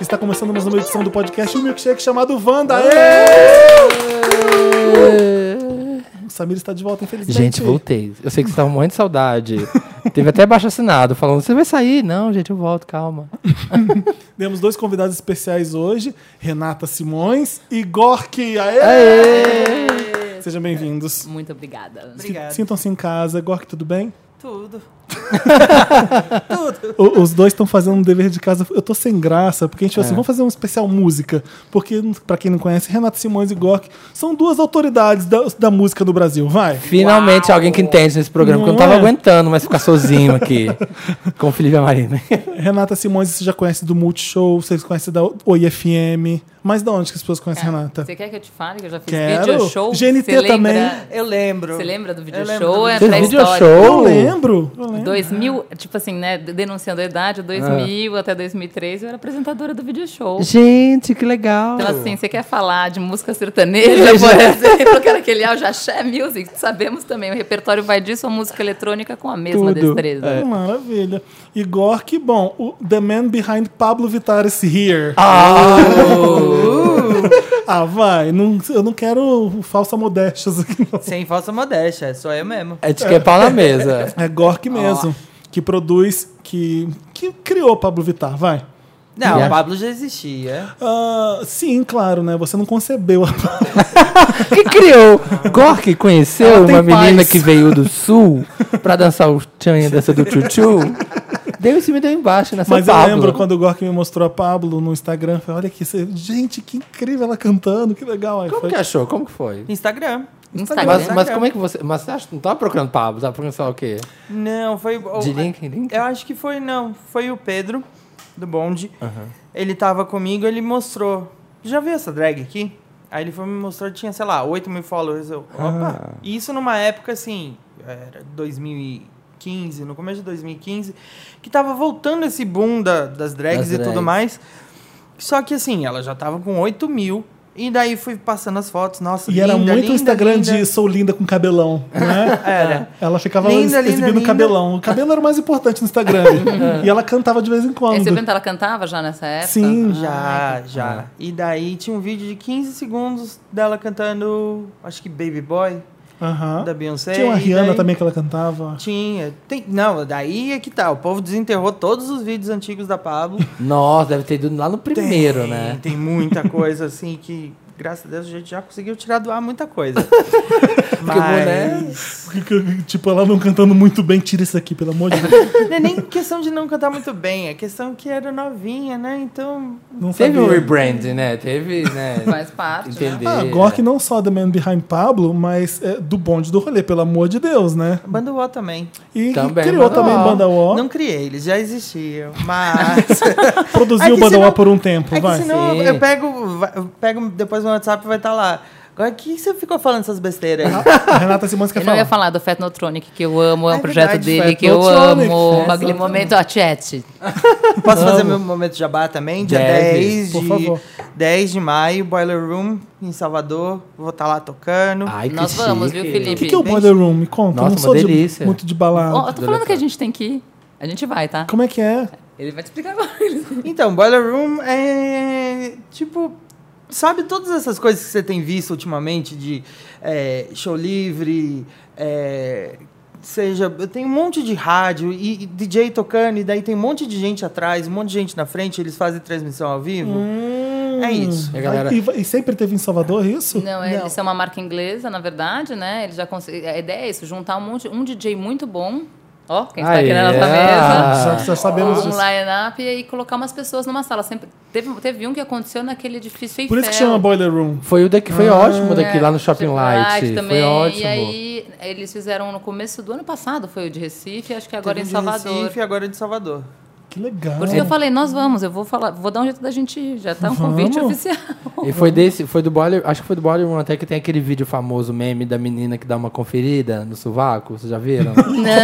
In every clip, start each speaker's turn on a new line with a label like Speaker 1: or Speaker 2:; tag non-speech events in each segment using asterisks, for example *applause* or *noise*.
Speaker 1: Está começando mais uma edição do podcast O Milkshake chamado Wanda. Aê! O Samir está de volta, infelizmente.
Speaker 2: Gente, voltei. Eu sei que vocês estavam morrendo de saudade. Teve até baixo assinado falando: você vai sair? Não, gente, eu volto, calma.
Speaker 1: Temos dois convidados especiais hoje: Renata Simões e Gork. Aê! Sejam bem-vindos.
Speaker 3: Muito obrigada.
Speaker 4: Obrigado.
Speaker 1: Sintam-se em casa. Gork, tudo bem? *laughs*
Speaker 4: Tudo.
Speaker 1: O- os dois estão fazendo um dever de casa. Eu tô sem graça, porque a gente falou assim, vamos fazer um especial música. Porque, pra quem não conhece, Renato Simões e Gork são duas autoridades da, da música no Brasil. Vai.
Speaker 2: Finalmente alguém que entende nesse programa, que eu não
Speaker 1: Não
Speaker 2: tava
Speaker 1: é?
Speaker 2: aguentando mais ficar sozinho
Speaker 1: *laughs*
Speaker 2: aqui com o Felipe Amarino.
Speaker 1: Renata Simões, você já conhece do Multishow, vocês conhecem da Oi FM. Mas da onde que as pessoas conhecem a Renata?
Speaker 3: Você quer que eu te fale que eu já fiz
Speaker 1: Quero.
Speaker 3: video show?
Speaker 1: GNT
Speaker 3: Você lembra-
Speaker 1: também.
Speaker 4: Eu lembro.
Speaker 3: Você lembra do video
Speaker 4: Eu lembro
Speaker 3: show?
Speaker 4: do
Speaker 3: É
Speaker 2: Fez
Speaker 3: pra
Speaker 2: video
Speaker 3: história.
Speaker 1: Eu
Speaker 2: show? Ah.
Speaker 1: lembro. Eu lembro.
Speaker 3: 2000, tipo assim, né, denunciando a idade, 2000 até 2003, eu era apresentadora do video show.
Speaker 2: Gente, que legal.
Speaker 3: Então, assim, você quer falar de música sertaneja, por exemplo, que era aquele Al Jaché Music, sabemos também, o repertório vai disso à música eletrônica com a mesma
Speaker 2: Tudo.
Speaker 3: destreza.
Speaker 2: É.
Speaker 1: Maravilha. E Gork, bom, o The Man Behind Pablo Vittar is here.
Speaker 2: Ah,
Speaker 1: *laughs* Ah, vai. não- eu não quero falsa modéstia aqui, não.
Speaker 4: Sem falsa modéstia, sou eu mesmo.
Speaker 2: é de que é pau
Speaker 1: *laughs*
Speaker 2: na mesa.
Speaker 1: É Gork mesmo. Que produz, que, que criou Pablo Vittar, vai.
Speaker 4: Não,
Speaker 2: Yeah.
Speaker 4: o Pablo já existia.
Speaker 1: Ah, sim, claro, né? Você não concebeu a Pablo.
Speaker 2: Que criou? Gork conheceu
Speaker 1: Ela tem
Speaker 2: uma menina
Speaker 1: paz.
Speaker 2: que veio do sul pra dançar o tchan dança do
Speaker 1: *laughs*
Speaker 2: tchutchu. Deu em cima e deu embaixo nessa
Speaker 1: Mas
Speaker 2: Pablo.
Speaker 1: eu lembro quando o Gork me mostrou a Pablo no Instagram. eu Falei, olha aqui, você- gente, que incrível ela cantando, que legal. Aí
Speaker 2: Como
Speaker 4: é?
Speaker 1: foi-
Speaker 2: que achou? Como que foi?
Speaker 4: Instagram.
Speaker 3: Instagram.
Speaker 2: Mas,
Speaker 3: né?
Speaker 2: mas como é que você. Mas você acha, não tava procurando Pablo, tava procurando sei lá o quê?
Speaker 4: Não, foi. o-
Speaker 2: De link, link?
Speaker 4: Eu acho que foi, não. Foi o Pedro, do bonde. Ele tava comigo, ele mostrou. Já viu essa drag aqui? Aí ele foi me mostrou, tinha, sei lá, 8 mil followers. Eu,
Speaker 1: Ah.
Speaker 4: opa! E Isso numa época assim, era 2015, no começo de 2015, que tava voltando esse boom da- das drags
Speaker 2: Das
Speaker 4: e
Speaker 2: drags.
Speaker 4: tudo mais. Só que assim, ela já tava com 8 mil. E daí fui passando as fotos, nossa,
Speaker 1: E
Speaker 4: linda,
Speaker 1: era muito
Speaker 4: linda,
Speaker 1: Instagram
Speaker 4: linda.
Speaker 1: de sou linda com cabelão, né?
Speaker 4: *laughs* Era.
Speaker 1: Ela ficava
Speaker 4: Linda,
Speaker 1: ex-
Speaker 4: linda,
Speaker 1: exibindo
Speaker 4: linda. É.
Speaker 1: cabelão. O cabelo era o mais importante no
Speaker 4: *laughs*
Speaker 1: Instagram. e ela cantava de vez em
Speaker 3: Aí você
Speaker 1: quando.
Speaker 3: pergunta, ela cantava já nessa época?
Speaker 1: Sim.
Speaker 4: Já, já. E daí tinha um vídeo de 15 segundos dela cantando, acho que Baby Boy,
Speaker 1: Aham.
Speaker 4: da Beyoncé.
Speaker 1: Tinha uma
Speaker 4: e
Speaker 1: Rihanna
Speaker 4: daí-
Speaker 1: também que ela cantava.
Speaker 4: Tinha. Tem, não, daí é que tá. O povo desenterrou todos os vídeos antigos
Speaker 1: *laughs*
Speaker 4: da Pablo.
Speaker 2: Nossa, deve ter ido lá no primeiro, né?
Speaker 4: Tem muita coisa assim que, graças a Deus, a gente já conseguiu tirar do ar muita
Speaker 1: *laughs*
Speaker 4: coisa. Mas...
Speaker 1: Que- que- Tipo, ela não cantando muito bem. Tira isso aqui, pelo amor de Deus.
Speaker 4: *laughs* Não é nem questão de não cantar muito bem, é questão que era novinha, né? Então.
Speaker 1: Não
Speaker 2: Teve um
Speaker 1: sabia.
Speaker 2: rebranding, né? Teve, né?
Speaker 3: Faz parte, né?
Speaker 2: Entender.
Speaker 1: Ah, Gork não só The Man Behind Pablo, mas é, do bonde do rolê, pelo amor de Deus, né?
Speaker 4: Banda UO também.
Speaker 1: E, e
Speaker 2: Também
Speaker 1: criou
Speaker 2: Banda
Speaker 1: também
Speaker 2: Uó.
Speaker 1: Banda O,
Speaker 4: Não criei, eles já existiam. Mas. É
Speaker 1: produziu
Speaker 4: que
Speaker 1: Banda O
Speaker 4: senão-
Speaker 1: por um tempo,
Speaker 4: É
Speaker 1: vai.
Speaker 4: que senão
Speaker 2: Sim.
Speaker 4: eu- eu pego, vai- eu pego depois no WhatsApp e vai estar lá. Agora, o que você ficou falando essas besteiras aí?
Speaker 1: *laughs* A Renata Simões quer
Speaker 3: Eu não ia
Speaker 1: falar.
Speaker 3: falar do Fetnotronic, que eu amo, é um
Speaker 4: É
Speaker 3: projeto
Speaker 4: verdade,
Speaker 3: dele, que eu
Speaker 1: Fetnotronic,
Speaker 3: amo.
Speaker 1: é,
Speaker 3: Aquele momento, ó, chat.
Speaker 4: Posso fazer meu momento jabá também? Dia
Speaker 2: Deve,
Speaker 4: 10
Speaker 1: por
Speaker 4: de,
Speaker 1: favor.
Speaker 4: 10 de maio, Boiler Room, em Salvador. Vou estar lá tocando.
Speaker 1: Ah,
Speaker 2: Ai, que
Speaker 3: Nós vamos,
Speaker 2: chique.
Speaker 3: viu, Felipe?
Speaker 1: O que, que é o Boiler Room? Me conta. eu
Speaker 2: Nossa,
Speaker 1: não sou
Speaker 2: uma
Speaker 1: de-
Speaker 2: delícia.
Speaker 1: muito de
Speaker 3: Ó, eu
Speaker 1: balada.
Speaker 3: tô falando que a gente tem que ir. A gente vai, tá?
Speaker 1: Como é que é?
Speaker 3: Ele vai te explicar agora. *laughs* Ele-
Speaker 4: Então, Boiler Room é tipo. Sabe todas essas coisas que você tem visto ultimamente de é, show livre, é, seja. Tem um monte de rádio e, e DJ tocando, e daí tem um monte de gente atrás, um monte de gente na frente, eles fazem transmissão ao vivo.
Speaker 3: Hum.
Speaker 4: É isso.
Speaker 2: E a galera-
Speaker 1: E, e sempre teve em Salvador isso?
Speaker 3: Não, é- eles são uma marca inglesa, na verdade, né? Eles já conse- A ideia é isso, juntar um monte, um DJ muito bom. Ó, quem está aqui
Speaker 2: Aê.
Speaker 3: na nossa mesa.
Speaker 1: Ah,
Speaker 2: Ah.
Speaker 1: Já, já sabemos
Speaker 3: um
Speaker 1: disso.
Speaker 3: line-up e colocar umas pessoas numa sala. Sempre, teve, teve um que aconteceu naquele edifício Eiffel.
Speaker 1: Por isso que chama Boiler Room.
Speaker 2: Foi o daqui, foi ótimo daqui
Speaker 3: É,
Speaker 2: lá no Shopping Light.
Speaker 3: também.
Speaker 2: Foi ótimo.
Speaker 3: E aí, eles fizeram no começo do ano passado, foi o de Recife, acho que agora
Speaker 4: Teve
Speaker 3: em
Speaker 4: um de
Speaker 3: Salvador.
Speaker 4: Recife, é. agora de Salvador.
Speaker 1: Que legal.
Speaker 3: Por isso que eu falei, nós vamos, eu vou falar, vou dar um jeito da gente ir, já tá um convite
Speaker 1: Vamos.
Speaker 4: *laughs*
Speaker 3: oficial.
Speaker 2: E foi desse, foi do Boiler, acho que foi do Boiler Room até que tem aquele vídeo famoso meme da menina que dá uma conferida no sovaco, vocês já viram?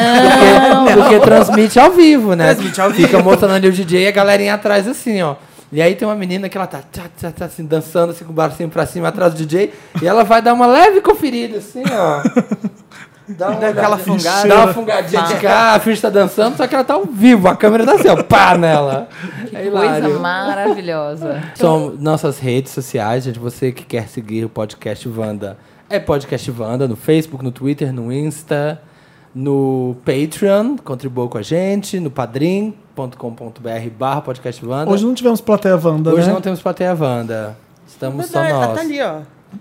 Speaker 2: Não! Porque, porque transmite ao vivo, né?
Speaker 4: Transmite ao
Speaker 2: Fica mostrando ali o DJ e a galerinha atrás assim, ó. E aí tem uma menina que ela tá, tá, tá, tá, assim, dançando assim com o bracinho pra cima atrás do DJ e ela vai dar uma leve conferida assim, ó.
Speaker 4: Dá uma Daquela fungada.
Speaker 2: Dá uma fungadinha de cá, a ficha tá dançando, só que ela tá ao vivo, a câmera tá assim, ó, pá nela. é
Speaker 3: Coisa
Speaker 2: hilário.
Speaker 3: maravilhosa.
Speaker 2: São nossas redes sociais, gente. Você que quer seguir o podcast Wanda, é podcast Wanda no Facebook, no Twitter, no Insta, no Patreon, contribua com a gente, no padrim.com.br barra podcast Wanda.
Speaker 1: Hoje não tivemos plateia Wanda,
Speaker 2: Hoje
Speaker 1: né?
Speaker 2: não temos plateia Wanda. Estamos
Speaker 4: Mas
Speaker 2: só
Speaker 4: é,
Speaker 2: nós.
Speaker 4: tá ali, ó.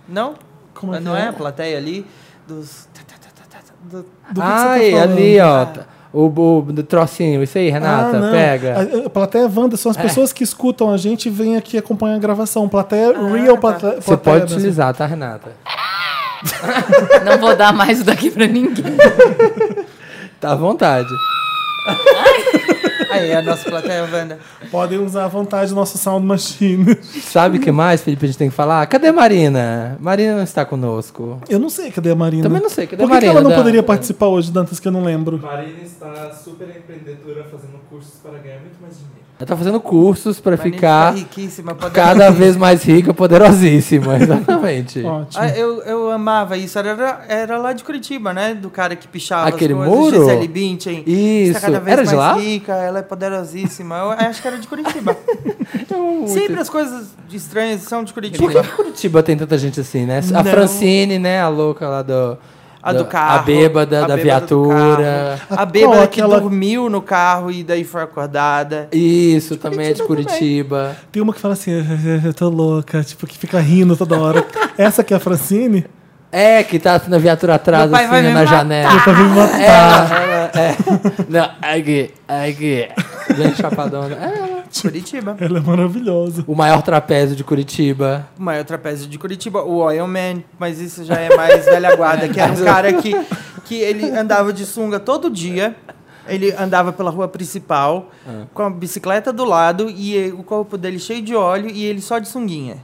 Speaker 4: Não?
Speaker 1: Como é que
Speaker 4: não é?
Speaker 1: é?
Speaker 4: a plateia ali dos... tá, tá, tá, tá, tá, tá, do-
Speaker 1: Do que que você tá
Speaker 2: Ai,
Speaker 1: falando?
Speaker 2: ali, ó. tá- O, o, do trocinho, isso aí, Renata,
Speaker 1: Ah, não.
Speaker 2: pega. É.
Speaker 1: A, a plateia Wanda são as pessoas que escutam a gente e vêm aqui acompanhar a gravação. Plateia
Speaker 4: Ah,
Speaker 1: real
Speaker 4: tá.
Speaker 1: né? plateia.
Speaker 2: Você
Speaker 1: plateia
Speaker 2: pode
Speaker 1: mesmo.
Speaker 2: utilizar, tá, Renata?
Speaker 3: Não vou dar mais daqui pra ninguém.
Speaker 2: Tá à vontade.
Speaker 4: Aí, a nossa plateia, Wanda.
Speaker 1: Podem usar à vontade o nosso sound machine.
Speaker 2: Sabe o que mais, Felipe, a gente tem que falar? Cadê Marina? Marina não está conosco.
Speaker 1: Eu não sei cadê a Marina.
Speaker 4: Hum.
Speaker 2: Também não sei, né, cadê
Speaker 1: Por que
Speaker 2: a
Speaker 1: que
Speaker 2: Marina
Speaker 1: ela não
Speaker 2: da-
Speaker 1: poderia participar hoje, Dantas, que eu não lembro?
Speaker 5: Marina está super empreendedora fazendo cursos para ganhar muito mais dinheiro.
Speaker 2: Ela tá fazendo cursos pra
Speaker 4: Marina
Speaker 2: ficar
Speaker 4: tá riquíssima, pode-
Speaker 2: cada vez mais rica,
Speaker 4: *laughs*
Speaker 2: poderosíssima, exatamente.
Speaker 1: Ótimo.
Speaker 4: Ah, eu, eu amava isso. Era, era lá de Curitiba, né? Do cara que pichava
Speaker 2: Aquele
Speaker 4: as coisas.
Speaker 2: muro?
Speaker 4: Gisele Bündchen.
Speaker 2: Isso.
Speaker 4: Está cada vez
Speaker 2: Era de
Speaker 4: mais
Speaker 2: lá?
Speaker 4: rica, ela é poderosíssima. Eu acho que era de
Speaker 2: *laughs*
Speaker 4: Curitiba. Sempre as coisas estranhas são de
Speaker 2: É um Por que
Speaker 4: Curitiba.
Speaker 2: que Curitiba tem tanta gente assim, né? A
Speaker 4: Não.
Speaker 2: Francine, né? A louca lá do.
Speaker 4: A
Speaker 2: da-
Speaker 4: do carro.
Speaker 2: A bêbada
Speaker 4: a
Speaker 2: da
Speaker 4: bêbada do
Speaker 2: viatura.
Speaker 4: carro, A
Speaker 1: Qual
Speaker 4: bêbada que
Speaker 1: aquela-
Speaker 4: dormiu no carro e daí foi acordada.
Speaker 2: *laughs* Isso, também é de
Speaker 4: Curitiba
Speaker 2: Curitiba.
Speaker 1: Tem uma que fala assim, eu tô louca, tipo, que fica rindo toda hora. Essa que é a Francine,
Speaker 2: É, que tá assim, na viatura atrás,
Speaker 4: Meu pai
Speaker 2: assim,
Speaker 4: vai
Speaker 2: né,
Speaker 4: me
Speaker 2: na
Speaker 4: matar.
Speaker 2: janela.
Speaker 4: *laughs*
Speaker 1: eu tô me matar.
Speaker 2: É. Não, aqui, aqui. Gente chapadona. É.
Speaker 4: Curitiba.
Speaker 1: Ela é maravilhosa.
Speaker 2: O maior trapézio de Curitiba.
Speaker 4: O maior trapézio de Curitiba, o Oil Man, mas isso já é mais velha guarda,
Speaker 2: *laughs*
Speaker 4: que era um cara que, que ele andava de sunga todo dia. Ele andava pela rua principal,
Speaker 2: Ah.
Speaker 4: com a bicicleta do lado, e eh, o corpo dele cheio de óleo, e ele só de sunguinha.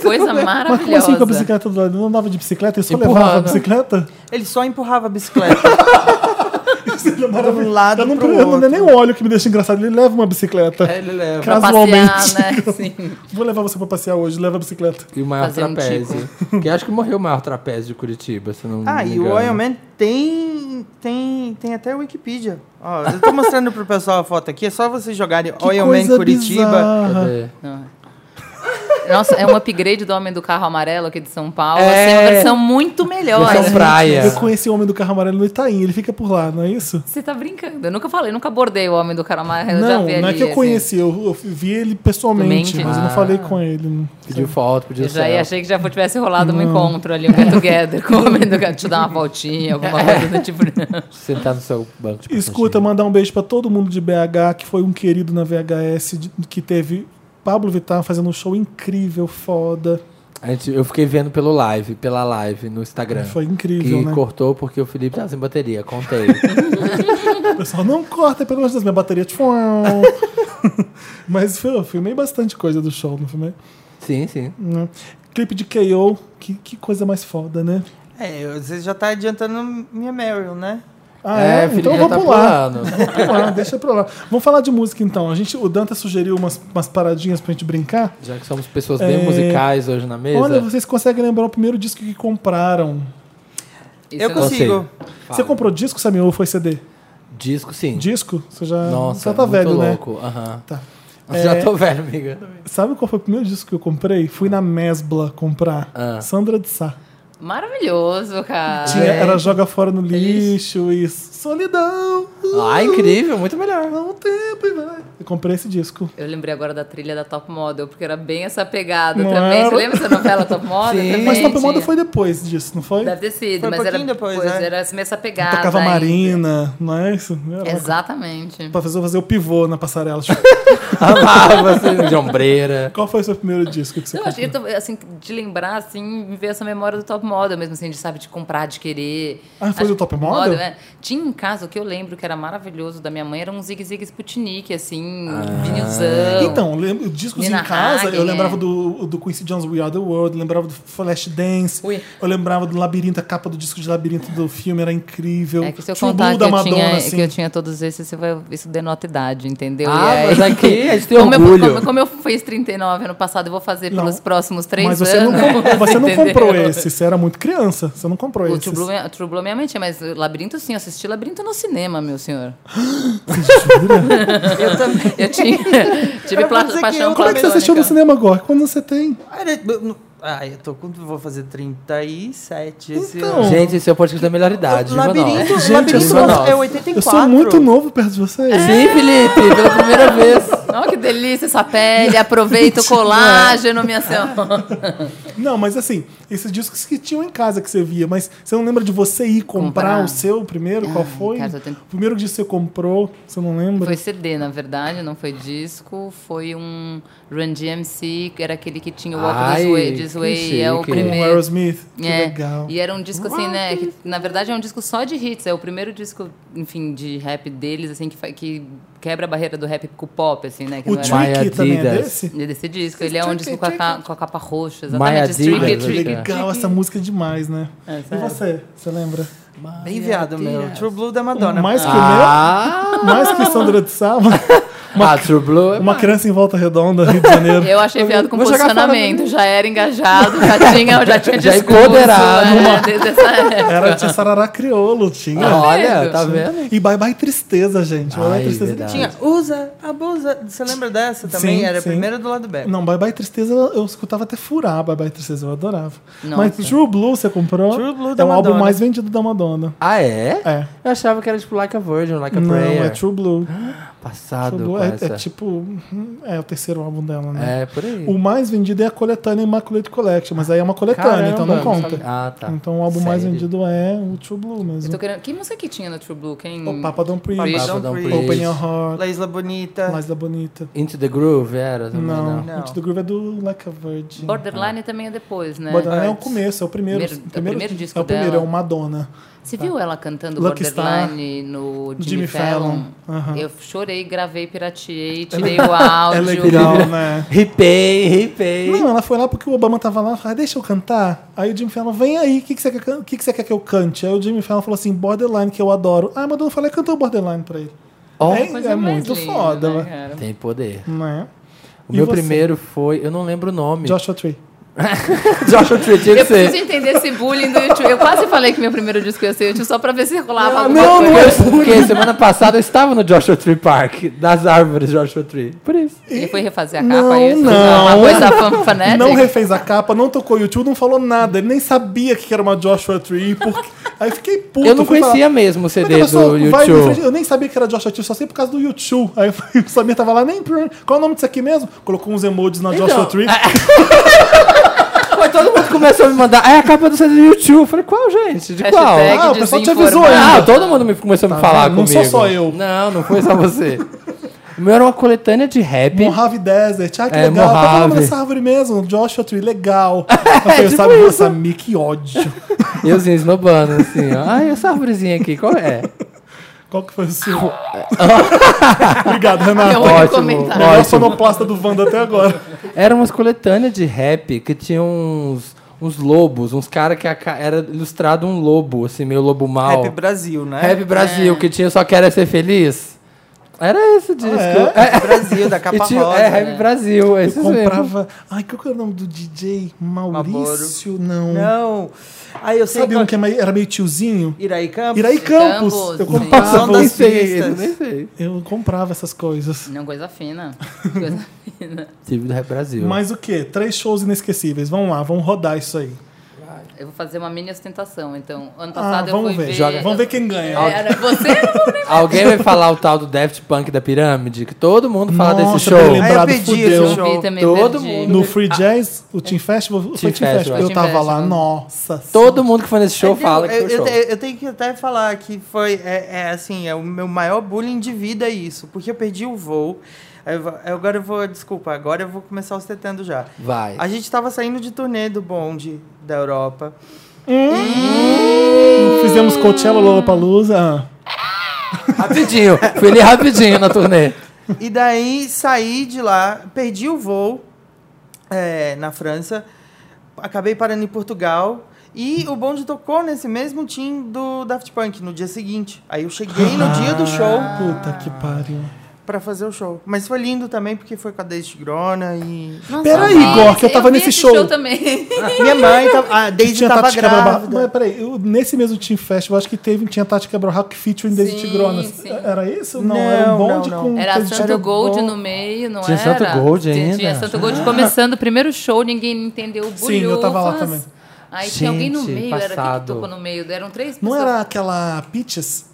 Speaker 3: Coisa
Speaker 1: Mas como assim com a
Speaker 3: maravilhosa.
Speaker 1: bicicleta do lado? Ele não andava de bicicleta, ele só
Speaker 2: Empurrando.
Speaker 1: levava a bicicleta?
Speaker 4: Ele só empurrava
Speaker 1: *laughs*
Speaker 4: a bicicleta.
Speaker 1: tá
Speaker 4: de um lado
Speaker 1: Eu não,
Speaker 4: pro
Speaker 1: eu não- é
Speaker 4: outro. É.
Speaker 1: nem um o óleo que me deixa engraçado, ele leva uma bicicleta.
Speaker 2: É, Ele leva.
Speaker 3: Pra
Speaker 1: Casualmente.
Speaker 3: passear, né? Sim.
Speaker 1: Vou levar você pra passear hoje, leva a bicicleta.
Speaker 2: E o maior
Speaker 3: Fazer um
Speaker 2: trapézio. *laughs* que eu acho que morreu o maior trapézio de Curitiba, se não
Speaker 4: Ah,
Speaker 2: me
Speaker 4: e o
Speaker 2: engano.
Speaker 4: Oil Man tem, tem, tem até Wikipedia. Ó, eu tô mostrando pro pessoal a foto aqui, é só vocês jogarem
Speaker 1: Que
Speaker 4: Oil Man
Speaker 1: coisa
Speaker 4: Curitiba.
Speaker 1: bizarra.
Speaker 2: Cadê?
Speaker 3: Não. Nossa, é um upgrade do Homem do Carro Amarelo aqui de São Paulo.
Speaker 2: É.
Speaker 3: assim, uma versão muito melhor.
Speaker 2: Versão praia.
Speaker 1: Eu conheci o homem do carro amarelo no Itaim, ele fica por lá, não é isso?
Speaker 3: Você tá brincando. Eu nunca falei, eu nunca abordei o Homem do Carro Amarelo. eu já
Speaker 1: não,
Speaker 3: vi
Speaker 1: não é
Speaker 3: ali,
Speaker 1: que eu
Speaker 3: assim.
Speaker 1: conheci, eu, eu vi ele pessoalmente,
Speaker 3: Mente?
Speaker 1: mas eu não
Speaker 2: Ah.
Speaker 1: falei com ele. não.
Speaker 2: Pediu foto, pediu
Speaker 3: Eu já
Speaker 2: selfie.
Speaker 3: achei que já tivesse rolado um encontro ali, um get-together com o Homem do Carro. Deixa eu dar uma voltinha, alguma coisa do tipo.
Speaker 2: *laughs* Sentar no seu banco de
Speaker 1: Escuta, mandar um beijo pra todo mundo de BH, que foi um querido na VHS, de- que teve Pablo Vittar fazendo um show incrível, foda.
Speaker 2: A gente, eu fiquei vendo pelo live, pela live no Instagram.
Speaker 1: Foi
Speaker 2: que
Speaker 1: incrível, né?
Speaker 2: cortou porque o Felipe tava sem
Speaker 1: *laughs*
Speaker 2: bateria, contei.
Speaker 1: O pessoal não corta, pelo amor de Deus, minha bateria. Tchum. *laughs* Mas eu filmei bastante coisa do show, não filmei?
Speaker 2: sim, sim.
Speaker 1: Né? Clipe de KO, que, que coisa mais foda, né?
Speaker 4: É, eu- você já tá adiantando minha Meryl, né?
Speaker 1: Ah, é?
Speaker 2: o Felipe
Speaker 1: então
Speaker 2: já
Speaker 1: vamos
Speaker 2: tá
Speaker 1: pular.
Speaker 2: pulando.
Speaker 1: Vamos pular, deixa pra lá. Vamos falar de música então. A gente, o Danta sugeriu umas, umas paradinhas pra gente brincar.
Speaker 2: Já que somos pessoas bem
Speaker 1: É.
Speaker 2: musicais hoje na mesa.
Speaker 1: Olha, vocês conseguem lembrar o primeiro disco que compraram.
Speaker 3: Isso é
Speaker 4: eu
Speaker 3: não-
Speaker 4: consigo.
Speaker 1: Você comprou disco, Samir, ou foi CD?
Speaker 2: Disco, sim.
Speaker 1: Disco? Você já,
Speaker 2: Nossa,
Speaker 1: você tá
Speaker 2: muito
Speaker 1: velho, né?
Speaker 2: louco. Aham.
Speaker 1: Tá.
Speaker 2: Já tô velho,
Speaker 1: *laughs*
Speaker 2: amiga.
Speaker 1: Sabe qual foi o primeiro disco que eu comprei? Fui na Mesbla comprar.
Speaker 2: Ah. é?
Speaker 1: Sandra de Sá.
Speaker 3: Maravilhoso, cara.
Speaker 1: Tinha, era joga fora no lixo e solidão.
Speaker 2: Ah, incrível, muito melhor.
Speaker 1: Há um tempo e vai. Eu comprei esse disco.
Speaker 3: Eu lembrei agora da trilha da Top Model, porque era bem essa pegada
Speaker 1: Não
Speaker 3: também.
Speaker 1: era?
Speaker 3: Você lembra dessa novela Top Model?
Speaker 2: Sim.
Speaker 3: também
Speaker 1: Mas Top Moda
Speaker 3: tinha.
Speaker 1: foi depois disso, não foi?
Speaker 3: Deve ter sido,
Speaker 4: Foi um
Speaker 3: mas era,
Speaker 4: pouquinho depois,
Speaker 3: pois,
Speaker 4: né?
Speaker 3: era essa- essa pegada.
Speaker 1: Tocava
Speaker 3: ainda.
Speaker 1: Marina, não é isso? Era
Speaker 3: Exatamente.
Speaker 1: Pra fazer, fazer o pivô na
Speaker 2: *laughs*
Speaker 1: passarela. Tipo,
Speaker 2: Amava, assim, de ombreira.
Speaker 1: Qual foi o seu primeiro disco que você
Speaker 3: Eu acho
Speaker 1: comprou?
Speaker 3: que, eu tô- assim, de lembrar, assim, me veio essa memória do Top Model mesmo, assim, de, sabe, de comprar, de querer.
Speaker 1: Ah, foi do
Speaker 3: Acho que
Speaker 1: Top Model?
Speaker 3: é. Tinha em casa, o que eu lembro que era maravilhoso da minha mãe, era um Zig Zig Sputnik, assim,
Speaker 2: Ah.
Speaker 3: vinilzão.
Speaker 1: Então, lem- discos
Speaker 3: Nina
Speaker 1: em casa,
Speaker 3: Hagen,
Speaker 1: eu lembrava
Speaker 3: é.
Speaker 1: do, do Quincy Jones We Are The World, lembrava do Flashdance,
Speaker 3: Ui.
Speaker 1: eu lembrava do Labirinto, a capa do disco de Labirinto do filme era incrível.
Speaker 3: É que se eu
Speaker 1: Tinha o
Speaker 3: contar
Speaker 1: Blue
Speaker 3: que
Speaker 1: da
Speaker 3: eu,
Speaker 1: Madonna,
Speaker 3: tinha,
Speaker 1: assim.
Speaker 3: que eu tinha todos esses, você vai- isso denota idade, entendeu?
Speaker 2: Ah,
Speaker 3: E aí-
Speaker 2: mas aqui a gente tem
Speaker 3: como é eu,
Speaker 2: orgulho.
Speaker 3: como, como eu fiz 39 ano passado, eu vou fazer
Speaker 1: Não.
Speaker 3: pelos próximos três
Speaker 1: Mas você
Speaker 3: anos.
Speaker 1: não, com- você não comprou
Speaker 3: *laughs* entendeu?
Speaker 1: esse, você era era muito criança, você não comprou
Speaker 3: O
Speaker 1: isso.
Speaker 3: True Blue, é True Blue minha mente, mas Labirinto sim, eu assisti Labirinto no cinema, meu senhor.
Speaker 4: Eu também.
Speaker 3: *laughs* Eu
Speaker 1: *laughs*
Speaker 3: tinha, tive
Speaker 4: Eu
Speaker 3: pla-
Speaker 4: pensei que
Speaker 3: paixão
Speaker 4: eu-
Speaker 1: Como é que você assistiu no
Speaker 3: platônica.
Speaker 1: cinema agora? Quando você tem?
Speaker 4: Era- eu não- Ah, eu tô com. Vou fazer 37 esse
Speaker 1: Então,
Speaker 4: ano.
Speaker 2: Gente, esse é o podcast da melhor idade, viva
Speaker 4: labirinto,
Speaker 2: nós.
Speaker 1: Gente,
Speaker 4: labirinto
Speaker 1: eu
Speaker 2: sou-
Speaker 4: é 84.
Speaker 1: Eu sou muito novo perto de vocês.
Speaker 2: Sim, Felipe, pela primeira vez.
Speaker 3: Oh, que delícia essa pele,
Speaker 1: *laughs*
Speaker 3: aproveita o colágeno, minha senhora.
Speaker 1: Não, mas assim, esses discos que tinham em casa que você via, mas você não lembra de você ir comprar,
Speaker 3: Comprar.
Speaker 1: o seu primeiro? Qual
Speaker 3: Ai,
Speaker 1: foi?
Speaker 3: cara, eu tenho-
Speaker 1: O primeiro disco que você comprou, você não lembra?
Speaker 3: Foi CD, na verdade, não foi disco, foi um Run DMC, que era aquele que tinha o Walk
Speaker 2: Ai,
Speaker 3: This Way, This
Speaker 2: que
Speaker 3: Way é o
Speaker 1: Com
Speaker 2: chique.
Speaker 1: o
Speaker 3: primeiro.
Speaker 1: Aerosmith. Que
Speaker 3: É,
Speaker 1: legal.
Speaker 3: E era um disco assim, né? que, na verdade é um disco só de hits. É o primeiro disco, enfim, de rap deles, assim, que, fa- que quebra a barreira do rap com o pop, assim, né? Que
Speaker 1: O
Speaker 3: não era...
Speaker 2: Trick-
Speaker 1: Tricky também é
Speaker 2: Adidas.
Speaker 1: desse?
Speaker 3: E desse disco. Ele é um disco com a, ca- com a capa roxa,
Speaker 2: My
Speaker 3: exatamente.
Speaker 2: Adidas,
Speaker 3: Tricky,
Speaker 1: Cara,
Speaker 2: né?
Speaker 3: Tricky.
Speaker 1: legal, essa música é demais, né?
Speaker 3: É,
Speaker 1: e
Speaker 3: sério.
Speaker 1: você? Você lembra?
Speaker 4: Bem viado, meu. True Blue da Madonna.
Speaker 1: Mais que
Speaker 2: Ah,
Speaker 1: o meu? Mais que Sandra de
Speaker 3: *laughs*
Speaker 1: Sá?
Speaker 2: ah, True Blue é
Speaker 1: Uma criança em volta redonda, Rio de Janeiro.
Speaker 3: Eu achei viado com
Speaker 2: Vou jogar fora
Speaker 3: posicionamento. Já era engajado, já tinha, já tinha
Speaker 2: Já
Speaker 3: discurso.
Speaker 2: empoderado.
Speaker 3: né, desde essa época.
Speaker 1: Era de Sarará Criolo, tinha.
Speaker 2: Olha,
Speaker 3: vendo?
Speaker 2: tá vendo?
Speaker 3: né?
Speaker 1: E Bye Bye Tristeza, gente. Bye Bye
Speaker 2: Ai,
Speaker 1: Tristeza.
Speaker 2: verdade.
Speaker 4: Tinha Usa, Abusa. Você lembra dessa também?
Speaker 1: Sim,
Speaker 4: Era a
Speaker 1: sim.
Speaker 4: primeira do lado B.
Speaker 1: Não, Bye Bye Tristeza eu escutava até furar Bye Bye Tristeza, eu adorava.
Speaker 3: Nossa.
Speaker 1: Mas True Blue você comprou?
Speaker 4: True Blue
Speaker 1: é
Speaker 4: da
Speaker 1: o álbum
Speaker 4: Madonna.
Speaker 1: mais vendido da Madonna.
Speaker 2: Ah, é?
Speaker 1: É.
Speaker 2: Eu achava que era tipo Like a Virgin, Like a
Speaker 1: Não,
Speaker 2: Prayer.
Speaker 1: é True Blue.
Speaker 2: Passado
Speaker 1: True Blue
Speaker 2: com
Speaker 1: é,
Speaker 2: essa.
Speaker 1: é tipo. uhum, É o terceiro álbum dela, né?
Speaker 2: É, por aí.
Speaker 1: O mais vendido é a coletânea Immaculate Collection, mas aí é uma coletânea, então não
Speaker 2: Caramba,
Speaker 1: conta.
Speaker 2: Ah, tá.
Speaker 1: Então o álbum mais
Speaker 2: Sério?
Speaker 1: vendido é o True Blue mesmo.
Speaker 3: Eu tô querendo... Que música que tinha no True Blue? Quem...
Speaker 1: O Papa Don't Preach,
Speaker 3: Papa
Speaker 2: Papa
Speaker 4: Don't
Speaker 2: Don't
Speaker 1: um
Speaker 2: Preach.
Speaker 4: Preach.
Speaker 1: Open Your Heart,
Speaker 4: Laisla Bonita.
Speaker 1: Mais da Bonita.
Speaker 2: Into the Groove era também,
Speaker 1: Não,
Speaker 2: não.
Speaker 4: Não.
Speaker 1: Into the Groove é do Like a Virgin.
Speaker 3: Borderline também é depois, né?
Speaker 1: Borderline é o
Speaker 4: Antes.
Speaker 1: começo, é o primeiro.
Speaker 3: Primeiro- é o primeiro disco
Speaker 1: É o primeiro,
Speaker 3: dela.
Speaker 1: é o Madonna.
Speaker 3: Você viu ela cantando
Speaker 1: Tá. Lucky
Speaker 3: Borderline no
Speaker 1: Jimmy
Speaker 3: Jimmy, Fallon?
Speaker 1: Fallon. Aham.
Speaker 3: Eu chorei, gravei, pirateei,
Speaker 1: *laughs*
Speaker 3: tirei o áudio.
Speaker 1: É legal,
Speaker 3: *laughs*
Speaker 1: né?
Speaker 2: Ripei, ripei.
Speaker 1: Não, ela foi lá porque o Obama tava lá, falou, "Ah, deixa eu cantar. Aí o Jimmy Fallon, vem aí, o que, que, você quer can- o que, que você quer que eu cante? Aí o Jimmy Fallon falou assim, Borderline, que eu adoro. Ah, a Madonna falou, "É, cantou Borderline pra ele.
Speaker 2: Ó.
Speaker 1: é
Speaker 3: Coisa
Speaker 1: é
Speaker 3: mais
Speaker 1: muito
Speaker 3: linda,
Speaker 1: foda,
Speaker 3: né,
Speaker 1: né?
Speaker 3: cara?
Speaker 2: Tem poder.
Speaker 1: Né?
Speaker 2: O
Speaker 1: E
Speaker 2: meu
Speaker 1: você?
Speaker 2: primeiro foi. Eu não lembro o nome.
Speaker 1: Joshua Tree.
Speaker 2: *laughs* Joshua Tree, tinha que
Speaker 3: Eu preciso
Speaker 2: ser.
Speaker 3: entender esse bullying do YouTube. Eu quase falei que meu primeiro disco ia ser YouTube só pra ver se rolava
Speaker 1: Ah,
Speaker 3: alguma
Speaker 2: Não, não
Speaker 3: coisa.
Speaker 2: é porque semana passada eu estava no Joshua Tree Park, das árvores Joshua Tree. Por isso.
Speaker 3: Ele foi refazer a capa
Speaker 1: Não,
Speaker 3: aí?
Speaker 1: não.
Speaker 3: Uma coisa fan- fanética?
Speaker 1: Não refez a capa, não tocou YouTube, não falou nada. Ele nem sabia que era uma Joshua Tree.
Speaker 2: *laughs*
Speaker 1: Porque... Aí fiquei puto.
Speaker 2: eu não
Speaker 1: fui falar,
Speaker 2: conhecia mesmo o
Speaker 1: Como é que
Speaker 2: CD
Speaker 1: a pessoa
Speaker 2: do
Speaker 1: vai na
Speaker 2: YouTube.
Speaker 1: frente? Eu nem sabia que era Joshua Tree, só sei por causa do YouTube. Aí *laughs* o Samir tava lá, nem. Qual é o nome disso aqui mesmo? Colocou uns emojis na
Speaker 2: Então,
Speaker 1: Joshua Tree.
Speaker 2: é, Mas todo mundo começou a me mandar. É a capa do CD do YouTube. Eu falei, qual, gente? De qual?
Speaker 3: Hashtag
Speaker 1: Ah, o pessoal te avisou
Speaker 3: desinformado.
Speaker 1: ainda.
Speaker 2: Ah, todo mundo me começou a me falar
Speaker 1: Tá vendo? Não
Speaker 2: comigo.
Speaker 1: sou só eu.
Speaker 2: Não, não foi só você. o meu era uma coletânea de rap. *laughs*
Speaker 1: Mojave Desert, ah, que
Speaker 2: É,
Speaker 1: legal. Qual é o nome
Speaker 2: Mojave.
Speaker 1: dessa árvore mesmo? Joshua Tree,
Speaker 2: *laughs*
Speaker 1: legal. Eu falei,
Speaker 2: tipo
Speaker 1: sabe,
Speaker 2: isso.
Speaker 1: nossa, Mi, que ódio.
Speaker 2: Eu assim, esnobando, assim, ó. Ai, essa árvorezinha aqui, qual é?
Speaker 1: Qual que foi o
Speaker 2: *laughs*
Speaker 1: seu? Obrigado, Renato.
Speaker 3: Meu único
Speaker 2: Ótimo,
Speaker 3: É um comentário.
Speaker 1: Melhor
Speaker 2: ótimo.
Speaker 1: sonoplasta do Wanda até agora.
Speaker 2: Eram umas coletâneas de rap que tinham uns, uns lobos, uns caras que a ca- era ilustrado um lobo, assim, meio lobo mal.
Speaker 4: Rap
Speaker 2: Rap,
Speaker 4: Brasil, né?
Speaker 2: Brasil, que tinha Só Quero É Ser Feliz. Era esse disco.
Speaker 1: é? *laughs*
Speaker 4: Brasil, da
Speaker 2: É,
Speaker 4: capa
Speaker 2: e tinha-
Speaker 4: rosa.
Speaker 2: é, Rap
Speaker 4: né?
Speaker 2: Brasil, é
Speaker 1: Eu
Speaker 2: esse mesmo.
Speaker 1: comprava. Ai, qual que era o nome do DJ? Maurício? Não.
Speaker 4: Não. Aí eu sei
Speaker 1: Sabe
Speaker 4: qual-
Speaker 1: um que é meio- era meio tiozinho?
Speaker 4: Iraí Campos.
Speaker 1: Iraí Campos.
Speaker 3: Campos,
Speaker 1: Eu
Speaker 3: sim.
Speaker 2: Não,
Speaker 1: comprava,
Speaker 4: Som
Speaker 2: nem
Speaker 4: das
Speaker 2: sei, esse,
Speaker 4: pistas.
Speaker 2: nem sei.
Speaker 1: eu comprava essas coisas.
Speaker 3: Não, coisa fina. Coisa *laughs* fina.
Speaker 2: Tive do Rap Brasil.
Speaker 1: Mas o quê? Três shows inesquecíveis. Vamos lá, vamos rodar isso aí.
Speaker 3: Eu vou fazer uma mini ostentação, então. Ano
Speaker 1: Ah,
Speaker 3: passado eu
Speaker 1: vamos
Speaker 3: fui
Speaker 1: ver.
Speaker 3: ver...
Speaker 2: Joga-
Speaker 1: Vamos ver quem ganha.
Speaker 3: Era você? Eu não vou nem-
Speaker 2: Alguém vai falar o tal do Daft Punk da Pirâmide? Que todo mundo fala
Speaker 1: Nossa,
Speaker 2: desse
Speaker 1: bem
Speaker 2: show.
Speaker 4: Aí eu
Speaker 1: lembrado,
Speaker 4: pedi
Speaker 1: fudeu.
Speaker 4: esse show.
Speaker 3: Vi também,
Speaker 2: Todo
Speaker 3: perdi.
Speaker 2: mundo
Speaker 1: No Free Jazz, o Team Festival, foi Team
Speaker 2: Team
Speaker 1: Festival.
Speaker 2: Festival.
Speaker 1: Eu
Speaker 3: Team
Speaker 1: tava lá,
Speaker 3: Festival.
Speaker 1: nossa.
Speaker 2: Todo mundo que foi nesse show fala que
Speaker 4: eu,
Speaker 2: foi
Speaker 4: eu,
Speaker 2: show.
Speaker 4: te- eu tenho que até falar que foi é, é, assim é o meu maior bullying de vida é isso porque eu perdi o voo Aí eu vou- agora eu vou desculpa agora eu vou começar ostentando já
Speaker 2: Vai.
Speaker 4: a gente estava saindo de turnê do bonde da
Speaker 2: *laughs*
Speaker 4: Europa
Speaker 1: Fizemos Coachella, Lollapalooza. Ah,
Speaker 2: Rapidinho. Fui ali rapidinho na turnê.
Speaker 4: e daí saí de lá perdi o voo é, na França acabei parando em Portugal e o bonde tocou nesse mesmo
Speaker 1: Ah.
Speaker 4: time do Daft Punk no dia seguinte. Aí eu cheguei no dia do show.
Speaker 1: Puta que pariu.
Speaker 4: pra fazer o show. Mas foi lindo também, porque foi com a Daisy Grona
Speaker 3: *laughs*
Speaker 4: e.
Speaker 3: Nossa,
Speaker 1: Peraí,
Speaker 3: eu vi
Speaker 1: Gork,
Speaker 3: esse-
Speaker 1: eu tava
Speaker 3: vi
Speaker 1: nesse
Speaker 3: esse
Speaker 1: show.
Speaker 2: *laughs*
Speaker 3: também.
Speaker 4: Minha mãe, tava, a Daisy
Speaker 1: Tinha
Speaker 4: tava
Speaker 1: Tati Quebra
Speaker 4: grávida.
Speaker 1: Mas peraí, eu- nesse mesmo Team Festival, acho que teve, tinha Tati Quebra Barraco featuring Daisy
Speaker 3: Sim,
Speaker 1: Tigronas.
Speaker 3: sim.
Speaker 1: Era isso? Não, era um
Speaker 4: Não, não,
Speaker 1: bonde
Speaker 4: não.
Speaker 1: com.
Speaker 3: Era
Speaker 1: Daisy
Speaker 3: Santo
Speaker 1: Tigrona.
Speaker 3: Gold no meio, não
Speaker 2: Tinha
Speaker 3: era?
Speaker 2: Santo Gold
Speaker 3: Tinha-
Speaker 2: ainda?
Speaker 3: Tinha Santo Gold começando o primeiro show, ninguém entendeu o bolhufas.
Speaker 1: Sim, eu tava lá também.
Speaker 3: Aí tinha alguém no
Speaker 2: Gente,
Speaker 3: meio, era quem
Speaker 2: passado.
Speaker 3: que tocou no meio? Eram três
Speaker 1: Não
Speaker 3: pessoas.
Speaker 1: era aquela Peaches?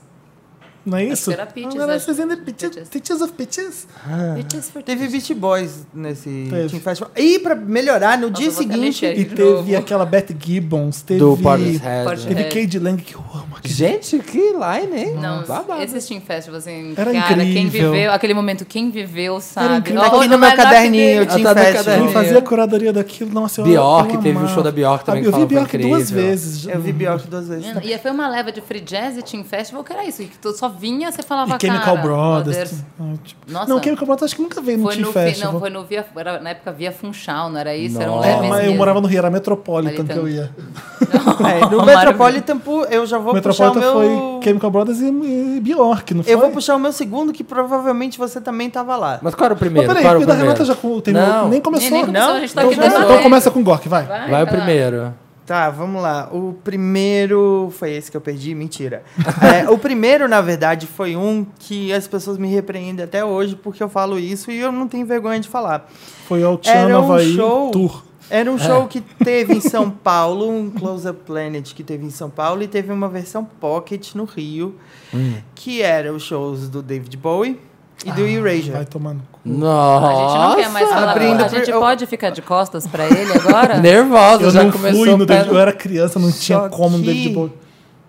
Speaker 1: Não é isso?
Speaker 3: era Peaches,
Speaker 1: Não era
Speaker 3: acho.
Speaker 1: fazendo Peaches,
Speaker 3: Peaches.
Speaker 1: Peaches of Peaches?
Speaker 3: Bitches for
Speaker 4: Teve Beach Boys nesse
Speaker 1: Teve.
Speaker 4: Team Festival. E pra melhorar, no
Speaker 3: Nossa,
Speaker 4: dia
Speaker 3: eu vou até mexer
Speaker 4: seguinte.
Speaker 3: aqui.
Speaker 1: E
Speaker 3: De
Speaker 1: teve
Speaker 3: novo.
Speaker 1: aquela Beth Gibbons, teve.
Speaker 2: Do Portishead.
Speaker 3: Portishead.
Speaker 1: Teve
Speaker 3: É.
Speaker 1: Cade Lang, que eu amo aqui.
Speaker 2: Gente, que line, hein?
Speaker 3: Não,
Speaker 2: Babado.
Speaker 3: esses Team Festival, assim,
Speaker 1: Era
Speaker 3: cara, quem
Speaker 1: incrível.
Speaker 3: viveu, aquele momento, quem viveu, sabe?
Speaker 1: incrível.
Speaker 4: Tá
Speaker 3: Ó,
Speaker 4: aqui no meu
Speaker 3: line-up
Speaker 4: caderninho,
Speaker 3: dele.
Speaker 2: Ah,
Speaker 4: Team
Speaker 2: tá no
Speaker 4: Festival.
Speaker 1: Quem
Speaker 2: caderninho.
Speaker 1: fazia a curadoria daquilo, nossa, eu
Speaker 2: Bjork,
Speaker 1: eu
Speaker 2: teve o
Speaker 1: amava. Ah,
Speaker 2: show da Bjork também,
Speaker 1: Eu
Speaker 2: que
Speaker 1: vi
Speaker 2: falava
Speaker 1: Bjork
Speaker 2: que foi
Speaker 1: duas
Speaker 2: incrível.
Speaker 1: vezes.
Speaker 4: Eu vi Bjork duas vezes.
Speaker 3: Mano, E aí foi uma leva de Free Jazz e Team Festival, que era isso, que tu só vinha, você falava,
Speaker 1: E Chemical
Speaker 3: cara,
Speaker 1: Brothers.
Speaker 3: Brothers.
Speaker 1: Ah, tipo-
Speaker 3: Nossa.
Speaker 1: Não, Chemical Brothers acho que nunca veio no
Speaker 3: Foi
Speaker 1: Team
Speaker 3: no, fi-
Speaker 1: Festival.
Speaker 3: não, foi no via, era, na época via Funchal, não era isso? Era um
Speaker 2: Nossa.
Speaker 1: É,
Speaker 3: leve
Speaker 1: mas eu
Speaker 3: mesmo.
Speaker 1: morava no Rio, era Metropolitan que
Speaker 3: Metropolitan.
Speaker 1: eu ia.
Speaker 4: É, no
Speaker 3: Maravilha.
Speaker 4: Metropolitan, pô, eu já vou
Speaker 1: Metropolitan
Speaker 4: puxar o meu...
Speaker 1: foi Chemical Brothers e, e Bjork, não foi?
Speaker 4: Eu vou puxar o meu segundo, que provavelmente você também tava lá.
Speaker 3: é-
Speaker 2: Mas qual era o
Speaker 1: Mas
Speaker 2: primeiro?
Speaker 1: peraí,
Speaker 2: qual era o
Speaker 1: o da
Speaker 2: primeiro?
Speaker 1: Renata já com- terminou.
Speaker 2: Não.
Speaker 1: Nem
Speaker 3: Nem,
Speaker 1: começou.
Speaker 3: nem começou,
Speaker 4: Não?
Speaker 3: a gente tá
Speaker 1: Então,
Speaker 3: aqui
Speaker 1: já-
Speaker 3: dando
Speaker 1: então
Speaker 3: tempo.
Speaker 1: começa com Gork, vai.
Speaker 3: Vai,
Speaker 2: Vai o
Speaker 3: vai lá.
Speaker 2: primeiro.
Speaker 4: Tá, vamos lá. O primeiro foi esse que eu perdi, mentira. *laughs* É, o primeiro, na verdade, foi um que as pessoas me repreendem até hoje porque eu falo isso e eu não tenho vergonha de falar.
Speaker 1: Foi ao Tiana
Speaker 4: Era um
Speaker 1: Havaí
Speaker 4: show.
Speaker 1: Tour.
Speaker 4: Era um show que
Speaker 1: *laughs*
Speaker 4: teve em São Paulo, um Close Up Planet que teve em São Paulo e teve uma versão pocket no Rio,
Speaker 1: Hum.
Speaker 4: que eram os shows do David Bowie e
Speaker 1: Ah,
Speaker 4: do Erasure.
Speaker 1: Vai tomando.
Speaker 2: Nossa.
Speaker 3: A gente não quer mais falar.
Speaker 4: Abrindo
Speaker 3: a gente
Speaker 4: pro- eu-
Speaker 3: pode ficar de costas pra ele
Speaker 2: *laughs*
Speaker 3: agora?
Speaker 2: Nervosa,
Speaker 1: Eu
Speaker 2: já
Speaker 1: não
Speaker 2: começou
Speaker 1: fui no
Speaker 2: o pé
Speaker 1: David,
Speaker 2: no-
Speaker 1: eu era criança, não
Speaker 4: Só
Speaker 1: tinha como no
Speaker 4: que
Speaker 1: David Bowie.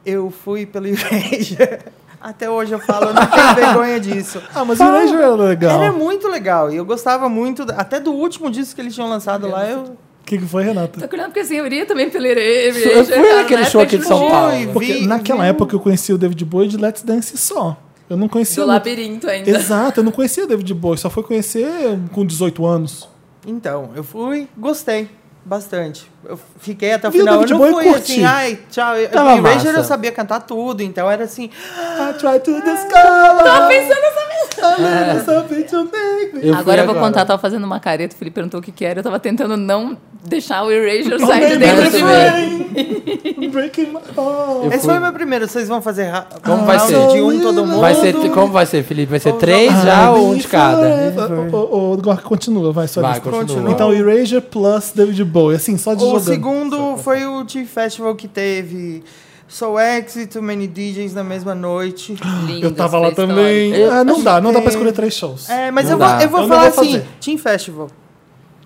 Speaker 4: Eu fui pelo *laughs* Erasure. Até hoje eu falo, eu não
Speaker 1: *laughs*
Speaker 4: tenho vergonha disso.
Speaker 1: Ah, mas o Erasure era legal.
Speaker 4: Era muito legal. E eu gostava muito, da- até do último disco que eles tinham lançado lá, eu
Speaker 1: O que, que foi, Renata?
Speaker 3: Tô olhando porque assim, eu iria também pelo Irene.
Speaker 2: Eu fui
Speaker 3: cara,
Speaker 2: naquele
Speaker 3: na
Speaker 2: show
Speaker 3: época
Speaker 2: aqui
Speaker 3: de
Speaker 2: de São
Speaker 4: fui.
Speaker 2: Paulo.
Speaker 1: Porque
Speaker 4: vi-
Speaker 1: naquela
Speaker 4: vi um-
Speaker 1: época eu conhecia o David Bowie de Let's Dance só. Eu não conhecia
Speaker 3: Do
Speaker 1: o
Speaker 3: labirinto ainda.
Speaker 1: Exato, eu não conhecia o David Bowie, só fui conhecer com 18 anos.
Speaker 4: Então, eu fui, gostei bastante. Eu fiquei até o
Speaker 1: Viu,
Speaker 4: final. Eu
Speaker 1: David
Speaker 4: não
Speaker 1: Bowie,
Speaker 4: fui
Speaker 1: curti.
Speaker 4: assim, ai, tchau. Eu,
Speaker 2: Tava
Speaker 4: o Erasure
Speaker 2: massa.
Speaker 4: eu sabia cantar tudo, então era assim.
Speaker 1: I try to
Speaker 3: Ah,
Speaker 1: discover. Tô pensando
Speaker 3: É.
Speaker 1: nessa mesma.
Speaker 2: Eu fui
Speaker 3: Agora eu vou contar, eu tava fazendo uma careta, o Felipe perguntou o que que era, eu tava tentando não deixar o Erasure sair de dentro de mim.
Speaker 1: Breaking my heart.
Speaker 2: Eu
Speaker 4: Esse
Speaker 2: fui. Ah,
Speaker 4: foi o meu primeiro. Vocês vão fazer ra-
Speaker 2: Como vai
Speaker 4: round
Speaker 2: ser?
Speaker 4: de um todo mundo.
Speaker 2: né? Vai ser, como vai ser, Felipe? Vai ser
Speaker 4: Ou
Speaker 2: três
Speaker 4: já-
Speaker 2: já
Speaker 1: I'll
Speaker 2: ou um
Speaker 1: be
Speaker 2: de cada?
Speaker 1: forever. Ô, ô, Gork, continua, vai, só
Speaker 2: Vai, continua.
Speaker 1: Então, Erasure plus David Bowie, assim, só de
Speaker 4: O
Speaker 1: jogando.
Speaker 4: segundo foi o Team Festival que teve Soul X e Too Many DJs na
Speaker 2: *gasps*
Speaker 4: mesma noite.
Speaker 3: Lindo,
Speaker 1: Eu tava lá
Speaker 3: essa história.
Speaker 1: também.
Speaker 2: Eu-
Speaker 1: ah, não dá, não dá pra
Speaker 4: tem-
Speaker 1: escolher três shows.
Speaker 4: É, mas
Speaker 2: Não
Speaker 4: eu vou,
Speaker 2: dá.
Speaker 4: eu vou
Speaker 1: Eu não
Speaker 4: falar
Speaker 1: vou
Speaker 4: assim:
Speaker 1: fazer.
Speaker 4: Team Festival,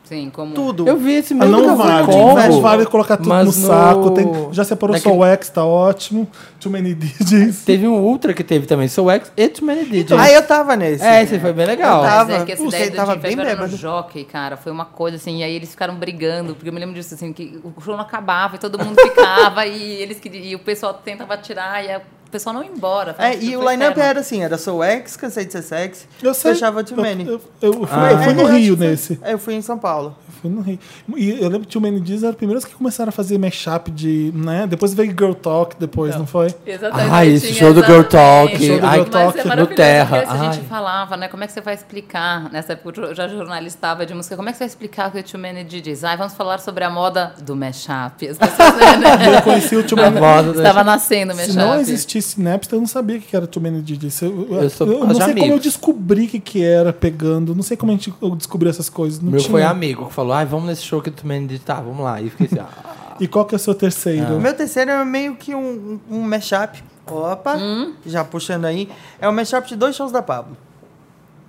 Speaker 3: Sim, como...
Speaker 4: tudo.
Speaker 2: Eu vi esse
Speaker 1: Ah,
Speaker 2: mesmo
Speaker 1: não
Speaker 2: que eu fui
Speaker 1: vale,
Speaker 2: combo,
Speaker 1: não vale colocar tudo no,
Speaker 2: mas
Speaker 1: saco. Tem, já separou
Speaker 2: naquele-
Speaker 1: Soul X, tá ótimo. Too Many DJs.
Speaker 2: Teve um Ultra que teve também, Soul X e Too Many DJs.
Speaker 4: Então, Aí eu tava nesse.
Speaker 2: é, esse foi bem legal.
Speaker 4: Eu
Speaker 3: Mas
Speaker 4: tava.
Speaker 3: é que essa
Speaker 4: Você
Speaker 3: ideia do
Speaker 4: tava
Speaker 3: Jim
Speaker 4: bem
Speaker 3: Festival era
Speaker 4: bêbado.
Speaker 3: no jockey, cara, foi uma coisa assim, e aí eles ficaram brigando, porque eu me lembro disso, assim, que o show não acabava e todo mundo
Speaker 4: *laughs*
Speaker 3: ficava e eles queriam- e o pessoal tentava tirar e a- o pessoal não ia embora.
Speaker 4: É,
Speaker 3: Foi- um
Speaker 4: e o
Speaker 3: foi
Speaker 4: line-up
Speaker 3: eterno.
Speaker 4: era assim, era Soul X, Cansei de Ser Sex,
Speaker 1: Eu sei.
Speaker 4: fechava Too Many.
Speaker 1: Eu, eu- eu fui,
Speaker 2: Ah.
Speaker 1: eu fui no
Speaker 4: É, eu
Speaker 1: Rio
Speaker 4: acho que foi-
Speaker 1: nesse.
Speaker 4: é, Eu fui em São Paulo.
Speaker 1: Fui no Rio. E eu lembro que Too Many DJs era os primeiros que começaram a fazer mashup de. né? Depois veio Girl Talk, depois, não, foi?
Speaker 3: Exatamente.
Speaker 2: Ah, esse
Speaker 3: tinha
Speaker 2: show do Girl Talk.
Speaker 3: exatamente.
Speaker 1: Show do
Speaker 3: Ai,
Speaker 1: Girl Talk
Speaker 3: Mas é
Speaker 1: no
Speaker 3: maravilhoso,
Speaker 2: Terra.
Speaker 3: porque A
Speaker 2: Ai.
Speaker 3: gente falava, né? Como é que você vai explicar? Nessa época eu já jornalistava de música. Como é que você vai explicar que o Too Many DJs? Ai, vamos falar sobre a moda do mashup. As pessoas,
Speaker 4: *laughs*
Speaker 3: né?
Speaker 1: Eu conheci o Too
Speaker 2: A
Speaker 1: Many
Speaker 2: moda do-
Speaker 3: Estava nascendo o mashup.
Speaker 1: Se não existisse Napster, eu não sabia o que era Too Many DJs. Eu, eu-
Speaker 2: Eu sou
Speaker 1: eu não
Speaker 2: quase
Speaker 1: sei como eu
Speaker 2: amigo.
Speaker 1: descobri o que, que era pegando. Não sei como a gente eu descobri essas coisas. Não
Speaker 2: Meu
Speaker 1: tinha.
Speaker 2: foi amigo que falou, ai, vamos nesse show que tu me disse, tá, vamos lá. E fiquei assim, ah,
Speaker 1: E qual que é o seu
Speaker 4: O
Speaker 1: terceiro?
Speaker 4: meu terceiro é meio que um, um um mashup. Opa,
Speaker 3: Hum?
Speaker 4: já puxando aí. É um mashup de dois shows da Pablo.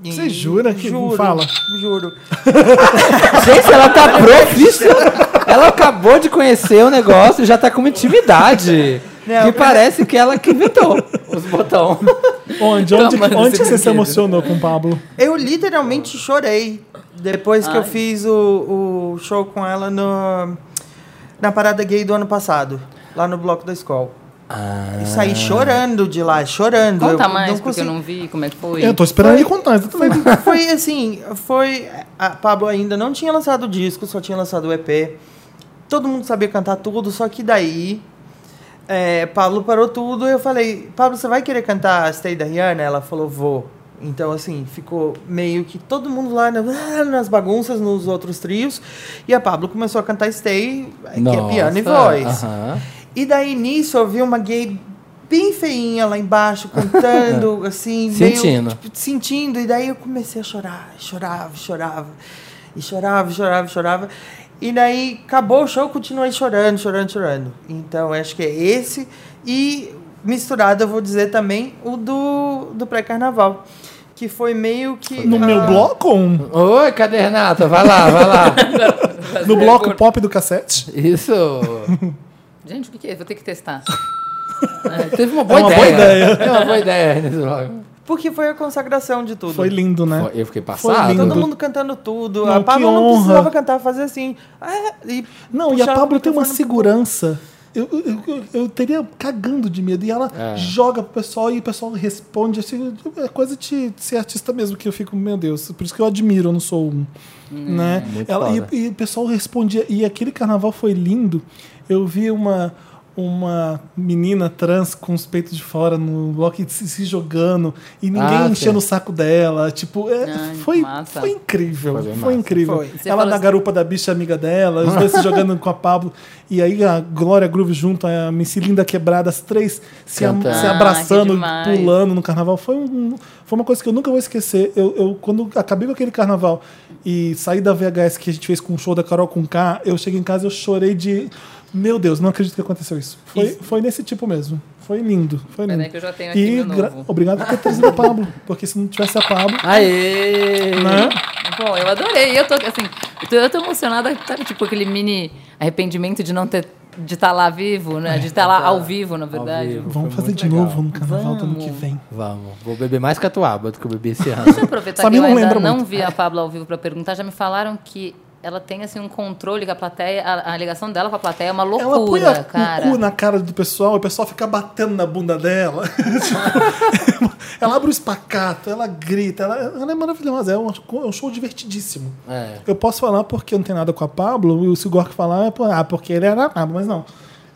Speaker 4: E-
Speaker 1: Você jura que-
Speaker 4: juro,
Speaker 1: fala.
Speaker 4: Juro.
Speaker 2: Gente, ela tá profissional. Ela acabou de conhecer o negócio e já tá com uma intimidade.
Speaker 4: Não,
Speaker 2: que
Speaker 4: mas-
Speaker 2: parece que ela que inventou os botões.
Speaker 1: Onde? Onde,
Speaker 2: Tomando
Speaker 1: onde que
Speaker 2: esse
Speaker 1: você se
Speaker 2: brinquedo.
Speaker 1: emocionou com o Pablo?
Speaker 4: Eu literalmente chorei depois que eu fiz o, o show com ela no, na Parada Gay do ano passado, lá no Bloco da Escola. E saí chorando de lá, chorando.
Speaker 3: Ah. Conta
Speaker 4: eu
Speaker 3: mais,
Speaker 4: não
Speaker 3: porque eu
Speaker 4: consigo-
Speaker 3: não vi como é que foi.
Speaker 1: Eu tô esperando ele contar, exatamente.
Speaker 4: *laughs* Foi assim, foi. A Pablo ainda não tinha lançado o disco, só tinha lançado o EP. Todo mundo sabia cantar tudo, só que daí. é, Pablo parou tudo eu falei: Pablo, você vai querer cantar Stay da Rihanna? Né? Ela falou: Vou. Então, assim, ficou meio que todo mundo lá na- ah, nas bagunças, nos outros trios. E a Pablo começou a cantar Stay, que é piano e voz.
Speaker 2: aham.
Speaker 4: E daí nisso eu vi uma gay bem feinha lá embaixo, cantando, assim,
Speaker 2: Sentindo.
Speaker 4: meio tipo, sentindo. E daí eu comecei a chorar, chorava, chorava. E chorava, chorava, chorava. E daí acabou o show, eu continuei chorando, chorando, chorando. Então acho que é esse. E misturado, eu vou dizer também o do, do pré-carnaval. Que foi meio que.
Speaker 1: No
Speaker 4: ah,
Speaker 1: meu bloco? um?
Speaker 2: Oi, cadê Renata? Vai lá, vai lá.
Speaker 1: No
Speaker 3: *laughs*
Speaker 1: bloco pop do cassete?
Speaker 2: Isso.
Speaker 3: Gente, o que que é? Vou ter que testar.
Speaker 2: É, teve uma boa
Speaker 1: É uma boa
Speaker 2: ideia.
Speaker 1: ideia.
Speaker 2: É uma boa ideia nesse bloco.
Speaker 4: Porque foi a consagração de tudo.
Speaker 1: Foi lindo, né?
Speaker 2: Eu fiquei
Speaker 1: Foi
Speaker 2: passado.
Speaker 1: lindo.
Speaker 4: Todo mundo cantando tudo.
Speaker 1: Não,
Speaker 4: a Pablo
Speaker 1: que
Speaker 4: não precisava
Speaker 1: honra.
Speaker 4: cantar, fazer assim. Ah, e
Speaker 1: Não, e
Speaker 4: puxava
Speaker 1: a
Speaker 4: o
Speaker 1: Pablo tem uma
Speaker 4: microfone pro-
Speaker 1: segurança. Eu, eu, eu- eu teria cagando de medo. E ela
Speaker 2: É.
Speaker 1: joga pro pessoal e o pessoal responde. Assim, é coisa de ser artista mesmo que eu fico, meu Deus. Por isso que eu admiro, eu não sou um. né?
Speaker 2: Hum, Muito
Speaker 1: Ela,
Speaker 2: foda.
Speaker 1: e, e o pessoal respondia. E aquele carnaval foi lindo. Eu vi uma, uma menina trans com os peitos de fora no bloco e se, se jogando. E ninguém
Speaker 2: Ah, sim.
Speaker 1: enchendo o saco dela. Tipo, é,
Speaker 3: Ai,
Speaker 1: foi,
Speaker 3: massa.
Speaker 1: foi incrível.
Speaker 2: Foi bem
Speaker 1: Foi,
Speaker 2: massa.
Speaker 1: incrível.
Speaker 4: Foi.
Speaker 3: Você
Speaker 1: Ela
Speaker 3: falou
Speaker 1: na
Speaker 3: assim-
Speaker 1: garupa da bicha amiga dela, os dois se jogando com a Pablo. E aí a Glória Groove junto, a Missy Linda Quebrada, as três se, am-
Speaker 2: Cantando.
Speaker 1: se
Speaker 3: Ah, que
Speaker 1: abraçando,
Speaker 3: demais.
Speaker 1: pulando no carnaval. Foi, um- foi uma coisa que eu nunca vou esquecer. Eu, eu, quando acabei com aquele carnaval e saí da VHS que a gente fez com o show da Carol com K, eu cheguei em casa eu chorei de. Meu Deus, não acredito que aconteceu isso. Foi, foi nesse tipo mesmo. Foi lindo. Foi
Speaker 3: Peraí
Speaker 1: lindo.
Speaker 3: que eu já tenho aqui meu novo.
Speaker 1: Obrigado por ter trazido a Pablo, porque se não tivesse a
Speaker 3: *laughs*
Speaker 1: Pablo.
Speaker 2: Aê!
Speaker 1: Né?
Speaker 3: Ah, Bom, eu adorei. Eu tô, assim, eu tô, eu tô emocionada, sabe, tipo, aquele mini arrependimento de não ter, de estar lá vivo, né? De estar lá
Speaker 1: Tá.
Speaker 3: ao vivo, na verdade.
Speaker 2: vivo.
Speaker 1: Vamos
Speaker 2: Foi
Speaker 1: fazer
Speaker 2: muito
Speaker 1: de
Speaker 2: legal.
Speaker 1: novo no carnaval do ano que
Speaker 3: Vamos.
Speaker 1: vem.
Speaker 2: Vamos. Vou beber mais catuaba do que eu bebi esse ano.
Speaker 1: *laughs*
Speaker 3: Deixa eu aproveitar
Speaker 1: Só
Speaker 3: que
Speaker 1: me
Speaker 3: eu
Speaker 1: não
Speaker 3: ainda
Speaker 1: lembra
Speaker 3: não
Speaker 1: muito.
Speaker 3: vi a Pablo ao vivo pra perguntar. Já me falaram que ela tem, assim, um controle com a plateia. A, a ligação dela com a plateia é uma loucura,
Speaker 1: Ela põe a-
Speaker 3: cara.
Speaker 1: o cu na cara do pessoal e o pessoal fica batendo na bunda dela. *laughs* Tipo, ela abre o espacato, ela grita, ela, ela é maravilhosa, é um, é um show divertidíssimo.
Speaker 2: É.
Speaker 1: Eu posso falar porque eu não tenho nada com a Pablo, e o Sigor que falar é por- ah, porque ele era Pablo, mas não.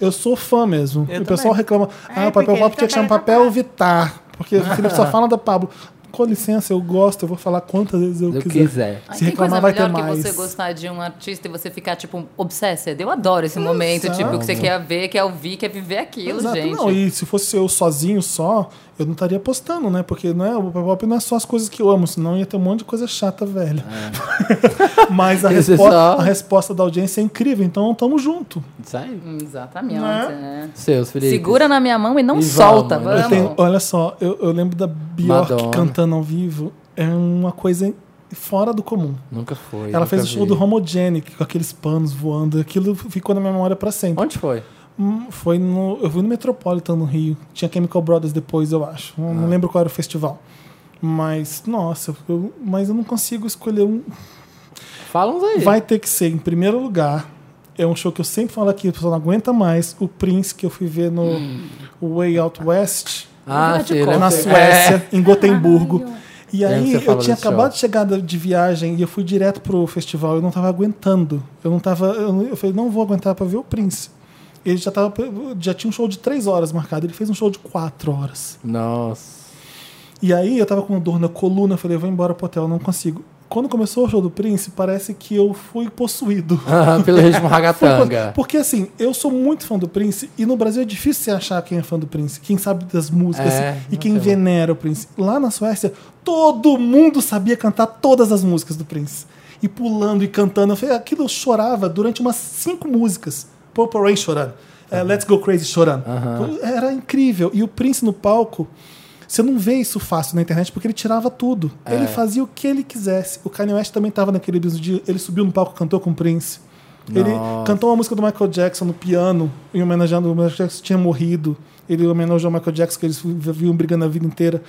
Speaker 1: Eu sou fã mesmo. e o pessoal reclama, ah, o papel pop tinha que chamar papel Vitar, porque o Felipe só fala da Pablo. Com licença, eu gosto, eu vou falar quantas vezes eu,
Speaker 2: Eu
Speaker 1: quiser.
Speaker 2: quiser.
Speaker 3: Ai,
Speaker 1: Se
Speaker 3: tem coisa
Speaker 1: reclamar, vai ter
Speaker 3: melhor que
Speaker 1: mais.
Speaker 3: você gostar de um artista e você ficar, tipo, obsessed. Eu adoro esse momento,
Speaker 1: Exato.
Speaker 3: tipo, que você quer ver, quer ouvir, quer viver aquilo,
Speaker 1: Exato,
Speaker 3: gente.
Speaker 1: Não, e se fosse eu sozinho só, eu não estaria postando, né? Porque não é, o pop não é só as coisas que eu amo, senão ia ter um monte de coisa chata, velha. *laughs* Mas a,
Speaker 2: É. Esse
Speaker 1: respo-
Speaker 2: só-
Speaker 1: a resposta da audiência é incrível, então tamo junto.
Speaker 2: Isso aí.
Speaker 3: Exatamente.
Speaker 1: Né?
Speaker 3: é.
Speaker 2: Seus, Felipe.
Speaker 3: Segura na minha mão e não
Speaker 2: E
Speaker 3: solta.
Speaker 2: vamos,
Speaker 3: Vamos.
Speaker 2: né?
Speaker 1: Eu tenho- olha só, eu, eu lembro da Bjork
Speaker 2: Madonna.
Speaker 1: cantando ao vivo. É uma coisa fora do comum.
Speaker 2: Nunca foi.
Speaker 1: Ela
Speaker 2: nunca
Speaker 1: fez o show
Speaker 2: vi.
Speaker 1: do Homogenic, com aqueles panos voando. Aquilo ficou na minha memória pra sempre.
Speaker 2: Onde foi?
Speaker 1: Hum, Foi no. Eu fui no Metropolitan no Rio. Tinha Chemical Brothers depois, eu acho. Eu Não lembro qual era o festival. Mas, nossa, eu- mas eu não consigo escolher um.
Speaker 2: Fala uns aí.
Speaker 1: Vai ter que ser, em primeiro lugar. É um show que eu sempre falo aqui, o pessoal não aguenta mais. O Prince, que eu fui ver no Way Out West,
Speaker 2: Ah,
Speaker 3: Vila de
Speaker 2: sim,
Speaker 3: Cor.
Speaker 2: lembro-
Speaker 1: é na Suécia, em Gotemburgo. E
Speaker 2: Lembro que
Speaker 1: aí
Speaker 2: você
Speaker 1: eu
Speaker 2: falou
Speaker 1: tinha
Speaker 2: desse show.
Speaker 1: acabado de chegar da- de viagem e eu fui direto pro festival. Eu não tava aguentando. Eu não tava. Eu, eu falei, não vou aguentar pra ver o Prince. Ele já tava. Já tinha um show de três horas marcado. Ele fez um show de quatro horas.
Speaker 2: É. Nossa.
Speaker 1: E aí eu tava com dor na coluna, eu falei, eu vou embora pro hotel, eu não consigo. Quando começou o show do Prince, parece que eu fui possuído.
Speaker 2: Ah, *laughs* Pelo ritmo
Speaker 1: Foi quando-
Speaker 2: ragatanga.
Speaker 1: Porque assim, eu sou muito fã do Prince e no Brasil é difícil você achar quem é fã do Prince, quem sabe das músicas assim,
Speaker 2: É,
Speaker 1: e
Speaker 2: não
Speaker 1: quem
Speaker 2: tem.
Speaker 1: venera o Prince. Lá na Suécia, todo mundo sabia cantar todas as músicas do Prince. E pulando e cantando. Eu falei, aquilo eu chorava durante umas cinco músicas. Purple Rain chorando. eh, Let's Go Crazy chorando. Era incrível. E o Prince no palco. Você não vê isso fácil na internet porque ele tirava tudo.
Speaker 2: É.
Speaker 1: Ele fazia o que ele quisesse. O Kanye West também estava naquele mesmo dia. Ele subiu no palco, cantou com o Prince. Ele
Speaker 2: Nossa.
Speaker 1: cantou uma música do Michael Jackson no piano, em homenageando o Michael Jackson tinha morrido. Ele homenageou o Michael Jackson, que eles viviam brigando a vida inteira.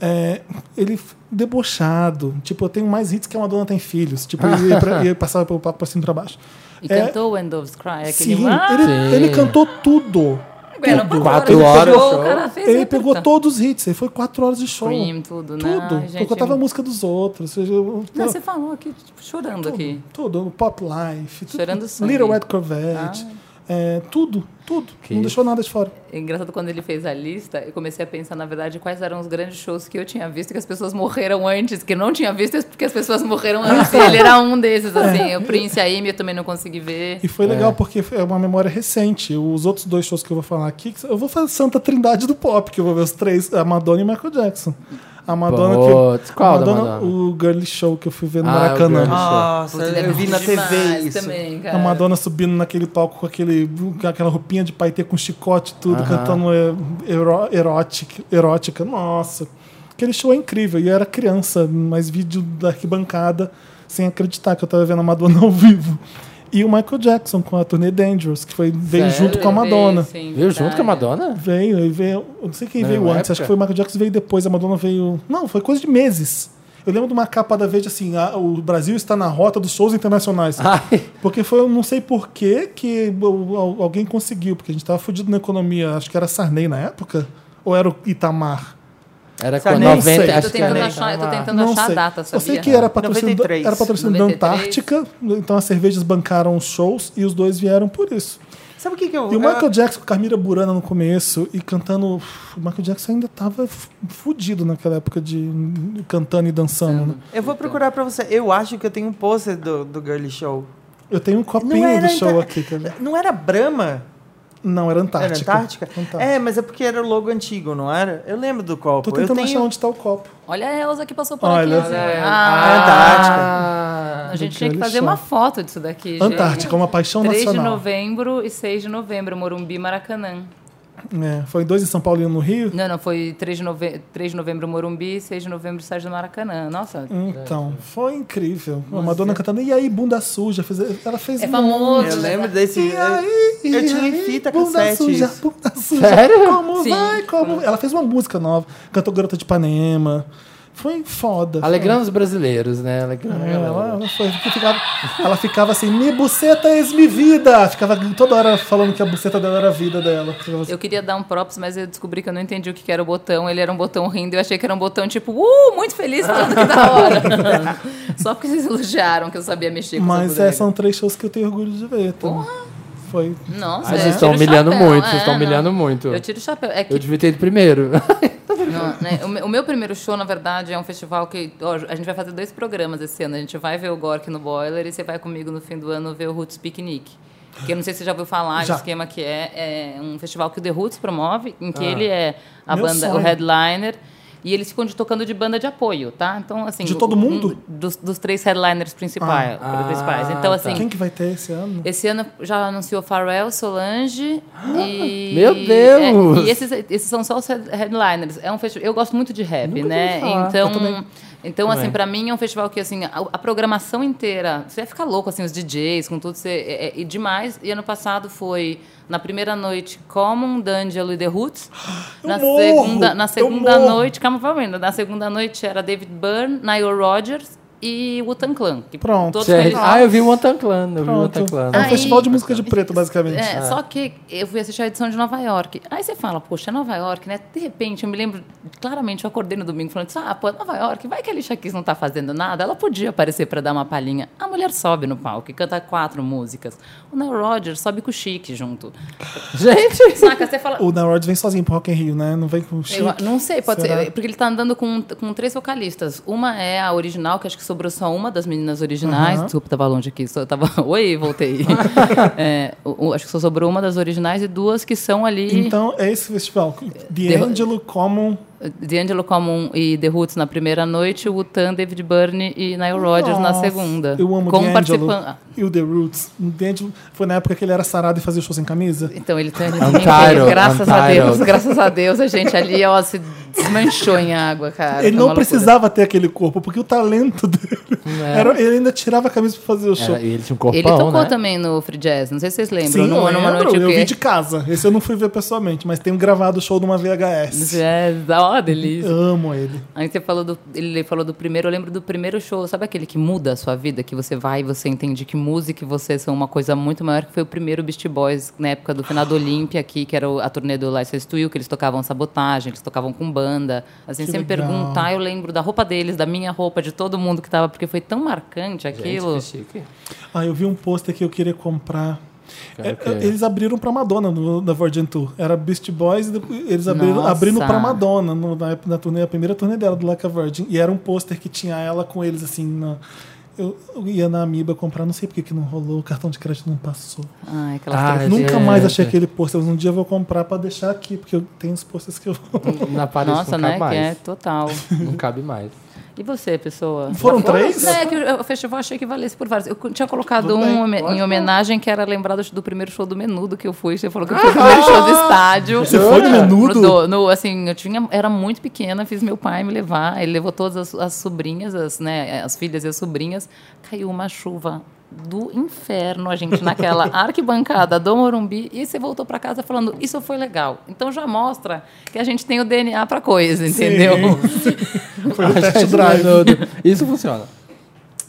Speaker 1: É, ele f- debochado. Tipo, eu tenho mais hits que a Madonna tem filhos. Tipo, ele, ia pra- ele passava pelo papo pra cima e pra baixo.
Speaker 3: E
Speaker 1: É,
Speaker 3: cantou When Doves Cry, aquele...
Speaker 1: sim,
Speaker 3: Ah,
Speaker 1: ele,
Speaker 2: Sim.
Speaker 1: ele cantou tudo.
Speaker 3: era uma
Speaker 1: tudo.
Speaker 3: hora
Speaker 2: Quatro
Speaker 3: de
Speaker 2: horas
Speaker 3: show,
Speaker 2: de show.
Speaker 3: o cara fez
Speaker 1: Ele
Speaker 3: repertório.
Speaker 1: pegou todos os hits. Ele foi quatro horas de show.
Speaker 3: Cream, tudo, né?
Speaker 1: Tudo.
Speaker 3: Ai,
Speaker 1: eu
Speaker 3: gente,
Speaker 1: cantava
Speaker 3: eu-
Speaker 1: a música dos outros. eu- eu-
Speaker 3: Não, você falou aqui, tipo, chorando aqui.
Speaker 1: Tudo, Pop Life, tudo,
Speaker 3: Cheirando sangue. Ah.
Speaker 1: Little Red Corvette, é, tudo, tudo.
Speaker 2: Que
Speaker 1: não
Speaker 2: isso.
Speaker 1: deixou nada de fora.
Speaker 3: É engraçado quando ele fez a lista, eu comecei a pensar, na verdade, quais eram os grandes shows que eu tinha visto que as pessoas morreram antes, que eu não tinha visto porque as pessoas morreram antes. E ele era um desses, assim. O Prince e a Amy eu também não consegui ver.
Speaker 1: E foi legal porque é uma memória recente. Os outros dois shows que eu vou falar aqui, eu vou fazer Santa Trindade do Pop, que eu vou ver os três, a Madonna e o Michael Jackson. A Madonna
Speaker 2: Putz,
Speaker 1: que.
Speaker 2: qual
Speaker 1: a
Speaker 2: da
Speaker 1: Madonna,
Speaker 2: Madonna?
Speaker 1: O Girly Show que eu fui ver no
Speaker 2: Ah, o Girly
Speaker 1: Maracanã.
Speaker 2: Show.
Speaker 4: Nossa,
Speaker 3: Putz, ele é
Speaker 4: eu vi na
Speaker 3: bom demais
Speaker 4: TV isso.
Speaker 3: Também, cara.
Speaker 1: A Madonna subindo naquele palco com, aquele, com aquela roupinha de paetê com chicote e tudo, cantando é, eró- erótica, erótica. Nossa, aquele show é incrível. E eu era criança, mas vídeo da arquibancada, sem acreditar que eu tava vendo a Madonna ao vivo. E o Michael Jackson com a turnê Dangerous, que foi, veio
Speaker 2: Sério?
Speaker 1: junto com a
Speaker 3: Ele
Speaker 1: Madonna.
Speaker 3: veio, sim,
Speaker 2: Viu junto com a
Speaker 3: verdade.
Speaker 2: Madonna?
Speaker 1: Veio, e veio. Eu não sei quem
Speaker 2: Na
Speaker 1: veio
Speaker 2: mesma
Speaker 1: antes, acho que foi
Speaker 2: época?
Speaker 1: o Michael Jackson veio depois, a Madonna veio. Não, foi coisa de meses. Eu lembro de uma capa da Veja assim: a- o Brasil está na rota dos shows internacionais.
Speaker 2: Ai,
Speaker 1: Porque foi, eu não sei por que que o- al- alguém conseguiu, porque a gente tava fudido na economia. Acho que era Sarney na época, ou era o Itamar?
Speaker 2: era
Speaker 4: Sabe,
Speaker 2: com
Speaker 1: nem
Speaker 2: 90,
Speaker 1: sei.
Speaker 3: Eu
Speaker 2: acho
Speaker 3: tô
Speaker 2: que é era
Speaker 3: tentando
Speaker 4: nem
Speaker 3: achar, eu tô
Speaker 4: tava-
Speaker 3: tentando
Speaker 1: não
Speaker 3: achar
Speaker 1: sei.
Speaker 3: a data,
Speaker 1: Eu
Speaker 3: sabia?
Speaker 1: sei que era patrocínio, da,
Speaker 4: 93.
Speaker 1: era patrocínio da
Speaker 3: 93.
Speaker 1: Antártica, então as cervejas bancaram os shows e os dois vieram por isso.
Speaker 4: Sabe o que que eu...
Speaker 1: E o
Speaker 4: eu-
Speaker 1: Michael Jackson com Carmira Burana no começo e cantando. O Michael Jackson ainda tava f- fudido naquela época de cantando e dançando. né?
Speaker 4: Eu vou procurar pra você. Eu acho que eu tenho um pôster do, do Girly Show.
Speaker 1: Eu tenho um copinho do
Speaker 4: era
Speaker 1: show
Speaker 4: Anta-
Speaker 1: aqui. quer ver?
Speaker 4: Não era Brahma?
Speaker 1: Não, era Antártica.
Speaker 4: Era Antártica?
Speaker 1: Antártica.
Speaker 4: É, mas é porque era o logo antigo, não era? Eu lembro do copo.
Speaker 1: Tô tentando
Speaker 4: eu
Speaker 1: achar
Speaker 4: tenho...
Speaker 1: onde tá o copo.
Speaker 3: Olha a Elza que passou por
Speaker 1: Olha. é,
Speaker 3: aqui.
Speaker 1: Olha.
Speaker 3: Ah,
Speaker 2: Antártica.
Speaker 3: a gente tinha que
Speaker 1: Olha
Speaker 3: fazer
Speaker 1: só.
Speaker 3: uma foto disso daqui, gente.
Speaker 1: Antártica, uma paixão
Speaker 3: 3 de
Speaker 1: nacional.
Speaker 3: novembro e 6 de novembro, Morumbi, Maracanã.
Speaker 1: É, foi dois em São Paulo e um no Rio.
Speaker 3: Não, não, foi 3 de, nove... 3 de novembro Morumbi, 6 de novembro Estádio do Maracanã. Nossa,
Speaker 1: Então, foi incrível. A Madonna cantando, e aí, bunda suja? Fez- ela fez.
Speaker 3: é
Speaker 1: um-
Speaker 3: famoso.
Speaker 4: Eu
Speaker 3: né?
Speaker 4: lembro desse... é,
Speaker 1: E aí?
Speaker 4: Eu
Speaker 1: e
Speaker 4: tinha em
Speaker 1: aí?
Speaker 4: fita
Speaker 1: Bunda
Speaker 4: cassete
Speaker 1: suja,
Speaker 4: isso.
Speaker 1: bunda suja.
Speaker 2: Sério?
Speaker 1: Como
Speaker 3: Sim.
Speaker 1: vai? Como? Ela fez uma música nova, cantou Garota de Ipanema. Foi foda.
Speaker 2: Alegrando os brasileiros, né? Alegrando a
Speaker 1: É, Ela,
Speaker 2: galera.
Speaker 1: ela, foi, que ficava, ela ficava assim, me buceta és me vida. Ficava toda hora falando que a buceta dela era a vida dela. Ficava assim,
Speaker 3: Eu queria dar um props, mas eu descobri que eu não entendi o que que era o botão. Ele era um botão rindo, eu achei que era um botão tipo, uh, muito
Speaker 2: *laughs*
Speaker 3: feliz, tudo que da hora. Só porque vocês elogiaram que eu sabia mexer com
Speaker 1: Mas
Speaker 3: essa
Speaker 1: é,
Speaker 3: bodega.
Speaker 1: são três shows que eu tenho orgulho de ver. Então, foi.
Speaker 2: Mas
Speaker 3: Nossa, eu
Speaker 2: vocês estão
Speaker 3: tiro o
Speaker 2: humilhando
Speaker 3: chapéu. é,
Speaker 2: muito, vocês estão
Speaker 3: não.
Speaker 2: humilhando muito.
Speaker 3: Eu tiro o chapéu. É que
Speaker 2: Eu devia ter ido
Speaker 3: *laughs*
Speaker 2: primeiro.
Speaker 3: Não, né? O me- O meu primeiro show, na verdade, é um festival que. ó, a gente vai fazer dois programas esse ano. A gente vai ver o Gork no Boiler e você vai comigo no fim do ano ver o Roots Picnic. Que eu não sei se você já ouviu falar
Speaker 1: Já.
Speaker 3: do esquema que é. É um festival que o The Roots promove, em que ele é a
Speaker 1: Ah. Meu
Speaker 3: banda, o
Speaker 1: sonho.
Speaker 3: headliner. E eles ficam de- tocando de banda de apoio, tá? Então, assim.
Speaker 1: De
Speaker 3: o-
Speaker 1: todo
Speaker 3: um
Speaker 1: mundo?
Speaker 3: dos, dos três headliners principais.
Speaker 2: Ah,
Speaker 3: principais. Então,
Speaker 2: tá.
Speaker 3: assim.
Speaker 1: Quem que vai ter esse ano?
Speaker 3: Esse ano já anunciou Pharrell, Solange
Speaker 1: Ah,
Speaker 3: e...
Speaker 2: Meu Deus!
Speaker 3: é, e esses, esses são só os head- headliners. É um festival... Eu gosto muito de rap, né?
Speaker 1: Eu
Speaker 3: Então...
Speaker 1: também.
Speaker 3: Então,
Speaker 2: Também.
Speaker 3: assim, pra mim é um festival que, assim, a, a programação inteira... Você ia ficar louco, assim, os DJs, com tudo. Você, é, é- e demais. E ano passado foi, na primeira noite, Common, D'Angelo e The Roots.
Speaker 1: *gasps* Eu
Speaker 3: na
Speaker 1: morro!
Speaker 3: segunda,
Speaker 1: Eu
Speaker 3: na segunda
Speaker 1: morro!
Speaker 3: noite... Calma, vai vendo. Na segunda noite era David Byrne, Nile Rodgers e Wu-Tang Clan. que
Speaker 1: Pronto. é
Speaker 3: todos
Speaker 2: Sério.
Speaker 3: eles-
Speaker 2: Ah, eu vi o Antan Clan. Eu vi o
Speaker 1: Pronto.
Speaker 2: Antan Clan.
Speaker 1: É um
Speaker 3: Aí-
Speaker 1: festival de música de preto, basicamente.
Speaker 3: Ah, É, só que eu fui assistir a edição de Nova York. Aí você fala, poxa, Nova York, né? De repente, eu me lembro, claramente, eu acordei no domingo falando assim, ah, pô, Nova York, vai que a Alicia Keys não tá fazendo nada. Ela podia aparecer pra dar uma palhinha. A mulher sobe no palco e canta quatro músicas. O Neil Rogers sobe com o Chique junto.
Speaker 2: Gente!
Speaker 3: Saca? Você fala...
Speaker 1: O Nile Rodgers vem sozinho pro Rock in Rio, né? Não vem com o Chico.
Speaker 3: Eu não sei, pode
Speaker 1: Será?
Speaker 3: ser. Porque ele tá andando com, com três vocalistas. Uma é a original, que acho que sobrou só uma das meninas originais. Desculpa, tava longe aqui. Só tava... *laughs* Oi, voltei.
Speaker 1: *laughs*
Speaker 3: É, o- o- acho que só sobrou uma das originais e duas que são ali.
Speaker 1: Então, é esse festival. The
Speaker 3: Ro-
Speaker 1: Angelo Common.
Speaker 3: D'Angelo Common e The Roots na primeira noite, o Tan, David Byrne e Nile Rodgers na
Speaker 1: Nossa,
Speaker 3: segunda. Ah.
Speaker 1: Eu amo
Speaker 3: Com
Speaker 1: The Angelo
Speaker 3: participan-
Speaker 1: e o The Roots. The Angelo foi na época que ele era sarado e fazia show sem camisa.
Speaker 3: Então ele
Speaker 1: É
Speaker 3: tem
Speaker 1: um
Speaker 2: Untitled,
Speaker 3: graças a
Speaker 2: Untitled.
Speaker 3: Deus, graças a Deus, a gente ali ó, se desmanchou em água, cara. Foi
Speaker 1: Ele não
Speaker 3: uma loucura. é.
Speaker 1: precisava ter aquele corpo, porque o talento dele. Era, ele ainda tirava a camisa pra fazer o show.
Speaker 2: Era- e ele tinha um corpão,
Speaker 3: Ele tocou
Speaker 2: né?
Speaker 3: também no Free Jazz, não sei se vocês lembram.
Speaker 1: Sim,
Speaker 3: numa, numa
Speaker 1: eu,
Speaker 3: noite
Speaker 1: lembro,
Speaker 3: o
Speaker 1: eu
Speaker 3: quê?
Speaker 1: vi de casa. Esse eu não fui ver pessoalmente, mas tenho gravado o show numa VHS.
Speaker 3: Jazz, ó, delícia.
Speaker 1: Eu amo ele.
Speaker 3: Aí você falou do. Ele falou do primeiro, eu lembro do primeiro show, sabe aquele que muda a sua vida? Que você vai e você entende que música e você são uma coisa muito maior, que foi o primeiro Beast Boys na época do final do Olímpia aqui, que era o- a turnê do License to You, que eles tocavam sabotagem, eles tocavam com banda. Assim,
Speaker 1: Que
Speaker 3: sem
Speaker 1: legal.
Speaker 3: perguntar, eu lembro da roupa deles, da minha roupa, de todo mundo que tava, porque foi tão marcante
Speaker 2: Gente,
Speaker 3: aquilo.
Speaker 2: que chique.
Speaker 1: Ah, eu vi um pôster que eu queria comprar. É,
Speaker 2: Ok.
Speaker 1: eles abriram pra Madonna no, na Virgin Tour. Era Beast Boys e depois eles abriram,
Speaker 3: Nossa.
Speaker 1: abrindo pra Madonna no- na, época- na turnê, a primeira turnê dela do Like a Virgin. E era um pôster que tinha ela com eles assim. na- eu, eu ia na Amiba comprar, não sei porque que não rolou, o cartão de crédito não passou.
Speaker 3: Ai,
Speaker 2: Ah,
Speaker 3: aquela ah,
Speaker 1: Nunca
Speaker 2: gente.
Speaker 1: mais achei aquele pôster, mas um dia eu vou comprar pra deixar aqui, porque eu tenho os pôsteres que eu.
Speaker 2: Na Paris
Speaker 3: Nossa,
Speaker 2: não cabe
Speaker 3: né? Que é
Speaker 2: mais.
Speaker 3: total.
Speaker 2: Não cabe mais.
Speaker 3: E você, pessoa?
Speaker 1: Foram três?
Speaker 3: Não, é que o o festival achei que valesse por vários. Eu tinha colocado
Speaker 1: Tudo bem,
Speaker 3: um home- em homenagem que era lembrado do primeiro show do Menudo que eu fui. Você falou
Speaker 1: *laughs*
Speaker 3: que foi o primeiro show do estádio.
Speaker 1: Você foi no Menudo?
Speaker 3: No, no- assim, eu tinha, era muito pequena, fiz meu pai me levar. Ele levou todas as, as sobrinhas, as, né, as filhas e as sobrinhas. Caiu uma chuva do inferno, a
Speaker 1: *laughs*
Speaker 3: gente naquela arquibancada do Morumbi. E você voltou para casa falando, isso foi legal. Então já mostra que a gente tem o DNA para coisa, entendeu?
Speaker 2: *laughs*
Speaker 1: Foi o test
Speaker 2: Test
Speaker 1: drive.
Speaker 2: drive. é Isso funciona.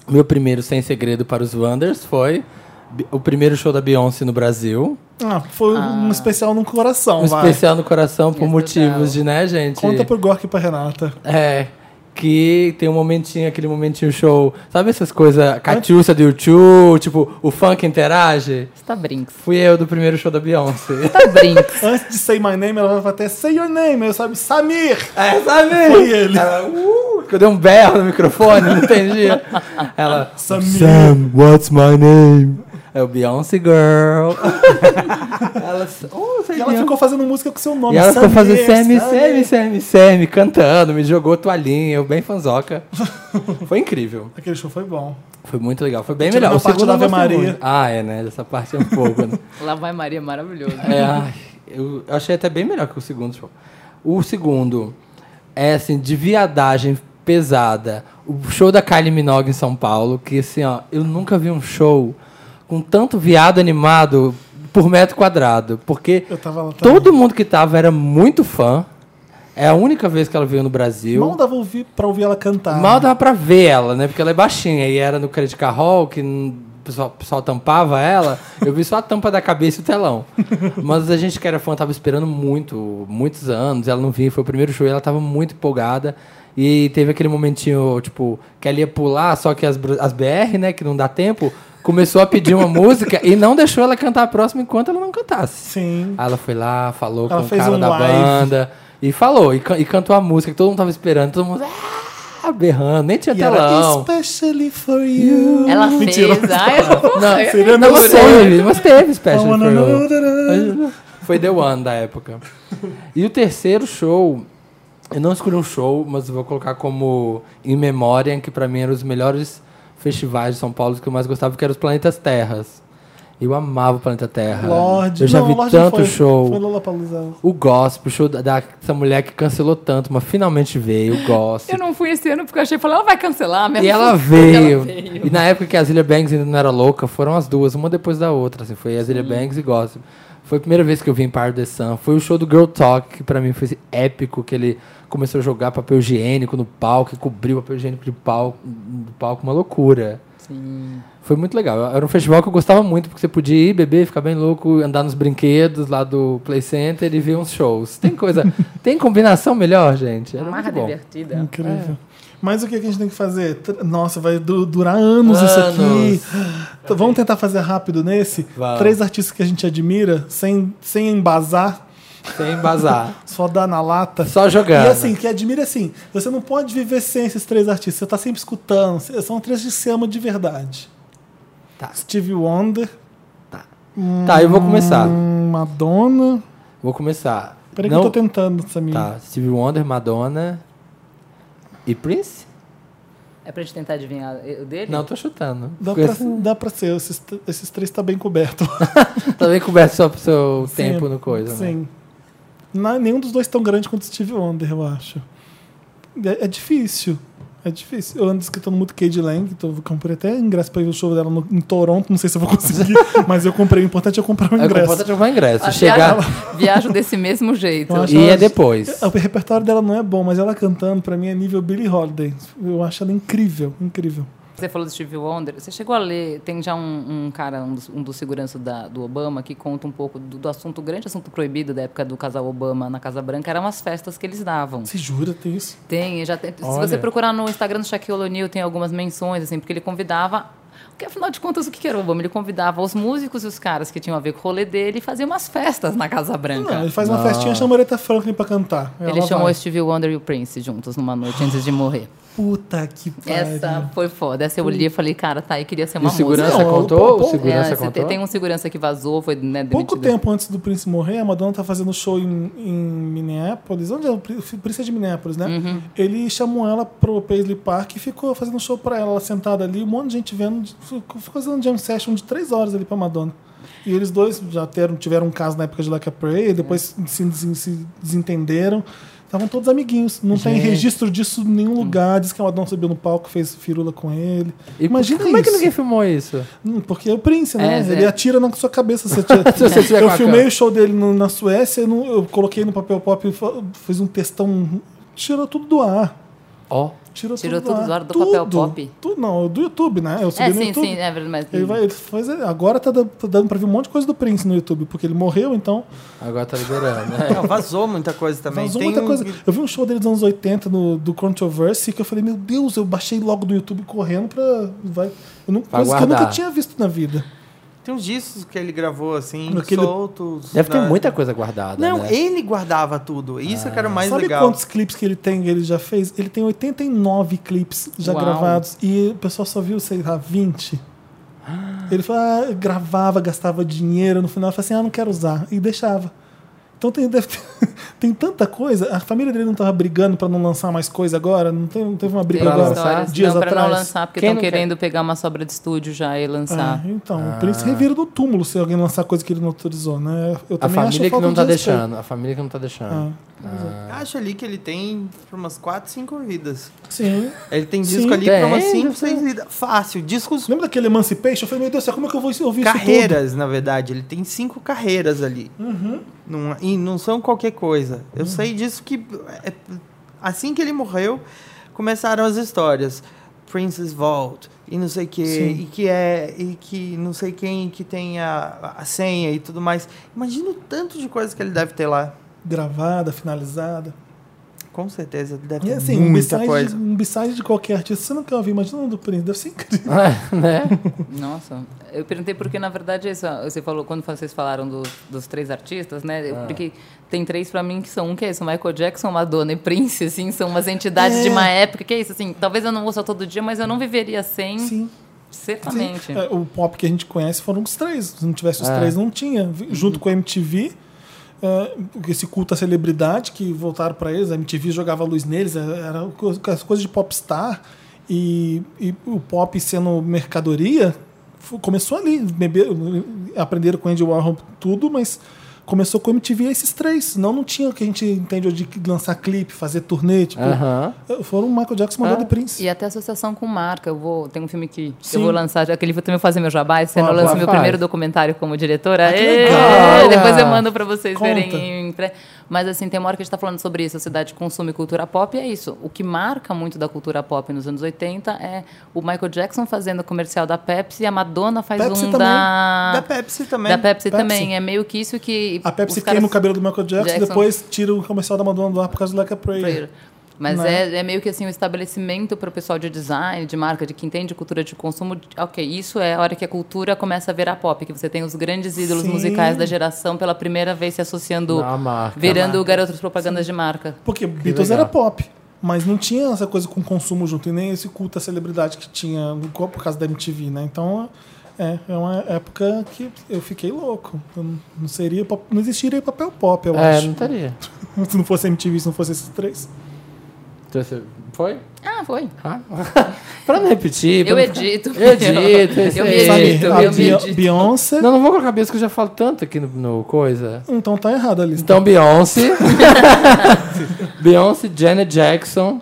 Speaker 2: Meu primeiro sem segredo para os Wanders foi Bi- o primeiro show da Beyoncé no Brasil.
Speaker 1: *laughs* Ah, foi um especial no coração,
Speaker 2: Um
Speaker 1: Então vai.
Speaker 2: especial no coração por
Speaker 3: Isso,
Speaker 2: motivos de,
Speaker 3: Bel.
Speaker 2: né, gente?
Speaker 1: Conta pro Gork e pra Renata.
Speaker 2: É. Que tem um momentinho, aquele momentinho show. Sabe essas coisas, Catiúcia do YouTube, tipo, o funk interage?
Speaker 3: Está Tá brinks.
Speaker 2: Fui eu do primeiro show
Speaker 1: *laughs*
Speaker 2: da Beyoncé.
Speaker 3: Tá brinks.
Speaker 1: Antes de Say My Name, ela vai até Say Your Name, eu sabe, Samir!
Speaker 2: É, sabe?
Speaker 1: Foi ele.
Speaker 2: Ela, uh, que eu dei um berro no microfone,
Speaker 1: *laughs*
Speaker 2: não entendi. Ela,
Speaker 1: Samir.
Speaker 2: Sam, what's my name? É o Beyoncé Girl. *laughs* ela, oh, sei
Speaker 1: E ela
Speaker 2: Beyoncé.
Speaker 1: ficou fazendo música com seu nome.
Speaker 2: E ela ficou fazendo semi,
Speaker 1: Samir,
Speaker 2: semi,
Speaker 1: Samir.
Speaker 2: semi, semi, cantando, me jogou toalhinha, eu bem fanzoca. Foi incrível.
Speaker 1: Aquele show foi bom.
Speaker 2: Foi muito legal, foi bem
Speaker 1: Tirando
Speaker 2: melhor.
Speaker 1: a
Speaker 2: O
Speaker 1: parte
Speaker 2: segundo
Speaker 1: da
Speaker 2: eu
Speaker 1: Ave
Speaker 2: gostei
Speaker 1: Maria.
Speaker 2: muito. Ah, é, né? Essa parte é um pouco. né?
Speaker 3: Lá vai Maria, maravilhoso.
Speaker 2: *laughs* É, ai, eu eu achei até bem melhor que o segundo show. O segundo é, assim, de viadagem pesada. O show da Kylie Minogue em São Paulo, que, assim, ó, eu nunca vi um show com tanto viado animado por metro quadrado. Porque
Speaker 1: Eu tava lá também.
Speaker 2: todo mundo que tava era muito fã. É a única vez que ela veio no Brasil.
Speaker 1: Mal dava ouvir, pra ouvir ela cantar.
Speaker 2: Mal dava pra ver ela, né? Porque ela é baixinha. E era no Credit Card Hall, que n- o pessoal, o pessoal tampava ela. Eu vi só a tampa da cabeça e o telão. Mas a gente que era fã tava esperando muito, muitos anos. Ela não vinha, foi o primeiro show e ela tava muito empolgada. E teve aquele momentinho, tipo, que ela ia pular, só que as, br- as BR, né, que não dá tempo, começou a pedir uma *laughs* música e não deixou ela cantar a próxima enquanto ela não cantasse.
Speaker 1: Sim.
Speaker 2: Aí ela foi lá, falou
Speaker 1: Ela
Speaker 2: com o
Speaker 1: fez
Speaker 2: cara
Speaker 1: um
Speaker 2: da
Speaker 1: live.
Speaker 2: banda e falou, e, can- e cantou a música que todo mundo tava esperando, todo mundo ah, berrando, nem tinha
Speaker 1: E era
Speaker 2: telão.
Speaker 1: Especially for you.
Speaker 3: Ela
Speaker 1: Mentira.
Speaker 3: fez. Ai, eu não,
Speaker 2: Não,
Speaker 1: *laughs* Seria meu
Speaker 2: mas
Speaker 1: sonho.
Speaker 2: teve, mas teve Special
Speaker 1: I wanna
Speaker 2: for You.
Speaker 1: know that
Speaker 2: *laughs* Foi The One da época. E o terceiro show, eu não escolhi um show, mas eu vou colocar como In Memoriam, que pra mim era os melhores festivais de São Paulo que eu mais gostava, que eram os Planetas Terras. Eu amava o Planeta Terra.
Speaker 1: Lorde.
Speaker 2: eu já
Speaker 1: não,
Speaker 2: vi
Speaker 1: Lorde
Speaker 2: tanto
Speaker 1: foi.
Speaker 2: show.
Speaker 1: Foi Lollapalooza.
Speaker 2: O gospel, o show da, da- dessa mulher que cancelou tanto, mas finalmente veio, o
Speaker 3: Eu
Speaker 2: gospel.
Speaker 3: não fui esse ano porque eu achei, falei, ela vai cancelar minha
Speaker 2: E um ela veio. E na época que a Zilia Banks ainda não era louca, foram as duas, uma depois da outra. Assim, foi a Zilia Banks e Gospel. Foi a primeira vez que eu vi em Power the Sun. Foi o show do Girl Talk, que pra mim foi esse épico, que ele começou a jogar papel higiênico no palco, e cobriu o papel higiênico de palco, do palco, uma loucura.
Speaker 3: Sim.
Speaker 2: Foi muito legal. Era um festival que eu gostava muito, porque você podia ir beber, ficar bem louco, andar nos brinquedos lá do Play Center e ver uns shows. Tem *laughs* coisa. tem combinação melhor, gente? Era
Speaker 3: Marra
Speaker 2: muito bom.
Speaker 3: é
Speaker 2: Hum.
Speaker 3: divertida.
Speaker 1: Incrível. Mas o que a gente tem que fazer? Tr- Nossa, vai du- durar anos,
Speaker 2: Anos.
Speaker 1: isso aqui. Então, Vamos tentar fazer rápido nesse?
Speaker 2: Vamos.
Speaker 1: Três artistas que a gente admira, sem, sem embasar,
Speaker 2: Sem bazar.
Speaker 1: só dar na lata.
Speaker 2: Só jogando.
Speaker 1: E assim, que admira assim, você não pode viver sem esses três artistas, você tá sempre escutando, são três que você ama de verdade.
Speaker 2: Tá.
Speaker 1: Steve Wonder,
Speaker 2: Tá, eu vou começar.
Speaker 1: hum, Madonna.
Speaker 2: Vou começar.
Speaker 1: Peraí
Speaker 2: Não...
Speaker 1: que eu tô tentando, Samir.
Speaker 2: Tá, Stevie Wonder, Madonna e Prince?
Speaker 3: É pra gente tentar adivinhar o dele?
Speaker 2: Não, tô chutando.
Speaker 1: Dá pra, *laughs*
Speaker 2: Conheço-
Speaker 1: dá pra ser, esses, t- esses três tá bem coberto.
Speaker 2: Também conversa só pro seu
Speaker 1: Sim,
Speaker 2: tempo no coisa. né?
Speaker 1: Sim. Na- nenhum dos dois tão grande quanto Steve Wonder, eu acho. É, é difícil. É difícil. Eu ando escutando muito Cade Lang, então eu comprei até ingresso pra ir no show dela no- em Toronto, não sei se eu vou
Speaker 2: *laughs*
Speaker 1: conseguir, mas eu comprei. O importante é eu comprar o
Speaker 2: É,
Speaker 1: ingresso.
Speaker 2: comporta de um ingresso.
Speaker 3: Ah,
Speaker 2: Chegar.
Speaker 3: viajo, viajo desse mesmo jeito.
Speaker 1: Eu acho-
Speaker 2: E é depois.
Speaker 1: O repertório dela não é bom, mas ela cantando, pra mim, é nível Billie Holiday. Eu acho ela incrível, incrível.
Speaker 3: Você falou do Steve Wonder. Você chegou a ler, tem já um, um cara, um dos, um dos seguranças da- do Obama, que conta um pouco do, do assunto, o grande assunto proibido da época do casal Obama na Casa Branca, eram as festas que eles davam.
Speaker 1: Você jura tem isso?
Speaker 3: Tem, já tem. Se
Speaker 2: Olha.
Speaker 3: você procurar no Instagram do Shaquille O'Neal, tem algumas menções, assim, porque ele convidava Porque, afinal de contas, o que que era o Obama? Ele convidava os músicos e os caras que tinham a ver com o rolê dele e fazia umas festas na Casa Branca.
Speaker 1: Não, ele faz uma festinha e chama a Aretha Franklin pra cantar.
Speaker 3: Ele
Speaker 1: Ela
Speaker 3: chamou
Speaker 1: vai.
Speaker 3: o Stevie Wonder e o Prince juntos numa noite antes de morrer.
Speaker 1: Puta que pariu.
Speaker 3: Essa foi foda. Essa eu olhei e falei, cara, tá aí, queria ser
Speaker 2: E o
Speaker 3: uma
Speaker 2: segurança
Speaker 3: música.
Speaker 1: Não, um
Speaker 2: contou?
Speaker 1: pô,
Speaker 2: o
Speaker 1: pô,
Speaker 2: segurança
Speaker 3: É, você
Speaker 2: contou?
Speaker 3: tem, tem um segurança que vazou, foi né,
Speaker 1: Pouco
Speaker 3: demitido.
Speaker 1: tempo antes do Prince morrer, a Madonna tá fazendo show em, em Minneapolis. Onde é o Pri- o Prince é de Minneapolis, né?
Speaker 2: Uhum.
Speaker 1: Ele chamou ela pro Paisley Park e ficou fazendo show pra ela, ela sentada ali, um monte de gente vendo. Ficou ficou fazendo um jam session de três horas ali pra Madonna. E eles dois já teram- tiveram um caso na época de Like a Prayer, depois
Speaker 2: É.
Speaker 1: se, desen- se desentenderam. Estavam todos amiguinhos. Não tem registro disso em nenhum lugar. Diz que a Madonna subiu no palco, fez firula com ele.
Speaker 2: E
Speaker 1: Imagina
Speaker 2: como é que
Speaker 1: isso.
Speaker 2: ninguém filmou isso?
Speaker 1: Hum, Porque é o Prince, né?
Speaker 3: É,
Speaker 1: ele
Speaker 3: é.
Speaker 1: atira na sua cabeça.
Speaker 3: *laughs*
Speaker 1: Se atira-
Speaker 2: Se você tiver
Speaker 1: eu
Speaker 2: com a
Speaker 1: filmei
Speaker 2: câmera.
Speaker 1: o show dele no- na Suécia, eu, não- eu coloquei no papel pop, e fa- fiz um textão. Tirou tudo do ar.
Speaker 2: Ó.
Speaker 1: Tirou,
Speaker 3: Tirou
Speaker 1: tudo,
Speaker 3: tudo do ar do papel pop?
Speaker 1: Tudo, não, do YouTube, né? Eu subi
Speaker 3: É,
Speaker 1: no
Speaker 3: sim,
Speaker 1: YouTube.
Speaker 3: sim, é verdade. mas-
Speaker 1: Ele vai, ele faz- agora tá dando, tá dando pra ver um monte de coisa do Prince no YouTube, porque ele morreu, então
Speaker 2: Agora tá
Speaker 1: *laughs*
Speaker 2: liberando, né?
Speaker 4: Não, vazou muita coisa também.
Speaker 1: vazou
Speaker 4: Tem
Speaker 1: muita
Speaker 4: um-
Speaker 1: coisa. Eu vi um show dele dos anos 80 no, do Controversy que eu falei, meu Deus, eu baixei logo do YouTube correndo pra. Vai, eu não,
Speaker 2: Pra
Speaker 1: coisa que eu nunca
Speaker 2: guardar.
Speaker 1: tinha visto na vida.
Speaker 4: Tem uns discos que ele gravou assim,
Speaker 1: Aquele-
Speaker 4: soltos.
Speaker 2: Deve ter
Speaker 4: né?
Speaker 2: muita coisa guardada,
Speaker 4: Não,
Speaker 2: né?
Speaker 4: ele guardava tudo. Isso que era o mais
Speaker 1: Sabe
Speaker 4: legal.
Speaker 1: quantos clipes que ele tem, ele já fez? Ele tem 89 clipes já
Speaker 3: Uau.
Speaker 1: gravados e o pessoal só viu, sei lá, 20. Ele falou, ah, eu gravava, gastava dinheiro, no final ele falou assim, ah, não quero usar. E deixava. Então tem, *laughs* deve ter- tem tanta coisa. A família dele não tava brigando para não lançar mais coisa agora? Não, tem, não teve uma briga
Speaker 3: Tem
Speaker 1: agora,
Speaker 3: histórias,
Speaker 1: dias
Speaker 3: não, pra
Speaker 1: atrás?
Speaker 3: não lançar, porque
Speaker 2: Quem
Speaker 3: estão
Speaker 2: não quer?
Speaker 3: querendo pegar uma sobra de estúdio já e lançar.
Speaker 1: Ah, então, o Prince revira do túmulo se alguém lançar coisa que ele não autorizou, né? Eu
Speaker 2: A
Speaker 1: também acho
Speaker 2: família que
Speaker 1: falta
Speaker 2: não
Speaker 1: de
Speaker 2: tá
Speaker 1: respeito.
Speaker 2: deixando. A família que não tá deixando.
Speaker 4: Acho ali que ele tem pra umas 4, 5 vidas.
Speaker 1: Sim.
Speaker 4: Ele tem
Speaker 1: Sim, É,
Speaker 4: disco ali pra umas
Speaker 2: tem,
Speaker 4: 5,
Speaker 2: deve
Speaker 4: 6 vidas. Fácil. Discos.
Speaker 1: Lembra daquele Emancipation? Eu falei, meu Deus, do céu, como é que eu vou ouvir isso tudo?
Speaker 4: Carreiras, na verdade. Ele tem cinco carreiras ali.
Speaker 1: Uhum.
Speaker 4: Não- é, e não são qualquer coisa. Eu sei disso que. é- assim que ele morreu, começaram as histórias. Princess Vault. E não sei o que,
Speaker 1: Sim.
Speaker 4: e que é, e que não sei quem que tem a, a senha e tudo mais. Imagina o tanto de coisa que ele deve ter lá.
Speaker 1: gravada, finalizada.
Speaker 4: Com certeza, ele deve
Speaker 1: E
Speaker 4: ter
Speaker 1: assim, um
Speaker 4: muita
Speaker 1: B-side de,
Speaker 4: coisa.
Speaker 1: um B-side de qualquer artista, você não quer ouvir, imagina um do Prince, deve ser incrível.
Speaker 2: *laughs* né?
Speaker 3: Nossa, eu perguntei porque na verdade é isso, ó, você falou quando vocês falaram do- dos três artistas, né?
Speaker 1: Ah.
Speaker 3: Eu- Porque tem três pra mim que são um que é isso, Michael Jackson, Madonna e Prince, assim, são umas entidades
Speaker 1: É.
Speaker 3: de uma época que é isso, assim. Talvez eu não ouça todo dia, mas eu não viveria sem,
Speaker 1: Sim,
Speaker 3: certamente.
Speaker 1: sim. É, o pop que a gente conhece foram os três. Se não tivesse os
Speaker 2: É.
Speaker 1: três, não tinha. Vi- Junto com a MTV, é, esse culto à celebridade que voltaram pra eles, a MTV jogava luz neles, é, era o co- as coisas de popstar e, e o pop sendo mercadoria, fo- começou ali. Bebe- aprenderam com Andy Warhol tudo, mas começou com a MTV e esses três. Senão não tinha o que a gente entende hoje de lançar clipe, fazer turnê, tipo,
Speaker 2: Aham.
Speaker 1: Foram Michael Jackson, Madonna
Speaker 2: Ah.
Speaker 1: e Prince.
Speaker 3: E até associação com marca. Eu vou. Tem um filme que
Speaker 1: Sim.
Speaker 3: eu vou lançar. Aquele filme eu também vou fazer meu jabá. Esse ano eu
Speaker 2: Por
Speaker 3: lanço
Speaker 2: favor,
Speaker 3: meu
Speaker 2: faz.
Speaker 3: primeiro documentário como diretora.
Speaker 1: Ah, que
Speaker 3: Ê,
Speaker 2: legal!
Speaker 3: Depois eu mando pra vocês
Speaker 1: Conta.
Speaker 3: verem. em pre- Mas assim, tem uma hora que a gente tá falando sobre isso. A cidade consome cultura pop e é isso. O que marca muito da cultura pop nos anos 80 é o Michael Jackson fazendo comercial da Pepsi e a Madonna faz
Speaker 1: Pepsi
Speaker 3: um
Speaker 1: também.
Speaker 3: da.
Speaker 4: Da Pepsi também.
Speaker 3: Da Pepsi
Speaker 1: Pepsi.
Speaker 3: também. É meio que isso que.
Speaker 1: A Pepsi
Speaker 3: os caras-
Speaker 1: queima o cabelo do Michael Jackson,
Speaker 3: Jackson.
Speaker 1: depois tira o comercial da Madonna do ar por causa do Like a Prayer.
Speaker 3: Prayer. Mas
Speaker 1: Né?
Speaker 3: é, é meio que assim, um estabelecimento para o pessoal de design, de marca, de que entende cultura de consumo. de- Ok, isso é a hora que a cultura começa a virar pop, que você tem os grandes ídolos
Speaker 1: Sim.
Speaker 3: musicais da geração pela primeira vez se associando,
Speaker 2: Na marca.
Speaker 3: virando garotos propagandas de marca.
Speaker 1: Porque Beatles
Speaker 2: legal.
Speaker 1: era pop, mas não tinha essa coisa com consumo junto, e nem esse culto à celebridade que tinha no corpo por causa da MTV, né? Então, é, é uma época que eu fiquei louco. Eu não- não seria pop- não existiria papel pop, eu
Speaker 2: É,
Speaker 1: acho.
Speaker 2: não teria.
Speaker 1: *laughs* Se não fosse MTV, se não fosse esses três.
Speaker 2: Então, você- Foi?
Speaker 3: Ah, foi.
Speaker 2: Ah. pra não repetir. pra
Speaker 3: Eu
Speaker 2: não-
Speaker 3: edito.
Speaker 2: Então, Eu edito,
Speaker 3: Eu,
Speaker 2: isso
Speaker 3: eu me
Speaker 2: aí.
Speaker 3: edito,
Speaker 1: a
Speaker 3: É, eu me
Speaker 1: Bey-
Speaker 3: edito.
Speaker 1: Beyoncé.
Speaker 2: Não, não vou colocar Beyoncé, que eu já falo tanto aqui no, no coisa.
Speaker 1: Então tá errado a lista.
Speaker 2: Então, Beyoncé. Beyoncé, Janet Jackson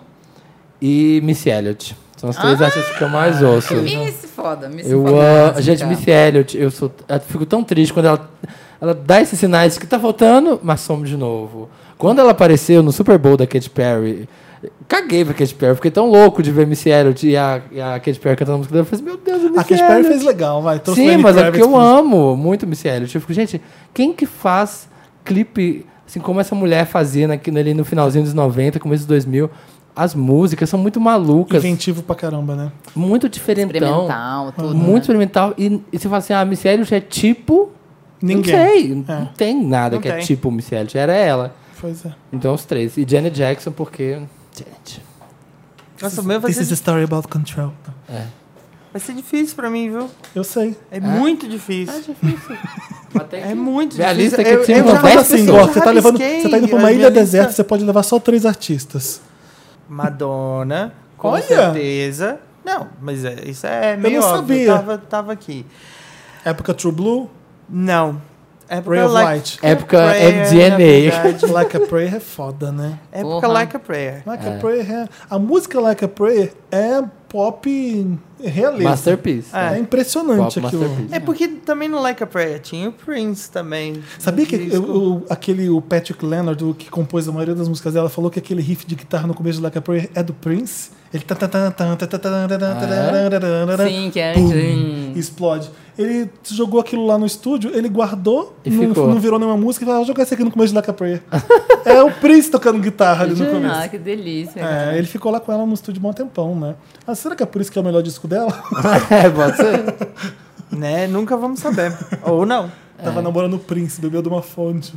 Speaker 2: e Missy Elliott. São os três artistas que eu mais ouço.
Speaker 3: Me se foda, me se
Speaker 2: Eu
Speaker 3: foda.
Speaker 2: amo.
Speaker 3: me
Speaker 2: Gente,
Speaker 3: Assim, fica.
Speaker 2: Missy Elliott, eu, sou, eu fico tão triste quando ela, ela dá esses sinais que tá voltando, mas somos de novo. Quando ela apareceu no Super Bowl da Katy Perry, caguei pra Katy Perry, fiquei tão louco de ver Missy Elliott e a, e a Katy Perry cantando a música dela. Eu falei assim, meu Deus, Missy
Speaker 1: A Katy Perry
Speaker 2: Elliott.
Speaker 1: fez legal, vai. Trouxe
Speaker 2: Sim,
Speaker 1: Lenny
Speaker 2: mas é
Speaker 1: Kravitz
Speaker 2: porque eu
Speaker 1: pro-
Speaker 2: amo muito Missy Elliott. Eu fico, gente, quem que faz clipe assim como essa mulher fazia naqui- ali no finalzinho dos 90, começo dos 2000? As músicas são muito malucas,
Speaker 1: Inventivo pra caramba, né?
Speaker 2: muito diferentão.
Speaker 3: Experimental, tudo.
Speaker 2: então, Muito
Speaker 3: né?
Speaker 2: experimental. E, e você fala assim, ah, a Missy Elliott é tipo...
Speaker 1: Ninguém.
Speaker 2: Não sei,
Speaker 1: É.
Speaker 2: não tem nada
Speaker 4: Não
Speaker 2: que é
Speaker 4: tem.
Speaker 2: tipo Missy Elliott. Era ela.
Speaker 1: Pois é.
Speaker 2: Então os três. E Janet Jackson, porque... Janet.
Speaker 4: Nossa, o meu vai
Speaker 1: This is a
Speaker 4: ser,
Speaker 1: story about control.
Speaker 4: vai ser difícil pra mim, viu?
Speaker 1: Eu sei.
Speaker 4: É, muito difícil.
Speaker 3: né?
Speaker 4: É muito
Speaker 2: Vê a
Speaker 4: difícil.
Speaker 2: lista que tinha
Speaker 4: já
Speaker 2: uma
Speaker 1: Mas
Speaker 2: Dez
Speaker 1: assim,
Speaker 2: pessoas.
Speaker 1: ó, você tá, levando,
Speaker 4: rabisquei
Speaker 1: você tá indo pra
Speaker 4: a
Speaker 1: uma
Speaker 4: minha
Speaker 1: ilha
Speaker 4: lista.
Speaker 1: deserta, você pode levar só três artistas.
Speaker 4: Madonna, com
Speaker 1: Olha!
Speaker 4: certeza. Não, mas é- isso é meio
Speaker 1: não
Speaker 4: óbvio.
Speaker 1: sabia.
Speaker 4: Tava, tava aqui.
Speaker 1: Época True Blue,
Speaker 4: Não. Época
Speaker 1: Ray of
Speaker 4: like
Speaker 1: Light.
Speaker 4: a
Speaker 2: Época
Speaker 4: prayer,
Speaker 2: MDNA.
Speaker 4: na
Speaker 1: né,
Speaker 4: verdade.
Speaker 1: Like a Prayer é foda, né?
Speaker 4: Época
Speaker 3: Porra.
Speaker 4: Like a Prayer.
Speaker 1: Like a Prayer é... A música Like a Prayer é pop realista.
Speaker 2: Masterpiece.
Speaker 4: É.
Speaker 1: É
Speaker 2: né?
Speaker 1: impressionante
Speaker 2: Pop
Speaker 1: aquilo.
Speaker 2: masterpiece.
Speaker 4: É porque também no Like a Prayer tinha o Prince também.
Speaker 1: Sabia que
Speaker 4: Disco.
Speaker 1: o- o- aquele o Patrick Leonard, o que compôs a maioria das músicas dela, falou que aquele riff de guitarra no começo do Like a Prayer é do Prince? Ele tá- tá- tá- tá- tá- tá- tá- tá- tá- tá- tá-
Speaker 3: Sim, que é.
Speaker 1: Pum, explode. Ele jogou aquilo lá no estúdio, ele guardou,
Speaker 2: E
Speaker 1: não,
Speaker 2: ficou.
Speaker 1: não virou nenhuma música e falou: "Ah, vou jogar isso aqui no começo de Like a Prayer. *laughs* é o Prince tocando guitarra ali no começo.
Speaker 3: Ah, que delícia. cara.
Speaker 1: É, ele ficou lá com ela no estúdio um bom tempão, né? Ah, será que é por isso que é o melhor disco dela?
Speaker 2: *laughs*
Speaker 1: *laughs*
Speaker 2: É, pode ser.
Speaker 4: Né? Nunca vamos saber. *laughs* Ou não.
Speaker 1: Tava namorando o Prince, bebeu de uma fonte.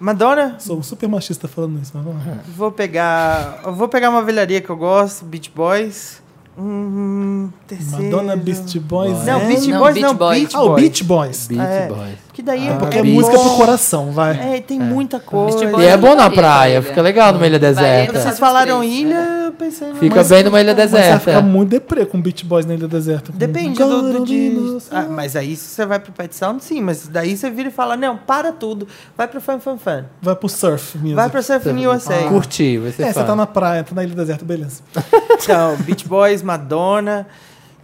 Speaker 4: Madonna,
Speaker 1: Sou um super machista falando isso, mas vamos lá.
Speaker 4: vou pegar. eu Vou pegar uma velharia que eu gosto, Beach Boys. Hum, terceiro.
Speaker 1: Madonna Beast Boys.
Speaker 4: Não,
Speaker 1: and-
Speaker 4: Beach
Speaker 3: Não,
Speaker 4: Boys
Speaker 3: Beach
Speaker 4: não,
Speaker 3: Boy.
Speaker 4: Beach
Speaker 1: Ah, o
Speaker 4: Boys.
Speaker 1: Beach Boys.
Speaker 2: Beat
Speaker 4: É.
Speaker 2: Boys.
Speaker 4: Que daí
Speaker 2: Ah,
Speaker 4: é porque
Speaker 1: É
Speaker 2: Beach.
Speaker 1: música pro
Speaker 4: bom.
Speaker 1: coração, vai.
Speaker 4: É, tem muita coisa.
Speaker 3: Boy
Speaker 2: E é bom na
Speaker 3: Bahia,
Speaker 2: praia,
Speaker 3: Bahia.
Speaker 2: fica legal numa ilha
Speaker 3: Bahia,
Speaker 2: deserta.
Speaker 3: essas-
Speaker 4: Vocês falaram
Speaker 3: Três,
Speaker 4: ilha, eu
Speaker 1: é.
Speaker 4: pensei no.
Speaker 2: Fica
Speaker 4: mas-
Speaker 2: bem numa ilha
Speaker 1: Mas vai
Speaker 2: deserta.
Speaker 1: ficar muito deprê com Beach Boys na Ilha Deserta. Com
Speaker 4: Depende do, do de-
Speaker 1: Carolina,
Speaker 4: Ah, mas aí se você vai pro Pet Sound, sim, mas daí você vira e fala: não, para tudo, vai pro Fan Fan Fan.
Speaker 1: Vai pro surf mesmo.
Speaker 4: Vai pro Surf New USA.
Speaker 2: Curtir, vai ser
Speaker 1: É,
Speaker 2: fã.
Speaker 1: você tá na praia, tá na Ilha Deserta, beleza.
Speaker 4: Então, Beach Boys, Madonna.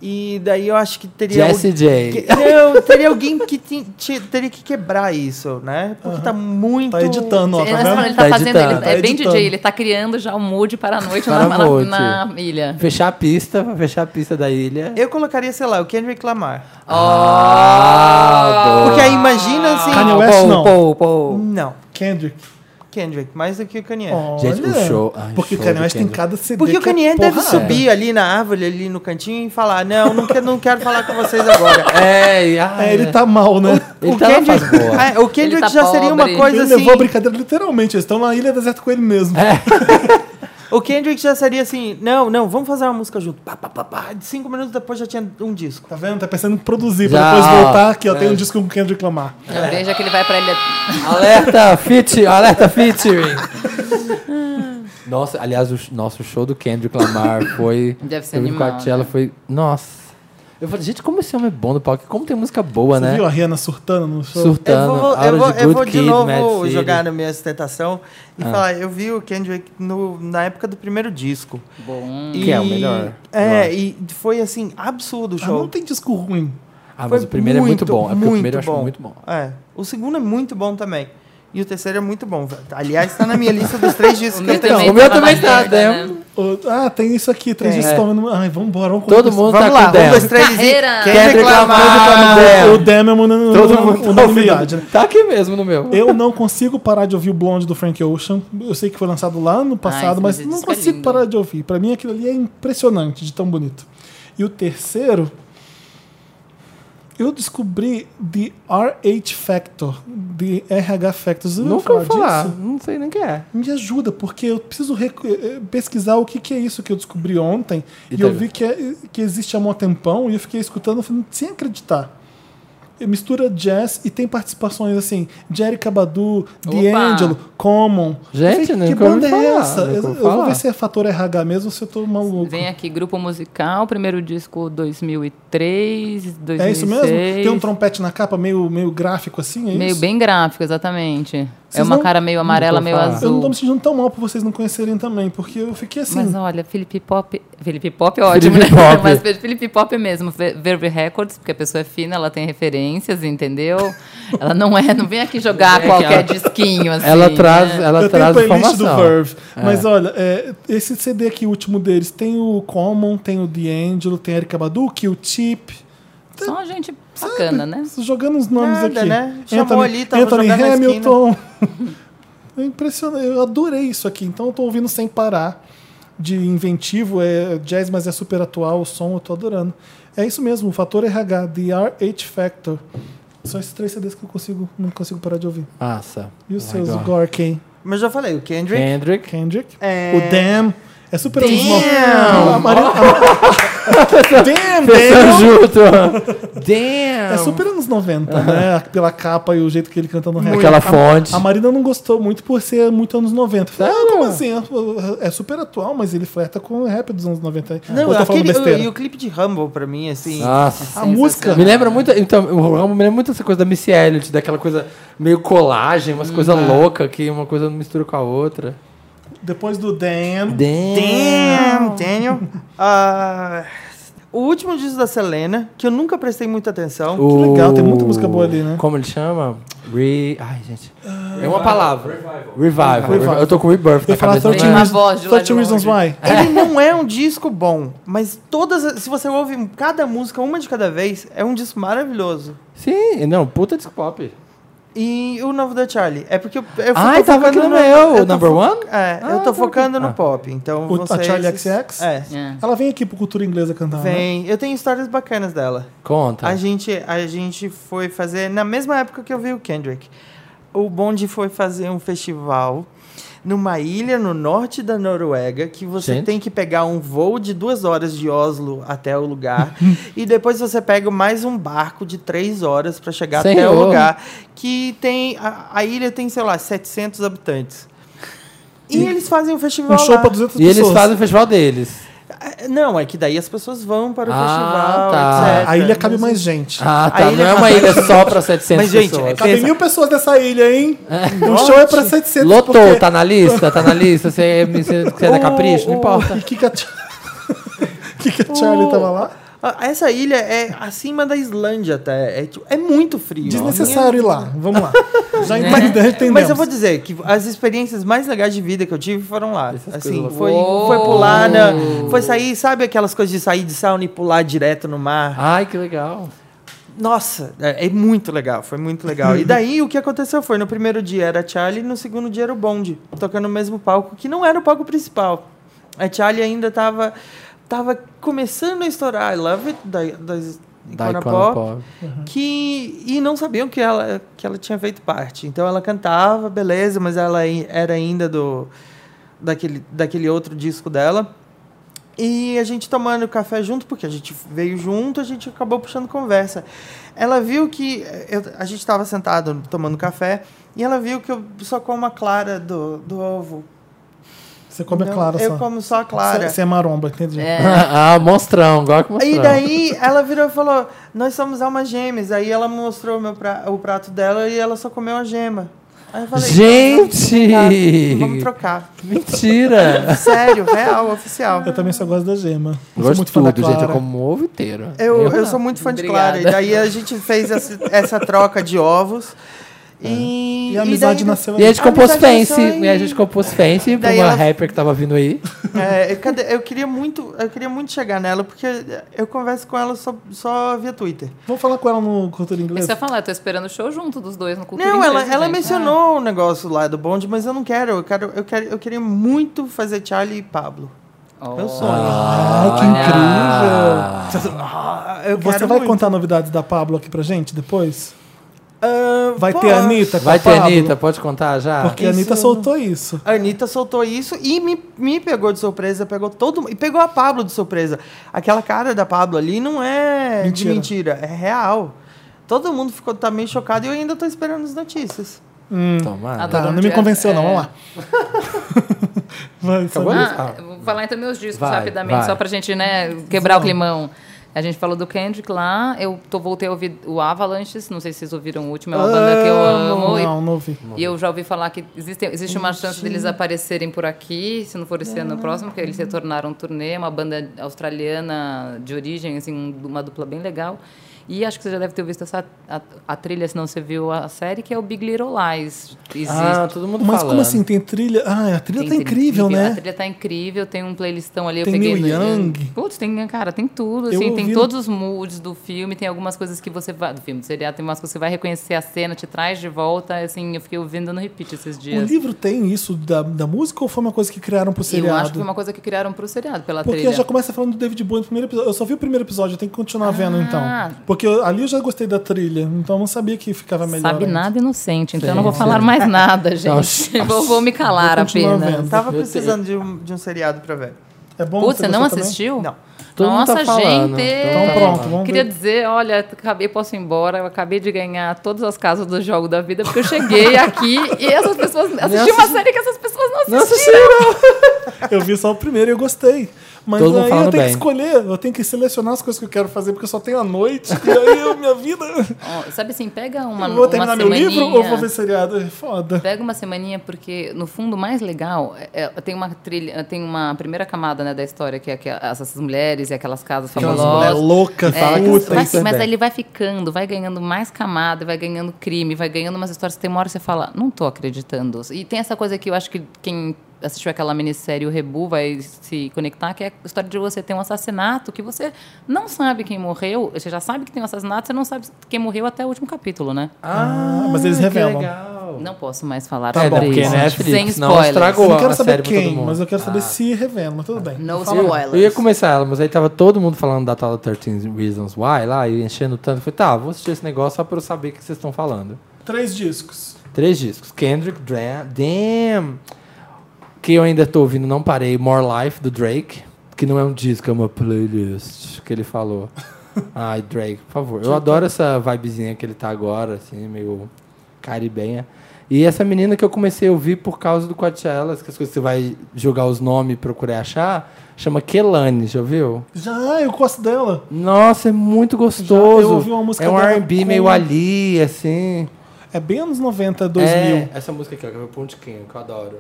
Speaker 4: E daí eu acho que teria.
Speaker 2: Jessie
Speaker 4: algu-
Speaker 2: J.
Speaker 4: que- Não, teria alguém que ti- ti- teria que quebrar isso, né? Porque tá muito.
Speaker 1: Tá editando, ó,
Speaker 3: Ele, mas, mano,
Speaker 1: tá
Speaker 3: ele tá,
Speaker 2: Tá
Speaker 3: fazendo,
Speaker 2: editando.
Speaker 3: ele,
Speaker 1: Tá
Speaker 3: é bem
Speaker 1: editando.
Speaker 3: DJ, ele tá criando já o mood para a noite
Speaker 2: Para
Speaker 3: na, na-
Speaker 2: mood.
Speaker 3: na ilha.
Speaker 2: Fechar a pista, vai fechar a pista da ilha.
Speaker 4: Eu colocaria, sei lá, o Kendrick Lamar.
Speaker 2: Ah, boa.
Speaker 4: Porque aí imagina
Speaker 2: Ah,
Speaker 4: assim.
Speaker 1: Kanye West,
Speaker 2: Pou,
Speaker 1: não.
Speaker 2: pou, pou.
Speaker 4: Não,
Speaker 1: vendo? Kendrick.
Speaker 4: Kendrick, mais do que o Kanye.
Speaker 2: Gente, o
Speaker 1: Olha.
Speaker 2: show- ai,
Speaker 1: Porque
Speaker 2: show
Speaker 1: o Kanye
Speaker 2: do
Speaker 1: West tem
Speaker 2: Kendrick.
Speaker 1: cada CD
Speaker 4: Porque o
Speaker 1: que é
Speaker 4: Kanye deve
Speaker 1: porrada.
Speaker 4: subir ali na árvore, ali no cantinho, e falar: Não, não quero, não quero falar com vocês agora.
Speaker 2: *laughs* É, e- ah,
Speaker 1: É, ele tá mal, né? *laughs*
Speaker 2: Ele tá na fase boa.
Speaker 4: Ah, o Kendrick
Speaker 3: Ele tá
Speaker 4: já seria uma
Speaker 3: pobre.
Speaker 1: Ele
Speaker 4: coisa assim.
Speaker 1: levou a brincadeira literalmente. Eles estão na Ilha Deserta com ele mesmo.
Speaker 2: É.
Speaker 4: O Kendrick já seria assim: Não, não, vamos fazer uma música junto. Pá, pá, pá, pá. De Cinco minutos depois já tinha um disco.
Speaker 1: Tá vendo? Tá pensando em produzir pra
Speaker 2: Já, É.
Speaker 1: depois voltar
Speaker 2: ó.
Speaker 1: aqui, ó. Tem um disco com o Kendrick Lamar.
Speaker 3: Não, Veja que ele vai pra ilha.
Speaker 2: Alerta, fit, alerta featuring. *laughs* Nossa, aliás, o sh- nosso show do Kendrick Lamar foi.
Speaker 3: Deve ser
Speaker 2: eu vi no
Speaker 3: animal,
Speaker 2: Coachella,
Speaker 3: né?
Speaker 2: foi. Nossa. Eu falei, gente, como esse homem é bom no palco, como tem música boa,
Speaker 1: Você
Speaker 2: né?
Speaker 1: viu a Rihanna surtando no show?
Speaker 4: Eu
Speaker 2: Surtando,
Speaker 4: vou,
Speaker 2: aula
Speaker 4: eu vou,
Speaker 2: de
Speaker 4: eu
Speaker 2: Good
Speaker 4: vou de
Speaker 2: Kid, Mad
Speaker 4: novo
Speaker 2: City. Ah.
Speaker 4: jogar na minha ostentação e falar: Eu vi o Kendrick no- na época do primeiro disco.
Speaker 3: Bom.
Speaker 2: Que é o melhor, eu
Speaker 4: É,
Speaker 2: acho.
Speaker 4: e foi assim: absurdo o
Speaker 1: Ah, não
Speaker 4: show.
Speaker 1: tem disco ruim.
Speaker 2: Ah,
Speaker 4: Foi
Speaker 2: mas o primeiro é muito bom. É porque o primeiro eu acho muito bom.
Speaker 4: É. O segundo é muito bom também. E o terceiro é muito bom. Aliás, tá na minha lista dos três discos que eu tenho.
Speaker 2: o meu
Speaker 3: tava
Speaker 2: também
Speaker 3: na
Speaker 2: tá,
Speaker 3: merda,
Speaker 2: né?
Speaker 1: O- Ah, tem isso aqui, três
Speaker 4: É.
Speaker 1: discos tomando. Ai, vambora, vamos comprar-
Speaker 2: Todo mundo tá
Speaker 4: Vamos lá,
Speaker 2: com
Speaker 4: um,
Speaker 2: Dem.
Speaker 4: dois, três e...
Speaker 3: Carreira.
Speaker 4: Quem
Speaker 2: Kendrick
Speaker 4: reclamar?
Speaker 2: Lamar,
Speaker 1: Ah,
Speaker 2: Dem.
Speaker 1: O Dem é uma
Speaker 2: Todo mundo tá
Speaker 1: unanimidade, né?
Speaker 2: ouvindo. Tá aqui mesmo no meu.
Speaker 1: Eu não consigo parar de ouvir o Blonde do Frank Ocean. Eu sei que foi lançado lá no passado,
Speaker 3: esse
Speaker 1: mas
Speaker 3: disco
Speaker 1: não
Speaker 3: é
Speaker 1: consigo
Speaker 3: lindo.
Speaker 1: parar de ouvir. Pra mim aquilo ali é impressionante de tão bonito. E o terceiro, eu descobri The RH Factor, The RH Factor. Você ouviu
Speaker 2: Nunca ouvi falar.
Speaker 1: disso?
Speaker 2: Não sei nem o que é.
Speaker 1: Me ajuda, porque eu preciso recu- eh, eh, pesquisar o que, que é isso que eu descobri ontem.
Speaker 2: E
Speaker 1: E, eu
Speaker 2: teve.
Speaker 1: vi que, é- que existe há um tempão e eu fiquei escutando falando, sem acreditar. Eh, Mistura jazz e tem participações assim, Jerry Badu, D'Angelo, Common.
Speaker 2: Gente, né?
Speaker 1: Eu falei, que
Speaker 2: nunca ouvi
Speaker 1: banda é
Speaker 2: falar,
Speaker 1: essa?
Speaker 2: nunca
Speaker 1: Eu,
Speaker 2: ouvi
Speaker 1: eu vou
Speaker 2: falar.
Speaker 1: ver se é fator RH mesmo ou se eu tô maluco.
Speaker 3: Vem aqui, grupo musical, primeiro disco 2003, 2006.
Speaker 1: é isso mesmo? Tem um trompete na capa meio, meio gráfico assim? É
Speaker 3: Meio
Speaker 1: isso?
Speaker 3: bem gráfico, exatamente. é
Speaker 1: Vocês
Speaker 3: uma
Speaker 1: não-
Speaker 3: cara meio amarela,
Speaker 2: Nunca
Speaker 3: meio
Speaker 2: ouvi falar.
Speaker 1: Eu não
Speaker 3: azul.
Speaker 1: tô me sentindo tão mal por vocês não conhecerem também, porque eu fiquei assim.
Speaker 3: Mas olha, Felipe Pop. Felipe Pop é ótimo,
Speaker 2: Felipe
Speaker 3: né? *laughs*
Speaker 2: Pop.
Speaker 3: Mas Fe- Felipe Pop mesmo, Ve- Verve Records, porque a pessoa é fina, ela tem referências, entendeu? Ela não é, não vem aqui jogar
Speaker 2: É,
Speaker 3: qualquer
Speaker 2: ela-
Speaker 3: disquinho, assim.
Speaker 2: Ela traz,
Speaker 3: né?
Speaker 2: ela
Speaker 1: eu tenho a
Speaker 2: traz
Speaker 1: playlist
Speaker 2: informação.
Speaker 1: do Verve. Mas olha, é, esse CD aqui, o último deles, tem o Common, tem o D'Angelo, tem Eric Abadu, que o Chip.
Speaker 3: Só gente bacana, né?
Speaker 1: Jogando os nomes
Speaker 4: Nada,
Speaker 1: aqui.
Speaker 4: né? Chamou
Speaker 1: Anthony,
Speaker 4: ali, tava
Speaker 1: Anthony
Speaker 4: jogando
Speaker 1: *laughs*
Speaker 4: na
Speaker 1: Hamilton. É impressionante. Eu adorei isso aqui, então eu tô ouvindo sem parar. de inventivo, é jazz, mas é super atual, o som eu tô adorando. É isso mesmo, o fator RH, The RH Factor. São esses três CDs que eu consigo, não consigo parar de ouvir.
Speaker 2: Massa.
Speaker 1: E os
Speaker 2: Oh my
Speaker 1: seus, o
Speaker 2: God.
Speaker 1: Gorkin,
Speaker 4: Mas já falei, o Kendrick.
Speaker 2: Kendrick.
Speaker 1: Kendrick,
Speaker 4: É.
Speaker 1: o Damn. É super
Speaker 4: Damn!
Speaker 1: A Marina- a- *laughs* Damn,
Speaker 2: Pensando
Speaker 1: Damn!
Speaker 2: junto. Damn.
Speaker 1: É super anos 90, né? Pela capa e o jeito que ele canta no rap.
Speaker 2: Aquela
Speaker 1: A-
Speaker 2: fonte.
Speaker 1: A Marina não gostou muito por ser muito anos 90. Eu Falei, ah, como assim? É super atual, mas ele flerta com o rap dos anos 90.
Speaker 4: Não,
Speaker 1: eu tô tá falando
Speaker 4: aquele, uh,
Speaker 1: besteira.
Speaker 4: e o clipe de Humble, pra mim, assim.
Speaker 2: Nossa.
Speaker 1: a música.
Speaker 2: Me lembra muito. Então, o Rambo me lembra muito essa coisa da Missy Elliott, daquela coisa meio colagem, umas coisas loucas que uma coisa não mistura com a outra.
Speaker 1: Depois do Damn.
Speaker 4: Damn, Daniel. Ah, o último disco da Selena, que eu nunca prestei muita atenção.
Speaker 2: O-
Speaker 1: legal, tem muita música boa ali, né?
Speaker 2: Como ele chama? Re. Ai, gente. É uma palavra. Revival. Revival.
Speaker 1: Revival.
Speaker 2: Eu tô com rebirth
Speaker 1: Eu
Speaker 2: na
Speaker 1: ia falar
Speaker 2: cabeça. né?
Speaker 1: 13,
Speaker 3: Tem uma
Speaker 1: reasons,
Speaker 3: voz de lá
Speaker 1: 13
Speaker 3: de longe.
Speaker 1: Reasons Why.
Speaker 4: Ele não é um disco bom, mas todas. as- Se você ouve cada música, uma de cada vez, é um disco maravilhoso.
Speaker 2: Sim, não, puta disco pop.
Speaker 4: E o novo da Charlie. É porque eu, eu
Speaker 2: Ah,
Speaker 4: eu
Speaker 2: tava
Speaker 4: focando
Speaker 2: no
Speaker 4: no-
Speaker 2: meu,
Speaker 4: eu tô
Speaker 2: number
Speaker 4: fo-
Speaker 2: one?
Speaker 4: É,
Speaker 2: Ah,
Speaker 4: eu tô
Speaker 2: tá
Speaker 4: focando
Speaker 2: bem.
Speaker 4: no
Speaker 2: Ah.
Speaker 4: pop. Então
Speaker 1: O- a
Speaker 4: vocês-
Speaker 1: Charli XCX?
Speaker 4: É.
Speaker 3: É.
Speaker 1: Ela vem aqui pro Cultura Inglesa cantar, né?
Speaker 4: Vem. Eu tenho histórias bacanas dela.
Speaker 2: Conta.
Speaker 4: A gente, a gente foi fazer, na mesma época que eu vi o Kendrick, o Bond foi fazer um festival numa ilha no norte da Noruega, que você
Speaker 2: Gente.
Speaker 4: tem que pegar um voo de duas horas de Oslo até
Speaker 2: *laughs*
Speaker 4: o lugar, e depois você pega mais um barco de três horas para chegar até
Speaker 2: Senhor.
Speaker 4: o lugar, que tem, a, a ilha tem, sei lá, 700 habitantes. E, eles fazem um festival
Speaker 1: Um show
Speaker 4: lá.
Speaker 1: pra 200
Speaker 2: E eles
Speaker 1: pessoas.
Speaker 2: fazem o festival deles.
Speaker 4: Ah, Não, é que daí as pessoas vão para o
Speaker 2: Ah,
Speaker 4: festival,
Speaker 2: tá.
Speaker 4: etc.
Speaker 1: A ilha cabe
Speaker 4: Mas-
Speaker 1: mais gente.
Speaker 2: Ah,
Speaker 4: A
Speaker 2: tá.
Speaker 4: ilha
Speaker 2: Não é uma
Speaker 4: Catar-
Speaker 2: ilha só pra 700
Speaker 4: Mas, gente,
Speaker 2: pessoas.
Speaker 4: é
Speaker 1: Cabe
Speaker 4: pensa-
Speaker 1: mil pessoas nessa ilha, hein? O show é pra 700.
Speaker 2: Lotou,
Speaker 1: porque- Oh,
Speaker 2: tá na lista, tá na lista. Você é, você é
Speaker 1: *laughs*
Speaker 2: da
Speaker 4: O-
Speaker 2: Capricho, não
Speaker 4: o-
Speaker 2: importa.
Speaker 1: E que que a, Ch- *laughs* que que a Charlie
Speaker 4: O-
Speaker 1: tava lá?
Speaker 4: Ah, Essa ilha é acima da Islândia até. É, tipo, é muito frio.
Speaker 1: Desnecessário ir lá. Vamos lá.
Speaker 2: É.
Speaker 1: Já
Speaker 4: Minha-
Speaker 1: entendi, já
Speaker 4: *laughs* Mas,
Speaker 1: entendemos.
Speaker 4: eu vou dizer que as experiências mais legais de vida que eu tive foram lá.
Speaker 2: Essas
Speaker 4: assim,
Speaker 2: coisas
Speaker 4: foi,
Speaker 2: loucas.
Speaker 4: foi pular, na,
Speaker 2: Uou.
Speaker 4: foi sair, sabe aquelas coisas de sair de sauna e pular direto no mar?
Speaker 2: Ai, que legal.
Speaker 4: Nossa, é, é muito legal, foi muito legal. E daí o que aconteceu foi, no primeiro dia era a Charlie, no segundo dia era o Bond, tocando no mesmo palco, que não era o palco principal. A Charlie ainda estava tava começando a estourar I Love It, da, da,
Speaker 2: Da
Speaker 4: Icona
Speaker 2: Icona
Speaker 4: Pop,
Speaker 2: Pop.
Speaker 4: que e não sabiam que ela que ela tinha feito parte. Então ela cantava, beleza, mas ela ai- era ainda do daquele daquele outro disco dela. E a gente tomando café junto, porque a gente veio junto, a gente acabou puxando conversa. Ela viu que eu- a gente estava sentado tomando café e ela viu que eu só como a clara do, do ovo.
Speaker 1: Você come a
Speaker 4: Não,
Speaker 1: Clara
Speaker 4: eu
Speaker 1: só.
Speaker 4: como só a clara.
Speaker 1: Você é maromba, entendi.
Speaker 2: *laughs* ah, monstrão, igual que
Speaker 4: E
Speaker 2: monstrão.
Speaker 4: daí ela virou e falou: Nós somos almas gêmeas. Aí ela mostrou o meu pra- o prato dela e ela só comeu a gema. Aí eu falei:
Speaker 2: Gente!
Speaker 4: Vamos trocar.
Speaker 1: *laughs*
Speaker 2: Mentira!
Speaker 4: Sério, real, oficial.
Speaker 1: Eu também só gosto da gema. Eu sou
Speaker 2: Gosto
Speaker 1: é muito
Speaker 2: de
Speaker 1: fã da
Speaker 2: tudo, gente. Eu
Speaker 1: Clara.
Speaker 2: como o ovo inteiro.
Speaker 4: Eu, eu,
Speaker 2: não.
Speaker 4: sou muito fã de
Speaker 3: Obrigada.
Speaker 4: Clara. E daí a gente fez essa, essa troca de ovos. E,
Speaker 1: E a amizade
Speaker 4: daí,
Speaker 1: nasceu
Speaker 2: E
Speaker 1: ali.
Speaker 2: a gente compôs
Speaker 4: Amizade é
Speaker 2: Fancy.
Speaker 4: só em-
Speaker 2: E a gente compôs Fancy pra
Speaker 4: Daí
Speaker 2: uma
Speaker 4: ela-
Speaker 2: rapper que tava vindo aí.
Speaker 4: É, eu, cadê- eu queria muito, eu queria muito chegar nela, porque eu converso com ela só, só via Twitter.
Speaker 1: Vamos falar com ela no Cultura
Speaker 3: Isso
Speaker 1: Inglesa?
Speaker 3: eu ia falar, eu tô esperando o show junto dos dois no Cultura
Speaker 4: Não, ela,
Speaker 2: é
Speaker 3: Inglesa,
Speaker 2: né?
Speaker 4: ela
Speaker 3: gente.
Speaker 4: mencionou o negócio lá do bonde, mas eu não quero. Eu, quero, eu, quero, eu queria muito fazer Charlie e Pablo.
Speaker 3: Ah.
Speaker 4: Meu
Speaker 3: Oh.
Speaker 4: sonho.
Speaker 1: Ah, que
Speaker 2: Ah.
Speaker 1: incrível!
Speaker 4: Ah, eu
Speaker 1: Você
Speaker 4: quero
Speaker 1: vai
Speaker 4: muito.
Speaker 1: contar novidades da Pablo aqui pra gente depois?
Speaker 4: Ah,
Speaker 1: Vai
Speaker 4: pô,
Speaker 1: ter a Anitta com
Speaker 2: Vai
Speaker 1: a
Speaker 2: ter,
Speaker 1: Pablo?
Speaker 2: Anitta, pode contar já?
Speaker 1: Porque a
Speaker 4: Isso
Speaker 1: Anitta
Speaker 4: eu
Speaker 1: soltou isso.
Speaker 4: A Anitta soltou isso e me, me pegou de surpresa, pegou todo mundo. E pegou a Pablo de surpresa. Aquela cara da Pablo ali não é
Speaker 1: Mentira.
Speaker 4: de mentira, é real. Todo mundo ficou tá meio chocado e eu ainda tô esperando as notícias.
Speaker 2: Tomara.
Speaker 3: Adoro.
Speaker 1: Tá, não
Speaker 3: onde
Speaker 1: me
Speaker 3: é-
Speaker 1: convenceu, não.
Speaker 3: é.
Speaker 1: Vamos lá. Vai,
Speaker 2: Acabou?
Speaker 1: sabe?
Speaker 3: Ah, vou falar então meus discos
Speaker 2: Vai,
Speaker 3: rapidamente,
Speaker 2: vai.
Speaker 3: só pra gente, né, quebrar o climão. A gente falou do Kendrick lá, eu tô, voltei a ouvir o Avalanches, não sei se vocês ouviram o último, é uma banda que eu amo. e-
Speaker 1: Não, não ouvi.
Speaker 3: E eu já ouvi falar que existe, existe uma chance deles aparecerem por aqui, se não for esse ano, próximo, porque eles retornaram um turnê, uma banda australiana de origem, assim, um- uma dupla bem legal. E acho que você já deve ter visto essa, a, a trilha, se não você viu a série, que é o Big Little Lies. Existe.
Speaker 2: Ah, todo mundo
Speaker 1: Mas
Speaker 2: falando.
Speaker 1: como assim? Tem trilha? Ah, a trilha tá
Speaker 3: Tem trilha
Speaker 1: incrível,
Speaker 3: A
Speaker 1: né?
Speaker 3: trilha tá incrível, tem um playlistão ali,
Speaker 1: Tem
Speaker 3: eu peguei
Speaker 1: Neil
Speaker 3: no-
Speaker 1: Young.
Speaker 3: Putz, tem, cara, tem tudo,
Speaker 1: Eu
Speaker 3: assim, tem
Speaker 1: ouvi- um
Speaker 3: todos os moods do filme, tem algumas coisas que você vai, do filme, do seriado, tem umas coisas que você vai reconhecer a cena, te traz de volta, assim, eu fiquei ouvindo no repeat esses
Speaker 1: O
Speaker 3: dias.
Speaker 1: livro tem isso da, da música ou foi uma coisa que criaram pro
Speaker 3: E
Speaker 1: seriado?
Speaker 3: eu acho que foi uma coisa que criaram pro seriado, pela
Speaker 1: Porque
Speaker 3: trilha. Ah.
Speaker 1: já começa falando do David Bowie no primeiro episódio. Eu só vi o primeiro episódio, eu tenho que continuar vendo então. Porque eu- ali eu já gostei da trilha, então eu não sabia que ficava melhor. né?
Speaker 3: Sabe
Speaker 1: antes.
Speaker 3: nada inocente, então
Speaker 2: Sim,
Speaker 3: eu não vou
Speaker 2: sim.
Speaker 3: falar mais nada, gente.
Speaker 2: Nossa.
Speaker 3: vou, vou me calar
Speaker 1: Vou continuar
Speaker 3: apenas.
Speaker 1: vendo.
Speaker 4: Eu tava
Speaker 2: Eu te-
Speaker 4: precisando de um, de um seriado pra ver.
Speaker 1: É bom
Speaker 3: Putz, você não
Speaker 1: gostou
Speaker 3: assistiu?
Speaker 4: Não.
Speaker 2: Todo mundo
Speaker 3: Nossa,
Speaker 2: tá falando.
Speaker 3: gente!
Speaker 2: Então
Speaker 1: tá pronto, vamos
Speaker 3: Queria
Speaker 1: ver.
Speaker 3: dizer, olha, acabei, posso ir embora, eu acabei de ganhar todas as casas do jogo da vida, porque eu cheguei aqui e essas pessoas. Assisti uma
Speaker 2: assisti-
Speaker 3: série que essas pessoas não assistiram.
Speaker 2: Não
Speaker 1: também?
Speaker 2: assistiram.
Speaker 1: Eu vi só o primeiro e eu gostei. Mas
Speaker 2: Todo mundo
Speaker 1: aí eu
Speaker 2: falando
Speaker 1: tenho que
Speaker 2: bem.
Speaker 1: escolher, eu tenho que selecionar as coisas que eu quero fazer, porque eu só tenho a noite, e aí eu- minha vida.
Speaker 3: Ó, Sabe assim, pega uma.
Speaker 1: Eu vou terminar
Speaker 3: uma
Speaker 1: meu
Speaker 3: semaninha,
Speaker 1: livro ou vou ver seriado? É Foda.
Speaker 3: Pega uma semaninha, porque no fundo o mais legal é- é- tem uma trilha, tem uma primeira camada né, da história, que é que essas mulheres e aquelas casas
Speaker 1: Aquelas
Speaker 3: fabulosas.
Speaker 1: mulher louca,
Speaker 2: É, fala que
Speaker 1: puta.
Speaker 2: vai-
Speaker 3: mas,
Speaker 2: isso é
Speaker 3: mas
Speaker 2: bem.
Speaker 3: aí ele vai ficando, vai ganhando mais camada, vai ganhando crime, vai ganhando umas histórias. que Tem uma hora que você fala, não tô acreditando. E tem essa coisa que eu acho que quem assistiu aquela minissérie O Rebu vai se conectar, que é a história de você ter um assassinato que você não sabe quem morreu. Você já sabe que tem um assassinato, você não sabe quem morreu até o último capítulo, né?
Speaker 1: Ah, mas eles
Speaker 2: que
Speaker 1: revelam.
Speaker 2: legal.
Speaker 3: Não posso mais falar
Speaker 1: Tá
Speaker 2: é,
Speaker 1: bom,
Speaker 3: sobre
Speaker 2: porque,
Speaker 3: isso.
Speaker 2: né,
Speaker 3: Sem
Speaker 2: Felipe? Não
Speaker 3: spoilers.
Speaker 1: Eu
Speaker 2: estragou
Speaker 1: não quero
Speaker 2: a série é
Speaker 1: saber
Speaker 2: pra todo
Speaker 1: quem,
Speaker 2: mundo.
Speaker 1: mas eu quero saber
Speaker 2: Ah.
Speaker 1: se revela, mas tudo bem.
Speaker 3: No
Speaker 1: Fala.
Speaker 3: spoilers.
Speaker 2: Eu ia começar ela, mas aí tava todo mundo falando da tal da 13 Reasons Why lá, e enchendo tanto. Eu falei, tá, vou assistir esse negócio só pra eu saber o que vocês estão falando.
Speaker 1: Três discos.
Speaker 2: Três discos. Kendrick, Dra- Damn. Que eu ainda tô ouvindo, não parei. More Life, do Drake. Que não é um disco, é uma playlist que ele
Speaker 1: *laughs*
Speaker 2: falou. Ai, Drake, por favor. Eu adoro essa vibezinha que ele tá agora, assim, meio caribenha. E essa menina que eu comecei a ouvir por causa do Coachella, que as coisas que você vai jogar os nomes e procurar achar, chama Kelane, já ouviu?
Speaker 1: Já, ah, eu gosto dela.
Speaker 2: Nossa, é muito
Speaker 1: Já-
Speaker 2: gostoso.
Speaker 1: eu ouvi uma música
Speaker 2: é um
Speaker 1: dela
Speaker 2: R&B
Speaker 1: com-
Speaker 2: meio ali, assim.
Speaker 1: É bem anos 90, 2000.
Speaker 2: É, essa música aqui, ó, que é o Ponte Quinho, que eu adoro.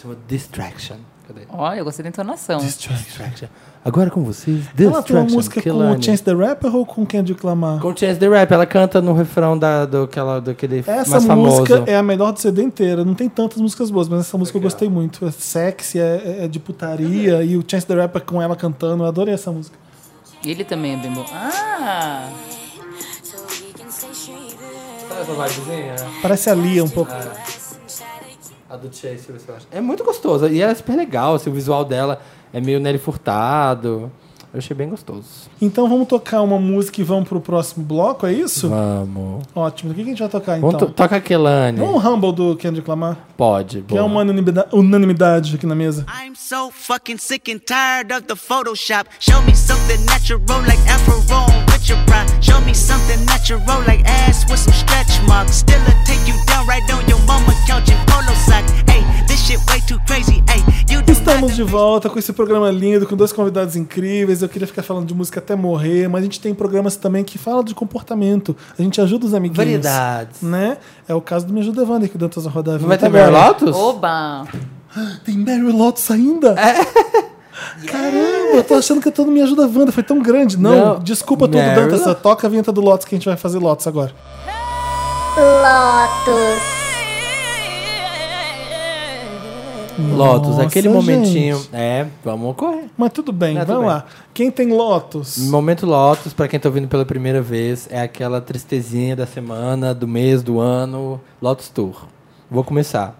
Speaker 2: Chama Distraction. Cadê?
Speaker 3: Olha, eu gostei da entonação.
Speaker 2: Distraction. Agora com vocês,
Speaker 1: Ela tem
Speaker 2: Distraction.
Speaker 1: uma música com
Speaker 2: Kehlani.
Speaker 1: o Chance the Rapper ou com Kendrick Lamar?
Speaker 2: Com Chance the Rap. Ela canta no refrão da, do, aquela, daquele
Speaker 1: Essa
Speaker 2: mais famoso.
Speaker 1: música é a melhor do CD inteira. Não tem tantas músicas boas, mas essa música eu gostei muito. É sexy, é, é de putaria. E o Chance the Rapper com ela cantando. Eu adorei essa música.
Speaker 3: E ele também é bem bom. Ah!
Speaker 2: Sabe essa vibezinha?
Speaker 1: Parece a Lia um pouco.
Speaker 2: A do Chase, deixa eu ver se eu acho. É muito gostosa. E ela é super legal. Assim, o visual dela é meio Nelly Furtado. Eu achei bem gostoso.
Speaker 1: Então vamos tocar uma música e vamos pro próximo bloco, é isso?
Speaker 2: Vamos.
Speaker 1: Ótimo. O que que a gente vai tocar então?
Speaker 2: Vamos to- toca Kelane.
Speaker 1: Vamos Humble do Kendrick Lamar,
Speaker 2: Pode.
Speaker 1: que é
Speaker 2: boa.
Speaker 1: uma unanimida- unanimidade aqui na mesa.
Speaker 6: I'm so fucking sick and tired of the Photoshop. Show me something natural like Afro with your bra. Show me something natural like ass with some stretch marks. Still, I take you down right on your mama couch in polo sock. Hey, this shit way too crazy. Hey, you do
Speaker 1: Estamos
Speaker 6: not-
Speaker 1: de volta com esse programa lindo, com dois convidados incríveis. Eu queria ficar falando de música até morrer, mas a gente tem programas também que falam de comportamento. A gente ajuda os amiguinhos.
Speaker 2: Variedades.
Speaker 1: Né? É o caso do Me Ajuda Evandro aqui dentro da Roda Viva
Speaker 2: Não vai ter
Speaker 1: também.
Speaker 2: Bear Lotus?
Speaker 3: Oba!
Speaker 1: Tem Mary Lotus ainda?
Speaker 2: É.
Speaker 1: Caramba, eu tô achando que eu tô no Me Ajuda Wanda, foi tão grande. Não,
Speaker 2: Não.
Speaker 1: desculpa tudo,
Speaker 2: Mary
Speaker 1: Dantas.
Speaker 2: Lo-
Speaker 1: Toca a vinheta do Lotus que a gente vai fazer Lotus agora.
Speaker 2: Lotus,
Speaker 1: Nossa,
Speaker 2: aquele
Speaker 1: gente.
Speaker 2: momentinho. É, vamos correr.
Speaker 1: Mas tudo bem,
Speaker 2: É, tudo
Speaker 1: vamos
Speaker 2: bem.
Speaker 1: lá. Quem tem Lotus?
Speaker 2: Momento Lotus, pra quem tá ouvindo pela primeira vez, é aquela tristezinha da semana, do mês, do ano. Lotus Tour. Vou começar.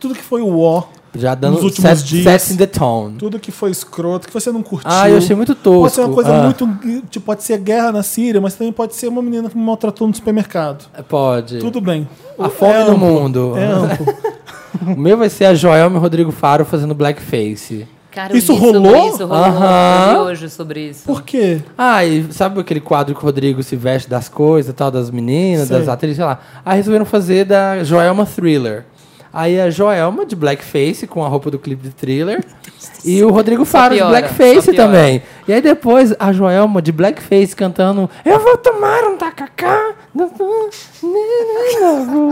Speaker 1: Tudo que foi o ó,
Speaker 2: Já dando
Speaker 1: Nos últimos
Speaker 2: set,
Speaker 1: dias.
Speaker 2: set in the tone.
Speaker 1: tudo que foi escroto, que você não curtiu.
Speaker 2: Ah, eu achei muito tosco.
Speaker 1: Pode ser uma coisa
Speaker 2: Ah,
Speaker 1: muito. Tipo, pode ser guerra na Síria, mas também pode ser uma menina que me maltratou no supermercado.
Speaker 2: Pode.
Speaker 1: Tudo bem.
Speaker 2: A fome
Speaker 1: é
Speaker 2: no
Speaker 1: amplo,
Speaker 2: mundo.
Speaker 1: É amplo.
Speaker 2: *laughs* O meu vai ser a Joelma e Rodrigo Faro fazendo blackface.
Speaker 3: Cara, eu
Speaker 1: Isso
Speaker 3: li
Speaker 1: rolou?
Speaker 3: Sobre isso rolou.
Speaker 2: Aham.
Speaker 3: Eu li hoje sobre isso.
Speaker 1: Por quê?
Speaker 2: Ah, e sabe aquele quadro que o Rodrigo se veste das coisas, e tal, das meninas,
Speaker 1: Sei.
Speaker 2: das atrizes, sei lá. Aí resolveram fazer da Joelma Thriller. Aí a Joelma de blackface com a roupa do clipe de Thriller e o Rodrigo Faro
Speaker 3: piora,
Speaker 2: de
Speaker 3: só
Speaker 2: blackface
Speaker 3: piora.
Speaker 2: também. E aí depois a Joelma de blackface cantando Eu vou tomar um tacacá.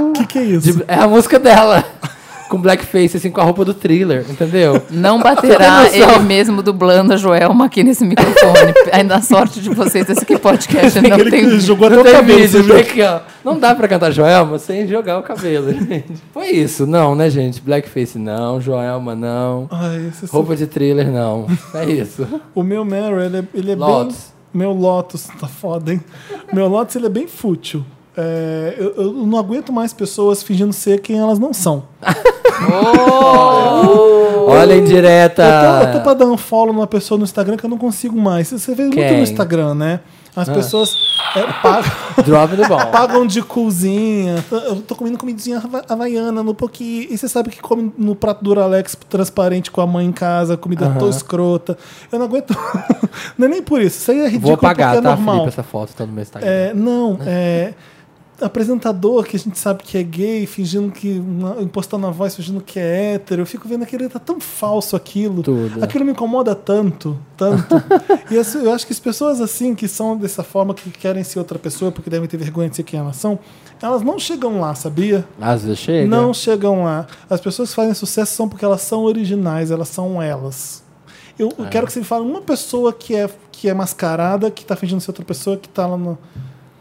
Speaker 1: O que, que é isso?
Speaker 2: De- é a música dela. *laughs* com blackface, assim, com a roupa do thriller, entendeu? *laughs*
Speaker 3: Não baterá
Speaker 2: Você tem noção?
Speaker 3: ele mesmo dublando a Joelma aqui nesse
Speaker 2: *laughs*
Speaker 3: microfone. Ainda a sorte de vocês, esse que podcast não
Speaker 1: Ele que
Speaker 3: tem.
Speaker 1: jogou até
Speaker 2: Não
Speaker 1: o
Speaker 2: tem
Speaker 1: cabelo.
Speaker 2: vídeo,
Speaker 1: você
Speaker 2: vem
Speaker 1: viu?
Speaker 2: aqui, ó. Não dá pra cantar Joelma sem jogar o cabelo, *laughs* gente. Foi isso, não, né, gente? Blackface não, Joelma não,
Speaker 1: Ai, esse-
Speaker 2: roupa de thriller não. É isso.
Speaker 1: O meu Meryl, ele é, ele é bem...
Speaker 2: Lotus.
Speaker 1: Meu Lotus, tá foda, hein? meu Lotus, ele é bem fútil. É, eu, eu não aguento mais pessoas fingindo ser quem elas não são.
Speaker 2: Olha a indireta.
Speaker 1: Eu tô, eu tô pra dar um follow numa pessoa no Instagram que eu não consigo mais. Você vê muito
Speaker 2: Quem? Ah.
Speaker 1: no Instagram, né? As pessoas é, pagam... *laughs*
Speaker 2: Drop the ball.
Speaker 1: Pagam de cozinha. Eu tô comendo comidinha hava- havaiana no pouquinho. E você sabe que come no prato Duralex transparente com a mãe em casa, comida tão escrota. Eu não aguento. *laughs* não é nem por isso. Isso aí é ridículo
Speaker 2: Vou apagar,
Speaker 1: porque é
Speaker 2: tá,
Speaker 1: normal.
Speaker 2: Felipe, essa foto tá Né? no meu Instagram.
Speaker 1: É, não, é. Apresentador que a gente sabe que é gay, fingindo que. na- impostando a voz, fingindo que é hétero. Eu fico vendo aquele. tá tão falso aquilo.
Speaker 2: Tudo.
Speaker 1: Aquilo me incomoda tanto,
Speaker 2: *laughs*
Speaker 1: tanto. e as- eu acho que as pessoas assim, que são dessa forma, que querem ser outra pessoa porque devem ter vergonha de ser quem elas são, elas não chegam lá, sabia?
Speaker 2: Às vezes chega. É
Speaker 1: Não chegam lá. As pessoas que fazem sucesso são porque elas são originais, elas são elas. Eu,
Speaker 2: É.
Speaker 1: eu quero que você me fale uma pessoa que é, que é mascarada, que tá fingindo ser outra pessoa, que tá lá no.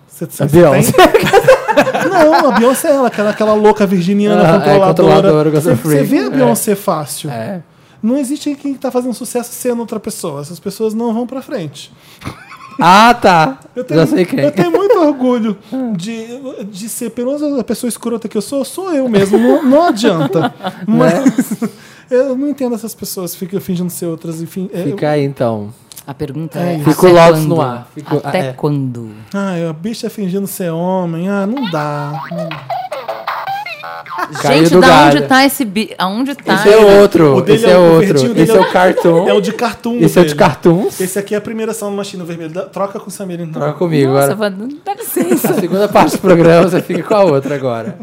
Speaker 1: Você, você-
Speaker 2: A
Speaker 1: você
Speaker 2: Beyoncé.
Speaker 1: tem? Não, a Beyoncé é ela, aquela, aquela louca virginiana
Speaker 2: Ah, é,
Speaker 1: controladora.
Speaker 2: controladora,
Speaker 1: você,
Speaker 2: gosta de
Speaker 1: você vê a
Speaker 2: freak.
Speaker 1: Beyoncé fácil.
Speaker 2: É.
Speaker 1: Não existe quem tá fazendo sucesso sendo outra pessoa. Essas pessoas não vão pra frente.
Speaker 2: Ah, tá.
Speaker 1: Eu tenho,
Speaker 2: Já sei quem.
Speaker 1: eu tenho
Speaker 2: *laughs*
Speaker 1: muito orgulho de, de ser, pelo menos a pessoa escrota que eu sou, sou eu mesmo. Não, não
Speaker 2: *laughs*
Speaker 1: adianta.
Speaker 2: Né?
Speaker 1: Mas eu não entendo essas pessoas que ficam fingindo ser outras. Enfim, é,
Speaker 2: Fica aí, então.
Speaker 3: A pergunta é.
Speaker 2: Ficou
Speaker 3: até
Speaker 2: Lotus
Speaker 3: quando?
Speaker 2: no ar. Ficou-
Speaker 3: Até
Speaker 2: ah, é.
Speaker 3: quando?
Speaker 1: eu- ah, a bicha fingindo ser homem. Ah, não dá.
Speaker 2: Caiu
Speaker 3: Gente,
Speaker 2: do
Speaker 3: da
Speaker 2: galho.
Speaker 3: onde tá esse bi... Aonde tá?
Speaker 2: Esse é
Speaker 1: O
Speaker 2: outro.
Speaker 1: dele
Speaker 2: Esse
Speaker 1: é
Speaker 2: é
Speaker 1: o- o
Speaker 2: outro.
Speaker 1: verdinho dele
Speaker 2: Esse
Speaker 1: é
Speaker 2: é
Speaker 1: o-
Speaker 2: o cartoon.
Speaker 1: É o de cartoon.
Speaker 2: Esse é o de
Speaker 1: dele.
Speaker 2: cartoons.
Speaker 1: Esse aqui é a primeira ação do Machino Vermelho. Dá- troca com o Samir então.
Speaker 2: Troca comigo
Speaker 3: Nossa,
Speaker 2: agora.
Speaker 3: Wanda, dá licença.
Speaker 2: A *laughs* segunda parte do programa você fica com a outra agora.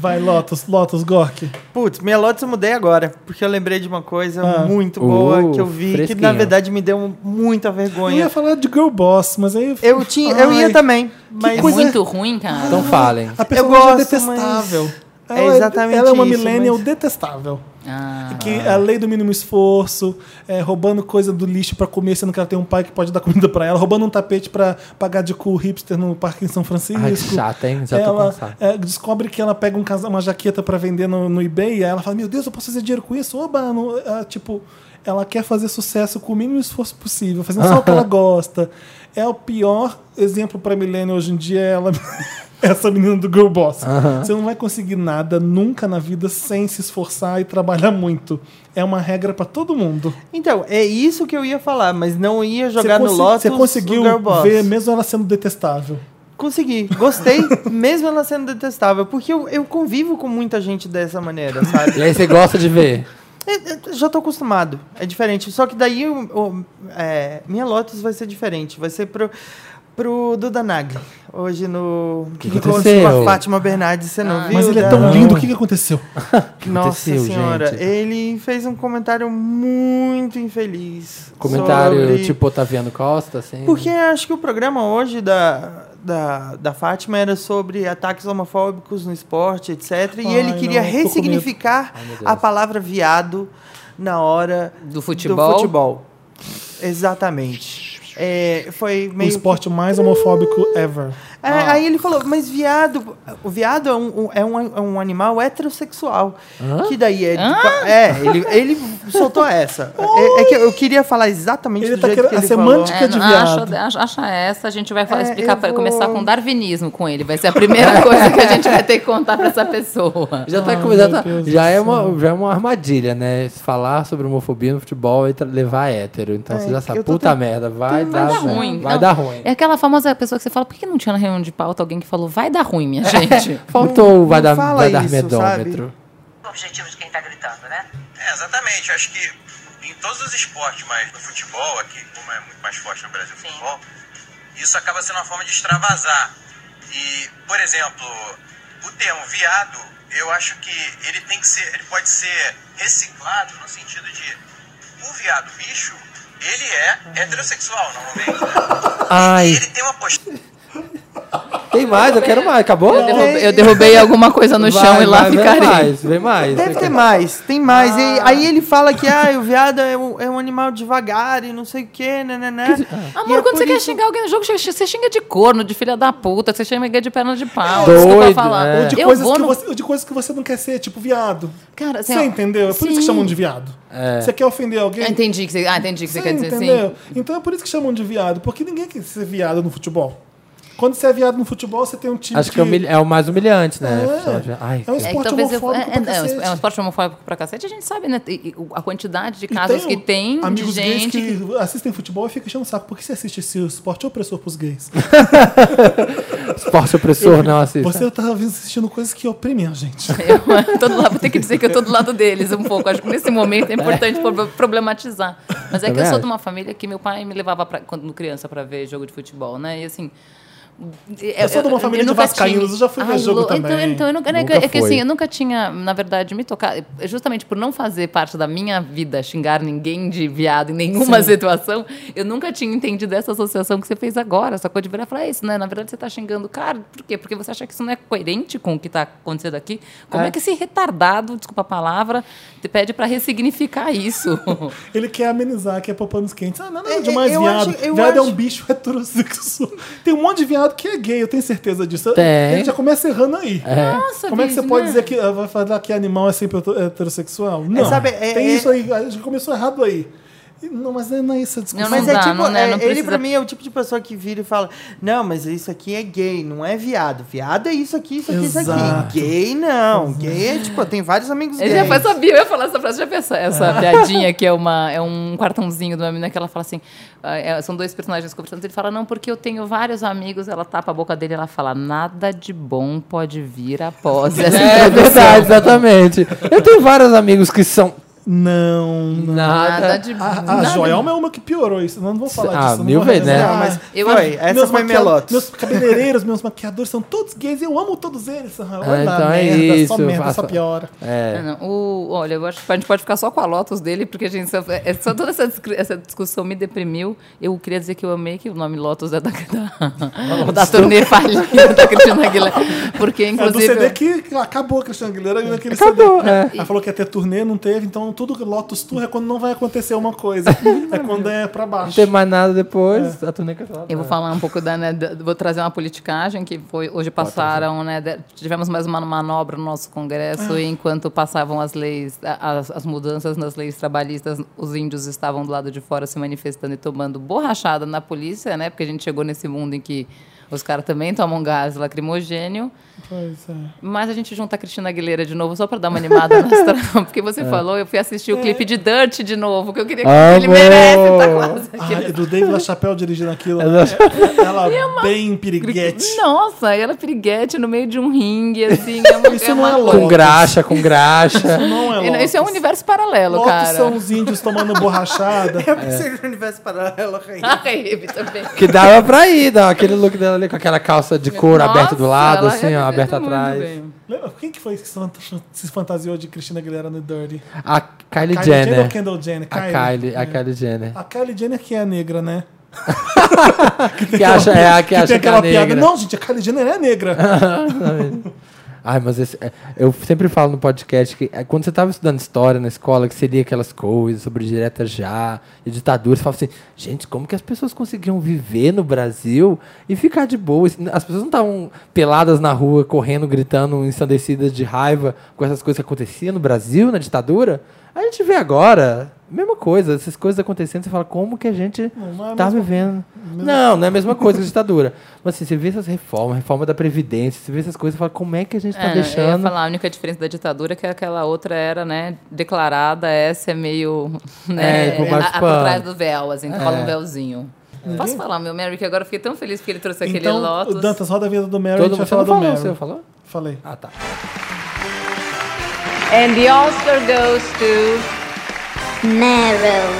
Speaker 1: Vai, Lotus, Lotus, Gork.
Speaker 4: Putz, minha Lotus eu mudei agora, porque eu lembrei de uma coisa
Speaker 1: Ah.
Speaker 4: muito
Speaker 2: Uh,
Speaker 4: boa que eu vi, que na
Speaker 2: fresquinho.
Speaker 4: verdade me deu muita
Speaker 1: Eu ia
Speaker 4: vergonha.
Speaker 1: falar de Girl Boss, mas aí.
Speaker 4: Eu, tinha, eu ia
Speaker 1: Ai,
Speaker 4: também, mas...
Speaker 3: É
Speaker 1: coisa-
Speaker 3: muito ruim, cara.
Speaker 2: Então falem.
Speaker 1: A personagem é
Speaker 4: gosto,
Speaker 1: detestável.
Speaker 4: mas-
Speaker 1: Ela
Speaker 4: É exatamente
Speaker 1: Ela é uma
Speaker 4: isso,
Speaker 1: millennial
Speaker 4: mas-
Speaker 1: detestável.
Speaker 3: Ah.
Speaker 1: Que é a lei do mínimo esforço, é, roubando coisa do lixo pra comer, sendo que ela tem um pai que pode dar comida pra ela, roubando um tapete pra pagar de cu hipster no parque em São Francisco.
Speaker 2: Ai, que chata, hein? Já tô
Speaker 1: ela
Speaker 2: cansado.
Speaker 1: é, descobre que ela pega um casa- uma jaqueta pra vender no, no eBay, aí ela fala: Meu Deus, eu posso fazer dinheiro com isso? Oba! não- ah, tipo, ela quer fazer sucesso com o mínimo esforço possível, fazendo só o que ela gosta. É o pior exemplo pra Milene hoje em dia, é ela. *laughs* Essa menina do Girl Boss. Você não vai conseguir nada nunca na vida sem se esforçar e trabalhar muito. É uma regra pra todo mundo.
Speaker 4: Então, é isso que eu ia falar, mas não ia jogar no
Speaker 1: consi-
Speaker 4: Lotus
Speaker 1: Você
Speaker 4: o
Speaker 1: conseguiu
Speaker 4: Girl Boss.
Speaker 1: ver, mesmo ela sendo detestável.
Speaker 4: Consegui, gostei, mesmo ela sendo detestável, porque eu, eu convivo com muita gente dessa maneira, sabe?
Speaker 2: *laughs* E aí você gosta de ver?
Speaker 4: É, é, Já tô acostumado. É diferente. Só que daí o- o- é, minha Lotus vai ser diferente. Vai ser pro, pro Duda Nagli. Hoje no
Speaker 2: Que
Speaker 4: encontro
Speaker 2: aconteceu?
Speaker 4: com a Fátima Bernardes, você não viu?
Speaker 1: Mas ele é
Speaker 4: Dan?
Speaker 1: tão lindo, o que, que aconteceu?
Speaker 4: Nossa
Speaker 2: aconteceu,
Speaker 4: senhora,
Speaker 2: gente?
Speaker 4: ele fez um comentário muito infeliz.
Speaker 2: Comentário
Speaker 4: sobre-
Speaker 2: tipo Otaviano Costa, assim.
Speaker 4: Porque acho que o programa hoje da, da, da Fátima era sobre ataques homofóbicos no esporte, etc. E
Speaker 1: Ai,
Speaker 4: ele
Speaker 1: não,
Speaker 4: queria
Speaker 1: tô com medo.
Speaker 4: ressignificar
Speaker 2: Ai, meu Deus.
Speaker 4: a palavra viado na hora
Speaker 3: Do futebol?
Speaker 4: do futebol. Exatamente. É, foi
Speaker 1: O
Speaker 4: meio.
Speaker 1: esporte Ah. mais homofóbico ever.
Speaker 4: É, Aí ele falou, mas viado. O viado é um, um- é um, é um animal heterossexual. Que daí é. É, ele, ele soltou essa. É, é que eu queria falar exatamente
Speaker 1: Ele
Speaker 4: do
Speaker 1: tá
Speaker 4: jeito
Speaker 1: querendo-
Speaker 4: que ele
Speaker 1: a
Speaker 4: falou.
Speaker 1: semântica
Speaker 3: É,
Speaker 1: de
Speaker 3: não,
Speaker 1: viado.
Speaker 3: acha, acha- acha essa, a gente vai falar-
Speaker 4: É,
Speaker 3: explicar,
Speaker 4: eu
Speaker 3: pra-
Speaker 4: vou-
Speaker 3: começar com darwinismo com ele. Vai ser a
Speaker 2: *laughs*
Speaker 3: primeira coisa que a gente vai ter que contar pra essa pessoa.
Speaker 2: Já, tá,
Speaker 1: Ai,
Speaker 2: com- já,
Speaker 1: meu
Speaker 2: tá-
Speaker 1: Deus do
Speaker 2: já é uma, já é uma armadilha, né? Se Falar sobre homofobia no futebol e tra- levar hétero. Então
Speaker 4: É,
Speaker 2: você já sabe,
Speaker 4: eu tô
Speaker 2: puta
Speaker 4: tentando-
Speaker 2: merda, vai
Speaker 3: Vai
Speaker 2: dar
Speaker 3: dar
Speaker 2: merda.
Speaker 3: ruim.
Speaker 2: né? Vai
Speaker 3: Não,
Speaker 2: dar ruim.
Speaker 3: É aquela famosa pessoa que você fala, por que não tinha na reunião de pauta alguém que falou, vai dar
Speaker 2: *laughs*
Speaker 3: ruim, minha gente?
Speaker 2: Faltou o
Speaker 4: não
Speaker 2: vai dar,
Speaker 4: fala
Speaker 2: vai dar
Speaker 4: isso,
Speaker 2: medômetro.
Speaker 7: o objetivo de quem tá gritando, né?
Speaker 8: É, exatamente. Eu acho que em todos os esportes, mas no futebol, aqui, como é muito mais forte no Brasil o futebol, isso acaba sendo uma forma de extravasar. E, por exemplo, o termo viado, eu acho que ele tem que ser. ele pode ser reciclado no sentido de o viado bicho, ele é heterossexual normalmente. né?
Speaker 2: Ai,
Speaker 8: E ele tem uma postura.
Speaker 2: Tem mais, eu quero mais. Acabou?
Speaker 3: Eu, derrubei, eu derrubei alguma coisa no
Speaker 2: Vai,
Speaker 3: chão e lá
Speaker 2: vai, Vem
Speaker 3: ficarei.
Speaker 2: mais, vem mais.
Speaker 4: Deve ter mais, tem mais. E aí ele fala que ah, o viado é um, é um animal devagar e não sei o quê, né, né, né. E
Speaker 3: Amor,
Speaker 4: é
Speaker 3: quando
Speaker 4: por
Speaker 3: você quer
Speaker 4: isso-
Speaker 3: xingar alguém no jogo, você- você xinga de corno, de filha da puta, você xinga de perna de pau.
Speaker 2: Doido,
Speaker 3: desculpa falar.
Speaker 2: é.
Speaker 1: Ou de,
Speaker 3: eu
Speaker 1: coisas
Speaker 3: vou
Speaker 1: que
Speaker 3: no...
Speaker 1: você, ou de coisas que você não quer ser, tipo viado.
Speaker 3: Cara, assim,
Speaker 1: Você
Speaker 3: ó,
Speaker 1: entendeu? É por isso que
Speaker 3: sim.
Speaker 1: chamam de viado.
Speaker 2: É.
Speaker 1: Você quer ofender alguém?
Speaker 3: Ah, Entendi que você, ah, entendi que você quer dizer
Speaker 1: entendeu?
Speaker 3: sim.
Speaker 1: Então é por isso que chamam de viado, porque ninguém quer ser viado no futebol. Quando você é viado no futebol, você tem um time
Speaker 2: Acho que é, humilha- é o mais humilhante, né?
Speaker 1: É.
Speaker 2: Afinal de- Ai,
Speaker 1: É um
Speaker 2: que-
Speaker 3: É que
Speaker 1: Esporte
Speaker 3: talvez eu, é,
Speaker 1: homofóbico pra
Speaker 3: é,
Speaker 1: cacete.
Speaker 3: é, um esporte homofóbico pra cacete, a gente sabe, né? E- e o- a quantidade de
Speaker 1: E
Speaker 3: casos
Speaker 1: tem um
Speaker 3: que tem de
Speaker 1: amigos
Speaker 3: gente.
Speaker 1: gays que, assistem futebol e ficam enchendo o saco. Por que você assiste esse esporte opressor pros gays?
Speaker 2: esporte opressor, não assista.
Speaker 1: Você tá assistindo coisas que oprimem a
Speaker 2: *laughs*
Speaker 1: gente.
Speaker 3: *laughs* Eu, todo lado, vou ter que dizer que eu tô do lado deles um pouco. Acho que nesse momento é importante pro- problematizar. Mas
Speaker 1: Tá
Speaker 3: é que
Speaker 2: Também
Speaker 3: eu sou
Speaker 2: acho.
Speaker 3: de uma família que meu pai me levava pra, quando criança pra ver jogo de futebol, né? E assim.
Speaker 1: Eu sou de uma família de
Speaker 3: nunca
Speaker 1: vascaínos, eu já fui ver jogo
Speaker 3: Então-
Speaker 1: também.
Speaker 3: Então, eu nunca, é que-
Speaker 2: Nunca
Speaker 3: é que
Speaker 2: foi.
Speaker 3: assim, eu nunca tinha, na verdade, me tocado. Justamente por não fazer parte da minha vida, xingar ninguém de viado em nenhuma situação, eu nunca tinha entendido essa associação que você fez agora. Essa coisa de virar e falar, "É isso, né? Na verdade, você tá xingando o cara. Por quê? Porque você acha que isso não é coerente com o que tá acontecendo aqui. Como é, que esse retardado, desculpa a palavra, te pede para ressignificar *laughs* isso?
Speaker 1: Ele quer amenizar, quer pôr panos quentes. Ah, não, não
Speaker 4: É,
Speaker 1: é demais
Speaker 4: eu
Speaker 1: viado.
Speaker 4: acho- eu
Speaker 1: viado é
Speaker 4: acho-
Speaker 1: um bicho heterossexual. Tem um monte de viado que é gay, eu tenho certeza disso.
Speaker 2: Tem.
Speaker 1: Ele já começa errando aí.
Speaker 3: Nossa,
Speaker 1: Como é que
Speaker 3: Bis,
Speaker 1: você pode
Speaker 3: né?
Speaker 1: dizer que ah, vai falar que animal é sempre heter- heterossexual? Não.
Speaker 4: sabe, é-
Speaker 1: Tem
Speaker 4: é-
Speaker 1: isso aí, a gente começou errado aí. E Não, mas não é isso a discussão.
Speaker 4: Mas
Speaker 3: Não
Speaker 4: é
Speaker 3: dá,
Speaker 4: tipo,
Speaker 3: não dá,
Speaker 4: é,
Speaker 3: não
Speaker 4: ele
Speaker 3: precisa.
Speaker 4: pra mim é o tipo de pessoa que vira e fala: Não, mas isso aqui é gay, não é viado. Viado é isso aqui, isso aqui, isso
Speaker 1: Exato.
Speaker 4: aqui. Gay não. Gay é tipo, eu tenho vários amigos
Speaker 3: Ele
Speaker 4: gays.
Speaker 3: já foi, sabia, eu ia falar essa frase, já pensou. Essa
Speaker 1: Ah.
Speaker 3: piadinha que é, uma, é um quartãozinho de uma menina que ela fala assim: ah, é, são dois personagens conversando. Ele fala, não, porque eu tenho vários amigos. Ela tapa a boca dele e ela fala: nada de bom pode vir
Speaker 1: *laughs*
Speaker 3: após essa
Speaker 2: É
Speaker 3: introdução."
Speaker 2: verdade, exatamente. Eu tenho vários amigos que são
Speaker 1: Não, não.
Speaker 2: nada.
Speaker 3: Nada de bom.
Speaker 1: A, a Joelma é uma que piorou isso. Não vou falar
Speaker 2: Ah,
Speaker 1: disso. não
Speaker 2: mil
Speaker 1: vou
Speaker 2: vezes, né?
Speaker 1: revelar,
Speaker 4: Não, mas
Speaker 3: Eu
Speaker 4: foi,
Speaker 3: acho-
Speaker 4: essa
Speaker 1: meus
Speaker 4: foi minha
Speaker 1: maquia-
Speaker 4: lote.
Speaker 1: Meus cabeleireiros, meus maquiadores são todos gays. Eu amo todos eles. Ah,
Speaker 2: Ah,
Speaker 1: Olha lá,
Speaker 2: então é
Speaker 1: merda,
Speaker 2: isso,
Speaker 1: só merda,
Speaker 2: faça-
Speaker 1: só piora.
Speaker 3: É, não. O- olha, eu acho que a gente pode ficar só com a Lotus dele, porque a gente só, é, só toda essa, discri- essa discussão me deprimiu. Eu queria dizer que eu amei que o nome Lotus é da, da, da turnê falida da Cristina Aguilera. Porque,
Speaker 1: É do
Speaker 3: inclusive.
Speaker 1: CD que acabou a Cristina Aguilera naquele
Speaker 2: Acabou,
Speaker 1: CD.
Speaker 2: é.
Speaker 1: Ela falou que ia ter turnê, não teve, então tudo Lotus Tour é quando não vai acontecer uma
Speaker 2: *laughs*
Speaker 1: coisa. é quando é pra
Speaker 2: Não
Speaker 3: *laughs*
Speaker 1: baixo.
Speaker 2: Uhum. tem mais nada depois. É. A turnê cancelada.
Speaker 3: Eu vou falar um pouco da, né, da- vou trazer uma politicagem que foi hoje passaram, né, de- tivemos mais uma manobra no nosso congresso e enquanto passavam as leis, a- as, as mudanças nas leis trabalhistas, os índios estavam do lado de fora se manifestando e tomando borrachada na polícia, né, porque a gente chegou nesse mundo em que os caras também tomam gás lacrimogênio.
Speaker 1: Pois é.
Speaker 3: Mas a gente junta a Cristina Aguilera de novo, só pra dar uma animada na história. Porque você falou, eu fui assistir o clipe de Dirt de novo, que eu queria que ele
Speaker 2: Amor!
Speaker 3: merece, tá quase aqui. É
Speaker 1: Ah, e do David LaChapelle dirigindo aquilo. É,
Speaker 2: Ela-
Speaker 3: *laughs*
Speaker 1: Ela bem piriguete.
Speaker 3: Nossa, e ela é piriguete no meio de um ringue, assim. É uma,
Speaker 1: Isso
Speaker 3: é
Speaker 1: não
Speaker 3: uma
Speaker 1: é
Speaker 3: coisa-
Speaker 2: Com graxa, com
Speaker 3: *laughs*
Speaker 2: graxa.
Speaker 1: Não é
Speaker 3: E não,
Speaker 1: Lotus.
Speaker 3: Isso é um universo paralelo,
Speaker 1: Lotus
Speaker 3: cara. É.
Speaker 1: são *laughs* os índios tomando
Speaker 3: *laughs*
Speaker 1: borrachada.
Speaker 4: Eu pensei no universo paralelo aí.
Speaker 3: Ai, também.
Speaker 2: Que dava pra ir, dá aquele look dela ali com aquela calça de couro
Speaker 3: Nossa,
Speaker 2: aberta do lado,
Speaker 3: ela
Speaker 2: assim, ó,
Speaker 3: representa
Speaker 2: aberta
Speaker 3: muito
Speaker 2: atrás.
Speaker 3: bem.
Speaker 1: Lembra, quem que foi que se fanta- se fantasiou de Cristina Aguilera no Dirty?
Speaker 2: A Kylie,
Speaker 1: Kylie
Speaker 2: Jenner.
Speaker 1: Jenner ou Kendall Jenner?
Speaker 2: A Kylie, É. a Kylie *laughs* Jenner.
Speaker 1: A Kylie Jenner que é negra, né?
Speaker 2: Que acha, é a que,
Speaker 1: tem
Speaker 2: acha que é
Speaker 1: aquela piada.
Speaker 2: negra.
Speaker 1: Não, gente, a Kylie Jenner é negra.
Speaker 2: Ai, mas esse- é, eu sempre falo no podcast que é, quando você tava estudando história na escola, que seria aquelas coisas sobre direta já, e ditadura, você fala assim, gente, como que as pessoas conseguiam viver no Brasil e ficar de boa? As pessoas não estavam peladas na rua, correndo, gritando, ensandecidas de raiva com essas coisas que aconteciam no Brasil, na ditadura? A gente vê agora, mesma coisa, essas coisas acontecendo, você fala, como que a gente
Speaker 1: Não, não é a
Speaker 2: tá
Speaker 1: mesma
Speaker 2: vivendo. Não, não é a mesma coisa que a ditadura. Mas assim, você vê essas reformas, reforma da Previdência, você vê essas coisas e fala, como é que a gente tá
Speaker 3: É, Eu ia
Speaker 2: deixando.
Speaker 3: falar, a única diferença da ditadura é que aquela outra era, né, declarada, essa é meio,
Speaker 2: É,
Speaker 3: né,
Speaker 2: por baixo
Speaker 3: a-
Speaker 2: do
Speaker 3: a- por
Speaker 2: pano. É.
Speaker 3: trás do véu, assim, rola um véuzinho. Posso falar, meu Mary, que agora eu fiquei tão feliz porque ele trouxe aquele
Speaker 1: então,
Speaker 3: Lotus.
Speaker 1: o Dantas, roda a vinheta do Mary, a
Speaker 2: Todo
Speaker 1: gente vai
Speaker 2: mundo
Speaker 1: falar do
Speaker 2: falou, falou,
Speaker 1: Mary.
Speaker 2: você falou?
Speaker 1: Falei.
Speaker 2: Ah, tá.
Speaker 3: And the Oscar goes to...
Speaker 9: Meryl.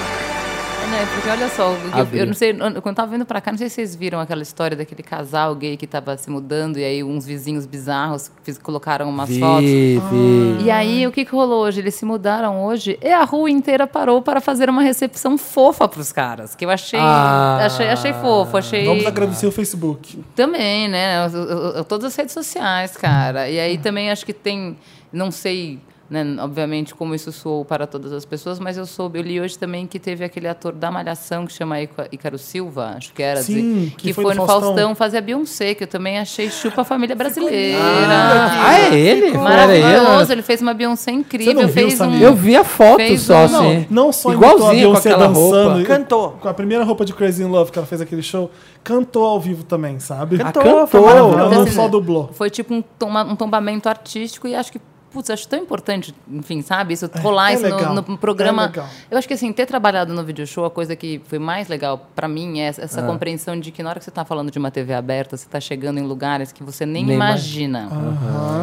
Speaker 3: Né? Porque olha só, eu- eu,
Speaker 2: Abriu.
Speaker 3: não sei, eu- quando tava vindo pra cá, não sei se vocês viram aquela história daquele casal gay que tava se mudando e aí uns vizinhos bizarros fiz- colocaram umas
Speaker 2: Vi,
Speaker 1: Ah,
Speaker 3: fotos.
Speaker 2: vi.
Speaker 3: E aí, o que, que rolou hoje? Eles se mudaram hoje e a rua inteira parou para fazer uma recepção fofa pros caras. Que eu achei,
Speaker 2: Ah.
Speaker 3: achei, achei fofo, achei.
Speaker 1: Vamos agradecer o Facebook.
Speaker 3: Também, né? Eu- eu- eu- Todas as redes sociais, cara. E
Speaker 1: Uhum.
Speaker 3: aí também acho que tem, não sei, né, obviamente, como isso soou para todas as pessoas, mas eu soube, eu li hoje também que teve aquele ator da Malhação que chama Ica- Ícaro Silva, acho que era,
Speaker 1: Sim,
Speaker 3: de-
Speaker 1: que
Speaker 3: que,
Speaker 1: foi
Speaker 3: foi,
Speaker 1: no
Speaker 3: no
Speaker 1: Faustão.
Speaker 3: Faustão, fazer a Beyoncé, que eu também achei chupa a família brasileira.
Speaker 2: Ah, é ele? Era
Speaker 3: Maravilhoso,
Speaker 2: ele?
Speaker 3: ele fez uma Beyoncé incrível,
Speaker 1: Você não viu,
Speaker 3: fez um.
Speaker 1: Samir?
Speaker 2: Eu vi a foto
Speaker 3: Fez
Speaker 2: só,
Speaker 3: um-
Speaker 2: assim.
Speaker 1: Não só imitou a
Speaker 2: Igualzinho com
Speaker 1: Beyoncé
Speaker 2: aquela roupa.
Speaker 1: dançando.
Speaker 4: Cantou.
Speaker 1: Com a primeira roupa de Crazy in Love que ela fez aquele show, cantou ao vivo também, sabe?
Speaker 2: Ah,
Speaker 4: Cantou, foi
Speaker 2: cantou.
Speaker 1: Ela
Speaker 3: Então,
Speaker 1: não
Speaker 3: assim,
Speaker 1: só dublou.
Speaker 3: Foi tipo um, toma- um tombamento artístico e acho que, putz, acho tão importante, enfim, sabe? Isso rolar
Speaker 1: é
Speaker 3: isso no-
Speaker 1: legal,
Speaker 3: no,
Speaker 1: é
Speaker 3: programa.
Speaker 1: legal.
Speaker 3: Eu acho que assim, ter trabalhado no video show, a coisa que foi mais legal pra mim é essa, essa compreensão de que na hora que você tá falando de uma TV aberta, você tá chegando em lugares que você nem,
Speaker 2: Nem
Speaker 3: imagina.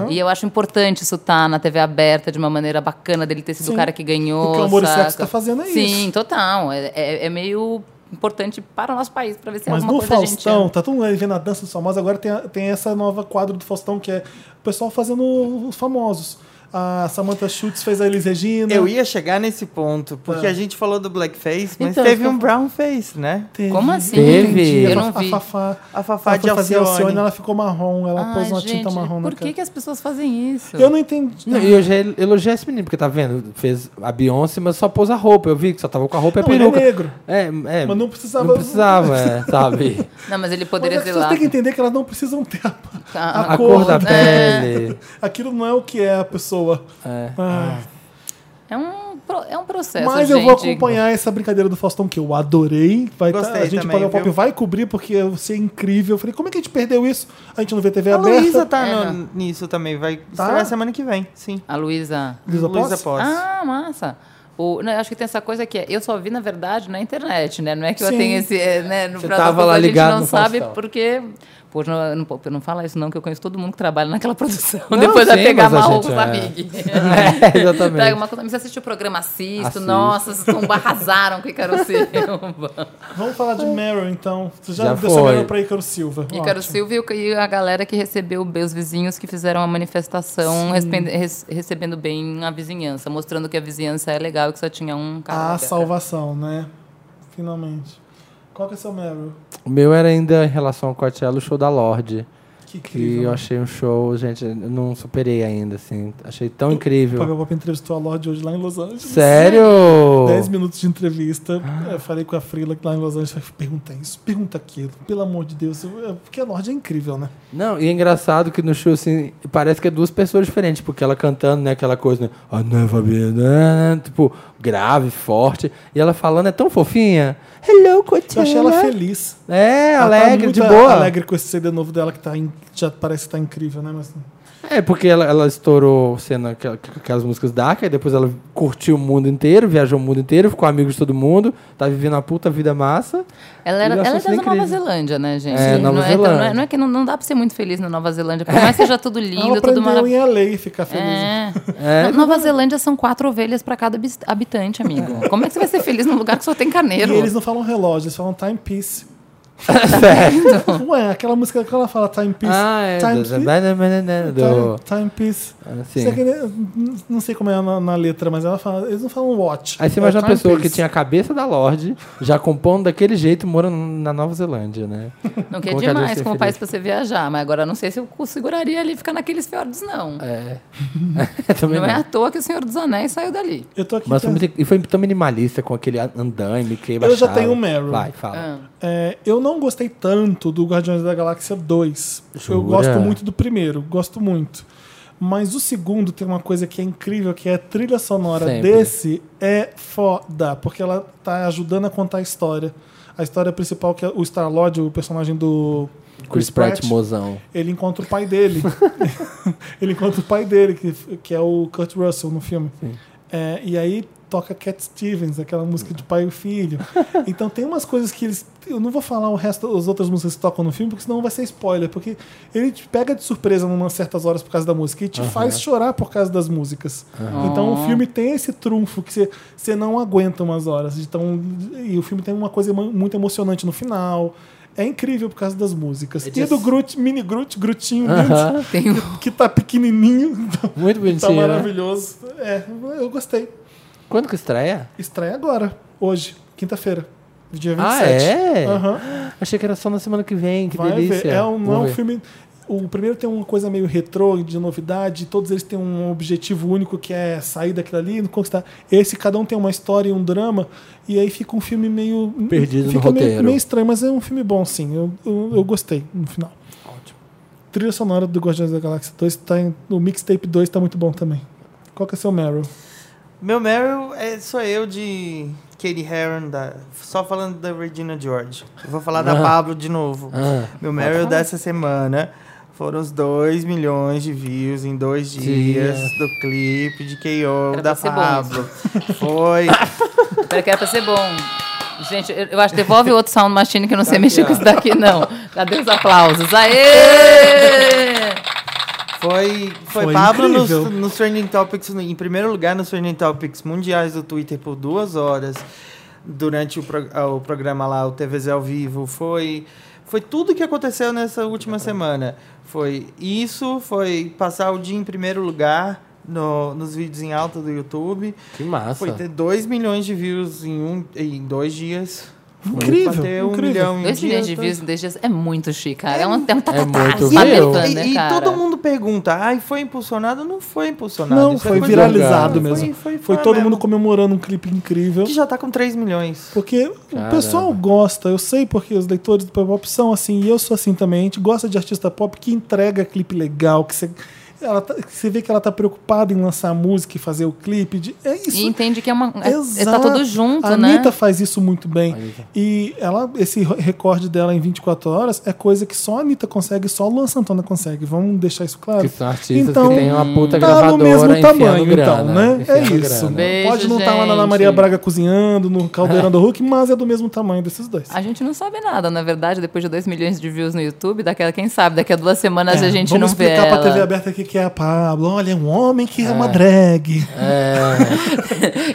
Speaker 3: E eu acho importante isso estar na TV aberta de uma maneira bacana dele ter sido
Speaker 1: Sim.
Speaker 3: o cara que ganhou.
Speaker 1: O que o Amor e
Speaker 3: saca?
Speaker 1: Sexo tá fazendo é
Speaker 3: Sim,
Speaker 1: isso.
Speaker 3: total. É, é- é meio importante para o nosso país, pra ver se
Speaker 1: Mas
Speaker 3: alguma
Speaker 1: no
Speaker 3: coisa a gente
Speaker 1: Faustão, tá todo mundo aí vendo a dança dos famosos, agora tem, a- tem essa nova quadro do Faustão que é o pessoal fazendo os famosos. A Samantha Schultz fez a Elis Regina.
Speaker 4: Eu ia chegar nesse ponto, porque a gente falou do blackface, mas
Speaker 2: Então,
Speaker 4: teve
Speaker 2: isso
Speaker 4: um
Speaker 2: que
Speaker 4: brownface, né?
Speaker 1: Teve-
Speaker 3: Como assim?
Speaker 2: Teve.
Speaker 1: A
Speaker 3: Eu
Speaker 1: Fa-
Speaker 3: não vi.
Speaker 1: A Fafá.
Speaker 4: A Fafá
Speaker 1: ela foi
Speaker 4: de
Speaker 1: fazer
Speaker 4: Alcione.
Speaker 1: ela ficou marrom, ela pôs uma tinta marrom na
Speaker 3: Ah, por que,
Speaker 1: cara.
Speaker 3: que as pessoas fazem isso?
Speaker 1: Eu não entendi.
Speaker 2: Não, E eu já elogiei esse menino, porque tá vendo? Fez a Beyoncé, mas só pôs a roupa. Eu vi que só tava com a roupa e a
Speaker 1: Não, ele é
Speaker 2: peruca.
Speaker 1: negro.
Speaker 2: É, é,
Speaker 1: Mas não precisava-
Speaker 2: Não
Speaker 1: *laughs*
Speaker 2: precisava, é, sabe?
Speaker 3: Não, mas ele
Speaker 1: Mas
Speaker 3: poderia
Speaker 1: as
Speaker 3: ter
Speaker 1: pessoas
Speaker 3: lá.
Speaker 1: têm que entender que elas não precisam ter a,
Speaker 3: A-
Speaker 2: A cor da
Speaker 1: né?
Speaker 2: pele.
Speaker 1: Aquilo não é o que é a pessoa.
Speaker 2: É.
Speaker 1: Ah.
Speaker 3: É um, pro- é um processo.
Speaker 1: Mas eu
Speaker 3: gente.
Speaker 1: vou acompanhar essa brincadeira do Faustão, que eu adorei. Vai tá-
Speaker 4: Gostei
Speaker 1: a gente
Speaker 4: também,
Speaker 1: paga o pop
Speaker 4: viu?
Speaker 1: vai cobrir, porque você é incrível. Eu falei, como é que a gente perdeu isso? A gente não vê TV
Speaker 4: A
Speaker 1: aberta.
Speaker 4: Luísa tá
Speaker 3: É,
Speaker 4: no- nisso também, vai
Speaker 1: Tá?
Speaker 4: estrear semana que vem, sim.
Speaker 3: A Luísa.
Speaker 1: Luísa Posse?
Speaker 3: Ah, massa. O, não, eu acho que tem essa coisa que é, eu só vi, na verdade, na internet, né? Não é que
Speaker 1: Sim.
Speaker 3: eu tenho esse. é, Né, no
Speaker 2: Você
Speaker 3: pra-
Speaker 2: tava lá
Speaker 3: a gente
Speaker 2: ligado
Speaker 3: não
Speaker 2: no
Speaker 3: sabe
Speaker 2: Faustão.
Speaker 3: porque. Pô, não, não, pô, não fala isso, não, que eu conheço todo mundo que trabalha naquela *laughs* produção.
Speaker 2: Não,
Speaker 3: Depois vai
Speaker 2: sim,
Speaker 3: pegar
Speaker 2: mas a
Speaker 3: mal
Speaker 2: gente
Speaker 3: com os
Speaker 2: é-
Speaker 3: amigos.
Speaker 2: *laughs* É, exatamente.
Speaker 3: Pega uma coisa, mas você assistiu o programa, assisto.
Speaker 2: Assisto.
Speaker 3: Nossa, vocês estão arrasaram com o Icaro Silva.
Speaker 1: Vamos falar de Meryl, então. Você já,
Speaker 2: Já
Speaker 1: deu sua
Speaker 2: foi.
Speaker 1: Meryl pra Ícaro Silva.
Speaker 3: Ícaro
Speaker 1: Ótimo.
Speaker 3: Silva e o- e a galera que recebeu bem, os vizinhos que fizeram a manifestação respen- res- recebendo bem a vizinhança, mostrando que a vizinhança é legal e que só tinha um cara.
Speaker 1: A salvação, né? Finalmente. Qual que é seu Meryl?
Speaker 2: O meu era ainda em relação ao Coachella, o show da Lorde.
Speaker 1: Que
Speaker 2: Que eu
Speaker 1: incrível.
Speaker 2: achei um show, gente, eu não superei ainda, assim. Achei tão
Speaker 1: O Papel
Speaker 2: incrível.
Speaker 1: Pop entrevistou a Lorde hoje lá em Los Angeles.
Speaker 2: Sério?
Speaker 1: 10 minutos de entrevista. Eu falei com a Frila lá em Los Angeles. Falei, pergunta isso, pergunta aquilo. Pelo amor de Deus. Eu- eu- Porque a Lorde é incrível, né?
Speaker 2: Não, e é engraçado que no show, assim, parece que é duas pessoas diferentes, porque ela cantando, né, aquela coisa, né, "I never been", né, tipo, grave, forte, e ela falando é tão fofinha. Hello,
Speaker 1: Eu
Speaker 2: Coachella.
Speaker 1: achei ela feliz.
Speaker 2: né? É,
Speaker 1: Ela tá
Speaker 2: alegre,
Speaker 1: muito
Speaker 2: de boa.
Speaker 1: alegre com esse CD novo dela que tá in- já parece que tá incrível, né? Mas
Speaker 2: É, porque ela, ela estourou sendo aquela- aquelas músicas dark, aí depois ela curtiu o mundo inteiro, viajou o mundo inteiro, ficou amigo de todo mundo, tá vivendo a puta
Speaker 1: *laughs*
Speaker 2: vida massa.
Speaker 3: Ela, era,
Speaker 2: Eu acho
Speaker 3: ela é
Speaker 2: isso
Speaker 3: da
Speaker 2: incrível.
Speaker 3: Nova Zelândia, né, gente?
Speaker 2: É, Nova
Speaker 3: não, é, então, não,
Speaker 2: Zelândia.
Speaker 3: é, não é que não, não dá pra ser muito feliz na Nova Zelândia, por mais que seja tudo
Speaker 1: ela
Speaker 3: lindo, tudo
Speaker 1: aprendeu
Speaker 3: maravilhoso.
Speaker 1: em LA ficar feliz.
Speaker 3: É. Na- Nova Zelândia são quatro ovelhas pra cada habis- habitante, amigo. Como é que você vai ser feliz num lugar que só tem
Speaker 1: E
Speaker 3: carneiro?
Speaker 1: eles não falam relógio, eles falam timepiece.
Speaker 3: Então.
Speaker 1: certo. Ué, aquela música que ela fala timepiece.
Speaker 2: *laughs* Ah, é. do-
Speaker 1: timepiece.
Speaker 2: do-
Speaker 1: Time, timepiece.
Speaker 2: Assim.
Speaker 1: Isso aqui, né, n- Não sei como é na, na letra, mas ela fala, eles não falam watch.
Speaker 2: Aí você
Speaker 1: É
Speaker 2: imagina uma
Speaker 1: time
Speaker 2: pessoa
Speaker 1: piece.
Speaker 2: que tinha a cabeça da Lorde, já compondo daquele jeito, morando na Nova
Speaker 1: *laughs*
Speaker 2: Zelândia, né? *laughs*
Speaker 3: Não que é
Speaker 2: Como que ela ia
Speaker 3: demais
Speaker 2: ser
Speaker 3: como
Speaker 2: feliz?
Speaker 3: país pra você viajar, mas agora eu não sei se eu seguraria ali ficar naqueles fiordes, não.
Speaker 2: É, também
Speaker 3: não
Speaker 2: não.
Speaker 3: é à toa que o Senhor dos Anéis saiu dali.
Speaker 1: Eu tô aqui
Speaker 2: Mas foi
Speaker 1: pensando-
Speaker 2: muito- e foi tão minimalista com aquele andaime que
Speaker 1: Eu já
Speaker 2: baixava.
Speaker 1: tenho um Meryl.
Speaker 2: Vai, fala.
Speaker 3: Ah,
Speaker 1: É, eu não gostei tanto do Guardiões da Galáxia 2.
Speaker 2: Jura?
Speaker 1: Eu gosto muito do primeiro, gosto muito. Mas o segundo tem uma coisa que é incrível, que é a trilha sonora
Speaker 2: Sempre.
Speaker 1: desse é foda, porque ela tá ajudando a contar a história. A história principal que é o Star-Lord, o personagem do
Speaker 2: Chris Pratt, mozão.
Speaker 1: ele encontra o pai dele. ele encontra o pai dele, que, que é o Kurt Russell no filme. É, e aí toca Cat Stevens, aquela música de pai e filho. Então tem umas coisas que eles. Eu não vou falar o resto, as outras músicas que tocam no filme, porque senão vai ser spoiler. Porque ele te pega de surpresa em umas certas horas por causa da música e te faz chorar por causa das músicas. Então o filme tem esse trunfo que você- você não aguenta umas horas. Então, e o filme tem uma coisa emo- muito emocionante no final. É incrível por causa das músicas. E do Groot, mini Groot, Grootinho lindo,
Speaker 3: Tem um- *laughs*
Speaker 1: que tá pequenininho.
Speaker 2: *laughs* Muito
Speaker 1: Tá
Speaker 2: bonitinho. né?
Speaker 1: maravilhoso. É, eu gostei.
Speaker 2: Quando que estreia?
Speaker 1: Estreia agora, hoje, quinta-feira, dia 27.
Speaker 2: Ah, é?
Speaker 1: Aham.
Speaker 2: Achei que era só na semana que vem, que
Speaker 1: Vai
Speaker 2: delícia.
Speaker 1: ver. É um, não é
Speaker 2: Vou
Speaker 1: um
Speaker 2: ver.
Speaker 1: filme. O primeiro tem uma coisa meio retrô, de novidade, todos eles têm um objetivo único que é sair daquilo ali e conquistar. Esse, cada um tem uma história e um drama, e aí fica um filme meio.
Speaker 2: Perdido no
Speaker 1: fica meio-
Speaker 2: roteiro.
Speaker 1: meio estranho, mas é um filme bom, sim. Eu, eu, eu gostei no final.
Speaker 2: Ótimo.
Speaker 1: Trilha sonora do Guardiões da Galáxia 2 tá em, o mixtape 2 tá muito bom também. Qual que é seu Meryl?
Speaker 4: Meu Meryl é, sou eu de Katie Heron, da, só falando da Regina George. Eu vou falar da Pablo de novo.
Speaker 2: Ah.
Speaker 4: Meu Meryl dessa semana foram os 2 milhões de views em dois dias
Speaker 2: Dias.
Speaker 4: do clipe de K.O.
Speaker 3: Era pra
Speaker 4: da
Speaker 3: ser bom
Speaker 4: Pablo.
Speaker 3: *laughs*
Speaker 4: Foi.
Speaker 3: Peraí, que era pra ser bom. Gente, eu, eu acho que devolve o outro sound machine que eu não sei mexer com isso daqui, não. Cadê os aplausos? Aê!
Speaker 4: Foi, foi,
Speaker 1: Foi
Speaker 4: Pablo nos,
Speaker 1: incrível.
Speaker 4: nos Trending Topics, no- em primeiro lugar nos Trending Topics mundiais do Twitter por duas horas, durante o, pro- ah, o programa lá, o TVZ ao vivo. Foi, foi tudo que aconteceu nessa última semana. Foi isso, foi passar o dia em primeiro lugar no- nos vídeos em alta do YouTube.
Speaker 2: Que massa.
Speaker 4: Foi ter 2 milhões de views em, um, em dois dias. Foi
Speaker 1: Incrível,
Speaker 4: bater um
Speaker 1: incrível.
Speaker 4: milhão em
Speaker 3: Dois
Speaker 4: dia,
Speaker 3: milhões de
Speaker 4: tá?
Speaker 3: views em dois dias é muito chique, cara. É um tempo tá,
Speaker 2: é muito
Speaker 4: E,
Speaker 2: Valeu.
Speaker 4: e-
Speaker 3: né,
Speaker 4: e
Speaker 3: cara?
Speaker 4: todo mundo pergunta, ai, foi impulsionado? Não foi impulsionado.
Speaker 1: Não,
Speaker 4: Isso é
Speaker 1: foi
Speaker 4: coisa-
Speaker 1: viralizado
Speaker 4: Foi-
Speaker 1: mesmo.
Speaker 4: Foi,
Speaker 1: Foi,
Speaker 4: fã
Speaker 1: todo
Speaker 4: mesmo.
Speaker 1: mundo comemorando um clipe incrível.
Speaker 4: Que já tá com 3 milhões.
Speaker 1: Porque o pessoal gosta, eu sei porque os leitores do pop são assim, e eu sou assim também. A gente gosta de artista pop que entrega clipe legal, que você, ela tá- que você vê que ela tá preocupada em lançar a música e fazer o clipe. de- é isso.
Speaker 3: E entende que é uma. É, tá
Speaker 1: Exato.
Speaker 3: tudo junto,
Speaker 1: a
Speaker 3: né?
Speaker 1: Anitta faz isso muito bem. E ela, esse re- recorde dela em 24 horas é coisa que só a Anitta consegue, só a Luan Santana consegue. Vamos deixar isso claro.
Speaker 2: Que são artistas
Speaker 1: Então,
Speaker 2: que têm uma puta
Speaker 1: tá
Speaker 2: gravadora
Speaker 1: no mesmo
Speaker 2: enfiando
Speaker 1: tamanho,
Speaker 2: grana,
Speaker 1: então, né? É
Speaker 2: enfiando
Speaker 1: isso.
Speaker 2: grana.
Speaker 3: Beijo,
Speaker 1: Pode não estar lá na Ana
Speaker 3: gente.
Speaker 1: Maria Braga cozinhando, no Caldeirão do Hulk, mas é do mesmo tamanho desses dois.
Speaker 3: A gente não sabe nada, na verdade, depois de 2 milhões de views no YouTube, daquela, quem sabe, daqui a duas semanas
Speaker 1: É,
Speaker 3: a gente
Speaker 1: vamos
Speaker 3: não vê
Speaker 1: explicar
Speaker 3: ela.
Speaker 1: pra TV aberta aqui que é a Pablo. Olha, é um homem que é, uma drag.
Speaker 2: É,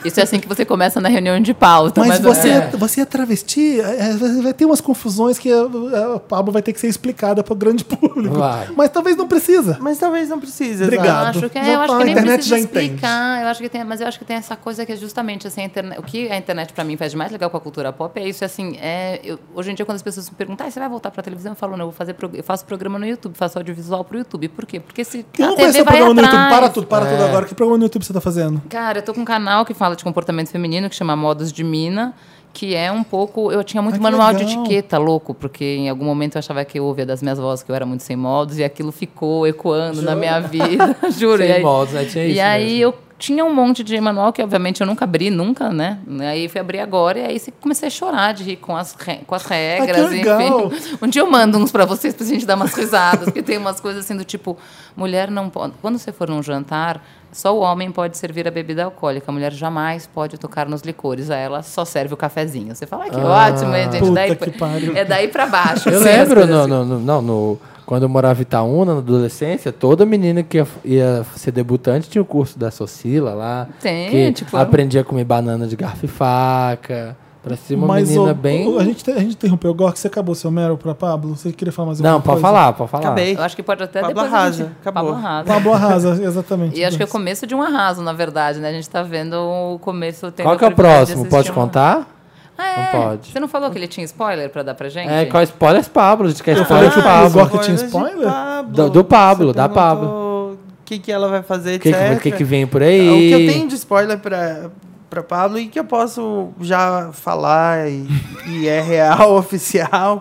Speaker 3: Isso é assim que você começa na reunião de pauta.
Speaker 1: Mas
Speaker 3: mais ou
Speaker 1: você
Speaker 3: menos.
Speaker 1: é, você é travesti? É, é, vai ter umas confusões que a, a Pablo vai ter que ser explicada pro grande público.
Speaker 2: Vai.
Speaker 1: Mas talvez não precisa.
Speaker 4: Mas talvez não precise.
Speaker 1: Obrigado.
Speaker 4: exato.
Speaker 3: Eu acho que, é,
Speaker 1: Já
Speaker 3: eu acho
Speaker 1: tá,
Speaker 3: que
Speaker 1: a
Speaker 3: nem
Speaker 1: internet
Speaker 3: precisa
Speaker 1: já entende.
Speaker 3: explicar. Eu acho que tem, mas eu acho que tem essa coisa que é justamente assim, a internet, o que a internet pra mim faz de mais legal com a cultura pop é isso, é assim, é, eu- hoje em dia quando as pessoas me perguntam, ah, você vai voltar pra televisão? Eu falo, não, eu, vou fazer, prog- eu faço programa no YouTube, faço audiovisual pro YouTube. Por quê? Porque se
Speaker 1: Eu
Speaker 3: a
Speaker 1: não
Speaker 3: TV
Speaker 1: conheço o
Speaker 3: vai
Speaker 1: programa no
Speaker 3: atrás,
Speaker 1: YouTube. Para tudo, para tudo
Speaker 2: É.
Speaker 1: agora. Que programa no YouTube você tá fazendo?
Speaker 3: Cara, eu tô com um canal que fala de comportamento feminino, que chama Modos de Mina, que é um pouco. Eu tinha muito
Speaker 1: Ah, que
Speaker 3: manual de
Speaker 1: legal.
Speaker 3: etiqueta, louco, porque em algum momento eu achava que eu ouvia das minhas vozes que eu era muito sem modos, e aquilo ficou ecoando na minha vida. *laughs* Juro.
Speaker 2: Sem
Speaker 3: e aí,
Speaker 2: modos, né? Tinha
Speaker 3: e
Speaker 2: isso
Speaker 3: aí
Speaker 2: mesmo.
Speaker 3: eu tinha um monte de manual que, obviamente, eu nunca abri, nunca, né? Aí fui abrir agora, e aí você- comecei a chorar de rir com as, re- com as regras.
Speaker 1: legal.
Speaker 3: Enfim. Um dia eu mando uns pra vocês pra gente dar umas risadas, porque tem umas coisas assim do tipo: mulher não pode. Quando você for num jantar, só o homem pode servir a bebida alcoólica, a mulher jamais pode tocar nos licores, a ela só serve o cafezinho. Você fala, ah, que ótimo, hein, gente?
Speaker 1: puta
Speaker 3: daí,
Speaker 1: que pariu.
Speaker 3: é daí pra baixo.
Speaker 2: Eu
Speaker 3: assim, as
Speaker 2: lembro,
Speaker 3: coisas
Speaker 2: no,
Speaker 1: é
Speaker 3: assim.
Speaker 2: no, no- não, no- quando eu morava em Itaúna, na adolescência, toda menina que ia, ia ser debutante tinha o curso da Socila lá.
Speaker 3: Tem,
Speaker 2: que
Speaker 3: tipo, era um-
Speaker 2: Aprendia a comer banana de garfo e faca. Pra ser uma
Speaker 1: Mas
Speaker 2: menina
Speaker 1: o-
Speaker 2: bem...
Speaker 1: o- a, gente, te- a gente interrompeu o Gork. Você acabou seu Meryl pra Pablo? Você queria falar mais alguma
Speaker 2: Não, pode
Speaker 1: coisa?
Speaker 2: falar, pode falar.
Speaker 4: Acabei.
Speaker 3: Eu acho que pode até
Speaker 4: Pablo
Speaker 3: depois.
Speaker 4: arrasa,
Speaker 3: a gente...
Speaker 4: acabou.
Speaker 3: Pablo arrasa.
Speaker 1: Pablo arrasa, exatamente.
Speaker 3: E acho que é o começo de um arraso, na verdade, né? A gente tá vendo o começo. tendo
Speaker 2: Qual que é o
Speaker 3: privilégio de
Speaker 2: próximo?
Speaker 3: assistir
Speaker 2: Pode
Speaker 3: um-
Speaker 2: contar?
Speaker 3: Ah, é?
Speaker 2: Não pode.
Speaker 3: Você não falou que ele tinha spoiler pra dar pra gente?
Speaker 2: É, qual spoilers Pablo? A gente quer
Speaker 1: falei
Speaker 2: spoilers
Speaker 1: que o
Speaker 2: Pablo.
Speaker 1: Gork tinha
Speaker 4: Coisas Ah, de
Speaker 1: spoiler?
Speaker 4: Pablo.
Speaker 2: Do- do Pablo,
Speaker 4: Você
Speaker 2: da Pablo.
Speaker 4: perguntou O que, que ela vai fazer,
Speaker 2: O que, que-
Speaker 4: etc.
Speaker 2: o que que vem por
Speaker 1: É
Speaker 4: O que eu
Speaker 2: aí?
Speaker 4: tenho de spoiler pra, pra Pablo e que eu posso já falar e, e é real, *laughs* oficial,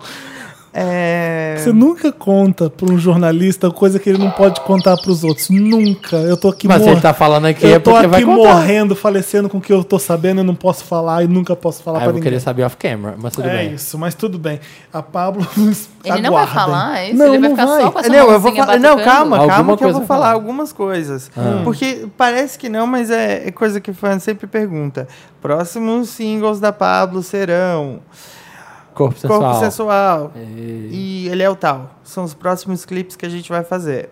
Speaker 4: É...
Speaker 1: Você nunca conta pra um jornalista coisa que ele não pode contar pros outros. Nunca. Eu tô aqui
Speaker 2: Mas
Speaker 1: mor-
Speaker 2: ele tá falando aqui é
Speaker 1: Eu tô
Speaker 2: porque vai
Speaker 1: aqui
Speaker 2: contar.
Speaker 1: morrendo, falecendo com o que eu tô sabendo, eu não posso falar e nunca posso falar
Speaker 2: Aí
Speaker 1: pra
Speaker 2: Ah, eu vou
Speaker 1: ninguém.
Speaker 2: querer saber off camera, mas tudo
Speaker 1: é
Speaker 2: bem.
Speaker 1: isso, mas tudo bem. A Pablo. *laughs*
Speaker 3: Ele não vai
Speaker 1: aguardem.
Speaker 3: falar, é isso?
Speaker 1: Não,
Speaker 3: ele vai
Speaker 1: não
Speaker 3: ficar
Speaker 1: vai.
Speaker 3: só com essa
Speaker 4: Não, eu vou
Speaker 3: mãozinha
Speaker 4: falar. Não,
Speaker 3: batucando?
Speaker 4: calma,
Speaker 2: Alguma
Speaker 4: calma, que eu
Speaker 2: coisa
Speaker 4: vou
Speaker 2: pra
Speaker 4: falar
Speaker 2: falar.
Speaker 4: algumas coisas. Hum. Porque parece que não, mas é, é coisa que fã sempre pergunta. Próximos singles da Pablo serão
Speaker 2: Corpo sensual.
Speaker 4: Corpo Sensual
Speaker 2: E-
Speaker 4: e Ele é o Tal. São os próximos clipes que a gente vai fazer.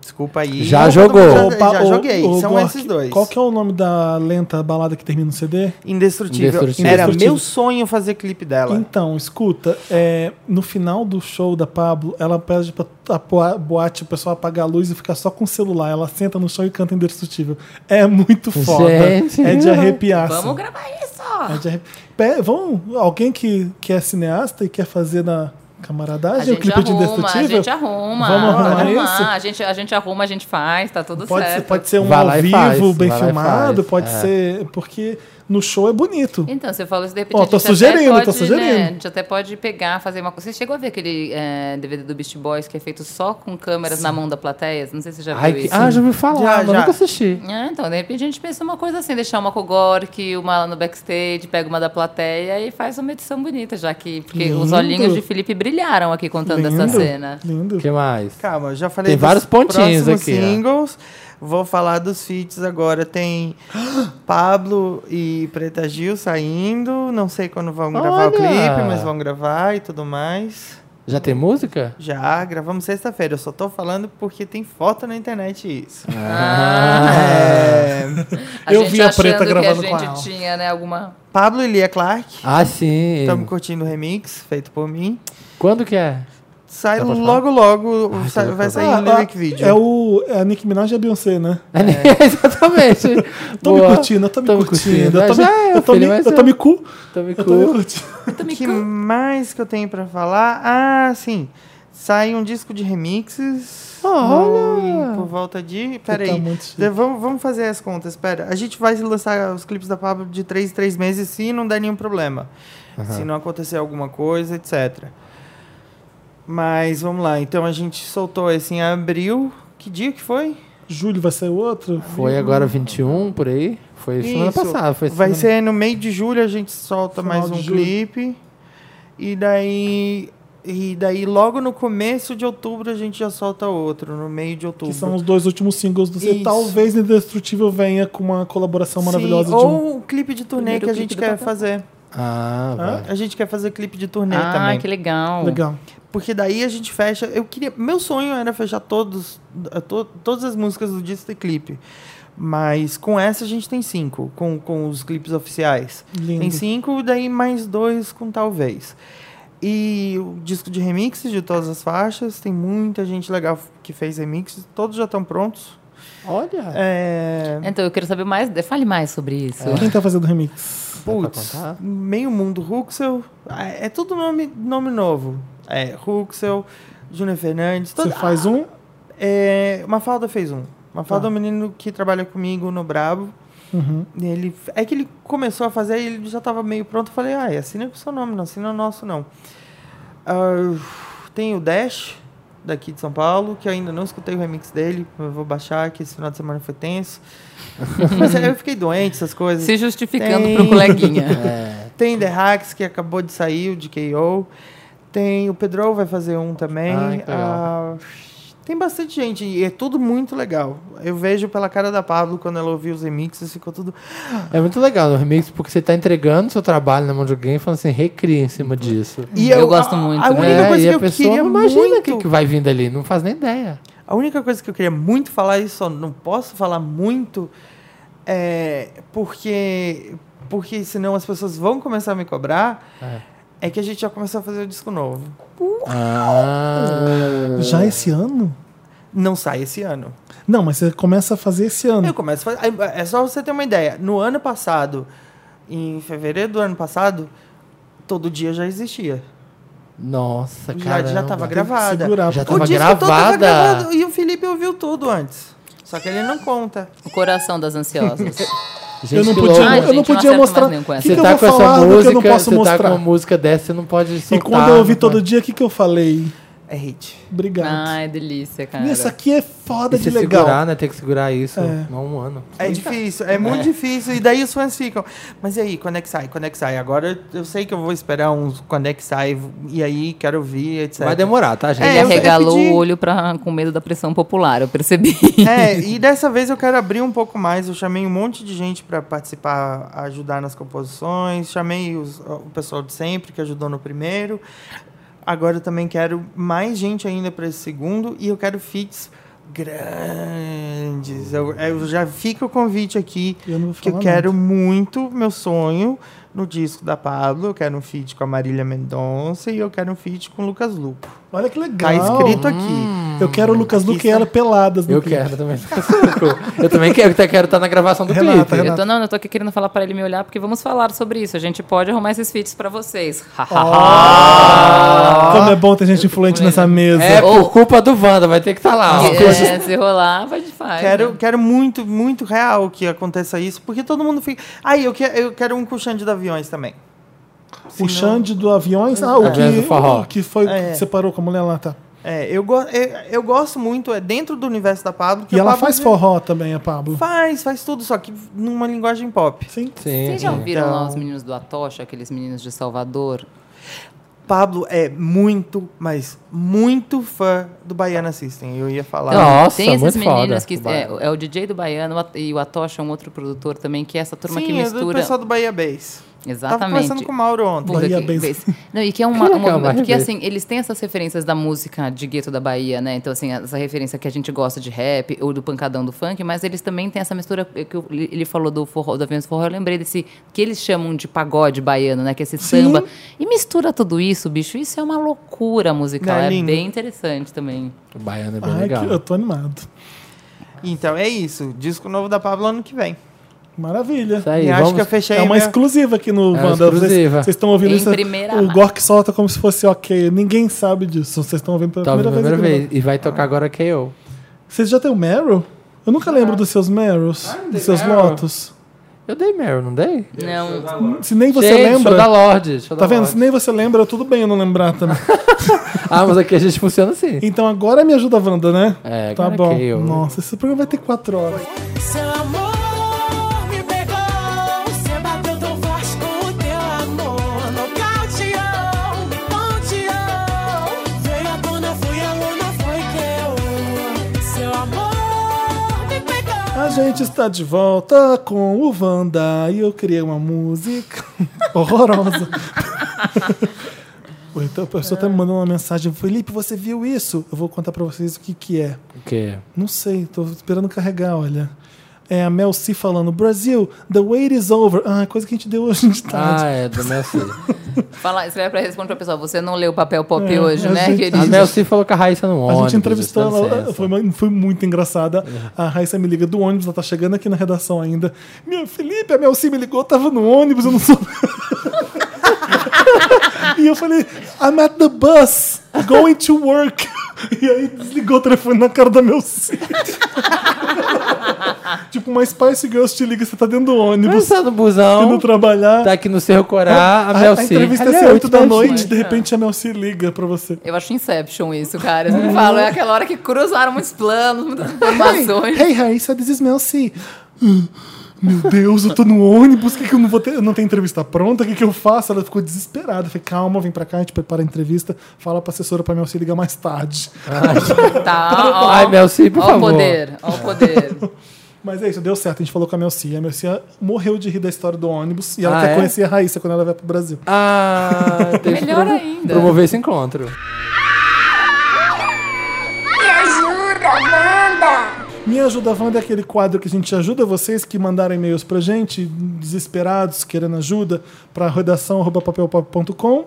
Speaker 4: Desculpa aí.
Speaker 2: Já
Speaker 4: Não,
Speaker 2: jogou.
Speaker 4: Já,
Speaker 1: Opa,
Speaker 4: já
Speaker 1: ô,
Speaker 4: joguei.
Speaker 1: ô,
Speaker 4: São
Speaker 1: Gork,
Speaker 4: esses dois.
Speaker 1: Qual que é o nome da lenta balada que termina no CD?
Speaker 4: Indestrutível.
Speaker 2: Indestrutível.
Speaker 4: Era
Speaker 1: Indestrutível.
Speaker 4: meu sonho fazer clipe dela.
Speaker 1: Então, escuta, é, no final do show da Pablo, ela pede pra a boa- boate o pessoal apagar a luz e ficar só com o celular. Ela senta no chão e canta indestrutível. É muito foda.
Speaker 2: Gente.
Speaker 1: é de arrepiar. assim.
Speaker 3: Vamos gravar isso!
Speaker 1: É de arrepi- Pe- vão, alguém que, que é cineasta e quer fazer na
Speaker 3: A
Speaker 1: camaradagem o
Speaker 3: gente,
Speaker 1: clipe de
Speaker 3: arruma, a
Speaker 1: indestrutível?
Speaker 3: gente arruma,
Speaker 1: Vamos arrumar isso?
Speaker 3: A gente, a gente arruma, a gente faz, tá tudo
Speaker 1: Pode ser,
Speaker 3: certo.
Speaker 1: pode ser um
Speaker 2: Vai
Speaker 1: ao
Speaker 2: lá e
Speaker 1: vivo,
Speaker 2: faz,
Speaker 1: bem
Speaker 2: vai lá e
Speaker 1: filmado,
Speaker 2: faz,
Speaker 1: pode
Speaker 2: é.
Speaker 1: ser. Porque no show é bonito.
Speaker 3: Então, você falou isso de repente.
Speaker 1: Ó,
Speaker 3: a gente
Speaker 1: tô
Speaker 3: até
Speaker 1: sugerindo,
Speaker 3: pode,
Speaker 1: tô sugerindo.
Speaker 3: né, a gente até pode pegar, fazer uma coisa. Você chegou a ver aquele eh, DVD do Beast Boys que é feito só com câmeras na mão da plateia? Não sei se você já
Speaker 2: Ai,
Speaker 3: viu
Speaker 2: que-
Speaker 3: isso.
Speaker 2: Ah, já ouvi falar,
Speaker 4: Já,
Speaker 2: mas
Speaker 4: já.
Speaker 2: nunca assisti.
Speaker 3: Ah, então, de repente a gente pensa uma coisa assim, deixar uma com o Gork, uma lá no backstage, pega uma da plateia e faz uma edição bonita, já que porque os
Speaker 1: Lindo.
Speaker 3: olhinhos de Felipe brilharam aqui contando
Speaker 1: lindo,
Speaker 3: essa cena.
Speaker 1: Lindo.
Speaker 2: O que mais?
Speaker 4: Calma, eu já falei
Speaker 2: Tem vários pontinhos
Speaker 4: próximos
Speaker 2: aqui, ó.
Speaker 4: singles. Vou falar dos feats
Speaker 2: *gasps*
Speaker 4: agora. Tem Pablo e Preta Gil saindo. Não sei quando vão gravar o
Speaker 2: Olha!
Speaker 4: clipe, mas vão gravar e tudo mais.
Speaker 2: Já tem música?
Speaker 4: Já gravamos sexta-feira. Eu só tô falando porque tem foto na internet isso.
Speaker 2: Ah.
Speaker 4: É,
Speaker 1: Eu vi a Preta
Speaker 3: achando
Speaker 1: gravando
Speaker 3: que
Speaker 1: com
Speaker 3: a
Speaker 1: a
Speaker 3: gente
Speaker 1: Al.
Speaker 3: tinha, né, alguma...
Speaker 4: Pablo e Lia Clark.
Speaker 2: Ah, sim.
Speaker 1: Tá
Speaker 4: Estamos curtindo o remix feito por mim.
Speaker 2: Quando que é?
Speaker 4: Sai
Speaker 2: Dá pra falar?
Speaker 4: logo, logo.
Speaker 2: Ai,
Speaker 4: sai-
Speaker 2: tô louco.
Speaker 4: vai sair
Speaker 1: Ah,
Speaker 4: um lyric
Speaker 1: ah,
Speaker 4: video.
Speaker 1: É o é a Nick Minaj e a Beyoncé, né?
Speaker 2: *laughs* É. Exatamente.
Speaker 1: *laughs* Tô
Speaker 2: Boa.
Speaker 1: me curtindo, eu tô me curtindo. Eu tô me-
Speaker 2: Já é,
Speaker 1: eu tô me
Speaker 2: filho, mas
Speaker 1: eu tô me cu.
Speaker 2: tô me
Speaker 1: Eu tô me
Speaker 2: cu-
Speaker 1: curtindo.
Speaker 4: O que mais que eu tenho pra falar? Ah, sim. Sai um disco de remixes.
Speaker 2: Olha!
Speaker 4: no- Por volta de.
Speaker 1: Tá
Speaker 4: Peraí.
Speaker 1: muito chique.
Speaker 4: De- vamos, vamos fazer as contas. Pera. A gente vai lançar os clipes da Pablo de 3 em 3 meses se não der nenhum problema. Se não acontecer alguma coisa, etc. Mas vamos lá. Então a gente soltou esse em abril. Que dia que foi?
Speaker 1: Julho vai ser o outro?
Speaker 2: Foi agora 21, por aí? Foi semana passada. Foi
Speaker 4: Vai
Speaker 2: semana-
Speaker 4: ser no meio de julho a gente solta
Speaker 1: Final
Speaker 4: mais
Speaker 1: de
Speaker 4: um
Speaker 1: julho.
Speaker 4: clipe. E daí e daí logo no começo de outubro a gente já solta outro, no meio de outubro.
Speaker 1: Que são os dois últimos singles do CD.
Speaker 4: Isso.
Speaker 1: Talvez Indestrutível venha com uma colaboração
Speaker 4: Sim,
Speaker 1: maravilhosa de um.
Speaker 4: ou o clipe de turnê
Speaker 3: Primeiro
Speaker 4: que a
Speaker 3: clipe
Speaker 4: gente
Speaker 3: do
Speaker 4: quer
Speaker 3: papel.
Speaker 4: fazer.
Speaker 2: Ah, vai.
Speaker 4: A gente quer fazer clipe de turnê
Speaker 3: Ah,
Speaker 4: também.
Speaker 3: que
Speaker 2: um.
Speaker 3: legal.
Speaker 1: *laughs* Legal.
Speaker 4: Porque daí a gente fecha. Eu queria. Meu sonho era fechar todos, eh, to- todas as músicas do disco de clipe. Mas com essa a gente tem cinco, com, com os clipes oficiais.
Speaker 1: Lindo.
Speaker 4: Tem cinco, daí mais dois com talvez. E o disco de remixes de todas as faixas, tem muita gente legal que fez remixes, todos já estão prontos.
Speaker 2: Olha.
Speaker 4: É,
Speaker 3: Então, eu quero saber mais, fale mais sobre isso.
Speaker 2: É.
Speaker 1: Quem tá fazendo remix?
Speaker 4: Putz,
Speaker 2: contar?
Speaker 4: meio mundo, Ruxel. É, é tudo nome, nome novo. É, Ruxel, Júnior Fernandes,
Speaker 1: Você
Speaker 4: toda,
Speaker 1: faz um?
Speaker 4: É, Mafalda fez um. Mafalda
Speaker 1: Tá.
Speaker 4: é um menino que trabalha comigo no Brabo.
Speaker 1: Uhum.
Speaker 4: E Ele, é que ele começou a fazer e ele já estava meio pronto. Eu falei, ah, assina com o seu nome, não assina o nosso, não. Ah, tem o Dash, daqui de São Paulo, que eu ainda não escutei o remix dele. Eu vou baixar, que esse final de semana foi tenso. *laughs* Mas aí eu fiquei doente, essas coisas.
Speaker 3: Se justificando
Speaker 4: Tem.
Speaker 1: *laughs*
Speaker 3: pro coleguinha.
Speaker 2: É.
Speaker 4: Tem The Hacks, que acabou de sair, o de KO. Tem o Pedro vai fazer um também.
Speaker 2: Ah, que legal.
Speaker 4: Ah, tem bastante gente e é tudo muito legal. Eu vejo pela cara da Pablo quando ela ouviu os remixes, ficou tudo.
Speaker 2: É muito legal o remix, porque você tá entregando seu trabalho na mão de alguém e falando assim, recria em cima disso.
Speaker 4: E
Speaker 3: Eu gosto muito,
Speaker 4: A
Speaker 3: né?
Speaker 4: única
Speaker 2: É,
Speaker 4: coisa
Speaker 2: e
Speaker 4: que
Speaker 2: a
Speaker 4: eu
Speaker 2: pessoa
Speaker 4: queria
Speaker 2: não imagina o
Speaker 4: muito,
Speaker 2: que, que vai vindo ali, não faz nem ideia.
Speaker 4: a única coisa que eu queria muito falar e só não posso falar muito é porque porque senão as pessoas vão começar a me cobrar. É que a gente já começou a fazer o disco novo.
Speaker 2: Ah,
Speaker 1: Já esse ano?
Speaker 4: Não sai esse ano.
Speaker 1: Não, mas você começa a fazer esse ano.
Speaker 4: Eu começo a fazer. É só você ter uma ideia. No ano passado, em fevereiro do ano passado, todo dia já existia.
Speaker 2: nossa,
Speaker 4: Já,
Speaker 2: cara.
Speaker 4: já tava gravada.
Speaker 1: segurar,
Speaker 2: Já
Speaker 1: pô.
Speaker 2: tava
Speaker 4: disco todo
Speaker 2: gravada.
Speaker 4: E o Felipe ouviu tudo antes. Só que ele não conta.
Speaker 3: O coração das ansiosas.
Speaker 2: tá Gente,
Speaker 1: eu não
Speaker 2: que
Speaker 1: podia,
Speaker 2: louco.
Speaker 3: Ai,
Speaker 1: eu não
Speaker 3: gente, não
Speaker 1: podia
Speaker 3: acerto
Speaker 1: mostrar.
Speaker 3: mais nenhum com
Speaker 1: O
Speaker 3: essa.
Speaker 1: que,
Speaker 2: Você
Speaker 1: que
Speaker 2: tá
Speaker 1: eu
Speaker 2: com
Speaker 1: vou
Speaker 2: essa
Speaker 1: falar do que eu não
Speaker 2: música,
Speaker 1: posso
Speaker 2: você tá com uma
Speaker 1: mostrar?
Speaker 2: música tá. dessa, você não pode soltar.
Speaker 1: E quando eu ouvi
Speaker 2: não pode.
Speaker 1: todo dia, o que, que eu falei?
Speaker 4: É hate.
Speaker 1: Obrigado.
Speaker 3: Ai, delícia, cara.
Speaker 1: Essa Isso aqui é foda
Speaker 2: E
Speaker 1: de
Speaker 2: se
Speaker 1: legal.
Speaker 2: segurar, né? Tem que segurar isso
Speaker 1: É.
Speaker 2: há um ano.
Speaker 4: É difícil, é muito difícil. E daí os fãs ficam. Mas e aí, quando é que sai? Quando é que sai? Agora eu sei que eu vou esperar uns quando é que sai. E aí, quero ouvir, etc.
Speaker 2: Vai demorar, tá, gente?
Speaker 4: É,
Speaker 3: Ele
Speaker 4: eu- eu
Speaker 3: arregalou
Speaker 4: pedi-
Speaker 3: o olho pra, com medo da pressão popular, eu percebi.
Speaker 1: *laughs*
Speaker 4: É, e dessa vez eu quero abrir um pouco mais. Eu chamei um monte de gente para participar, ajudar nas composições. Chamei os- o pessoal de sempre que ajudou no primeiro. Agora eu também quero mais gente ainda para esse segundo e eu quero feats grandes. Eu, eu já fica o convite aqui
Speaker 1: Eu não vou
Speaker 4: que eu
Speaker 1: falar
Speaker 4: quero muito meu sonho no disco da Pablo. Eu quero um feat com a Marília Mendonça e eu quero um feat com o Lucas Lupo.
Speaker 1: Olha que
Speaker 4: Tá
Speaker 1: legal.
Speaker 4: escrito aqui.
Speaker 1: Eu quero o Lucas Luque e ela peladas. no
Speaker 2: Eu
Speaker 1: clipe.
Speaker 2: quero também. *laughs* eu também quero, eu quero estar na gravação do
Speaker 1: Renata,
Speaker 2: clipe.
Speaker 1: Renata.
Speaker 3: Eu tô, não, eu tô aqui querendo falar pra ele me olhar, porque vamos falar sobre isso. A gente pode arrumar esses feats pra vocês.
Speaker 1: Como é bom ter gente influente nessa mesa.
Speaker 2: Ah, É por culpa do Wanda, vai ter que estar lá. ó.
Speaker 3: é, se rolar, vai de faz.
Speaker 4: Quero,
Speaker 3: né?
Speaker 4: quero muito, muito real que aconteça isso, porque todo mundo fica. Aí, eu, que, eu quero um com o Xande de aviões também.
Speaker 1: o Xande do Aviões. Ah, o
Speaker 2: Aviões do
Speaker 1: que,
Speaker 2: Forró.
Speaker 1: o que foi
Speaker 4: É.
Speaker 1: que separou com a mulher lá, tá?
Speaker 4: É, eu, go, eu, eu gosto muito, é dentro do universo da Pablo. que
Speaker 1: E
Speaker 4: a
Speaker 1: ela
Speaker 4: Pablo
Speaker 1: faz forró também, a Pablo.
Speaker 4: Faz, faz tudo, só que numa linguagem pop.
Speaker 1: Sim.
Speaker 2: Sim,
Speaker 3: Vocês já
Speaker 2: sim.
Speaker 3: ouviram lá
Speaker 4: Então-
Speaker 3: os meninos do Atocha, aqueles meninos de Salvador?
Speaker 4: Pablo é muito, mas muito fã do Baiana System. Eu ia falar.
Speaker 2: Não. Nossa,
Speaker 3: tem esses
Speaker 2: muito
Speaker 3: meninos
Speaker 2: foda,
Speaker 3: que.
Speaker 2: do Baiano.
Speaker 3: É, é o DJ do Baiano o At- e o Atocha é um outro produtor também, que é essa turma que
Speaker 4: Sim, é do
Speaker 3: mistura.
Speaker 4: pessoal do Bahia Base. Tava
Speaker 3: Exatamente.
Speaker 4: conversando com o Mauro ontem.
Speaker 3: Puta
Speaker 1: Bahia
Speaker 3: que-
Speaker 1: Base.
Speaker 3: vez. Não, e que é uma,
Speaker 2: Caraca,
Speaker 3: um movimento,
Speaker 2: Bahia
Speaker 3: porque
Speaker 2: Base.
Speaker 3: assim, eles têm essas referências da música de gueto da Bahia, né? Então, assim, essa referência que a gente gosta de rap ou do pancadão do funk, mas eles também têm essa mistura eh, que eu- ele falou do forró, do Aviões do Forró, eu lembrei desse que eles chamam de pagode baiano, né? Que é esse samba. E mistura tudo isso, bicho, isso é uma loucura musical.
Speaker 4: Não é
Speaker 3: É,
Speaker 4: lindo?
Speaker 3: bem interessante também.
Speaker 2: O baiano é bem
Speaker 1: Ai,
Speaker 2: legal.
Speaker 1: que eu tô animado.
Speaker 4: Então é isso. Disco novo da Pablo ano que vem.
Speaker 1: Maravilha.
Speaker 2: Isso aí,
Speaker 4: e acho
Speaker 2: vamos...
Speaker 4: que eu fechei.
Speaker 1: É uma
Speaker 4: minha-
Speaker 1: exclusiva aqui no
Speaker 2: É uma
Speaker 1: Wanda. Vocês-
Speaker 2: exclusiva.
Speaker 1: Vocês estão ouvindo
Speaker 3: Em
Speaker 1: isso?
Speaker 3: primeira
Speaker 1: O
Speaker 3: mão.
Speaker 1: Gork solta como se fosse ok. Ninguém sabe disso. Vocês estão ouvindo pela
Speaker 2: Tá ouvindo a
Speaker 1: primeira,
Speaker 2: primeira
Speaker 1: vez.
Speaker 2: vez. E vai tocar agora KO.
Speaker 1: Vocês já têm o Meryl? Eu nunca lembro dos seus Meryls,
Speaker 2: Ah, não
Speaker 1: dos
Speaker 2: tem
Speaker 1: seus
Speaker 2: Meryl.
Speaker 1: Lotus.
Speaker 2: Eu dei Meryl, não dei?
Speaker 3: Não.
Speaker 1: Se nem você
Speaker 2: Gente, show da
Speaker 1: lembra.
Speaker 2: Lorde. show
Speaker 1: Tá
Speaker 2: da
Speaker 1: vendo? Se
Speaker 2: Lorde.
Speaker 1: nem você lembra, tudo bem eu não lembrar
Speaker 2: *laughs*
Speaker 1: também.
Speaker 2: Ah, mas aqui a gente funciona assim.
Speaker 1: Então agora me ajuda a Wanda, né?
Speaker 2: É,
Speaker 1: tá
Speaker 2: agora
Speaker 1: bom.
Speaker 2: que eu-
Speaker 1: Nossa, esse programa vai ter quatro horas.
Speaker 9: Seu amor me pegou, você bateu tão forte com o teu amor. Nocauteou, me ponteou. Veio a dona, fui a luna, foi que eu. Seu amor me pegou.
Speaker 1: A gente está de volta com o Wanda e eu criei uma música *laughs*
Speaker 2: *laughs*
Speaker 1: horrorosa. Ou Então a pessoa tá me mandando uma mensagem, Felipe, você viu isso? Eu vou contar pra vocês o que que é.
Speaker 2: O quê?
Speaker 1: Não sei, tô esperando carregar, olha. É a Mel C falando, Brasil, the wait is over. Ah, coisa que a gente deu hoje de tarde.
Speaker 2: Ah, é, do
Speaker 1: *laughs*
Speaker 2: Mel C.
Speaker 3: Fala, escreve pra responder pra pessoal, você não leu o papel pop
Speaker 1: É,
Speaker 3: hoje,
Speaker 1: a
Speaker 3: né,
Speaker 1: gente-
Speaker 2: A tá
Speaker 3: querido?
Speaker 2: Ah, Mel C falou que a Raíssa é no
Speaker 1: A
Speaker 2: ônibus.
Speaker 1: gente entrevistou
Speaker 2: dá
Speaker 1: ela,
Speaker 2: licença.
Speaker 1: foi, uma- foi muito engraçada. A Raíssa me liga do ônibus, ela tá chegando aqui na redação ainda. Meu Felipe, a Melci me ligou, eu tava no ônibus, eu não sou. *laughs* e eu falei, I'm at the bus, going to work. E aí desligou o telefone na cara da Melci. *laughs* tipo, uma Spice Girls te liga, você tá dentro do
Speaker 2: Mas
Speaker 1: ônibus,
Speaker 2: tá no
Speaker 1: indo
Speaker 2: busão,
Speaker 1: trabalhar.
Speaker 2: tá aqui no Cerro Corá, a
Speaker 1: a,
Speaker 2: Mel
Speaker 1: a
Speaker 2: C.
Speaker 1: entrevista é
Speaker 2: Aliás,
Speaker 1: 8 da
Speaker 2: mas-
Speaker 1: noite, de repente a Melci liga pra você.
Speaker 3: Eu acho Inception isso, cara. Eu sempre falo, é aquela hora que cruzaram muitos planos, muitas informações.
Speaker 1: Hey, Raíssa, this is Mel C. Hum, Meu Deus, eu tô no ônibus, o que, que eu não vou ter? Eu não tenho entrevista pronta, o que, que eu faço? Ela ficou desesperada. Eu falei, calma, vem pra cá, a gente prepara a entrevista, fala pra assessora pra Mel C ligar mais tarde.
Speaker 3: Tá, ó,
Speaker 2: Ai, Mel C, por
Speaker 3: ó o
Speaker 2: favor.
Speaker 3: poder, ó o poder.
Speaker 1: Mas é isso, deu certo, a gente falou com a Mel C. A Mel C morreu de rir da história do ônibus e ela
Speaker 2: Ah,
Speaker 1: quer
Speaker 2: é?
Speaker 1: conhecer a Raíssa quando ela vai pro Brasil.
Speaker 3: *laughs*
Speaker 2: Ah, tem que
Speaker 3: Melhor
Speaker 2: promo-
Speaker 3: ainda.
Speaker 2: Promover esse encontro.
Speaker 1: Me Ajuda Wanda é aquele quadro que a gente ajuda vocês que mandaram e-mails pra gente, desesperados, querendo ajuda, pra redação.papelpop.com.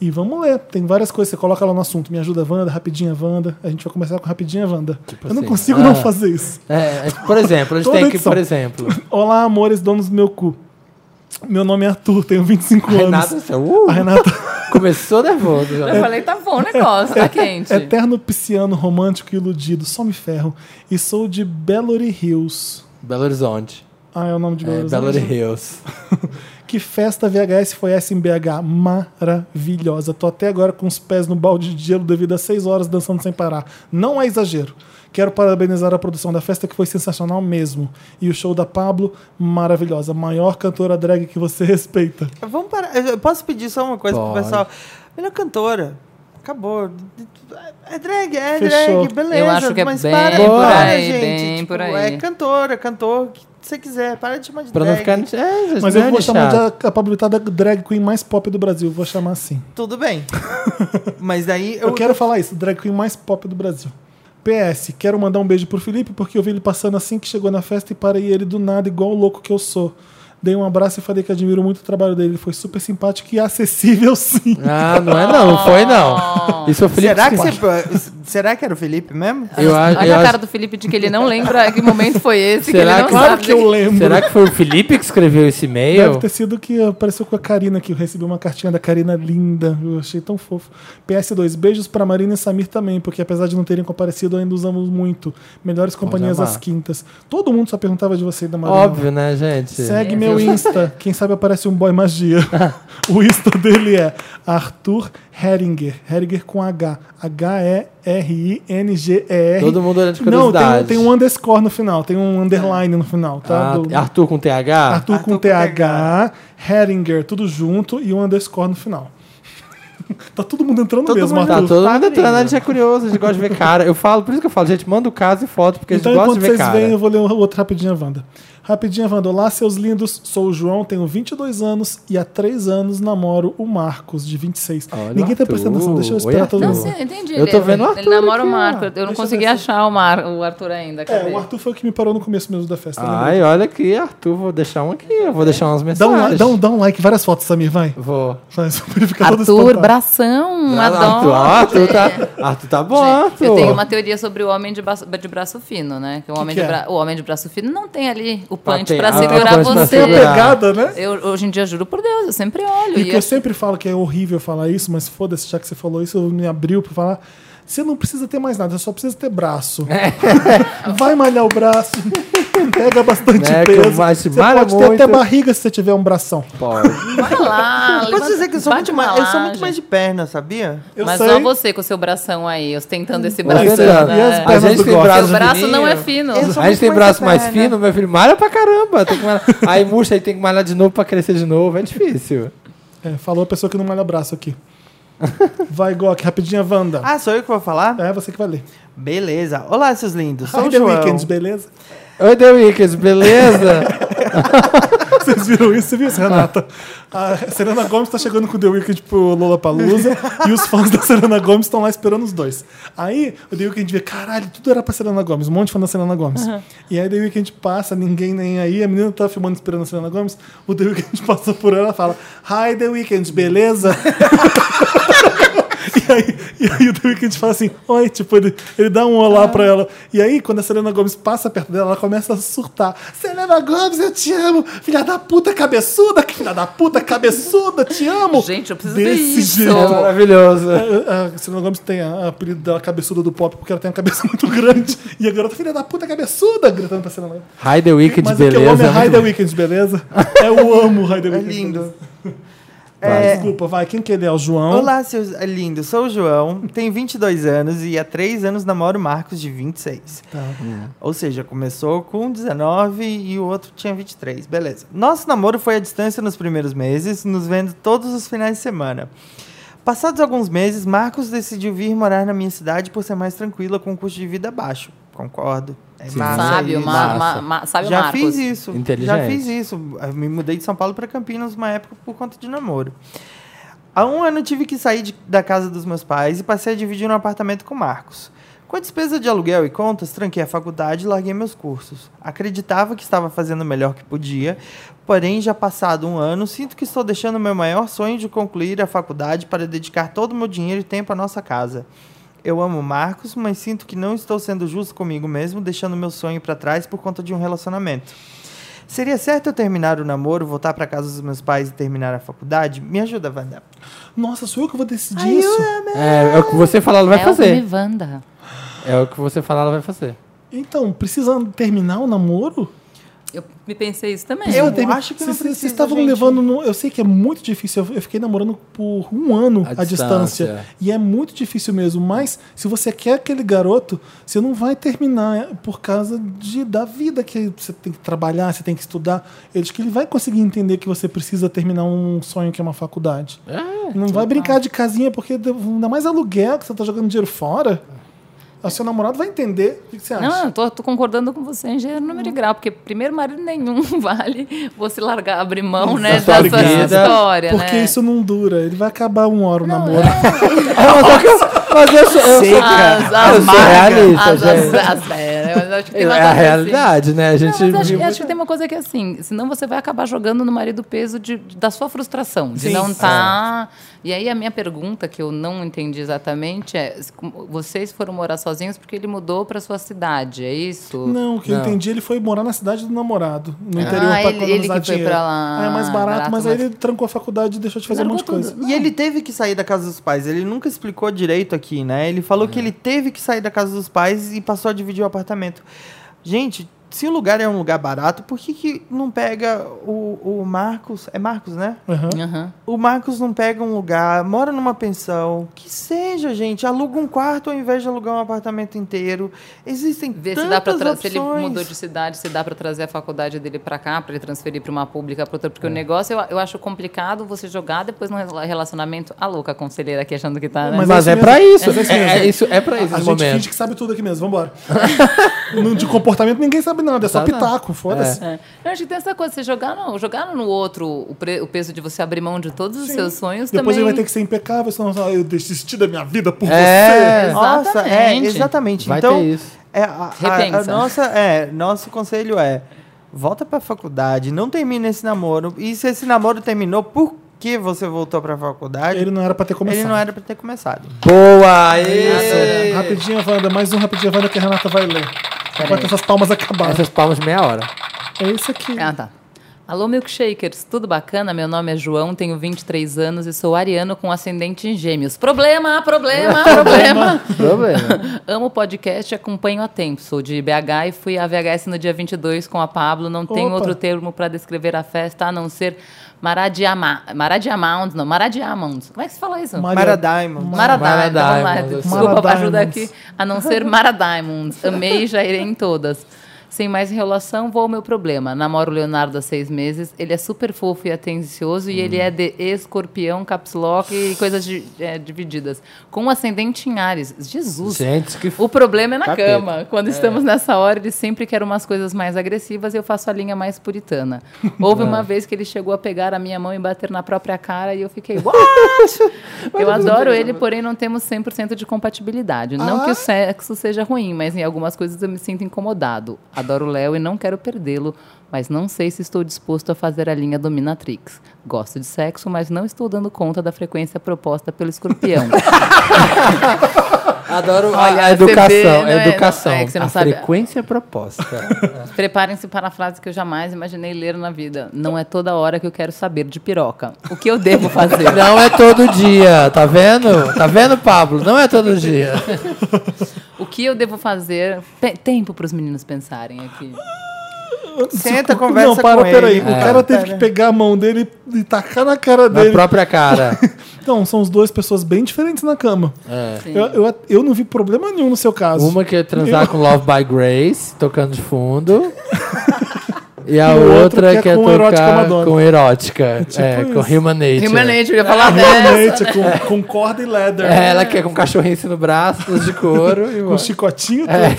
Speaker 1: E vamos ler. Tem várias coisas. Você coloca lá no assunto. Me ajuda, Wanda, rapidinha, Wanda. A gente vai começar com rapidinha, Wanda. Eu não
Speaker 2: assim,
Speaker 1: consigo
Speaker 2: ah.
Speaker 1: não fazer isso.
Speaker 2: É, é, por exemplo, a gente
Speaker 1: Toda
Speaker 2: tem que,
Speaker 1: edição.
Speaker 2: por exemplo.
Speaker 1: Olá, amores, donos do meu cu. Meu nome é Arthur, tenho 25
Speaker 2: Renata,
Speaker 1: anos.
Speaker 2: uh,
Speaker 1: A
Speaker 2: *laughs*
Speaker 1: Renata É.
Speaker 2: começou nervoso. já.
Speaker 3: Eu falei, tá bom o negócio, tá quente.
Speaker 1: eterno pisciano, romântico e iludido, só me ferro. E sou de Belo Hills.
Speaker 2: Belo Horizonte.
Speaker 1: Ah, é o nome de
Speaker 2: É,
Speaker 1: Belo
Speaker 2: Beverly
Speaker 1: Horizonte.
Speaker 2: Hills.
Speaker 1: Que festa VHS foi essa em BH? Maravilhosa. Tô até agora com os pés no balde de gelo devido a seis horas dançando sem parar. Não é exagero. Quero parabenizar a produção da festa, que foi sensacional mesmo. E o show da Pablo, maravilhosa. Maior cantora drag que você *laughs* respeita.
Speaker 4: Vamos parar. Eu posso pedir só uma coisa pro
Speaker 2: Pode.
Speaker 4: pessoal? Melhor cantora. Acabou. É drag, é
Speaker 1: Fechou.
Speaker 4: drag, beleza.
Speaker 3: Eu acho que é
Speaker 4: mas
Speaker 3: bem
Speaker 4: para,
Speaker 3: por
Speaker 4: para,
Speaker 3: aí,
Speaker 4: gente.
Speaker 3: bem
Speaker 4: Tipo,
Speaker 3: por aí.
Speaker 4: É cantora, cantor, o que você quiser. Para de chamar de
Speaker 2: Pra não
Speaker 4: drag.
Speaker 2: ficar. É, gente,
Speaker 1: Mas
Speaker 2: não
Speaker 1: eu
Speaker 2: é
Speaker 1: vou chamar de
Speaker 2: nichado.
Speaker 1: a, a Pablo Vittar da drag queen mais pop do Brasil. Vou chamar assim.
Speaker 4: Tudo
Speaker 2: *laughs*
Speaker 4: bem. mas daí eu,
Speaker 1: Eu quero falar isso, drag queen mais pop do Brasil. PS, quero mandar um beijo pro Felipe, porque eu vi ele passando assim que chegou na festa e parei ele do nada, igual o louco que eu sou. Dei um abraço e falei que admiro muito o trabalho dele. Ele foi super simpático e acessível, *laughs* sim.
Speaker 2: Ah, não é não, não foi
Speaker 3: *laughs*
Speaker 2: não. Isso é o Felipe.
Speaker 4: Será que,
Speaker 2: Spa.
Speaker 4: você, será que era o Felipe mesmo?
Speaker 2: Eu acho.
Speaker 3: Olha
Speaker 2: eu
Speaker 3: a cara
Speaker 2: acho-
Speaker 3: do Felipe de que ele não lembra que momento foi esse. que ele
Speaker 2: Será
Speaker 3: não
Speaker 2: que-
Speaker 1: Claro
Speaker 3: sabe.
Speaker 1: que eu lembro.
Speaker 2: Será que foi o Felipe que escreveu esse
Speaker 1: Deve
Speaker 2: e-mail?
Speaker 1: ter sido que apareceu com a Karina, que eu recebi uma cartinha da Karina linda. Eu achei tão fofo. PS2, beijos pra Marina e Samir também, porque apesar de não terem comparecido, ainda usamos muito. Melhores companhias
Speaker 2: amar.
Speaker 1: às quintas. Todo mundo só perguntava de você e da Marina.
Speaker 2: Óbvio, né, gente?
Speaker 1: Segue meu
Speaker 2: *laughs*
Speaker 1: Insta. Quem sabe aparece um boy magia. o Insta dele é Arthur Heringer. Heringer com H. H-E-R-I-N-G-E-R.
Speaker 2: Todo mundo olhando de
Speaker 1: Não, tem, um-
Speaker 2: curiosidade.
Speaker 1: tem um underscore no final. Tem um underline no final, tá?
Speaker 2: Ah, tá.
Speaker 1: Do-
Speaker 2: Arthur com TH?
Speaker 1: Arthur,
Speaker 4: Arthur
Speaker 1: com
Speaker 4: com
Speaker 1: TH. Heringer, tudo junto. E um underscore no final. *laughs* tá todo mundo entrando
Speaker 4: Todo
Speaker 1: mesmo,
Speaker 4: mundo
Speaker 2: Tá
Speaker 1: Arthur.
Speaker 2: todo mundo
Speaker 4: Padrinho.
Speaker 2: entrando, a gente é curioso, a gente gosta de ver cara. Eu falo, por isso que eu falo, gente, manda o caso e foto, porque
Speaker 1: Então,
Speaker 2: a gente gosta
Speaker 1: enquanto
Speaker 2: de ver
Speaker 1: vocês
Speaker 2: cara.
Speaker 1: veem, eu vou ler o outro rapidinho, Wanda. Rapidinho, Wanda. Olá, seus lindos. Sou o João, tenho 22 anos e há 3 anos namoro o Marcos, de 26.
Speaker 2: Olha,
Speaker 1: Ninguém tá
Speaker 2: Arthur.
Speaker 1: prestando atenção, deixa eu
Speaker 2: Oi,
Speaker 1: esperar todo
Speaker 2: Arthur.
Speaker 3: Não,
Speaker 1: mundo.
Speaker 3: sim, eu entendi.
Speaker 2: Eu tô
Speaker 3: ele-
Speaker 2: vendo o
Speaker 3: Ele
Speaker 2: Arthur
Speaker 3: namora o
Speaker 2: aqui, ó.
Speaker 3: Marco. Eu não
Speaker 1: Deixa eu
Speaker 3: consegui
Speaker 1: ver se-
Speaker 3: achar o, Mar, o Arthur ainda.
Speaker 1: É,
Speaker 3: Cadê?
Speaker 1: o Arthur foi o que me parou no começo mesmo da festa. lembra?
Speaker 2: Ai, olha aqui, Arthur, vou deixar um aqui, Ah, eu vou deixar umas
Speaker 1: um dá, um,
Speaker 2: mensagens.
Speaker 1: like- dá, um, dá um like, várias fotos, Samir, vai.
Speaker 2: Vou.
Speaker 1: Vai, só pra ele ficar todo
Speaker 3: Arthur,
Speaker 1: espantado.
Speaker 3: bração,
Speaker 2: Arthur,
Speaker 3: adoro.
Speaker 2: Arthur tá, Arthur tá bom,
Speaker 3: Um Gente,
Speaker 2: Arthur.
Speaker 3: eu tenho uma teoria sobre o homem de, braço- de braço fino, né? Que o, homem
Speaker 1: que
Speaker 3: de
Speaker 1: é?
Speaker 3: bra- o homem de braço fino não tem ali o punch
Speaker 2: tem-
Speaker 3: pra
Speaker 2: ah,
Speaker 3: segurar
Speaker 2: o punch pra
Speaker 3: você.
Speaker 2: segurar.
Speaker 1: Pegada, né?
Speaker 3: Eu, hoje em dia, juro por Deus, eu sempre olho.
Speaker 1: E o
Speaker 3: E
Speaker 1: que eu
Speaker 3: eu-
Speaker 1: sempre falo que é horrível falar isso, mas foda-se, já que você falou isso, eu me abriu pra falar. Você não precisa ter mais nada, você só precisa ter braço.
Speaker 2: É.
Speaker 1: Vai malhar o braço, pega bastante
Speaker 2: Né, que
Speaker 1: peso.
Speaker 2: vai se
Speaker 1: Você
Speaker 2: malha
Speaker 1: pode ter até
Speaker 2: muito.
Speaker 1: barriga se você tiver um bração.
Speaker 2: Pode.
Speaker 3: Vai lá,
Speaker 4: Posso
Speaker 3: levanta-
Speaker 4: dizer que eu sou,
Speaker 3: bate
Speaker 4: muito
Speaker 3: uma
Speaker 4: mais, eu sou muito
Speaker 3: laje.
Speaker 4: mais de perna, sabia?
Speaker 1: Eu
Speaker 3: Mas
Speaker 1: sei.
Speaker 3: só você com o seu bração aí, ostentando esse
Speaker 2: Tá
Speaker 1: Mas
Speaker 3: braço.
Speaker 1: é,
Speaker 2: vendo?
Speaker 1: e as
Speaker 3: né?
Speaker 2: A
Speaker 1: pernas
Speaker 2: gente
Speaker 1: do
Speaker 2: tem
Speaker 1: Gordo?
Speaker 2: braço
Speaker 3: Seu braço não é
Speaker 2: fininho.
Speaker 3: fino.
Speaker 4: Eu sou
Speaker 2: A gente
Speaker 4: muito
Speaker 2: tem
Speaker 4: mais
Speaker 2: braço
Speaker 4: de
Speaker 2: mais
Speaker 4: perna.
Speaker 2: fino, meu filho malha pra caramba. Tem que malhar. Aí murcha, aí tem que malhar de novo pra crescer de novo, é difícil.
Speaker 1: É, falou a pessoa que não malha braço aqui. *laughs* Vai, Gok, rapidinha, Wanda.
Speaker 4: Ah, sou eu que vou falar?
Speaker 1: É você que vai ler.
Speaker 4: Beleza. Olá, seus lindos. Sou
Speaker 1: Hi,
Speaker 4: o
Speaker 1: The
Speaker 4: João. É
Speaker 1: Weeknd, beleza? *laughs*
Speaker 2: Oi, The Wicked, beleza?
Speaker 1: Vocês viram isso? Você viu isso, Renata? A Serena Gomes tá chegando com o The Weeknd pro Lollapalooza *laughs* e os fãs da Serena Gomes estão lá esperando os dois. Aí o The Weeknd vê, caralho, tudo era pra Serena Gomes, um monte de fã da Serena Gomes. E aí o The Weeknd passa, ninguém nem aí, a menina tá filmando esperando a Serena Gomes, o The Weeknd *laughs* passa por ela e fala, Hi, The Weeknd, beleza? *laughs* E aí, e aí o The Weeknd fala assim, oi, tipo, ele, ele dá um olá pra ela. E aí, quando a Selena Gomes passa perto dela, ela começa a surtar. Selena Gomes, eu te amo! Filha da puta cabeçuda, que filha da puta cabeçuda, te amo!
Speaker 3: Gente, eu preciso ver
Speaker 1: Desse
Speaker 3: isso.
Speaker 2: É
Speaker 1: jeito.
Speaker 2: maravilhoso.
Speaker 1: A, a Selena Gomes tem a, a apelido dela cabeçuda do pop, porque ela tem uma cabeça *laughs* muito grande. E a garota, filha da puta cabeçuda, gritando pra Selena Gomes.
Speaker 2: Hi, The Wicked,
Speaker 1: Mas o que eu amo
Speaker 2: beleza. né?
Speaker 1: é Hi
Speaker 2: Muito
Speaker 1: The Weeknd, beleza? Eu amo Hi The
Speaker 4: É
Speaker 1: Weeknd.
Speaker 4: lindo.
Speaker 1: Vai, Desculpa, vai. Quem que ele é? O João?
Speaker 4: Olá, seus lindos. Sou o João, tenho 22 anos e há 3 anos namoro o Marcos de 26. Ou seja, começou com 19 e o outro tinha 23. Beleza. Nosso namoro foi à distância nos primeiros meses, nos vendo todos os finais de semana. Passados alguns meses, Marcos decidiu vir morar na minha cidade por ser mais tranquila com um custo de vida baixo. Concordo. É massa
Speaker 3: Sábio,
Speaker 4: isso.
Speaker 3: ma, ma,
Speaker 2: Massa.
Speaker 3: ma, sábio
Speaker 4: Já
Speaker 3: Marcos.
Speaker 4: fiz isso.
Speaker 2: Inteligente.
Speaker 4: Já fiz isso. Eu me mudei de São Paulo para Campinas uma época por conta de namoro. Há um ano eu tive que sair de- da casa dos meus pais e passei a dividir um apartamento com o Marcos. Com a despesa de aluguel e contas, tranquei a faculdade e larguei meus cursos. Acreditava que estava fazendo o melhor que podia, porém, já passado um ano, sinto que estou deixando meu maior sonho de concluir a faculdade para dedicar todo o meu dinheiro e tempo à nossa casa. Eu amo o Marcos, mas sinto que não estou sendo justo comigo mesmo, deixando meu sonho para trás por conta de um relacionamento. Seria certo eu terminar o namoro, voltar para casa dos meus pais e terminar a faculdade? Me ajuda, Wanda.
Speaker 1: Nossa, sou eu que vou decidir isso?
Speaker 2: É, é o que você falar, ela vai
Speaker 3: é
Speaker 2: fazer.
Speaker 3: o Wanda.
Speaker 2: *laughs* É o que você falar, ela vai fazer.
Speaker 1: Então, precisa terminar o namoro?
Speaker 3: Eu me pensei isso também.
Speaker 4: Eu
Speaker 1: Teve-
Speaker 4: acho que não
Speaker 1: vocês-
Speaker 4: precisa,
Speaker 1: Vocês estavam
Speaker 4: gente.
Speaker 1: levando. no- eu sei que é muito difícil. Eu- Eu fiquei namorando por um ano
Speaker 2: A
Speaker 1: à distância.
Speaker 2: distância.
Speaker 1: E é muito difícil mesmo. Mas se você quer aquele garoto, você não vai terminar é, por causa de, da vida que você tem que trabalhar, você tem que estudar. Eu acho que ele vai conseguir entender que você precisa terminar um sonho que é uma faculdade. não vai brincar de casinha, porque deu- ainda mais aluguel, que você tá jogando dinheiro fora. O seu namorado vai entender. O que que você acha?
Speaker 3: Não, eu tô, tô concordando com você, engenheiro número
Speaker 4: Hum.
Speaker 3: de grau, porque primeiro marido nenhum *laughs* vale você largar, abrir mão, né, da
Speaker 2: sua
Speaker 3: sua
Speaker 2: vida.
Speaker 3: história,
Speaker 1: porque
Speaker 3: né?
Speaker 1: isso não dura. Ele vai acabar uma hora o
Speaker 4: é.
Speaker 1: namoro.
Speaker 2: É, Mas eu sou, eu sou,
Speaker 3: As,
Speaker 2: Ah, eu
Speaker 3: as
Speaker 2: sou realista,
Speaker 3: as, as,
Speaker 2: gente.
Speaker 3: as, é, mas acho que tem
Speaker 2: É
Speaker 3: uma
Speaker 2: a
Speaker 3: coisa assim.
Speaker 2: realidade, né? A gente
Speaker 3: Não, mas acho,
Speaker 2: viu
Speaker 3: acho
Speaker 2: muito-
Speaker 3: que tem uma coisa que é assim, senão você vai acabar jogando no marido o peso de- da sua frustração, de
Speaker 1: Sim.
Speaker 3: não tá. E aí a minha pergunta, que eu não entendi exatamente, é: se- como- vocês foram morar sozinhos porque ele mudou para sua cidade, é isso?
Speaker 1: Não, o que eu
Speaker 2: Não.
Speaker 1: entendi, ele foi morar na cidade do namorado, no interior,
Speaker 3: ele-
Speaker 1: pra
Speaker 3: ele
Speaker 1: economizar
Speaker 3: que foi
Speaker 1: dinheiro.
Speaker 3: pra lá,
Speaker 1: Ah, É mais barato,
Speaker 3: barato,
Speaker 1: mas aí
Speaker 3: mas-
Speaker 1: ele trancou a faculdade e deixou de fazer um monte de
Speaker 3: Largou
Speaker 1: coisa.
Speaker 3: tudo.
Speaker 4: E ele teve que sair da casa dos pais. Ele nunca explicou direito aqui, né? Ele falou
Speaker 3: É.
Speaker 4: que ele teve que sair da casa dos pais e passou a dividir o apartamento. Gente, se o lugar é um lugar barato, por que, que não pega o, o Marcos? É Marcos, né?
Speaker 1: Aham.
Speaker 3: Aham.
Speaker 4: O Marcos não pega um lugar, mora numa pensão. Que seja, gente. Aluga um quarto ao invés de alugar um apartamento inteiro. Existem
Speaker 3: Ver
Speaker 4: tantas
Speaker 3: se dá para
Speaker 4: opções.
Speaker 3: se ele mudou de cidade, se dá para trazer a faculdade dele para cá, para ele transferir para uma pública, para outra, porque
Speaker 1: É.
Speaker 3: o negócio eu, eu acho complicado você jogar depois num rela- relacionamento a louca a conselheira aqui achando que tá, né?
Speaker 1: Mas
Speaker 2: Mas
Speaker 1: é
Speaker 2: é
Speaker 1: isso
Speaker 2: pra
Speaker 1: mesmo.
Speaker 2: isso.
Speaker 1: Mas é isso
Speaker 2: É,
Speaker 1: mesmo.
Speaker 2: é isso, é pra isso
Speaker 1: A
Speaker 2: esse
Speaker 1: gente
Speaker 2: momento.
Speaker 1: finge que sabe tudo aqui mesmo, vambora. *laughs* No- de comportamento ninguém sabe nada, é só
Speaker 2: Tá, não.
Speaker 1: pitaco, foda-se.
Speaker 3: É. Eu acho que tem essa coisa, você jogar no, jogar no outro o, pre- o peso de você abrir mão de todos os seus sonhos
Speaker 1: Depois
Speaker 3: também.
Speaker 1: ele vai ter que ser impecável, senão ah, eu desisti da minha vida por
Speaker 2: É.
Speaker 1: você.
Speaker 4: Nossa, é,
Speaker 3: Exatamente.
Speaker 4: exatamente.
Speaker 2: Vai
Speaker 4: então,
Speaker 2: ter isso.
Speaker 4: É, a, a, a
Speaker 3: Repensa.
Speaker 4: nossa, é, nosso conselho é: volta pra faculdade, não termina esse namoro. E se esse namoro terminou, por que você voltou pra faculdade?
Speaker 1: Ele não era pra ter começado.
Speaker 4: Ele não era pra ter começado.
Speaker 2: Boa! aê!
Speaker 1: Nossa, rapidinho, Wanda, mais um rapidinho, Wanda, que a Renata vai ler. Enquanto essas palmas acabaram.
Speaker 2: Essas palmas de meia hora.
Speaker 1: É isso aqui.
Speaker 3: Ah, tá. Alô, milkshakers, tudo bacana? Meu nome é João, tenho 23 anos e sou ariano com ascendente em gêmeos.
Speaker 1: *laughs*
Speaker 3: Problema, problema, problema.
Speaker 2: Problema.
Speaker 3: Amo o podcast, acompanho há tempo. Sou de BH e fui à VHS no dia 22 com a Pablo. Não tenho
Speaker 1: Opa.
Speaker 3: outro termo para descrever a festa a não ser Maradiama, Maradiamond, não, Maradiamond. Como é que se fala isso?
Speaker 1: Maria-
Speaker 4: Mara Diamond.
Speaker 3: Maradiamond. Vamos lá,
Speaker 2: Maradiamond, eu sei.
Speaker 3: desculpa, ajuda
Speaker 1: Maradiamonds.
Speaker 3: aqui. A não ser Maradiamonds. Amei e já irei em todas. Sem mais enrolação, vou ao meu problema. Namoro o Leonardo há seis meses. Ele é super fofo e atencioso e ele é de escorpião, caps lock e coisas de- é, divididas. Com um ascendente em Ares. Jesus!
Speaker 2: Gente, que f...
Speaker 3: O problema é na
Speaker 2: Capeta.
Speaker 3: cama. Quando estamos nessa hora, ele sempre quer umas coisas mais agressivas e eu faço a linha
Speaker 2: *laughs*
Speaker 3: mais puritana. Houve
Speaker 2: Ah.
Speaker 3: uma vez que ele chegou a pegar a minha mão e bater na própria cara e eu fiquei,
Speaker 2: *laughs*
Speaker 3: what? eu adoro ele, porém não temos 100% de compatibilidade. Não
Speaker 2: Ah.
Speaker 3: que o sexo seja ruim, mas em algumas coisas eu me sinto incomodado. Adoro o Léo e não quero perdê-lo, mas não sei se estou disposto a fazer a linha dominatrix. Gosto de sexo, mas não estou dando conta da frequência proposta pelo
Speaker 2: *laughs*
Speaker 3: escorpião.
Speaker 2: Adoro a-
Speaker 3: Olha,
Speaker 2: a educação.
Speaker 3: você vê, não é,
Speaker 2: a
Speaker 3: não,
Speaker 2: educação.
Speaker 3: é que você não
Speaker 2: a
Speaker 3: sabe.
Speaker 2: frequência proposta.
Speaker 3: Preparem-se para a frase que eu jamais imaginei ler na vida. Não é toda hora que eu quero saber de piroca. O que eu devo fazer?
Speaker 2: *laughs* Não é todo dia, tá vendo? Tá vendo, Pablo? Não é todo *laughs* dia.
Speaker 3: O que eu devo fazer? Pe- tempo para os meninos pensarem aqui.
Speaker 4: Senta, conversa
Speaker 1: Não, para,
Speaker 4: com
Speaker 1: peraí.
Speaker 4: ele. É.
Speaker 1: O cara teve que pegar a mão dele e tacar na cara
Speaker 2: Na
Speaker 1: dele.
Speaker 2: própria cara.
Speaker 1: Então, são as duas pessoas bem diferentes na cama. Eu, eu, eu não vi problema nenhum no seu caso.
Speaker 2: É. Uma que é transar
Speaker 1: Eu-
Speaker 2: com Love by Grace, tocando de *laughs* fundo. E a
Speaker 1: E o outro
Speaker 2: outra
Speaker 1: que é
Speaker 2: quer
Speaker 1: com
Speaker 2: tocar
Speaker 1: erótica Madonna.
Speaker 2: com erótica. *laughs* é, com
Speaker 1: isso.
Speaker 2: Human Nature.
Speaker 3: Humanate, eu ia
Speaker 1: Ah,
Speaker 3: falar dessa.
Speaker 1: Realmente, com, com corda e leather.
Speaker 2: É, ela quer com um cachorrinho no braço, tudo de couro. e
Speaker 1: Com um
Speaker 2: bora.
Speaker 1: chicotinho.
Speaker 2: É.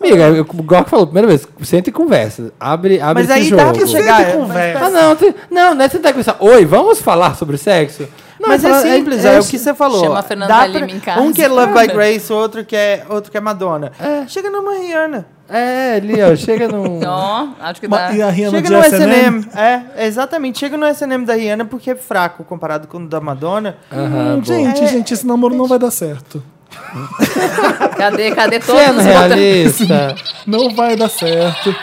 Speaker 2: Amiga, eu- igual que falou, primeira vez, senta e conversa. Abre, abre
Speaker 4: Mas
Speaker 2: esse
Speaker 4: aí
Speaker 2: jogo.
Speaker 4: dá pra chegar.
Speaker 1: Senta e
Speaker 4: é,
Speaker 1: conversa.
Speaker 2: Ah, não, tem- não, não é sentar e conversar. Oi, vamos falar sobre sexo? Não,
Speaker 4: Mas é
Speaker 2: falar-
Speaker 4: simples, é, o que você falou.
Speaker 3: então Chama a Fernanda
Speaker 4: Dá
Speaker 3: Lima em casa.
Speaker 4: Um que é Love
Speaker 3: *laughs*
Speaker 4: by Grace, o outro que é, outro que é Madonna. Chega numa Rihanna.
Speaker 2: É, ali, ó,
Speaker 1: *laughs*
Speaker 2: chega num.
Speaker 3: Ó, acho que tá. dá.
Speaker 1: Ma- E a Rihanna
Speaker 4: Chega
Speaker 1: de
Speaker 4: no
Speaker 1: SNM.
Speaker 4: SNM. É, exatamente. Chega no SNM da Rihanna porque é fraco comparado com o da Madonna.
Speaker 2: Aham,
Speaker 1: Hum,
Speaker 2: boa.
Speaker 1: gente, gente, esse namoro não vai dar certo.
Speaker 3: Cadê, cadê todos
Speaker 2: Sendo
Speaker 3: os botões?
Speaker 2: é realista.
Speaker 1: Não vai dar certo.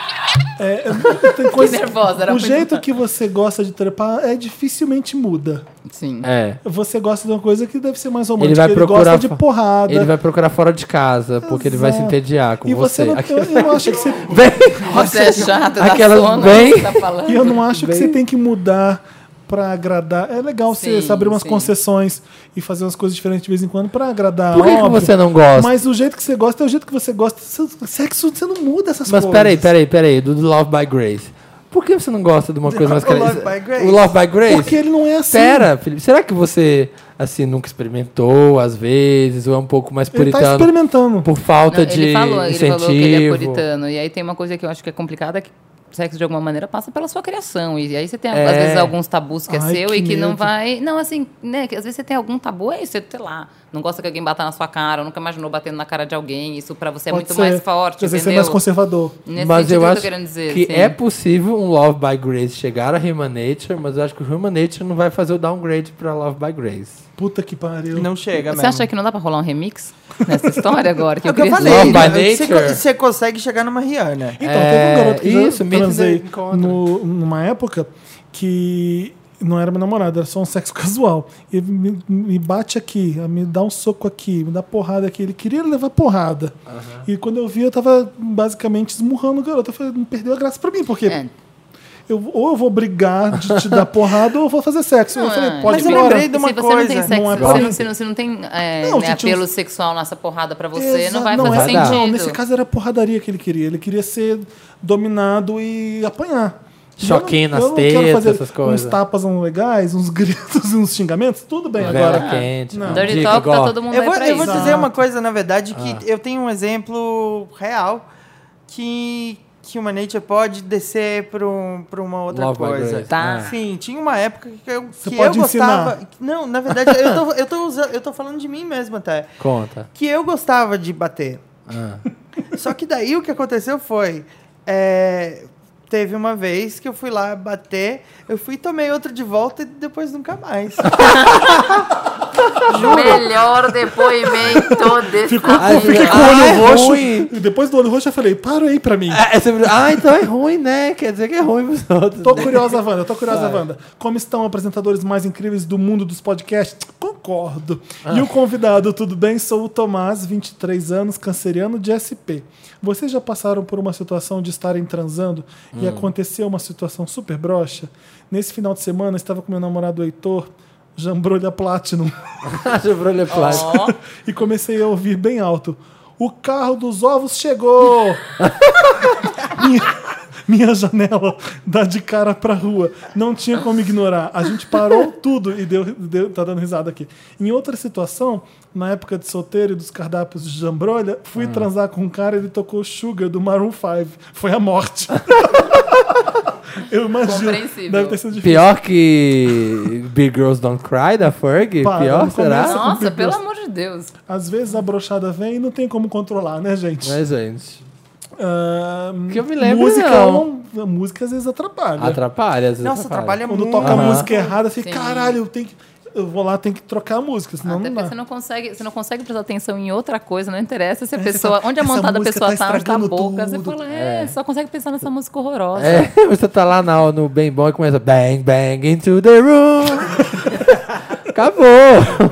Speaker 1: É, é-
Speaker 3: *laughs*
Speaker 1: tem coisa,
Speaker 3: nervosa, era
Speaker 1: o
Speaker 3: pra
Speaker 1: jeito
Speaker 3: editar.
Speaker 1: que você gosta de trepar é dificilmente muda.
Speaker 3: Sim.
Speaker 2: É.
Speaker 1: Você gosta de uma coisa que deve ser mais romântica.
Speaker 2: Ele vai procurar.
Speaker 1: gosta de
Speaker 2: fo-
Speaker 1: porrada.
Speaker 2: Ele vai procurar fora de casa, porque ele vai se
Speaker 1: Exato.
Speaker 2: entediar com
Speaker 1: e você,
Speaker 2: você.
Speaker 1: não,
Speaker 2: *laughs* Aqui-
Speaker 1: eu, eu não acho que você
Speaker 2: Vem!
Speaker 3: Você é chata, dá
Speaker 2: Aquela
Speaker 3: sono,
Speaker 2: bem-
Speaker 3: você tá falando.
Speaker 1: E eu não acho que
Speaker 2: Uhum. Bem-
Speaker 1: você tem que mudar pra agradar. É legal você
Speaker 3: Sim,
Speaker 1: você abrir umas
Speaker 3: sim.
Speaker 1: concessões e fazer umas coisas diferentes de vez em quando pra agradar.
Speaker 2: Por que que
Speaker 1: óbvio.
Speaker 2: você não gosta?
Speaker 1: Mas o jeito que você gosta é o jeito que você gosta. Seu Sexo, você não muda essas
Speaker 2: Mas
Speaker 1: coisas.
Speaker 2: peraí, peraí, peraí. Do Love by Grace. Por que você não gosta de uma coisa mais
Speaker 4: O
Speaker 2: cara-
Speaker 4: Love by Grace?
Speaker 2: O Love by Grace?
Speaker 1: Porque ele não é assim.
Speaker 2: Pera, Felipe, será que você, assim, nunca experimentou às vezes, ou é um pouco mais
Speaker 1: Ele tá
Speaker 2: puritano
Speaker 1: experimentando.
Speaker 2: por falta
Speaker 3: Não,
Speaker 2: de
Speaker 3: ele falou, ele
Speaker 2: incentivo?
Speaker 3: falou que ele é puritano. E aí tem uma coisa que eu acho que é complicada, que sexo de alguma maneira passa pela sua criação. E aí você tem,
Speaker 2: É.
Speaker 3: às vezes, alguns tabus que é
Speaker 1: Ai,
Speaker 3: seu
Speaker 1: que
Speaker 3: e que não
Speaker 1: medo.
Speaker 3: vai. Não, assim, né? Que às vezes você tem algum tabu, aí você, sei lá, não gosta que alguém bata na sua cara, ou nunca imaginou batendo na cara de alguém. Isso pra você é
Speaker 1: Pode
Speaker 3: muito
Speaker 1: ser.
Speaker 3: mais forte,
Speaker 1: Às vezes você é
Speaker 3: entendeu?
Speaker 1: mais conservador.
Speaker 3: Nesse
Speaker 2: mas
Speaker 3: sentido
Speaker 2: eu
Speaker 3: que
Speaker 2: acho
Speaker 3: tô querendo dizer. assim.
Speaker 2: que
Speaker 3: sim.
Speaker 2: é possível um Love by Grace chegar a Human Nature, mas eu acho que o Human Nature não vai fazer o downgrade pra Love by Grace.
Speaker 1: Puta que pariu.
Speaker 4: Não chega
Speaker 3: Você
Speaker 4: mesmo.
Speaker 3: acha que não dá pra rolar um remix nessa história agora? Que
Speaker 4: É
Speaker 3: eu
Speaker 4: o que eu
Speaker 3: queria
Speaker 4: falei.
Speaker 2: Love by
Speaker 4: né? Você,
Speaker 2: Nature.
Speaker 4: co- você consegue chegar numa Rihanna.
Speaker 1: Então,
Speaker 2: É,
Speaker 1: teve um garoto que já
Speaker 2: isso, meet and
Speaker 1: transei
Speaker 2: encounter.
Speaker 1: no- numa época que não era meu namorado, era só um sexo *laughs* casual. Ele me, me bate aqui, me dá um soco aqui, me dá porrada aqui. Ele queria levar porrada. E quando eu vi, eu tava basicamente esmurrando o garoto. Eu falei, não perdeu a graça pra mim, porque.
Speaker 3: É.
Speaker 1: Eu, ou eu vou brigar de te dar porrada ou eu vou fazer sexo. Ah, eu
Speaker 3: Não,
Speaker 1: falei,
Speaker 3: é.
Speaker 1: pode
Speaker 4: Mas
Speaker 1: ir
Speaker 4: eu
Speaker 1: embora.
Speaker 4: lembrei de uma
Speaker 3: se você
Speaker 4: coisa.
Speaker 3: não tem
Speaker 4: Não
Speaker 3: sexo,
Speaker 1: é
Speaker 3: se você
Speaker 1: pra-
Speaker 3: não, se não, se não tem é,
Speaker 1: Não,
Speaker 3: né,
Speaker 1: gente,
Speaker 3: apelo
Speaker 1: os-
Speaker 3: sexual nessa porrada pra você,
Speaker 1: Exa-
Speaker 3: não vai fazer
Speaker 1: é-
Speaker 2: verdade.
Speaker 3: sentido.
Speaker 1: Não, nesse caso era porradaria que ele queria. Ele queria ser dominado e apanhar. E
Speaker 2: Choquinho
Speaker 1: eu não-
Speaker 2: nas
Speaker 1: eu não quero
Speaker 2: tetas,
Speaker 1: fazer
Speaker 2: essas coisas.
Speaker 1: Uns tapas não legais, uns *laughs* gritos e uns xingamentos, tudo bem
Speaker 2: Vela
Speaker 1: É, agora.
Speaker 2: quente.
Speaker 1: Não.
Speaker 3: Dirty
Speaker 2: dica,
Speaker 3: Talk tá
Speaker 2: Gó.
Speaker 3: todo mundo
Speaker 4: Eu
Speaker 3: aí
Speaker 4: vou,
Speaker 3: pra
Speaker 4: eu vou
Speaker 3: isso.
Speaker 4: dizer uma coisa, na verdade, que
Speaker 1: Ah.
Speaker 4: eu tenho um exemplo real que que uma nature pode descer para uma outra
Speaker 2: Love by
Speaker 4: coisa.
Speaker 2: Grace, Tá. né?
Speaker 4: Sim, tinha uma época que eu,
Speaker 1: é. Você
Speaker 4: que eu
Speaker 1: pode
Speaker 4: gostava. Não, na verdade, eu tô, eu, tô usando, eu tô falando de mim mesmo até.
Speaker 2: Conta.
Speaker 4: Que eu gostava de bater.
Speaker 2: Ah.
Speaker 4: Só que daí o que aconteceu foi. é, teve uma vez que eu fui lá bater, eu fui e tomei outro de volta e depois nunca *laughs* mais.
Speaker 3: Melhor
Speaker 1: *laughs*
Speaker 3: depoimento desse
Speaker 2: Aí,
Speaker 1: Fiquei com o
Speaker 2: ah,
Speaker 1: olho
Speaker 2: é
Speaker 1: roxo.
Speaker 2: ruim.
Speaker 1: E depois do olho roxo eu falei, para aí pra mim.
Speaker 2: É, é sempre- Ah, então é ruim, né? Quer dizer que é ruim pros outros.
Speaker 1: Tô
Speaker 2: *laughs*
Speaker 1: curiosa, Wanda, tô curiosa, Wanda. Como estão apresentadores mais incríveis do mundo dos podcasts? Concordo. E o convidado, tudo bem? Sou o Tomás, 23 anos, canceriano de SP. Vocês já passaram por uma situação de estarem transando e aconteceu uma situação super broxa? Nesse final de semana, estava com meu namorado Heitor, jambrolha Platinum,
Speaker 2: Chevrolet Platinum.
Speaker 1: *laughs* e comecei a ouvir bem alto. O carro dos ovos chegou! *laughs* minha janela dá de cara pra rua. Não tinha como ignorar. A gente parou tudo e deu, deu- tá dando risada aqui. Em outra situação, na época de solteiro e dos cardápios de jambrolha, fui transar com um cara e ele tocou Sugar do Maroon 5. Foi a morte. Eu imagino.
Speaker 3: Compreensível.
Speaker 1: Deve ter sido difícil.
Speaker 2: Pior que Big Girls Don't Cry da Ferg?
Speaker 1: Para,
Speaker 2: Pior,
Speaker 1: não
Speaker 2: será?
Speaker 1: começa.
Speaker 3: Nossa, pelo amor de Deus.
Speaker 1: Às vezes a brochada vem e não tem como controlar, né, gente?
Speaker 2: Mas, gente,
Speaker 1: Ah,
Speaker 2: Que eu me lembro,
Speaker 1: música,
Speaker 2: não.
Speaker 1: é um- a música às vezes atrapalha.
Speaker 2: atrapalha. Às vezes
Speaker 4: Nossa,
Speaker 2: atrapalha.
Speaker 4: trabalha
Speaker 1: Quando
Speaker 4: muito.
Speaker 1: toca a
Speaker 2: Aham.
Speaker 1: música errada, fica,
Speaker 3: Sim.
Speaker 1: caralho, eu tenho que. Eu vou lá, tenho que trocar a música, senão
Speaker 3: Até
Speaker 1: não dá.
Speaker 3: porque você não consegue, você não consegue prestar atenção em outra coisa, não interessa se a
Speaker 1: É, você
Speaker 3: pessoa.
Speaker 1: fala,
Speaker 3: onde a
Speaker 1: "Essa
Speaker 3: montada da
Speaker 1: música
Speaker 3: pessoa
Speaker 1: tá
Speaker 3: tá, onde tá a
Speaker 1: estragando
Speaker 3: boca. Você
Speaker 1: tudo."
Speaker 3: fala, é, só consegue pensar nessa música horrorosa.
Speaker 2: É, *laughs* você tá lá na, no Bem Bom e começa Bang Bang into
Speaker 1: *laughs*
Speaker 2: the room. Acabou.
Speaker 1: Ah,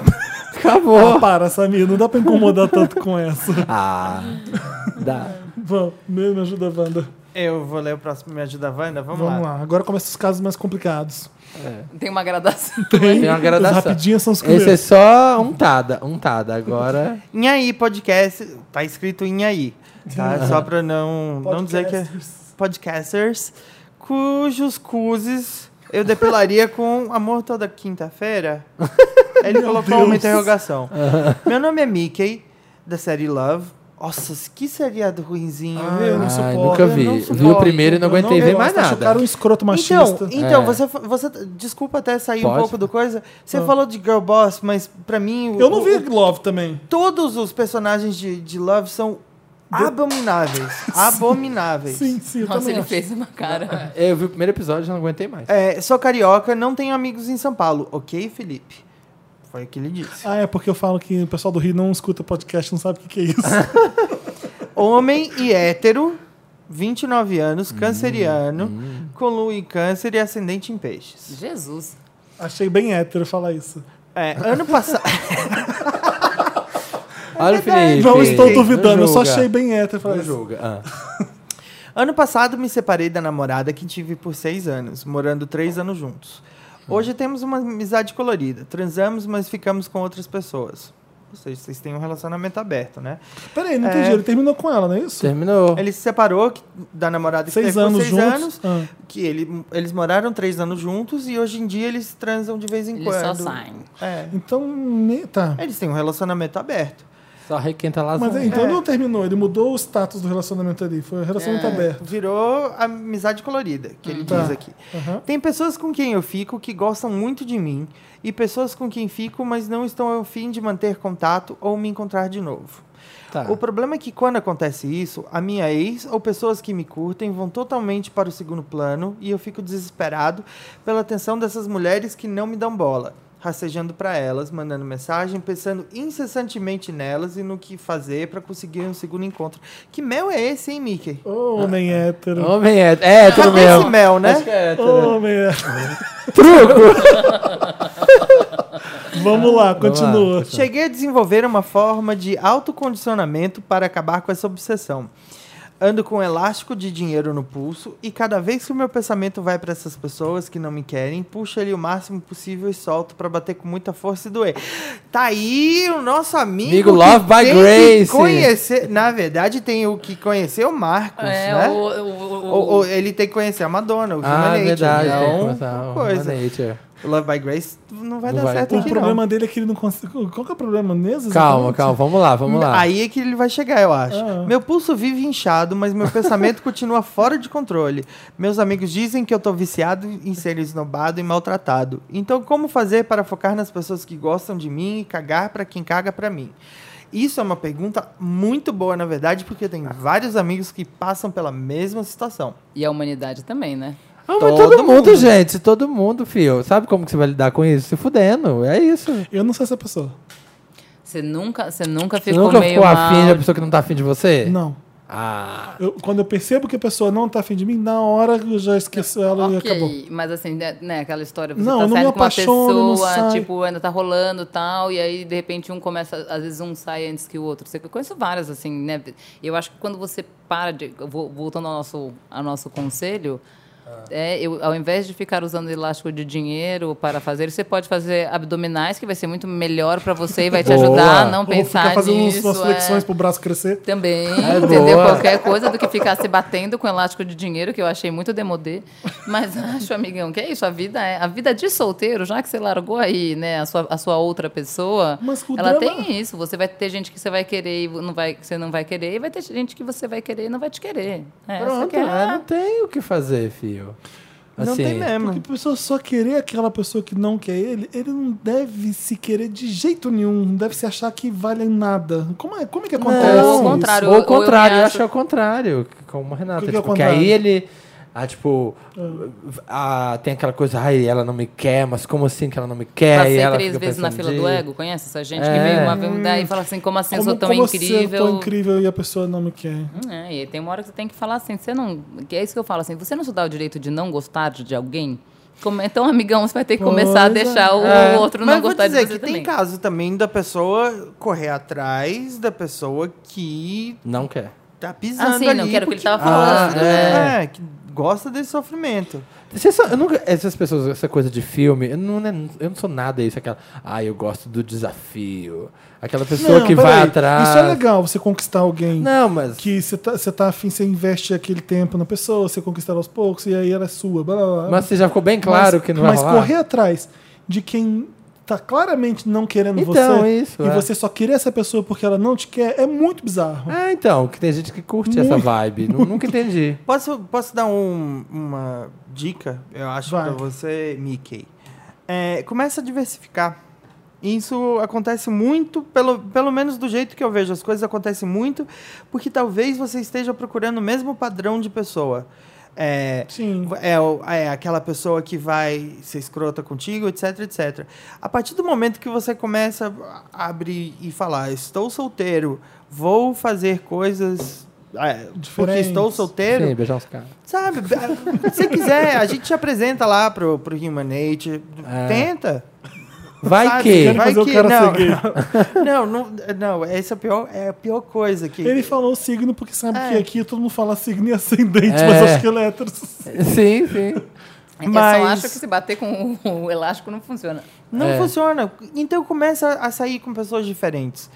Speaker 2: Acabou.
Speaker 1: para, Samir, não dá pra incomodar tanto com essa.
Speaker 2: *laughs* Ah, dá.
Speaker 1: Vamos, me me ajuda, Wanda.
Speaker 4: Eu vou ler o próximo Me Ajuda Wanda, vamos,
Speaker 1: Vamos
Speaker 4: lá.
Speaker 1: lá. Agora começam os casos mais complicados.
Speaker 3: Tem uma gradação.
Speaker 2: Tem uma gradação.
Speaker 1: Os rapidinhos são os
Speaker 2: Esse é
Speaker 1: primeiros.
Speaker 2: só untada, untada. Agora,
Speaker 4: Inhaí Podcast, tá escrito Inhaí, tá? Só pra não, não dizer que é podcasters, cujos cuzes
Speaker 1: *laughs*
Speaker 4: eu depilaria com amor toda quinta-feira. Ele colocou
Speaker 1: *laughs*
Speaker 4: uma interrogação. Meu nome é Mickey, da série Love. Nossa, que seriado ruinzinho,
Speaker 1: Ah,
Speaker 4: viu?
Speaker 1: eu não
Speaker 2: Ai,
Speaker 1: suporto.
Speaker 2: nunca vi.
Speaker 1: Eu não
Speaker 2: Vi
Speaker 1: suporto.
Speaker 4: o
Speaker 2: primeiro e não
Speaker 1: Eu
Speaker 2: aguentei ver
Speaker 1: gosto.
Speaker 2: mais
Speaker 1: Acho
Speaker 2: nada.
Speaker 1: o cara um escroto machista.
Speaker 4: Então, então
Speaker 2: É.
Speaker 4: você, você. Desculpa até sair um
Speaker 2: Pode.
Speaker 4: pouco do coisa. Você falou de Girl Boss, mas pra mim. o-
Speaker 1: Ah. eu não vi
Speaker 4: o-
Speaker 1: Love também.
Speaker 4: todos os personagens de, de Love são
Speaker 1: *laughs*
Speaker 4: abomináveis. abomináveis.
Speaker 1: Sim, sim, eu
Speaker 3: Nossa,
Speaker 1: também
Speaker 3: ele
Speaker 1: acho.
Speaker 3: fez *laughs*
Speaker 1: *laughs*
Speaker 3: uma cara.
Speaker 2: eu vi o primeiro episódio e não aguentei mais.
Speaker 4: É, sou carioca, não tenho amigos em São Paulo. Ok, Felipe? Foi o que
Speaker 1: *laughs*
Speaker 4: ele disse.
Speaker 1: Ah, é porque eu falo que o pessoal do Rio não escuta podcast, não sabe o que, que é isso.
Speaker 4: Homem e hétero, 29 anos, canceriano, com lua em câncer e ascendente em peixes.
Speaker 3: Jesus.
Speaker 1: Achei bem hétero falar isso.
Speaker 4: É, ano passado.
Speaker 2: Olha o
Speaker 4: verdade.
Speaker 2: Felipe.
Speaker 1: Não estou
Speaker 4: não
Speaker 1: duvidando, eu só
Speaker 2: julga.
Speaker 1: achei bem hétero falar
Speaker 2: Não
Speaker 1: isso.
Speaker 2: julga. Ah.
Speaker 4: Ano passado me separei da namorada que tive por seis anos, morando três anos juntos. Hoje temos uma amizade colorida. Transamos, mas ficamos com outras pessoas. Ou seja, vocês têm um relacionamento aberto, né?
Speaker 1: Peraí, não entendi.
Speaker 4: É.
Speaker 1: Ele terminou com ela, não é isso?
Speaker 2: Terminou.
Speaker 4: Ele se separou que- da namorada que
Speaker 1: Seis
Speaker 4: teve
Speaker 1: anos
Speaker 4: por seis
Speaker 1: juntos.
Speaker 4: anos.
Speaker 1: Ah.
Speaker 4: Que ele, eles moraram três anos juntos e hoje em dia eles transam de vez em
Speaker 3: Eles só
Speaker 4: quando.
Speaker 3: saem.
Speaker 4: É.
Speaker 1: Então, ne- tá.
Speaker 4: Eles têm um relacionamento aberto.
Speaker 2: Só requenta lá.
Speaker 1: Mas é,
Speaker 2: é,
Speaker 1: então não terminou, ele mudou o status do relacionamento ali. Foi um relacionamento aberto.
Speaker 4: Virou amizade colorida, que ele
Speaker 1: Tá.
Speaker 4: diz aqui.
Speaker 1: Aham.
Speaker 4: Tem pessoas com quem eu fico que gostam muito de mim e pessoas com quem fico, mas não estão ao fim de manter contato ou me encontrar de novo.
Speaker 2: Tá.
Speaker 4: O problema é que quando acontece isso, a minha ex ou pessoas que me curtem vão totalmente para o segundo plano e eu fico desesperado pela atenção dessas mulheres que não me dão bola, rastejando para elas, mandando mensagem, pensando incessantemente nelas e no que fazer para conseguir um segundo encontro. Que mel é esse, hein, Mickey?
Speaker 1: Ô, Homem hétero.
Speaker 2: Homem é, é hétero
Speaker 4: Cadê esse
Speaker 2: mesmo.
Speaker 4: mel, né?
Speaker 2: Acho que é hétero.
Speaker 1: Homem hétero. Truco! Vamos lá, continua.
Speaker 4: Cheguei a desenvolver uma forma de autocondicionamento para acabar com essa obsessão. Ando com um elástico de dinheiro no pulso e cada vez que o meu pensamento vai para essas pessoas que não me querem, puxo ele o máximo possível e solto para bater com muita força e doer. Tá aí o nosso amigo.
Speaker 2: Amigo
Speaker 4: que
Speaker 2: Love by
Speaker 4: tem que
Speaker 2: Grace.
Speaker 4: Conhecer, na verdade, tem o que conhecer o Marcos,
Speaker 3: É,
Speaker 4: né?
Speaker 3: o, o- o-
Speaker 4: Ou- ou ele tem que conhecer a Madonna, o Human
Speaker 2: Ah,
Speaker 4: Nature,
Speaker 2: verdade. tem que
Speaker 4: Então,
Speaker 2: começar
Speaker 4: uma
Speaker 2: o
Speaker 4: coisa.
Speaker 2: Human Nature.
Speaker 4: O Love by Grace não vai
Speaker 2: Não
Speaker 4: dar
Speaker 2: vai.
Speaker 4: certo
Speaker 1: O
Speaker 4: aqui, não.
Speaker 1: problema dele é que ele não consegue. Qual que é o problema mesmo?
Speaker 2: Calma,
Speaker 1: exatamente?
Speaker 2: calma. Vamos lá, vamos lá.
Speaker 4: Aí é que ele vai chegar, eu acho.
Speaker 1: Ah.
Speaker 4: Meu pulso vive inchado, mas meu pensamento *laughs* continua fora de controle. Meus amigos dizem que eu tô viciado em ser esnobado e maltratado. Então, como fazer para focar nas pessoas que gostam de mim e cagar para quem caga para mim? Isso é uma pergunta muito boa, na verdade, porque tem
Speaker 3: Ah.
Speaker 4: vários amigos que passam pela mesma situação.
Speaker 3: E a humanidade também, né?
Speaker 2: Ah, mas todo,
Speaker 4: todo
Speaker 2: mundo,
Speaker 4: mundo.
Speaker 2: gente. Todo mundo, fio. Sabe como que você vai lidar com isso? Se fudendo. É isso.
Speaker 1: Eu não sou essa pessoa.
Speaker 3: Você nunca, você nunca
Speaker 2: Você
Speaker 3: ficou
Speaker 2: nunca
Speaker 3: meio
Speaker 2: ficou
Speaker 3: mal.
Speaker 2: afim da pessoa que não tá afim de você?
Speaker 1: Não.
Speaker 2: Ah.
Speaker 1: Eu- quando eu percebo que a pessoa não tá afim de mim, na hora eu já esqueço ela e
Speaker 3: Ok,
Speaker 1: acabou.
Speaker 3: mas assim, né, né, aquela história, você
Speaker 1: Não,
Speaker 3: tá
Speaker 1: eu não me
Speaker 3: saindo com uma
Speaker 1: apaixono, não
Speaker 3: pessoa,
Speaker 1: saio.
Speaker 3: tipo, ainda tá rolando e tal, e aí, de repente, um começa, às vezes um sai antes que o outro. Eu conheço várias, assim, né? Eu acho que quando você para de... vo- Voltando ao nosso, ao nosso conselho, é, eu, ao invés de ficar usando elástico de dinheiro para fazer, você pode fazer abdominais, que vai ser muito melhor para você e vai te
Speaker 2: Boa.
Speaker 3: ajudar a não
Speaker 1: Ou ficar
Speaker 3: pensar
Speaker 1: fazendo
Speaker 3: nisso.
Speaker 1: umas flexões
Speaker 3: é.
Speaker 1: pro braço crescer.
Speaker 3: Também,
Speaker 2: É,
Speaker 3: entendeu?
Speaker 2: boa.
Speaker 3: Qualquer coisa do que ficar se batendo com elástico de dinheiro, que eu achei muito demodê. Mas *laughs* acho, amigão, que é isso. A vida é a vida de solteiro, já que você largou aí, né, a sua, a sua outra pessoa.
Speaker 1: Mas o
Speaker 3: ela
Speaker 1: drama-
Speaker 3: tem isso. Você vai ter gente que você vai querer e não vai, que você não vai querer, e vai ter gente que você vai querer e não vai te querer. É, essa
Speaker 2: Pronto,
Speaker 3: que é a-
Speaker 2: é, não tem o que fazer, fio.
Speaker 4: Não
Speaker 2: Assim,
Speaker 4: tem mesmo.
Speaker 1: Porque a pessoa só querer aquela pessoa que não quer ele, ele não deve se querer de jeito nenhum, não deve se achar que vale em nada. Como é, como é que acontece?
Speaker 3: Ou ao
Speaker 1: isso?
Speaker 3: contrário,
Speaker 2: Ou
Speaker 3: eu-
Speaker 2: o contrário,
Speaker 3: eu
Speaker 2: eu,
Speaker 3: me
Speaker 2: acho
Speaker 3: acho-
Speaker 2: ao contrário, que- como o Renato.
Speaker 1: Que que é
Speaker 2: tipo,
Speaker 1: o
Speaker 2: que
Speaker 1: contrário?
Speaker 2: aí ele. Ah, tipo, ah, tem aquela coisa, ai, ela não me quer, mas como assim que ela não me quer? E
Speaker 3: Passei
Speaker 2: ela
Speaker 3: três
Speaker 2: fica
Speaker 3: vezes Tá na
Speaker 2: pensando
Speaker 3: fila
Speaker 2: de-
Speaker 3: do ego, conhece essa gente que
Speaker 2: É.
Speaker 3: veio uma vez daí e fala assim, como assim eu sou tão
Speaker 1: como
Speaker 3: incrível?
Speaker 1: eu sou incrível e a pessoa não me quer.
Speaker 3: É, e tem uma hora que você tem que falar assim, você não. Que é isso que eu falo assim, você não se dá o direito de não gostar de de alguém? Como- então, amigão, você vai ter que começar a
Speaker 1: Pois é.
Speaker 3: deixar o
Speaker 4: É.
Speaker 3: outro
Speaker 4: Mas
Speaker 3: não
Speaker 4: vou
Speaker 3: gostar
Speaker 4: dizer
Speaker 3: de você
Speaker 4: que
Speaker 3: também.
Speaker 4: tem caso também da pessoa correr atrás da pessoa que
Speaker 2: Não quer.
Speaker 4: tá pisando
Speaker 3: Ah, sim,
Speaker 4: ali.
Speaker 3: não, que era o que ele
Speaker 4: porque
Speaker 3: tava né?
Speaker 4: gosta
Speaker 2: falando.
Speaker 4: do-
Speaker 2: Ah,
Speaker 4: é. que gosta desse sofrimento.
Speaker 2: Você é só- eu nunca- essas pessoas, essa coisa de filme, eu não, né, eu não sou nada isso, aquela. Ah, eu gosto do desafio. Aquela pessoa
Speaker 1: Não,
Speaker 2: que vai
Speaker 1: peraí,
Speaker 2: atrás.
Speaker 1: Isso é legal, você conquistar alguém.
Speaker 2: Não, mas.
Speaker 1: Que você tá, você tá afim, você investe aquele tempo na pessoa, você conquista ela aos poucos, e aí ela é sua. Blá, blá, blá.
Speaker 2: Mas você já ficou bem claro
Speaker 1: Mas-
Speaker 2: que não vai
Speaker 1: Mas
Speaker 2: rolar?
Speaker 1: correr atrás de quem tá claramente não querendo
Speaker 2: Então,
Speaker 1: você
Speaker 2: isso,
Speaker 1: e
Speaker 2: é.
Speaker 1: você só querer essa pessoa porque ela não te quer é muito bizarro.
Speaker 2: Ah, então, que tem gente que curte essa vibe. Nu- Nunca entendi.
Speaker 4: Posso, posso dar um- uma dica, eu acho,
Speaker 1: Vai.
Speaker 4: pra você, Mickey? É, começa a diversificar. Isso acontece muito, pelo, pelo menos do jeito que eu vejo as coisas, acontece muito, porque talvez você esteja procurando o mesmo padrão de pessoa. É,
Speaker 1: Sim.
Speaker 4: É, o- é aquela pessoa que vai ser escrota contigo, etc, etc. A partir do momento que você começa a abrir e falar, estou solteiro, vou fazer coisas é, porque
Speaker 1: Diferentes.
Speaker 4: estou solteiro.
Speaker 2: Sim, beijar os caras.
Speaker 4: Sabe, É, se quiser, a gente te apresenta lá pro, pro Human Nature.
Speaker 2: É.
Speaker 4: Tenta.
Speaker 2: Vai
Speaker 4: sabe? né?
Speaker 2: que.
Speaker 1: Quero fazer o cara
Speaker 4: não,
Speaker 1: ser
Speaker 4: *laughs* não, não, não, essa é a pior, é a pior coisa que
Speaker 1: Ele falou o signo porque sabe
Speaker 4: É.
Speaker 1: que aqui todo mundo fala signo e ascendente,
Speaker 2: É.
Speaker 1: mas acho que ele é hétero.
Speaker 2: Sim, sim.
Speaker 3: É que Eu só
Speaker 4: Mas-
Speaker 3: acho que se bater com o, o elástico não funciona.
Speaker 4: Não
Speaker 2: É.
Speaker 4: funciona. Então começa a sair com pessoas diferentes.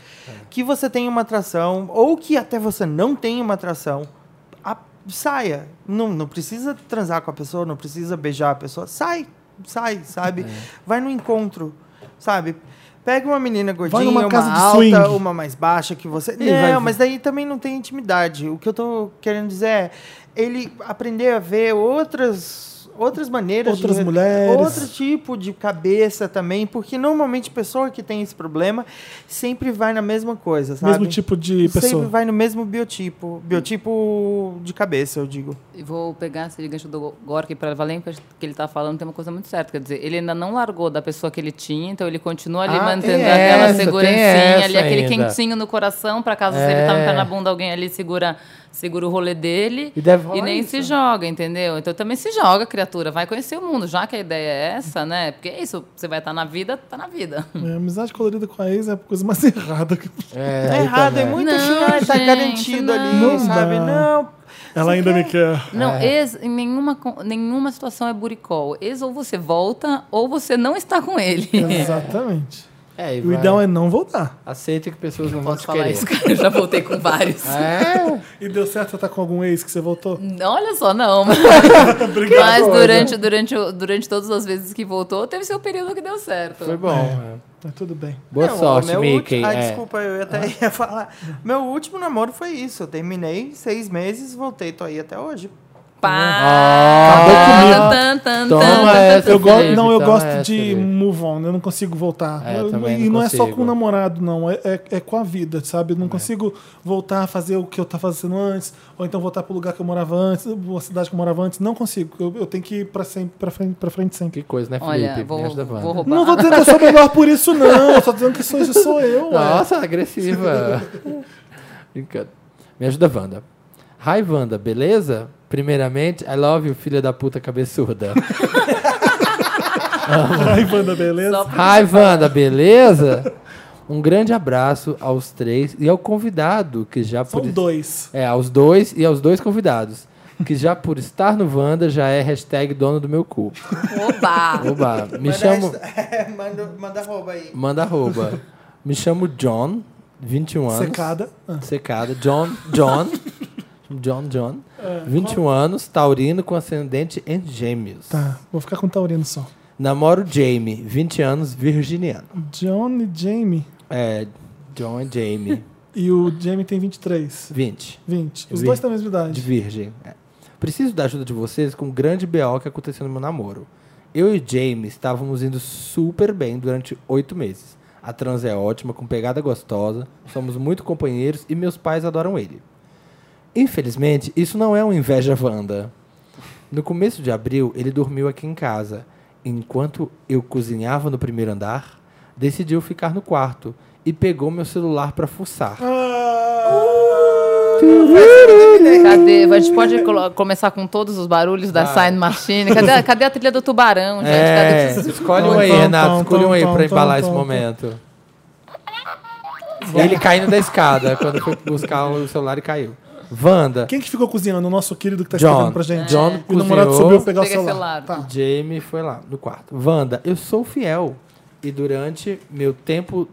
Speaker 4: Que você tem uma atração, ou que até você não tem uma atração. a- saia. Não, não precisa transar com a pessoa, não precisa beijar a pessoa. Sai, sai, sabe? Vai no encontro, sabe? Pega uma menina
Speaker 1: numa
Speaker 4: gordinha, uma
Speaker 1: casa de
Speaker 4: alta,
Speaker 1: swing.
Speaker 4: uma mais baixa que você.
Speaker 2: E
Speaker 4: não,
Speaker 2: vai-
Speaker 4: mas daí também não tem intimidade. O que eu tô querendo dizer é ele aprender a ver outras outras maneiras
Speaker 1: Outras
Speaker 4: de,
Speaker 1: mulheres.
Speaker 4: outro tipo de cabeça também porque normalmente pessoa que tem esse problema sempre vai na mesma coisa sabe
Speaker 1: Mesmo tipo de
Speaker 4: sempre
Speaker 1: pessoa.
Speaker 4: vai no mesmo biotipo biotipo de cabeça eu digo
Speaker 3: E vou pegar esse gancho do Gork para Valente, porque acho que ele tá falando tem uma coisa muito certa. Quer dizer, ele ainda não largou da pessoa que ele tinha, então ele continua ali
Speaker 2: Ah,
Speaker 3: mantendo
Speaker 2: tem
Speaker 3: aquela
Speaker 2: essa, tem
Speaker 3: segurancinha
Speaker 2: essa
Speaker 3: ali, aquele
Speaker 2: ainda.
Speaker 3: quentinho no coração, para caso se
Speaker 2: É.
Speaker 3: ele tá um pé na bunda, alguém ali segura, segura o rolê dele.
Speaker 2: E deve rolar
Speaker 3: nem
Speaker 2: isso.
Speaker 3: se joga, entendeu? Então também se joga, criatura. Vai conhecer o mundo, já que a ideia é essa, né? Porque é isso, você vai estar na vida, tá na vida.
Speaker 1: É, amizade colorida com a ex é a coisa mais *laughs* errada. que-
Speaker 2: É,
Speaker 4: é
Speaker 2: aí
Speaker 4: errado
Speaker 2: também.
Speaker 4: é muito
Speaker 3: Não,
Speaker 4: chance tá
Speaker 3: gente,
Speaker 4: garantido ali
Speaker 1: não.
Speaker 4: sabe
Speaker 1: Não dá.
Speaker 4: não
Speaker 1: Ela ainda me
Speaker 2: É.
Speaker 1: quer.
Speaker 3: Não, ex, em nenhuma, con- nenhuma situação é buricol. Ex, ou você volta, ou você não está com *laughs* ele.
Speaker 1: Exatamente.
Speaker 2: É, e
Speaker 1: O
Speaker 2: vai.
Speaker 1: ideal é não voltar.
Speaker 2: Aceita que pessoas não vão
Speaker 3: Posso
Speaker 2: te
Speaker 3: falar
Speaker 2: querer.
Speaker 3: isso, cara? Eu já voltei com vários.
Speaker 2: É,
Speaker 1: E deu certo você tá com algum ex que você voltou?
Speaker 3: Olha só,
Speaker 2: *laughs*
Speaker 3: não. Mas durante, durante, o- durante todas as vezes que voltou, teve seu período que deu certo.
Speaker 2: foi bom. é.
Speaker 1: Mas tudo bem.
Speaker 2: Boa
Speaker 4: Não, o
Speaker 2: sorte,
Speaker 4: meu
Speaker 2: Mickey.
Speaker 4: ulti- Ah,
Speaker 2: é.
Speaker 4: desculpa, eu até *laughs* ia falar. Meu último namoro foi isso. Eu terminei seis meses, voltei, tô aí até hoje.
Speaker 3: Pá!
Speaker 1: Acabou
Speaker 3: Tan, tan, tan,
Speaker 2: Ah, Toma
Speaker 3: tan, tan,
Speaker 2: essa,
Speaker 3: tan,
Speaker 1: Eu
Speaker 2: Sim.
Speaker 1: gosto,
Speaker 2: Felipe,
Speaker 1: não, eu
Speaker 2: então
Speaker 1: gosto
Speaker 2: é,
Speaker 1: de
Speaker 2: Felipe.
Speaker 1: move on, eu não consigo voltar.
Speaker 2: É,
Speaker 1: Eu-
Speaker 2: também
Speaker 1: e
Speaker 2: não
Speaker 1: não é só
Speaker 2: consigo.
Speaker 1: com o namorado, não. É, é, é com a vida, sabe? Eu não consigo voltar a fazer o que eu tava fazendo antes, ou então voltar pro lugar que eu morava antes, uma cidade que eu morava antes. Não consigo. Eu, eu tenho que ir pra, sempre, pra, frente, pra frente sempre.
Speaker 2: Que coisa, né, Felipe?
Speaker 3: Olha, vou,
Speaker 2: Me ajuda, Wanda.
Speaker 3: vou roubar.
Speaker 1: Não tô dizendo que eu sou melhor por isso, não. Eu tô dizendo que sou, sou eu. é. ué.
Speaker 2: Nossa, agressiva. *laughs* Brincando. Me ajuda, Wanda. Hi, Wanda, beleza? Primeiramente, I love you, filha da puta cabeçuda.
Speaker 1: Ai, banda, beleza?
Speaker 3: Só
Speaker 2: Hi, Wanda, beleza? Um grande abraço aos três e ao convidado que já
Speaker 1: São
Speaker 2: por.
Speaker 1: dois.
Speaker 2: É, aos dois e aos dois convidados. Que já por estar no Wanda já é hashtag dono do meu cu.
Speaker 3: roubar.
Speaker 2: Oba, me chamo.
Speaker 4: esta- *laughs* manda, manda rouba aí.
Speaker 2: Manda arroba. Me chamo John, 21 anos.
Speaker 1: Secada. Ah,
Speaker 2: Secada. John, John. John, John. 21 anos, taurino com ascendente em gêmeos.
Speaker 1: Tá, vou ficar com o Taurino só.
Speaker 2: Namoro Jamie, 20 anos, virginiano.
Speaker 1: John e Jamie.
Speaker 2: É, John e Jamie,
Speaker 1: E o Jamie tem 23.
Speaker 2: 20.
Speaker 1: 20. Os
Speaker 2: Vi-
Speaker 1: dois têm a mesma
Speaker 2: De
Speaker 1: idade.
Speaker 2: virgem. É. Preciso da ajuda de vocês com um grande BO que aconteceu no meu namoro. Eu e Jamie estávamos indo super bem durante oito meses. A trans é ótima, com pegada gostosa, somos muito companheiros e meus pais adoram ele. Infelizmente, isso não é uma inveja Wanda. No começo de abril, ele dormiu aqui em casa. Enquanto eu cozinhava no primeiro andar, decidiu ficar no quarto e pegou meu celular para fuçar. né?
Speaker 3: Cadê? A gente pode colo- começar com todos os barulhos da Sign Machine. Cadê,
Speaker 2: *laughs*
Speaker 3: a- cadê a trilha do tubarão, gente?
Speaker 2: É,
Speaker 3: Cadê-
Speaker 2: escolhe um aí,
Speaker 1: Tom, tom,
Speaker 2: Renato.
Speaker 1: tom,
Speaker 2: Escolhe um aí
Speaker 1: tom,
Speaker 2: pra embalar
Speaker 1: tom,
Speaker 2: esse
Speaker 1: tom,
Speaker 2: momento. Ele caindo da escada quando foi buscar o celular e caiu. Wanda,
Speaker 1: Quem que ficou cozinhando? O nosso querido que tá
Speaker 2: John.
Speaker 1: escrevendo pra gente.
Speaker 2: John
Speaker 1: e o namorado
Speaker 2: cozinhou.
Speaker 1: subiu pegar o
Speaker 3: Pega o
Speaker 1: celular.
Speaker 3: celular.
Speaker 1: Tá.
Speaker 2: Jamie foi lá no quarto. Wanda, eu sou fiel e durante meu tempo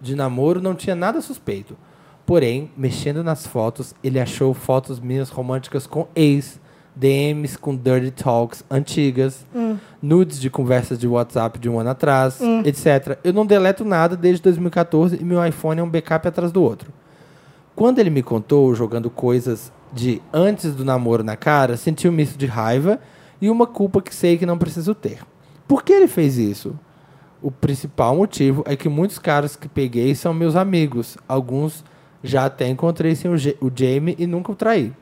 Speaker 2: de namoro não tinha nada suspeito. Porém, mexendo nas fotos, ele achou fotos minhas românticas com ex, DMs com dirty talks antigas, nudes de conversas de WhatsApp de um ano atrás, etc. Eu não deleto nada desde 2014 e meu iPhone é um backup atrás do outro. Quando ele me contou jogando coisas de antes do namoro na cara, senti um misto de raiva e uma culpa que sei que não preciso ter. Por que ele fez isso? O principal motivo é que muitos caras que peguei são meus amigos. Alguns já até encontrei sem o, Ja- o Jamie e nunca o traí.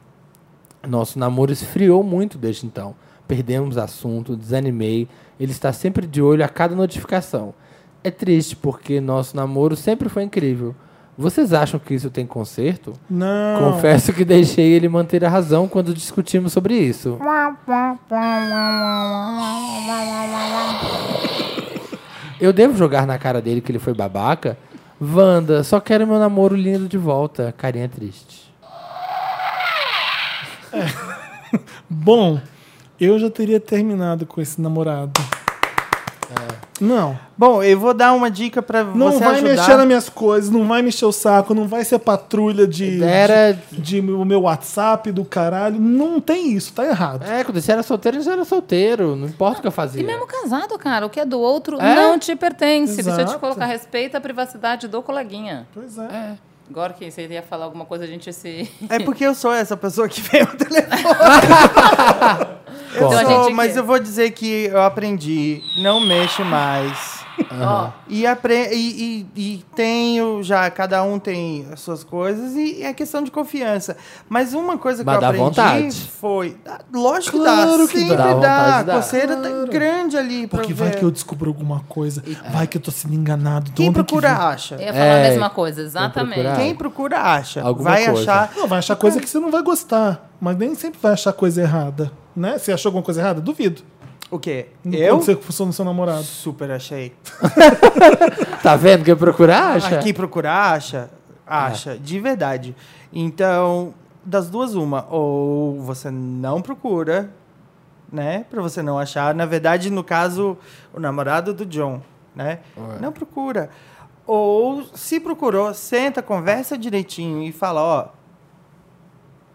Speaker 2: Nosso namoro esfriou muito desde então. Perdemos assunto, desanimei. Ele está sempre de olho a cada notificação. É triste porque nosso namoro sempre foi incrível. Vocês acham que isso tem conserto?
Speaker 1: Não.
Speaker 2: Confesso que deixei ele manter a razão quando discutimos sobre isso. Eu devo jogar na cara dele que ele foi babaca? Wanda, só quero meu namoro lindo de volta. Carinha triste.
Speaker 1: Bom, eu já teria terminado com esse namorado. Não.
Speaker 4: Bom, eu vou dar uma dica pra
Speaker 1: Não
Speaker 4: você
Speaker 1: vai
Speaker 4: ajudar.
Speaker 1: mexer nas minhas coisas, não vai mexer o saco, não vai ser patrulha de,
Speaker 2: Era-
Speaker 1: de, de o meu WhatsApp do caralho. Não tem isso, tá errado.
Speaker 2: É, quando você era solteiro, você era solteiro. Não importa o que eu fazia.
Speaker 3: E mesmo casado, cara, o que é do outro
Speaker 2: É?
Speaker 3: não te pertence. Deixa eu te
Speaker 1: Exato.
Speaker 3: colocar respeito à privacidade do coleguinha.
Speaker 1: Pois é.
Speaker 3: Agora que você ia falar alguma coisa, a gente se.
Speaker 4: É porque eu sou essa pessoa que veio o telefone.
Speaker 3: Então a
Speaker 4: Sou,
Speaker 3: gente-
Speaker 4: mas eu vou dizer que eu aprendi, não mexo mais.
Speaker 3: Ó,
Speaker 4: E, apre- e- e- e tenho já, cada um tem as suas coisas e é questão de confiança. Mas uma coisa que
Speaker 2: Mas
Speaker 4: eu
Speaker 2: dá
Speaker 4: aprendi
Speaker 2: vontade.
Speaker 4: foi. Ah, Lógico
Speaker 1: Claro
Speaker 4: que
Speaker 1: que
Speaker 4: dá, sempre
Speaker 2: dá. Dá
Speaker 4: dá.
Speaker 2: vontade
Speaker 4: A
Speaker 2: de dar.
Speaker 4: coceira tá grande ali. pra
Speaker 1: Porque vai
Speaker 4: ver.
Speaker 1: que eu descubro alguma coisa, vai que eu tô sendo enganado. de
Speaker 4: Quem
Speaker 1: onde que
Speaker 4: procura
Speaker 1: vem?
Speaker 4: acha.
Speaker 3: eu ia falar a
Speaker 2: É,
Speaker 3: mesma coisa, exatamente.
Speaker 2: procurar.
Speaker 4: Quem procura acha.
Speaker 2: Alguma
Speaker 4: vai
Speaker 2: coisa.
Speaker 4: achar.
Speaker 1: Não, vai achar coisa que você não vai gostar, mas nem sempre vai achar coisa errada, né? Você achou alguma coisa errada? Duvido.
Speaker 4: O quê?
Speaker 1: Não
Speaker 4: eu?
Speaker 1: pode ser que funciona no seu namorado.
Speaker 4: Super achei.
Speaker 2: Tá vendo que eu
Speaker 1: Ah,
Speaker 2: procurar? Acha? É.
Speaker 4: Aqui procurar acha, acha, de verdade. Então, das duas, uma. Ou você não procura, né? Pra você não achar. Na verdade, no caso, o namorado do John, né? Não procura. Ou se procurou, senta, conversa direitinho e fala, ó.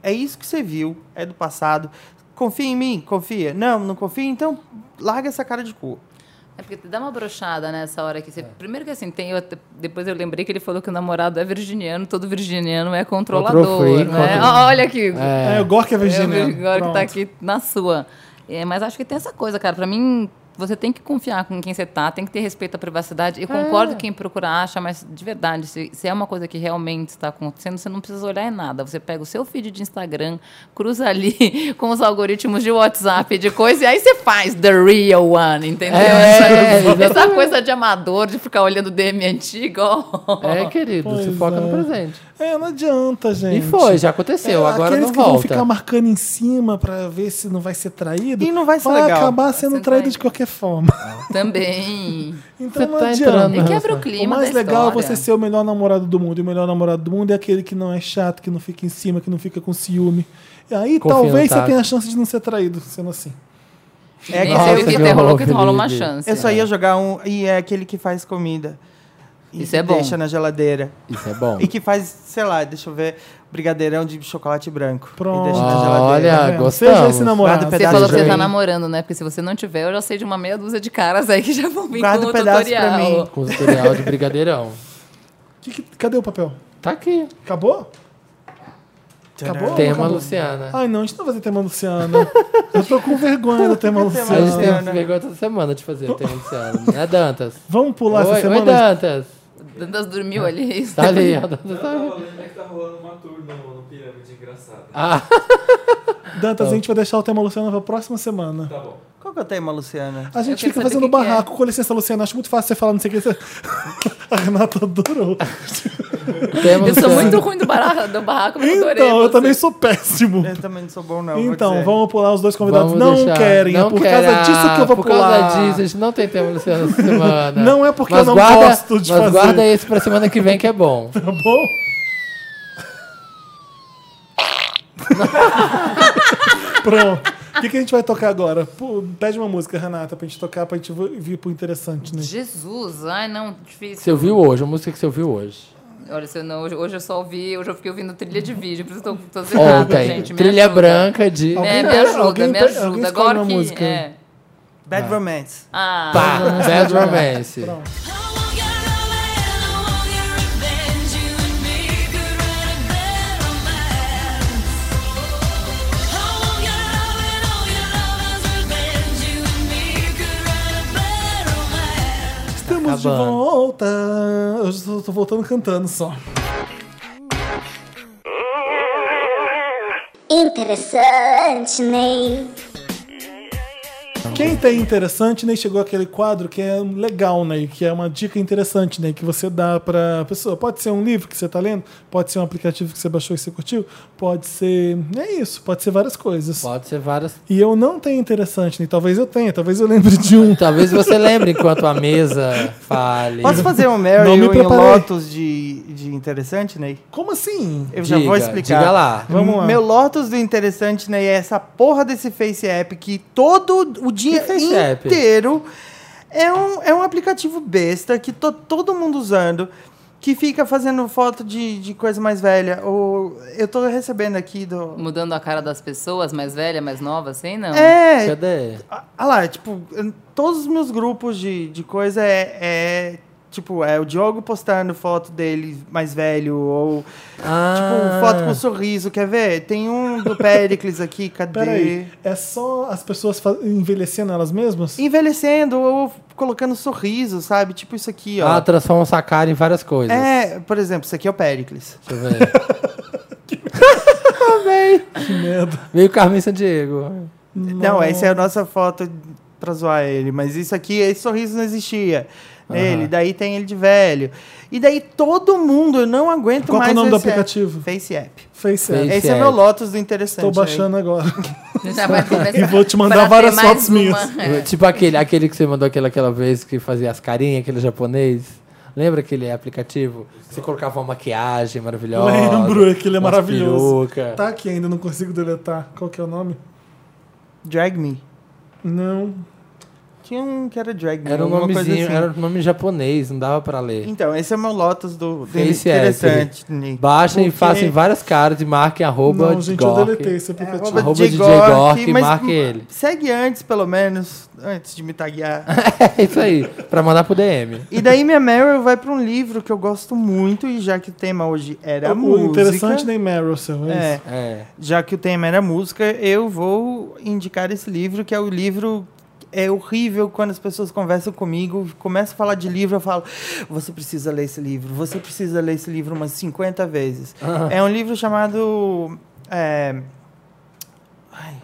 Speaker 4: É isso que você viu, é do passado. Confia em mim, confia. Não, não confia, então larga essa cara de cu.
Speaker 3: É porque dá uma brochada nessa hora que você.
Speaker 2: É.
Speaker 3: Primeiro que assim, tem. eu até- depois eu lembrei que ele falou que o namorado é virginiano, todo virginiano é
Speaker 2: Control
Speaker 3: controlador.
Speaker 2: freak,
Speaker 3: né?
Speaker 2: control-
Speaker 3: Ó, Olha aqui.
Speaker 1: É, eu gosto que é
Speaker 3: É,
Speaker 1: virginiano.
Speaker 3: o agora que
Speaker 1: Pronto.
Speaker 3: tá aqui na sua. É, mas acho que tem essa coisa, cara. Pra mim, você tem que confiar com quem você tá, tem que ter respeito à privacidade. Eu concordo que quem procura acha, mas de verdade, se, se é uma coisa que realmente está acontecendo, você não precisa olhar em nada. Você pega o seu feed de Instagram, cruza ali *laughs* com os algoritmos de WhatsApp, de coisa, e aí você faz the real one, entendeu?
Speaker 2: É,
Speaker 3: essa, essa coisa de amador, de ficar olhando DM antigo. ó.
Speaker 2: É, querido, se
Speaker 1: Pois
Speaker 2: foca no
Speaker 1: é.
Speaker 2: presente.
Speaker 1: É, não adianta, gente.
Speaker 2: E foi, já aconteceu,
Speaker 1: É,
Speaker 2: agora
Speaker 1: aqueles
Speaker 2: não
Speaker 1: que vão
Speaker 2: volta.
Speaker 1: ficar marcando em cima pra ver se não vai ser traído.
Speaker 4: E não vai ser
Speaker 1: Vai
Speaker 4: legal.
Speaker 1: acabar sendo
Speaker 3: sendo
Speaker 1: traído
Speaker 3: traído.
Speaker 1: de qualquer forma. *laughs*
Speaker 3: Também.
Speaker 1: Então
Speaker 2: Você
Speaker 1: não
Speaker 2: tá entrando
Speaker 1: adianta.
Speaker 2: na
Speaker 3: E quebra o
Speaker 1: O
Speaker 3: clima.
Speaker 1: mais
Speaker 3: da
Speaker 1: legal é
Speaker 3: história.
Speaker 1: você ser o melhor namorado do mundo. E o melhor namorado do mundo é aquele que não é chato, que não fica em cima, que não fica com ciúme. E aí
Speaker 2: Confia no
Speaker 1: talvez você
Speaker 2: tato.
Speaker 1: tenha a chance de não ser traído, sendo assim.
Speaker 4: É
Speaker 3: Nem
Speaker 4: que
Speaker 2: Nossa,
Speaker 3: sempre
Speaker 2: que
Speaker 3: que rola,
Speaker 2: horror,
Speaker 3: que rola uma
Speaker 2: Felipe.
Speaker 3: chance.
Speaker 4: Eu só ia jogar um. E é aquele que faz comida. E
Speaker 3: Isso
Speaker 4: que
Speaker 3: é bom.
Speaker 4: Deixa na geladeira.
Speaker 2: Isso é bom.
Speaker 4: E que faz, sei lá, deixa eu ver, brigadeirão de chocolate branco.
Speaker 1: Pronto.
Speaker 4: E deixa na geladeira.
Speaker 1: Tá
Speaker 2: Olha,
Speaker 1: vendo? Seja
Speaker 2: gostamos.
Speaker 1: esse namorado.
Speaker 4: Guarda o
Speaker 3: Você
Speaker 4: pedaço
Speaker 3: falou que
Speaker 4: pra
Speaker 3: você tá
Speaker 4: mim.
Speaker 3: namorando, né? Porque se você não tiver, eu já sei de uma meia dúzia de caras aí que já vão vir
Speaker 4: Guarda
Speaker 3: com
Speaker 4: o
Speaker 3: o
Speaker 4: pedaço
Speaker 3: tutorial.
Speaker 4: pra mim.
Speaker 2: Com o tutorial de brigadeirão.
Speaker 1: Que que- cadê o papel?
Speaker 2: Tá aqui.
Speaker 1: Acabou? Acabou? ou
Speaker 2: Tema
Speaker 1: acabou? Ah,
Speaker 2: Luciana.
Speaker 1: Ai, não, a gente não vai fazer tema Luciana. Eu tô com vergonha do
Speaker 2: *laughs*
Speaker 1: tema
Speaker 2: A gente
Speaker 1: Luciana.
Speaker 2: tem uma
Speaker 4: Luciana.
Speaker 2: vergonha toda semana de fazer o tema Luciana. Né, Dantas?
Speaker 1: Vamos pular
Speaker 2: Oi,
Speaker 1: essa
Speaker 2: oi,
Speaker 1: semana?
Speaker 2: Dantas.
Speaker 3: Dantas dormiu ali. isso. *laughs*
Speaker 2: Tá ali, a Dantas tá ali.
Speaker 5: Falando é que tá rolando uma tour no, no Pirâmide Engraçada.
Speaker 2: Ah,
Speaker 1: Dantas,
Speaker 2: Tá.
Speaker 1: a gente vai deixar o tema Luciana pra próxima semana.
Speaker 5: Tá bom.
Speaker 4: Qual que é o tema, Luciana?
Speaker 1: A gente fica
Speaker 3: quero saber
Speaker 1: fazendo
Speaker 3: o que é. que
Speaker 1: barraco. Com licença, Luciana, acho muito fácil você falar, não sei o que. você- *laughs* A Renata adorou.
Speaker 2: tema
Speaker 3: Eu sou
Speaker 2: Luciana.
Speaker 3: muito ruim do barraco, do barraco mas eu adorei.
Speaker 1: Então, eu
Speaker 3: você. Então,
Speaker 1: também sou péssimo.
Speaker 4: Eu também não sou bom, não. vou
Speaker 1: Então,
Speaker 4: dizer.
Speaker 1: vamos pular os dois convidados.
Speaker 2: Vamos
Speaker 1: não
Speaker 2: deixar.
Speaker 1: querem, é por
Speaker 2: querem. Ah,
Speaker 1: causa disso que eu vou
Speaker 2: por
Speaker 1: pular.
Speaker 2: causa disso, a gente não tem tema Luciana essa semana.
Speaker 1: Não é porque eu não gosto de
Speaker 2: mas
Speaker 1: fazer.
Speaker 2: guarda esse pra semana que vem que é bom.
Speaker 1: Tá bom? Pronto. O que, que a gente vai tocar agora? Pô, Pede uma música, Renata, pra gente tocar, pra gente vo- vir pro interessante, né?
Speaker 3: Jesus, ai não,
Speaker 2: Você
Speaker 3: difícil.
Speaker 2: ouviu hoje, a música que você ouviu hoje.
Speaker 3: Olha, se eu não, hoje, hoje eu só ouvi, hoje eu fiquei ouvindo trilha de vídeo, por isso eu tô, tô zerada,
Speaker 2: Ontem.
Speaker 3: gente. me
Speaker 2: Trilha
Speaker 3: ajuda.
Speaker 2: branca de.
Speaker 3: É,
Speaker 1: Alguém
Speaker 3: me
Speaker 1: pe-
Speaker 3: ajuda,
Speaker 1: alguém
Speaker 3: me
Speaker 1: pe- alguém
Speaker 3: ajuda.
Speaker 1: escolhe
Speaker 3: Agora
Speaker 1: uma música
Speaker 3: que.
Speaker 1: aí.
Speaker 3: É.
Speaker 4: Bad Romance.
Speaker 3: Ah,
Speaker 2: Pá, Bad Romance.
Speaker 1: Estamos de
Speaker 2: acabando.
Speaker 1: volta. Eu só tô voltando cantando só.
Speaker 10: Interessante, Ney.
Speaker 1: Quem tem interessante, né? Chegou aquele quadro que é legal, né? Que é uma dica interessante, né? Que você dá pra pessoa. Pode ser um livro que você tá lendo, pode ser um aplicativo que você baixou e você curtiu, pode ser. É isso, pode ser várias coisas.
Speaker 2: Pode ser várias.
Speaker 1: E eu não tenho interessante, né? Talvez eu tenha, talvez eu lembre de um.
Speaker 2: Talvez você lembre enquanto a mesa fale.
Speaker 4: Posso fazer um Mary
Speaker 1: Não me
Speaker 4: em
Speaker 1: preparei.
Speaker 4: Lotus de, de interessante, Ney?
Speaker 1: Como assim?
Speaker 4: Eu já
Speaker 2: Diga,
Speaker 4: vou explicar.
Speaker 2: diga lá.
Speaker 1: Vamos lá.
Speaker 4: Meu Lotus do interessante, né, é essa porra desse Face App que todo o dia
Speaker 2: Que Face App?
Speaker 4: inteiro é um, é um aplicativo besta que to, todo mundo usando, que fica fazendo foto de, de coisa mais velha. Ou, eu tô recebendo aqui
Speaker 2: Hum.
Speaker 4: do.
Speaker 3: Mudando a cara das pessoas, mais velha, mais nova, assim, não?
Speaker 4: É,
Speaker 2: Cadê?
Speaker 4: Ah ah lá, tipo, eu- todos os meus grupos de, de coisa é, é, Tipo, é o Diogo postando foto dele mais velho, ou.
Speaker 2: Ah.
Speaker 4: Tipo, foto com sorriso, quer ver? Tem um do
Speaker 1: *laughs*
Speaker 4: Pericles aqui, cadê?
Speaker 1: Peraí, é só as pessoas fa- envelhecendo elas mesmas?
Speaker 4: Envelhecendo ou colocando sorriso, sabe? Tipo isso aqui, ó.
Speaker 2: Ah,
Speaker 1: tá.
Speaker 2: transforma essa cara em várias coisas.
Speaker 4: é, por exemplo, isso aqui é o Pericles.
Speaker 2: Deixa eu ver.
Speaker 1: Que merda.
Speaker 2: Veio Carmen Sandiego.
Speaker 4: Não, essa é a nossa foto pra zoar ele, mas isso aqui, esse sorriso não existia. Ele, daí tem ele de velho. E daí todo mundo, eu não aguento
Speaker 1: Qual que é
Speaker 4: mais.
Speaker 1: o nome do
Speaker 4: esse app.
Speaker 1: aplicativo?
Speaker 4: Face App.
Speaker 1: Face
Speaker 2: Face.
Speaker 1: app.
Speaker 4: Esse é
Speaker 2: app.
Speaker 4: meu Lotus do interessante.
Speaker 1: Tô
Speaker 4: né?
Speaker 1: baixando
Speaker 4: *laughs*
Speaker 1: agora.
Speaker 3: Já vai
Speaker 1: *laughs*
Speaker 3: começar
Speaker 1: E vou te mandar
Speaker 3: pra ter
Speaker 1: várias
Speaker 3: mais
Speaker 1: fotos
Speaker 3: uma.
Speaker 1: minhas.
Speaker 3: É.
Speaker 2: Tipo aquele, aquele que você mandou aquela, aquela vez que fazia as carinhas, aquele japonês. Lembra aquele aplicativo? Você colocava uma maquiagem maravilhosa.
Speaker 1: Lembro, aquele é
Speaker 2: umas
Speaker 1: maravilhoso.
Speaker 2: peruca.
Speaker 1: Tá aqui ainda, não consigo deletar. Qual que é o nome?
Speaker 4: Drag Me.
Speaker 1: Não.
Speaker 4: Tinha um que era Drag Me.
Speaker 2: Era um
Speaker 4: alguma coisa
Speaker 2: nomezinho,
Speaker 4: assim.
Speaker 2: era um nome japonês, não dava pra ler.
Speaker 4: Então, esse é meu Lotus do, do
Speaker 2: Face
Speaker 4: interessante. Nick.
Speaker 2: Baixem e
Speaker 4: Porque-
Speaker 2: façam várias caras e marquem arroba
Speaker 1: não, gente, eu
Speaker 2: Gork. *laughs*
Speaker 1: deletei esse
Speaker 4: É,
Speaker 1: aplicativo.
Speaker 2: Arroba
Speaker 4: DJ
Speaker 2: DJ
Speaker 4: Gork,
Speaker 2: Gork,
Speaker 4: mas
Speaker 2: marque ele.
Speaker 4: Segue antes, pelo menos, antes de me taguear. *laughs*
Speaker 2: É isso aí, pra mandar pro DM.
Speaker 4: E daí minha Meryl vai pra um livro que eu gosto muito, e já que o tema hoje era
Speaker 1: o
Speaker 4: é música.
Speaker 1: interessante nem Meryl, seu. É.
Speaker 4: É,
Speaker 1: isso.
Speaker 2: É.
Speaker 4: já que o tema era música, eu vou indicar esse livro, que é o livro. É horrível quando as pessoas conversam comigo, começam a falar de livro, eu falo: você precisa ler esse livro, você precisa ler esse livro umas 50 vezes. É um livro chamado. É, ai,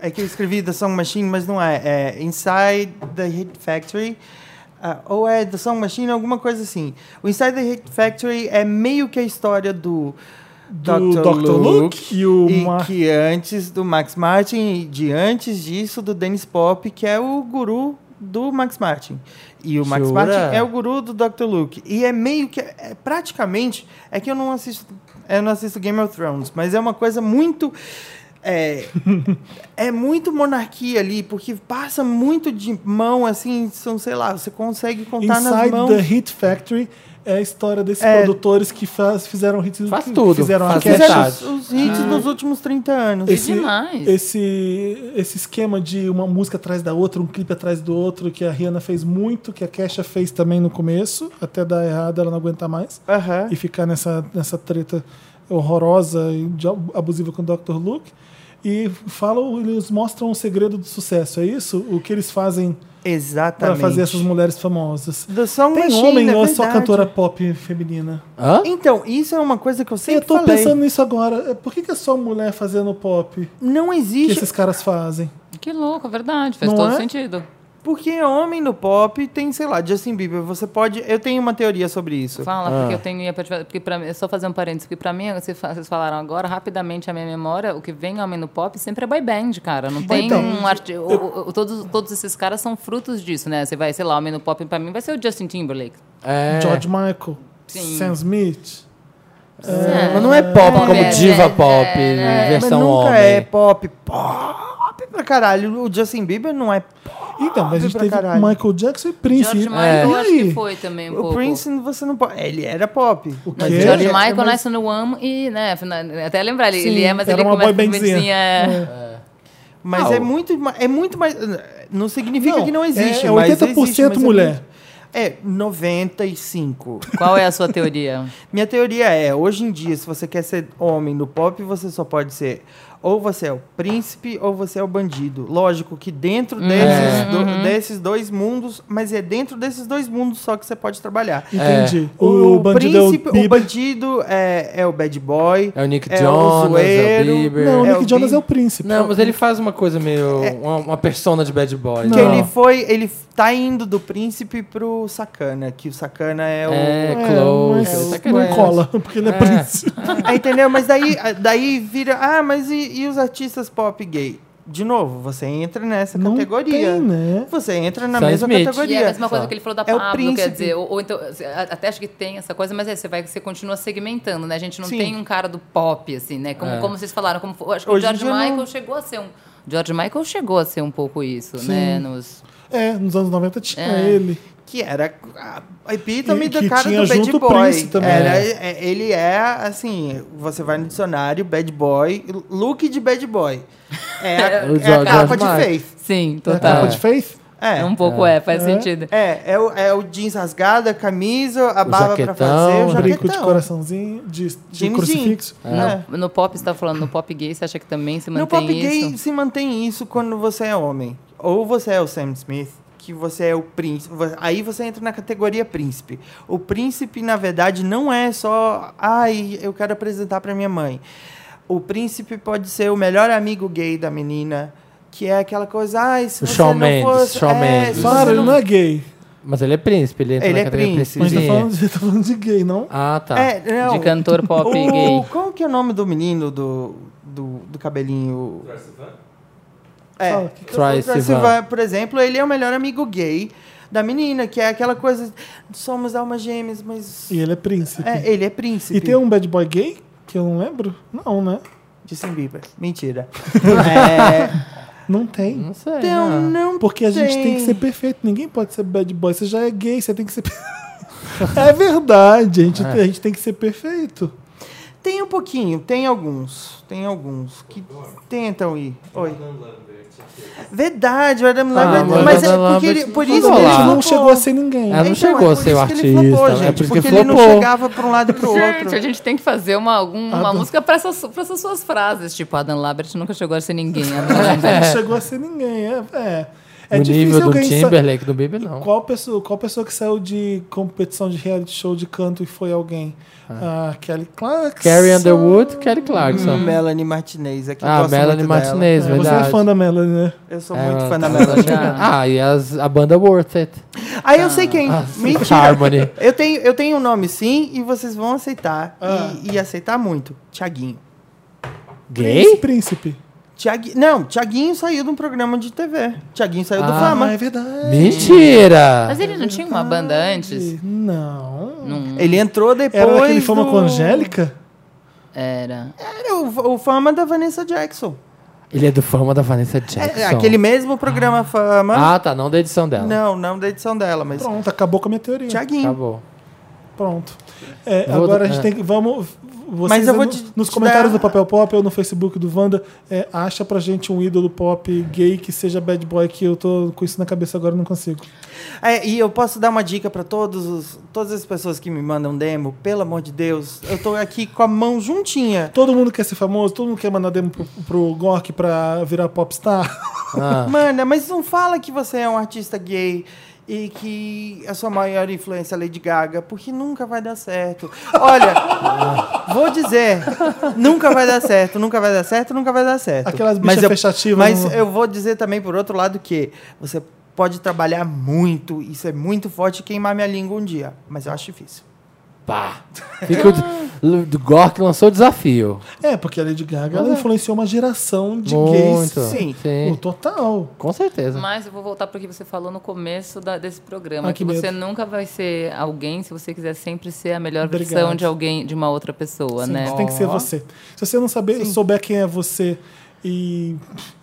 Speaker 4: é que eu escrevi The Song Machine, mas não é. É Inside the Hit Factory. ah, ou é The Song Machine, alguma coisa assim. O Inside the Hit Factory é meio que a história do.
Speaker 1: Do Dr. Luke, e o
Speaker 4: E
Speaker 1: Mark.
Speaker 4: que antes do Max Martin, e de antes disso, do Dennis Pop, que é o guru do Max Martin. E o Max
Speaker 2: Jura?
Speaker 4: Martin é o guru do Dr. Luke. E é meio que. É, praticamente. É que eu não assisto. Eu não assisto Game of Thrones, mas é uma coisa muito.
Speaker 1: *laughs*
Speaker 4: É, é muito monarquia ali, porque passa muito de mão, assim, são, sei lá, você consegue contar tá nas
Speaker 1: Inside
Speaker 4: mãos.
Speaker 1: the Hit Factory é a história desses
Speaker 4: É.
Speaker 1: produtores que faz- fizeram hits.
Speaker 2: Faz
Speaker 1: que
Speaker 2: tudo,
Speaker 1: Fizeram
Speaker 2: faz
Speaker 1: arquétipos.
Speaker 4: Fizeram
Speaker 2: metade.
Speaker 4: os, os hits dos últimos 30 anos.
Speaker 1: Esse,
Speaker 3: demais.
Speaker 1: esse, esse esquema de uma música atrás da outra, um clipe atrás do outro, que a Rihanna fez muito, que a Kesha fez também no começo, até dar errado, ela não aguentar mais.
Speaker 4: Aham.
Speaker 1: e ficar nessa, nessa treta horrorosa e de ab- abusiva com o Dr. Luke. E falam, eles mostram o segredo do sucesso, é isso? O que eles fazem para
Speaker 4: Exatamente.
Speaker 1: fazer essas mulheres famosas.
Speaker 4: The Song
Speaker 1: Tem
Speaker 4: Machine,
Speaker 1: homem
Speaker 4: é
Speaker 1: ou é só
Speaker 4: verdade.
Speaker 1: cantora pop feminina?
Speaker 2: Hã?
Speaker 4: Então, isso é uma coisa que eu
Speaker 1: eu
Speaker 4: sempre
Speaker 1: tô
Speaker 4: falei.
Speaker 1: pensando nisso agora. É, Por que, que é só mulher fazendo pop
Speaker 4: Não
Speaker 1: que
Speaker 4: existe,
Speaker 1: esses caras fazem?
Speaker 3: Que louco, é verdade. Faz
Speaker 1: Não
Speaker 3: todo
Speaker 1: é?
Speaker 3: sentido.
Speaker 4: porque homem no pop tem, sei lá, Justin Bieber, você pode, eu tenho uma teoria sobre isso.
Speaker 3: Fala, porque
Speaker 1: Ah.
Speaker 3: eu tenho. ia pra- Porque pra, mim- só fazer um parênteses, porque pra mim, vocês fa- vocês falaram agora, rapidamente a minha memória, o que vem ao no pop sempre é boy band, cara. Não tem
Speaker 1: então,
Speaker 3: um arte. o- o- o- todos, todos esses caras são frutos disso, né? Você vai, sei lá, o no pop pra mim vai ser o Justin Timberlake.
Speaker 2: É.
Speaker 1: George Michael,
Speaker 3: Sim.
Speaker 1: Sam Smith.
Speaker 3: É.
Speaker 2: Mas não é pop
Speaker 3: É,
Speaker 2: como
Speaker 3: é,
Speaker 2: diva
Speaker 3: é,
Speaker 2: pop,
Speaker 3: é,
Speaker 2: né?
Speaker 4: Mas
Speaker 2: versão
Speaker 4: nunca
Speaker 2: homem.
Speaker 4: é pop, pop pra caralho. O Justin Bieber não é.
Speaker 1: Então, mas a gente
Speaker 4: pra
Speaker 1: teve
Speaker 4: caralho.
Speaker 1: Michael Jackson e Prince.
Speaker 3: George
Speaker 1: E-
Speaker 3: Michael,
Speaker 1: e
Speaker 3: acho que
Speaker 1: aí?
Speaker 3: foi também um
Speaker 4: o
Speaker 3: pouco.
Speaker 4: Prince você não pode. Ele era pop.
Speaker 1: O quê?
Speaker 3: Mas
Speaker 1: Que?
Speaker 3: George
Speaker 4: Ele- é
Speaker 3: Michael né?
Speaker 4: mas-
Speaker 3: nasce no Am e, né, afinal, até lembrar, ele,
Speaker 1: é, Sim,
Speaker 3: ele é, mas
Speaker 1: era
Speaker 3: ele
Speaker 1: uma
Speaker 3: começa
Speaker 1: boy
Speaker 3: com
Speaker 1: bandzinha.
Speaker 3: bandzinha, é.
Speaker 4: Mas
Speaker 2: Ah,
Speaker 4: é
Speaker 2: o-
Speaker 4: muito, ma- é muito mais. Não significa
Speaker 1: Não,
Speaker 4: que não
Speaker 1: é-
Speaker 4: existe.
Speaker 1: é
Speaker 4: mas
Speaker 1: 80%
Speaker 4: existe, mas é
Speaker 1: mulher.
Speaker 4: muito- É, 95.
Speaker 3: Qual é a sua teoria?
Speaker 4: Minha teoria é, hoje em dia, se você quer ser homem no pop, você só pode ser ou você é o príncipe ou você é o bandido. Lógico que dentro
Speaker 1: Uhum.
Speaker 4: desses, do- desses dois mundos, mas é dentro desses dois mundos só que você pode trabalhar.
Speaker 1: Entendi. O, bandido é o
Speaker 4: príncipe,
Speaker 1: Bieber.
Speaker 4: bandido é, é o bad boy.
Speaker 2: É o Nick Jonas, é o
Speaker 4: zoeiro,
Speaker 2: Bieber.
Speaker 1: Não, o
Speaker 4: é
Speaker 1: Nick
Speaker 4: o
Speaker 1: Jonas
Speaker 4: Bieber.
Speaker 1: é o príncipe.
Speaker 2: Não, mas ele faz uma coisa meio. Uma, uma persona de bad boy.
Speaker 4: É. Que
Speaker 2: né?
Speaker 4: ele foi, ele tá indo do príncipe pro sacana, que o sacana é o.
Speaker 2: É,
Speaker 1: É,
Speaker 2: close.
Speaker 1: mas
Speaker 2: tá
Speaker 1: não
Speaker 2: querendo.
Speaker 1: cola, porque ele é, príncipe.
Speaker 4: *laughs* Ah, entendeu? Mas daí, daí vira. Ah, mas e, e os artistas pop gay? De novo, você entra nessa
Speaker 1: Não
Speaker 4: categoria.
Speaker 1: tem, né?
Speaker 4: Você entra na
Speaker 2: Sam
Speaker 4: mesma
Speaker 2: Smith.
Speaker 3: E é
Speaker 4: categoria.
Speaker 3: a mesma coisa que ele falou da
Speaker 4: É o
Speaker 3: Pablo, quer
Speaker 4: príncipe.
Speaker 3: dizer, ou, ou então, assim, a- até acho que tem essa coisa, mas é, você vai, você continua segmentando, né? A gente não
Speaker 4: Sim.
Speaker 3: tem um cara do pop, assim, né? Como,
Speaker 2: É.
Speaker 3: como vocês falaram, como, foi- acho que
Speaker 4: Hoje em
Speaker 3: o George
Speaker 4: dia
Speaker 3: Michael
Speaker 4: não-
Speaker 3: chegou a ser um. George Michael chegou a ser um pouco isso, né? Nos,
Speaker 1: É, nos anos 90 tinha
Speaker 3: É.
Speaker 1: ele.
Speaker 4: Que era a epítome
Speaker 1: E
Speaker 4: do
Speaker 1: que
Speaker 4: cara
Speaker 1: tinha
Speaker 4: do bad
Speaker 1: junto o
Speaker 4: boy.
Speaker 1: Prince também. né?
Speaker 4: Era, é, ele é assim, você vai no dicionário, bad boy, look de bad boy. É
Speaker 2: O
Speaker 3: *laughs*
Speaker 4: a, é a
Speaker 2: George
Speaker 4: capa de
Speaker 2: Martin.
Speaker 4: Faith.
Speaker 3: sim,
Speaker 1: Da capa
Speaker 3: total.
Speaker 1: de Faith?
Speaker 4: É.
Speaker 3: É. Um pouco é, faz sentido.
Speaker 4: É, é o, é o jeans rasgado, a camisa, a
Speaker 2: O
Speaker 4: barba
Speaker 2: jaquetão,
Speaker 4: pra fazer, o
Speaker 1: Um
Speaker 4: jaquetão.
Speaker 1: brinco de coraçãozinho, de, de
Speaker 4: Jimmy
Speaker 1: crucifixo.
Speaker 4: É.
Speaker 3: No, no pop, você tá falando, no pop gay, você acha que também se mantém
Speaker 4: No pop
Speaker 3: isso?
Speaker 4: gay se mantém isso quando você é homem. Ou você é o Sam Smith, que você é o príncipe. Vo- Aí você entra na categoria príncipe. O príncipe, na verdade, não é só. Ai, eu quero apresentar pra minha mãe. O príncipe pode ser o melhor amigo gay da menina. Que é aquela coisa, ai, se
Speaker 2: O
Speaker 4: você
Speaker 2: Shawn
Speaker 4: não
Speaker 2: Mendes,
Speaker 4: fosse...
Speaker 2: Shawn
Speaker 4: é,
Speaker 2: Mendes.
Speaker 4: se você
Speaker 1: Para, ele
Speaker 4: não-
Speaker 1: não é gay.
Speaker 2: Mas ele é príncipe, ele entra
Speaker 4: Ele
Speaker 2: na
Speaker 4: é
Speaker 2: categoria
Speaker 4: príncipe.
Speaker 1: Mas tá
Speaker 2: principezinha.
Speaker 1: falando, de, tá falando de gay, não?
Speaker 2: Ah, tá.
Speaker 4: É, não.
Speaker 3: De cantor pop
Speaker 4: *laughs* O-
Speaker 3: gay.
Speaker 4: Qual que é o nome do menino do, do, do cabelinho? É,
Speaker 1: Fala.
Speaker 4: o
Speaker 2: Troye
Speaker 4: Troye
Speaker 2: Sivan.
Speaker 4: Sivan, por exemplo, ele é o melhor amigo gay da menina, que é aquela coisa, somos almas gêmeas, mas...
Speaker 1: E ele é príncipe.
Speaker 4: É, ele é príncipe.
Speaker 1: e tem um bad boy gay? Que eu não lembro? Não, né?
Speaker 4: Justin Bieber. Mentira. é,
Speaker 1: Não tem.
Speaker 2: Não sei. né?
Speaker 4: então,
Speaker 2: não.
Speaker 4: não
Speaker 1: É, Porque a gente tem que ser perfeito. Ninguém pode ser bad boy. Você já é gay, você tem que ser. *laughs* é verdade. A gente,
Speaker 2: É.
Speaker 1: a gente tem que ser perfeito.
Speaker 4: Tem um pouquinho, tem alguns. Tem alguns que tentam ir. Oi. Verdade, o Adam Lambert.
Speaker 2: o Adam
Speaker 4: mas é porque
Speaker 2: Ah, Lambert
Speaker 4: ele, por
Speaker 2: não
Speaker 4: isso que
Speaker 2: rolou.
Speaker 4: ele
Speaker 1: Ele
Speaker 2: Ah.
Speaker 1: não chegou a ser ninguém.
Speaker 2: Ela não chegou
Speaker 4: é
Speaker 2: a
Speaker 4: por
Speaker 2: ser o
Speaker 4: isso que ele
Speaker 2: artista,
Speaker 4: flopou,
Speaker 2: é
Speaker 4: gente,
Speaker 2: porque
Speaker 4: porque, ele não
Speaker 2: flopou.
Speaker 4: chegava para um lado e pro
Speaker 3: Gente, a
Speaker 4: outro.
Speaker 3: gente tem que fazer uma, algum- uma
Speaker 1: Adam-
Speaker 3: música para essas, pra essas suas frases. Tipo, Adam Labert nunca chegou a ser ninguém.
Speaker 4: *laughs*
Speaker 3: Adam
Speaker 1: Ele
Speaker 3: Lambert.
Speaker 1: não chegou a ser ninguém. É, é. é
Speaker 2: o nível
Speaker 1: difícil
Speaker 2: do
Speaker 1: alguém saber.
Speaker 2: Timberlake, do Bieber, não.
Speaker 1: Qual pessoa, qual pessoa que saiu de competição de reality show de canto e foi alguém? Ah, Kelly Clarkson.
Speaker 2: Carrie Underwood, é Kelly
Speaker 4: Hum.
Speaker 2: Clarkson.
Speaker 4: Melanie Martinez, aqui
Speaker 2: Ah, Melanie Martinez,
Speaker 1: É, você é
Speaker 2: verdade.
Speaker 1: fã da Melanie, né?
Speaker 4: Eu sou
Speaker 2: Ela
Speaker 4: é muito fã da
Speaker 2: tá-
Speaker 4: Melanie. Ah,
Speaker 2: Ah, e as, a banda Worth It.
Speaker 4: Aí eu sei quem. Mentira.
Speaker 2: Harmony.
Speaker 4: Eu tenho, eu tenho um nome sim e vocês vão aceitar. E, e aceitar muito. Tiaguinho.
Speaker 1: Príncipe,
Speaker 2: Gay?
Speaker 1: príncipe.
Speaker 4: Tiagui... Não, Tiaguinho saiu de um programa de TV. Tiaguinho saiu do
Speaker 2: Ah,
Speaker 1: Ah, é
Speaker 4: Fama.
Speaker 1: verdade.
Speaker 2: Mentira!
Speaker 3: Mas ele não tinha uma banda antes?
Speaker 1: Não.
Speaker 4: Ele entrou depois.
Speaker 1: Era aquele fama
Speaker 4: do...
Speaker 1: com Angélica?
Speaker 3: Era.
Speaker 4: Era o, o Fama da Vanessa Jackson.
Speaker 2: Ele é do fama da Vanessa Jackson.
Speaker 4: É, aquele mesmo programa Fama.
Speaker 2: Ah, tá, não da edição dela.
Speaker 4: Não, não da edição dela, mas.
Speaker 1: Pronto, acabou com a minha teoria.
Speaker 4: Tiaguinho.
Speaker 2: Acabou.
Speaker 1: Pronto. É,
Speaker 2: Vou-
Speaker 1: agora a gente
Speaker 2: é.
Speaker 1: tem que. Vamos. Vocês
Speaker 4: Mas eu vou
Speaker 1: no-
Speaker 4: te-
Speaker 1: nos
Speaker 4: te
Speaker 1: comentários
Speaker 4: dar-
Speaker 1: do Papel Pop ou no Facebook do Wanda, é, acha pra gente um ídolo pop gay que seja bad boy, que eu tô com isso na cabeça agora e não consigo.
Speaker 4: É, e eu posso dar uma dica pra todos os, todas as pessoas que me mandam demo, pelo amor de Deus, eu tô aqui com a mão juntinha.
Speaker 1: Todo mundo quer ser famoso, todo mundo quer mandar demo pro, pro Gork pra virar popstar. *laughs*
Speaker 2: Ah,
Speaker 4: Mana, mas não fala que você é um artista gay e que a sua maior influência é Lady Gaga, porque nunca vai dar certo. Olha, vou dizer, nunca vai dar certo, nunca vai dar certo, nunca vai dar certo.
Speaker 1: Aquelas né? bichas
Speaker 4: Mas eu-
Speaker 1: fechativas
Speaker 4: Mas
Speaker 1: não-
Speaker 4: eu vou dizer também, por outro lado, que você pode trabalhar muito e ser muito forte e queimar minha língua um dia, mas eu acho difícil.
Speaker 2: pá. Fica o, Lu-
Speaker 4: *laughs*
Speaker 2: do Gork lançou o desafio.
Speaker 1: É, porque a Lady Gaga ela influenciou uma geração de gays.
Speaker 2: Muito.
Speaker 1: Sim.
Speaker 2: Sim.
Speaker 1: O total.
Speaker 2: Com certeza.
Speaker 3: Mas eu vou voltar para o que você falou no começo da- desse programa,
Speaker 1: Ah, que
Speaker 3: que, você nunca vai ser alguém se você quiser sempre ser a melhor versão
Speaker 1: Obrigado.
Speaker 3: de alguém, de uma outra pessoa,
Speaker 1: Sim,
Speaker 3: né?
Speaker 1: Você tem que ser você. Se você não saber, souber quem é você e,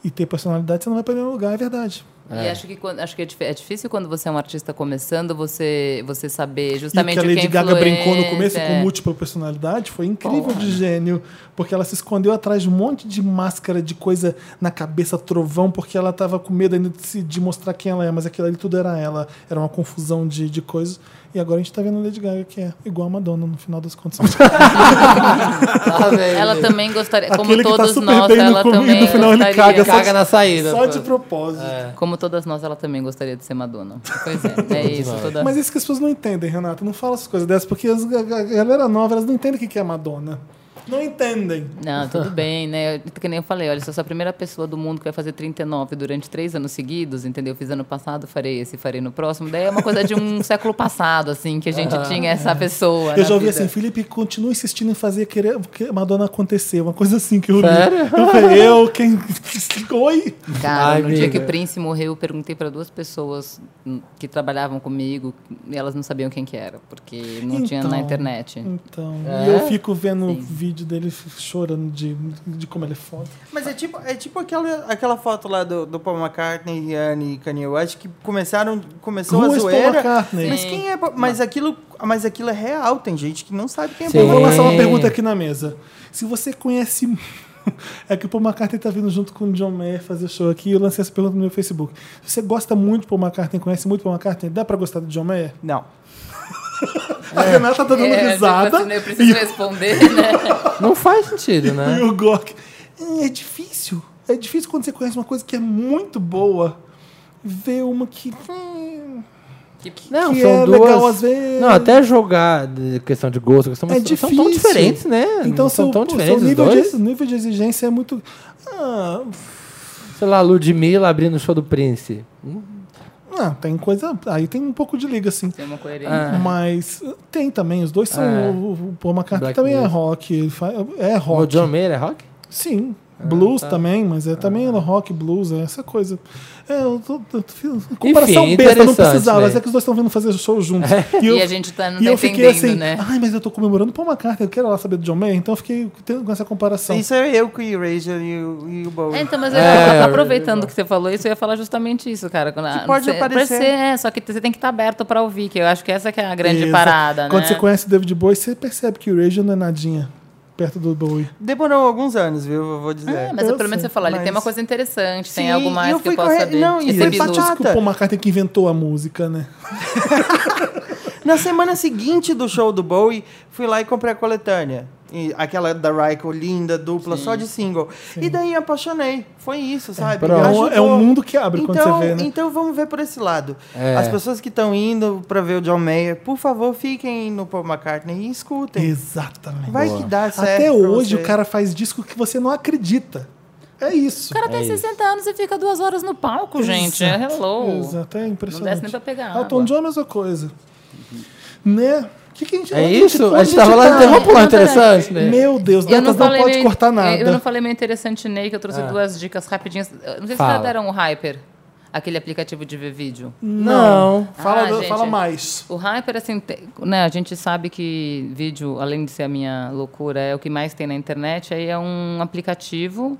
Speaker 1: e ter personalidade, você não vai pra nenhum lugar, é verdade.
Speaker 3: E acho que quando- acho que é, dif- é difícil quando você é um artista começando, você você saber
Speaker 1: E o que
Speaker 3: justamente
Speaker 1: a
Speaker 3: o que é
Speaker 1: Lady Gaga brincou no começo
Speaker 3: influência. é.
Speaker 1: com múltipla personalidade foi incrível de gênio, porque ela se escondeu atrás de um monte de máscara de coisa na cabeça, trovão, porque ela tava com medo ainda de, se- de mostrar quem ela é, mas aquilo ali tudo era ela, era uma confusão de, de coisas. E agora a gente tá vendo a Lady Gaga, que é igual a Madonna no final das *laughs* contas.
Speaker 3: Ela também gostaria, como
Speaker 1: Aquele que tá
Speaker 3: todos
Speaker 1: super
Speaker 3: nós,
Speaker 1: bem no
Speaker 3: ela
Speaker 1: começo,
Speaker 3: também
Speaker 1: no final ele
Speaker 3: gostaria.
Speaker 1: caga, só
Speaker 2: Caga na saída.
Speaker 1: Só de propósito.
Speaker 3: Como todas nós, ela também gostaria de ser Madonna. Pois é, é isso. Toda...
Speaker 1: Mas isso que as pessoas não entendem, Renato. Não fala essas coisas dessas, porque as, a, a galera nova, elas não entendem o que que é Madonna. Não entendem. *laughs*
Speaker 3: Não, tudo bem, né? Que nem eu falei, olha, se eu sou a primeira pessoa do mundo que vai fazer 39 durante três anos seguidos, entendeu? Fiz ano passado, farei esse, farei no próximo. Daí é uma coisa
Speaker 1: *laughs*
Speaker 3: de um século passado, assim, que a gente tinha essa pessoa.
Speaker 1: Ah. Eu
Speaker 3: na
Speaker 1: já ouvi
Speaker 3: vida.
Speaker 1: assim, Felipe continua insistindo em fazer querer que Madonna acontecer, uma coisa assim que eu li. Eu falei, eu, quem. *laughs* Oi!
Speaker 3: Cara,
Speaker 2: Ai,
Speaker 3: no dia que o
Speaker 2: amiga.
Speaker 3: Prince morreu, eu perguntei para duas pessoas hum, que trabalhavam comigo e elas não sabiam quem que era, porque não tinha na
Speaker 1: Então.
Speaker 3: internet.
Speaker 1: Então, e eu fico vendo o vídeo dele chorando de, de como ele é foda.
Speaker 4: Mas é tipo, é tipo aquela, aquela foto lá do, do Paul McCartney e Anne Kanye West que começaram, começou
Speaker 1: Who
Speaker 4: a
Speaker 1: is Paul
Speaker 4: zoeira.
Speaker 1: McCartney?
Speaker 4: Mas quem é, Paul- mas aquilo, mas aquilo é real, tem gente que não sabe quem é
Speaker 2: Sim.
Speaker 1: Eu vou
Speaker 4: Paul
Speaker 1: lançar uma
Speaker 2: É.
Speaker 1: pergunta aqui na mesa. Se você conhece. *laughs* É que o Paul McCartney tá vindo junto com o John Mayer fazer show aqui e eu lancei essa pergunta no meu Facebook. Se você gosta muito de Paul McCartney, conhece muito Paul McCartney, dá pra gostar do John Mayer?
Speaker 4: Não.
Speaker 1: A Renata tá dando
Speaker 3: É,
Speaker 1: risada
Speaker 3: Eu preciso responder, né?
Speaker 2: Não faz sentido, né?
Speaker 1: e *laughs* o Gork. "Hum, É difícil. É difícil quando você conhece uma coisa que é muito boa, ver uma que. hum,
Speaker 2: Não,
Speaker 1: que
Speaker 2: são
Speaker 1: é
Speaker 2: duas.
Speaker 1: legal às vezes.
Speaker 2: Não, até jogar de questão de gosto, questão,
Speaker 1: É
Speaker 2: mas são- são tão
Speaker 1: difícil.
Speaker 2: diferentes, né?
Speaker 1: Então,
Speaker 2: Não são
Speaker 1: seu,
Speaker 2: tão
Speaker 1: seu
Speaker 2: diferentes os
Speaker 1: nível,
Speaker 2: dois.
Speaker 1: de, nível de exigência é muito. Ah,
Speaker 2: Sei lá, Ludmilla abrindo o show do Prince.
Speaker 1: Ah, tem coisa. Aí tem um pouco de liga, assim.
Speaker 3: Tem é uma coerência.
Speaker 2: Ah,
Speaker 1: Mas tem também, os dois são.
Speaker 2: É.
Speaker 1: O, o Paul McCartney
Speaker 2: Black
Speaker 1: também é
Speaker 2: Music.
Speaker 1: rock. ele fa- É
Speaker 2: o
Speaker 1: rock.
Speaker 2: John Mayer é rock?
Speaker 1: Sim.
Speaker 2: É,
Speaker 1: Blues
Speaker 2: tá.
Speaker 1: também, mas é também rock, blues, é essa coisa. É, eu tô, tô, tô, fiz- comparação
Speaker 2: Enfim,
Speaker 1: besta, não
Speaker 2: interessante,
Speaker 1: precisava,
Speaker 2: né? É.
Speaker 1: mas é que os dois estão vindo fazer show juntos. eu-
Speaker 3: E a gente tá- não
Speaker 1: e
Speaker 3: tá
Speaker 1: eu fiquei
Speaker 3: entendendo,
Speaker 1: assim,
Speaker 3: né?
Speaker 1: ai, mas eu tô comemorando Paul McCartney, eu quero lá saber do John Mayer, então eu fiquei tendo- com essa comparação.
Speaker 4: Isso é eu com o Erasure e o, e o Bowie.
Speaker 3: É, então, mas eu-
Speaker 2: É,
Speaker 3: aproveitando que você falou isso, eu ia falar justamente isso, cara. Quando a-
Speaker 4: pode
Speaker 3: você-
Speaker 4: aparecer.
Speaker 3: É, só que você tem que estar aberto pra ouvir, que eu acho que essa que é a grande
Speaker 1: Isso.
Speaker 3: parada,
Speaker 1: Quando
Speaker 3: né?
Speaker 1: você conhece o David Bowie, você percebe que o Rage não é nadinha perto do Bowie.
Speaker 4: Demorou alguns anos, viu? Eu vou dizer.
Speaker 3: É, mas
Speaker 1: Eu
Speaker 3: pelo menos
Speaker 1: sei,
Speaker 3: você falou, ele
Speaker 4: mas-
Speaker 3: tem uma coisa interessante,
Speaker 4: Sim,
Speaker 3: tem algo
Speaker 4: e
Speaker 3: mais
Speaker 4: eu
Speaker 3: que eu
Speaker 4: fui
Speaker 3: posso
Speaker 4: corre-
Speaker 3: saber.
Speaker 4: não, e
Speaker 3: Esse
Speaker 4: foi
Speaker 3: bizu.
Speaker 4: batido.
Speaker 1: Acho que o Paul McCartney que inventou a música, né?
Speaker 4: Na semana seguinte do show do Bowie, fui lá e comprei a coletânea. E aquela da Ryko, linda, dupla, só de single. E daí apaixonei. Foi isso, sabe?
Speaker 2: pronto.
Speaker 1: É um-
Speaker 4: Ajudou.
Speaker 1: é um mundo que abre
Speaker 4: então,
Speaker 1: quando você vê, né?
Speaker 4: Então vamos ver por esse lado.
Speaker 2: É.
Speaker 4: As pessoas que estão indo pra ver o John Mayer, por favor, fiquem no Paul McCartney e escutem.
Speaker 1: Exatamente.
Speaker 4: Vai que dá
Speaker 2: Tá
Speaker 4: certo.
Speaker 1: Até
Speaker 4: pra
Speaker 1: hoje
Speaker 4: você.
Speaker 1: o cara faz disco que você não acredita. É isso.
Speaker 3: O cara tem 60 anos e fica duas horas no palco, gente. É hello.
Speaker 1: Exato, é impressionante.
Speaker 3: Não desce nem pra pegar
Speaker 1: Elton
Speaker 3: água.
Speaker 1: John é a mesma coisa. Né? O que, que a gente
Speaker 2: É
Speaker 1: onde
Speaker 2: isso? A
Speaker 1: onde
Speaker 2: gente tava lá
Speaker 1: tá?
Speaker 2: interrompendo
Speaker 3: Não,
Speaker 2: interessante, né?
Speaker 1: Meu Deus, Dantas não, pode
Speaker 3: meio- é,
Speaker 1: cortar nada. É.
Speaker 3: Eu não falei meio interessante, Ney, que eu trouxe duas dicas rapidinhas. Eu Não sei se
Speaker 2: Fala.
Speaker 3: já deram o Hyper, aquele aplicativo de ver vídeo.
Speaker 2: Não.
Speaker 1: Fala,
Speaker 3: Ah,
Speaker 1: do-
Speaker 3: gente.
Speaker 1: fala mais.
Speaker 3: O Hyper, assim, te- né, a gente sabe que vídeo, além de ser a minha loucura, é o que mais tem na internet, aí é um aplicativo,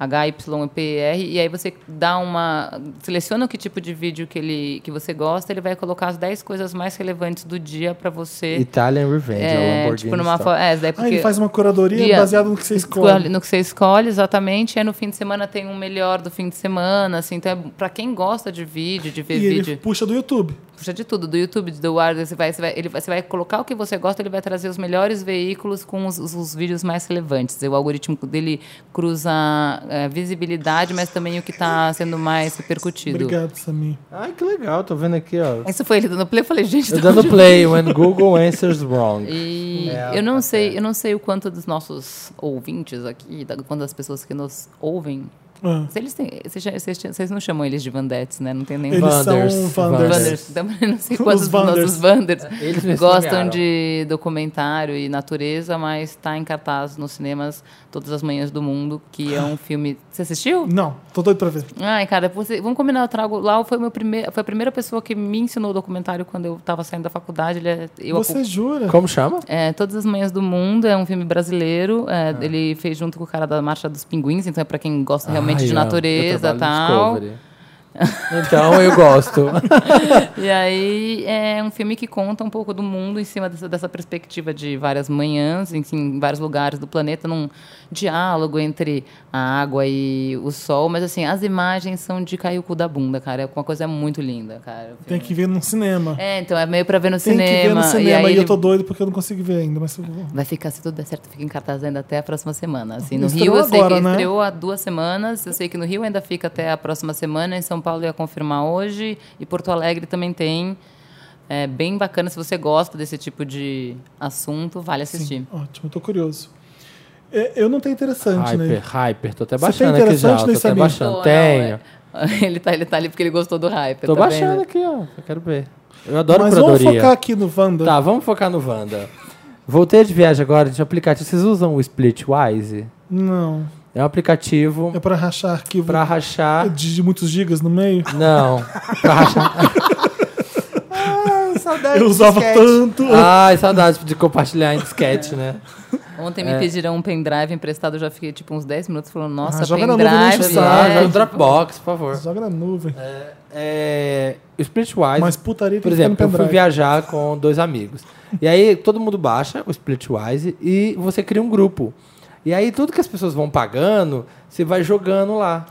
Speaker 3: HYPR, e aí você dá uma. seleciona o que tipo de vídeo que, ele, que você gosta, ele vai colocar as 10 coisas mais relevantes do dia para você.
Speaker 2: Italian Revenge, é, o
Speaker 3: É,
Speaker 2: Lamborghini.
Speaker 3: tipo, numa.
Speaker 2: Stalk.
Speaker 3: fo- É, daí
Speaker 1: Ah, ele
Speaker 3: porque-
Speaker 1: faz uma curadoria
Speaker 3: Dia-
Speaker 1: baseada no que você escolhe.
Speaker 3: No que você escolhe, exatamente. É no fim de semana tem um melhor do fim de semana, assim. Então, é pra quem gosta de vídeo, de ver
Speaker 1: E
Speaker 3: vídeo,
Speaker 1: ele puxa do YouTube.
Speaker 3: puxa de tudo, do YouTube, do Wire, você vai, você vai, ele, vai- você vai colocar o que você gosta, ele vai trazer os melhores veículos com os, os- os vídeos mais relevantes. O algoritmo dele cruza é, visibilidade, mas também o que tá sendo mais repercutido.
Speaker 1: Obrigado, Samir.
Speaker 2: Ai, que legal, tô vendo aqui, ó.
Speaker 3: Isso foi ele dando play, eu falei, gente,
Speaker 2: Eu
Speaker 3: tá *laughs*
Speaker 2: dando play when Google answers wrong.
Speaker 3: E
Speaker 1: É, tá
Speaker 3: eu não sei, eu não sei o quanto dos nossos ouvintes aqui, da- quanto das pessoas que nos ouvem.
Speaker 1: Ah.
Speaker 3: se Eles têm, vocês, já- vocês tinham- vocês não chamam eles de Vandettes, né? Não tem nem
Speaker 1: Eles
Speaker 2: Wanders.
Speaker 1: são Wanders.
Speaker 3: Wanders. Também *laughs* não sei quantos
Speaker 1: Os
Speaker 3: dos nossos Wanders
Speaker 2: É, Eles me
Speaker 3: gostam
Speaker 2: esfomearam.
Speaker 3: de documentário e natureza, mas está em cartaz nos cinemas todas as manhãs do mundo, que é um filme. Você assistiu?
Speaker 1: Não, tô doido pra ver.
Speaker 3: Ai, cara, você- vamos combinar, eu trago. Lau foi, meu primeir, foi a primeira pessoa que me ensinou o documentário quando eu estava saindo da faculdade. Ele é- eu
Speaker 1: Você jura?
Speaker 2: Como chama?
Speaker 3: é, Todas as Manhãs do Mundo é um filme brasileiro. é,
Speaker 2: Ah.
Speaker 3: Ele fez junto com o cara da Marcha dos Pinguins, então é pra quem gosta realmente
Speaker 2: Ai,
Speaker 3: de
Speaker 2: amo. Eu
Speaker 3: natureza e
Speaker 2: trabalho no
Speaker 3: *laughs* tal.
Speaker 2: Discovery. Então eu
Speaker 3: *laughs*
Speaker 2: gosto.
Speaker 3: E aí é um filme que conta um pouco do mundo em cima dessa, dessa perspectiva de várias manhãs, enfim, em vários lugares do planeta, num diálogo entre a água e o sol. Mas assim, as imagens são de cair o cu da bunda, cara. É uma coisa muito linda, cara. O
Speaker 1: Tem
Speaker 3: filme-
Speaker 1: que ver no cinema.
Speaker 3: É, então é meio pra ver no
Speaker 1: Tem
Speaker 3: cinema.
Speaker 1: que ver no
Speaker 3: e aí
Speaker 1: cinema e, eu
Speaker 3: ele
Speaker 1: tô doido porque eu não consigo ver ainda, mas tá eu vou.
Speaker 3: Vai ficar, se tudo der certo, fica em cartaz ainda até a próxima semana. Assim, no
Speaker 1: Estreou
Speaker 3: Rio, eu sei
Speaker 1: agora,
Speaker 3: que
Speaker 1: né?
Speaker 3: estreou há duas semanas. Eu sei que no Rio ainda fica até a próxima semana. Em São Paulo eu ia confirmar hoje. E Porto Alegre também tem. É bem bacana. Se você gosta desse tipo de assunto, vale assistir.
Speaker 1: Ótimo, eu tô curioso. É, Eu não tenho interessante,
Speaker 2: Hyper,
Speaker 1: né?
Speaker 2: hyper. Tô até
Speaker 1: Você
Speaker 2: baixando
Speaker 1: tem
Speaker 2: aqui já.
Speaker 1: interessante
Speaker 2: Tô
Speaker 1: nesse
Speaker 2: até
Speaker 1: amigo?
Speaker 2: baixando.
Speaker 3: Não, não,
Speaker 2: Tenho.
Speaker 3: é. *laughs* Ele tá, ele tá ali porque ele gostou do hype.
Speaker 2: Tô
Speaker 3: tá
Speaker 2: baixando
Speaker 3: vendo?
Speaker 2: aqui, ó. Eu quero ver. Eu adoro
Speaker 1: mas vamos
Speaker 2: curadoria.
Speaker 1: focar aqui no Wanda.
Speaker 2: Tá, vamos focar no Wanda. Voltei de viagem agora, de aplicativo. Vocês usam o Splitwise?
Speaker 1: Não.
Speaker 2: É um aplicativo
Speaker 1: É pra rachar arquivo
Speaker 2: pra rachar.
Speaker 1: de, de muitos gigas no meio. *laughs*
Speaker 2: Não. Pra rachar.
Speaker 4: Ah, saudade
Speaker 1: *laughs* Eu
Speaker 4: de
Speaker 1: usava
Speaker 4: disquete.
Speaker 1: tanto.
Speaker 2: Ai, saudade de compartilhar em disquete, né?
Speaker 3: Ontem me pediram um pendrive emprestado. Eu já fiquei tipo uns 10 minutos falando, nossa,
Speaker 1: É. Ah, joga na nuvem,
Speaker 3: pendrive.
Speaker 1: enche o saco.
Speaker 2: Ah,
Speaker 3: *laughs* é,
Speaker 2: no Dropbox, por favor.
Speaker 1: Joga na nuvem.
Speaker 2: É, o Splitwise.
Speaker 1: Mas putaria que
Speaker 2: Por
Speaker 1: fica no
Speaker 2: exemplo, eu fui
Speaker 1: pendrive.
Speaker 2: viajar com dois amigos. E aí todo mundo baixa o Splitwise e você cria um grupo. E aí tudo que as pessoas vão pagando, você vai jogando lá.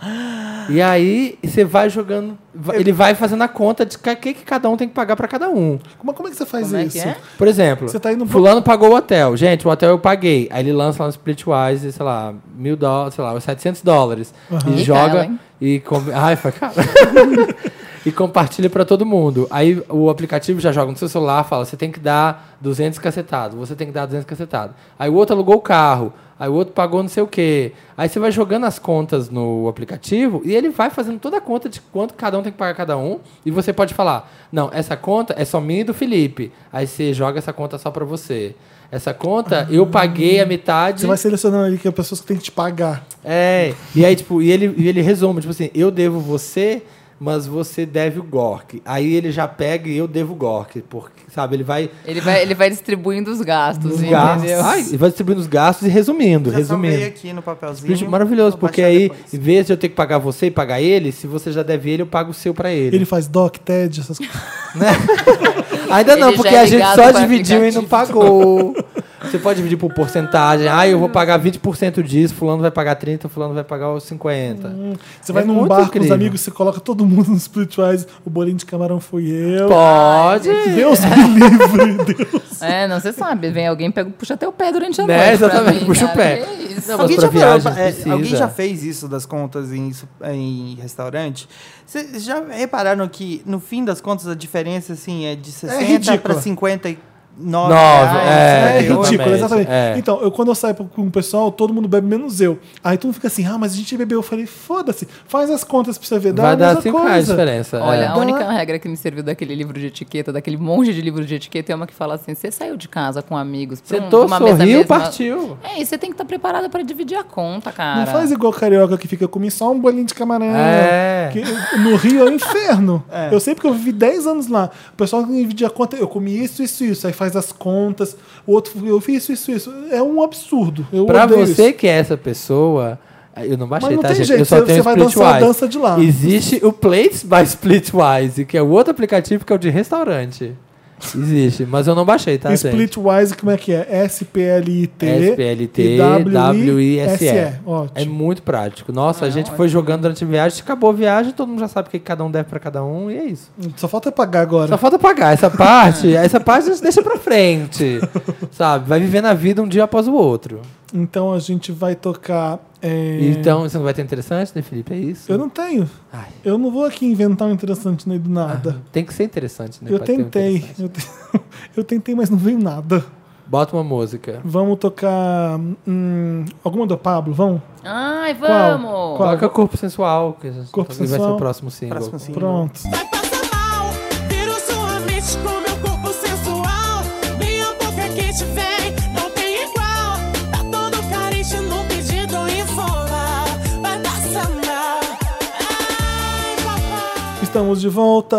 Speaker 2: E aí você vai jogando, va- ele vai fazendo a conta de o que, que cada um tem que pagar pra cada um.
Speaker 1: Como, como é que você faz
Speaker 3: Como é que
Speaker 1: isso?
Speaker 3: é?
Speaker 2: Por exemplo,
Speaker 1: Você tá indo pro-
Speaker 2: fulano pagou o hotel. Gente, o hotel eu paguei. Aí ele lança lá no Splitwise, sei lá, mil dólares, sei lá, uns 700 dólares. E
Speaker 3: Ih,
Speaker 2: joga
Speaker 3: caro, hein?
Speaker 2: e... Com... Ai,
Speaker 1: *laughs*
Speaker 2: foi caro. e compartilha pra todo mundo. Aí o aplicativo já joga no seu celular, fala, você tem que dar 200 cacetados, você tem que dar 200 cacetados. Aí o outro alugou o carro, aí o outro pagou não sei o quê. Aí você vai jogando as contas no aplicativo e ele vai fazendo toda a conta de quanto cada um tem que pagar cada um. E você pode falar, não, essa conta é só minha e do Felipe. Aí você joga essa conta só pra você. Essa conta, eu paguei a metade.
Speaker 1: Você vai selecionando ali que é pessoas que têm que te pagar.
Speaker 2: É, e aí, tipo, e ele, e ele resume, tipo assim, eu devo você, mas você deve o Gork. Aí ele já pega e eu devo o Gork, porque, sabe, ele vai...
Speaker 3: Ele vai, ele vai distribuindo os gastos,
Speaker 2: Os
Speaker 3: entendeu?
Speaker 2: gastos, ai, ele vai distribuindo os gastos e resumindo,
Speaker 4: Já salvei
Speaker 2: resumindo.
Speaker 4: aqui no papelzinho.
Speaker 2: Split- Maravilhoso,
Speaker 4: Vou
Speaker 2: porque
Speaker 4: baixar
Speaker 2: aí,
Speaker 4: depois.
Speaker 2: em vez de eu ter que pagar você e pagar ele, se você já deve ele, eu pago o seu pra ele.
Speaker 1: Ele faz doc, TED, essas coisas.
Speaker 2: *laughs* Ainda não,
Speaker 3: Ele já
Speaker 2: porque
Speaker 3: é
Speaker 2: a gente
Speaker 3: ligado
Speaker 2: só
Speaker 3: para
Speaker 2: dividiu e não
Speaker 3: aplicativo. *laughs*
Speaker 2: pagou. Você pode dividir por porcentagem. Ah, eu vou
Speaker 3: Hum.
Speaker 2: pagar 20% disso, fulano vai pagar 30, fulano vai pagar os 50.
Speaker 3: Hum.
Speaker 1: Você vai
Speaker 2: É
Speaker 1: num
Speaker 2: muito
Speaker 1: bar com os
Speaker 2: incrível.
Speaker 1: amigos, você coloca todo mundo no Splitwise. O bolinho de camarão fui eu.
Speaker 2: Pode.
Speaker 1: Deus me *laughs* livre. Deus.
Speaker 3: É, não, você sabe. Vem alguém, pega, puxa até o pé durante a
Speaker 2: Né,
Speaker 3: noite. pra
Speaker 2: exatamente,
Speaker 3: mim,
Speaker 2: puxa o
Speaker 3: cara,
Speaker 2: pé.
Speaker 3: que isso?
Speaker 2: Não, mas
Speaker 4: Alguém
Speaker 2: pra
Speaker 4: já, parou
Speaker 2: viagens
Speaker 4: pra- é,
Speaker 2: precisa.
Speaker 4: alguém já fez isso das contas em, su- em restaurante? Vocês já repararam que, no fim das contas, a diferença assim, é de 60
Speaker 1: ridícula.
Speaker 4: para 59
Speaker 2: Nove,
Speaker 4: reais,
Speaker 1: É,
Speaker 2: é,
Speaker 4: né? Eu-
Speaker 2: exatamente,
Speaker 1: ridículo, exatamente.
Speaker 2: é.
Speaker 1: Então, eu, quando eu saio com o pessoal, todo mundo bebe menos eu. Aí todo mundo fica assim, ah, mas a gente bebeu. Eu falei, foda-se, faz as contas pra você ver. Dá
Speaker 2: Vai
Speaker 1: a
Speaker 2: dar
Speaker 1: mesma
Speaker 2: 5
Speaker 1: coisa.
Speaker 2: reais de diferença.
Speaker 3: Olha,
Speaker 2: é.
Speaker 3: a única regra que me serviu daquele livro de etiqueta, daquele monge de livro de etiqueta, é uma que fala assim: você saiu de casa com amigos, pra
Speaker 2: Você
Speaker 3: um- pra
Speaker 2: tô,
Speaker 3: uma mesa
Speaker 2: sorriu,
Speaker 3: mesma-
Speaker 2: partiu.
Speaker 3: É, e você tem que estar preparada para dividir a conta, cara.
Speaker 1: Não faz igual carioca que fica comigo só um bolinho de camarão.
Speaker 2: É.
Speaker 1: Que no Rio é um inferno. Eu sei porque eu vivi 10 anos lá. O pessoal que dividia a conta, eu comi isso, isso, isso. Aí faz as contas. O outro, eu fiz isso, isso, isso. É um absurdo. Eu
Speaker 2: Pra
Speaker 1: odeio
Speaker 2: você
Speaker 1: isso.
Speaker 2: que é essa pessoa. Eu não baixei,
Speaker 1: Mas não
Speaker 2: tá,
Speaker 1: tem
Speaker 2: gente?
Speaker 1: jeito,
Speaker 2: Eu só
Speaker 1: você-
Speaker 2: tenho
Speaker 1: você vai dançar
Speaker 2: Splitwise.
Speaker 1: a dança de lá.
Speaker 2: Existe o Plates by Splitwise, que é o outro aplicativo que é o de restaurante. Existe, mas eu não baixei, tá, gente?
Speaker 1: Splitwise, como é que é? S-P-L-I-T.
Speaker 2: SPLT,
Speaker 1: e
Speaker 2: WISE. É
Speaker 1: Ótimo.
Speaker 2: muito prático. Nossa, a
Speaker 3: Ah,
Speaker 2: gente foi jogando durante a viagem, acabou a viagem, todo mundo já sabe o que cada um deve pra cada um, e é isso.
Speaker 1: Só falta pagar agora.
Speaker 2: Só falta pagar essa parte, essa parte a gente deixa pra frente. Sabe? Vai vivendo a vida um dia após o outro.
Speaker 1: Então a gente vai tocar. é,
Speaker 2: Então, isso não vai ter interessante, né, Felipe? É isso.
Speaker 1: Eu não tenho.
Speaker 2: Ai.
Speaker 1: Eu não vou aqui inventar um interessante no meio do nada.
Speaker 2: Tem que ser interessante, né?
Speaker 1: eu
Speaker 2: pra ter um
Speaker 1: tentei.
Speaker 2: interessante.
Speaker 1: Eu, te- *laughs* eu tentei, mas não veio nada.
Speaker 2: Bota uma música.
Speaker 1: Vamos tocar. hum, alguma do Pablo? Vamos?
Speaker 3: Ai, vamos!
Speaker 1: Qual?
Speaker 2: Coloca Corpo Sensual, que a gente
Speaker 1: Corpo
Speaker 2: que vai ser
Speaker 1: Sensual.
Speaker 2: o próximo single. *laughs*
Speaker 4: Próximo single.
Speaker 1: Pronto.
Speaker 9: Vai passar mal, viro sua mente com meu corpo sensual. Minha boca quente vem, não tem igual. Tá todo carente num pedido informal. Vai passar mal. Ai, papai.
Speaker 1: Estamos de volta.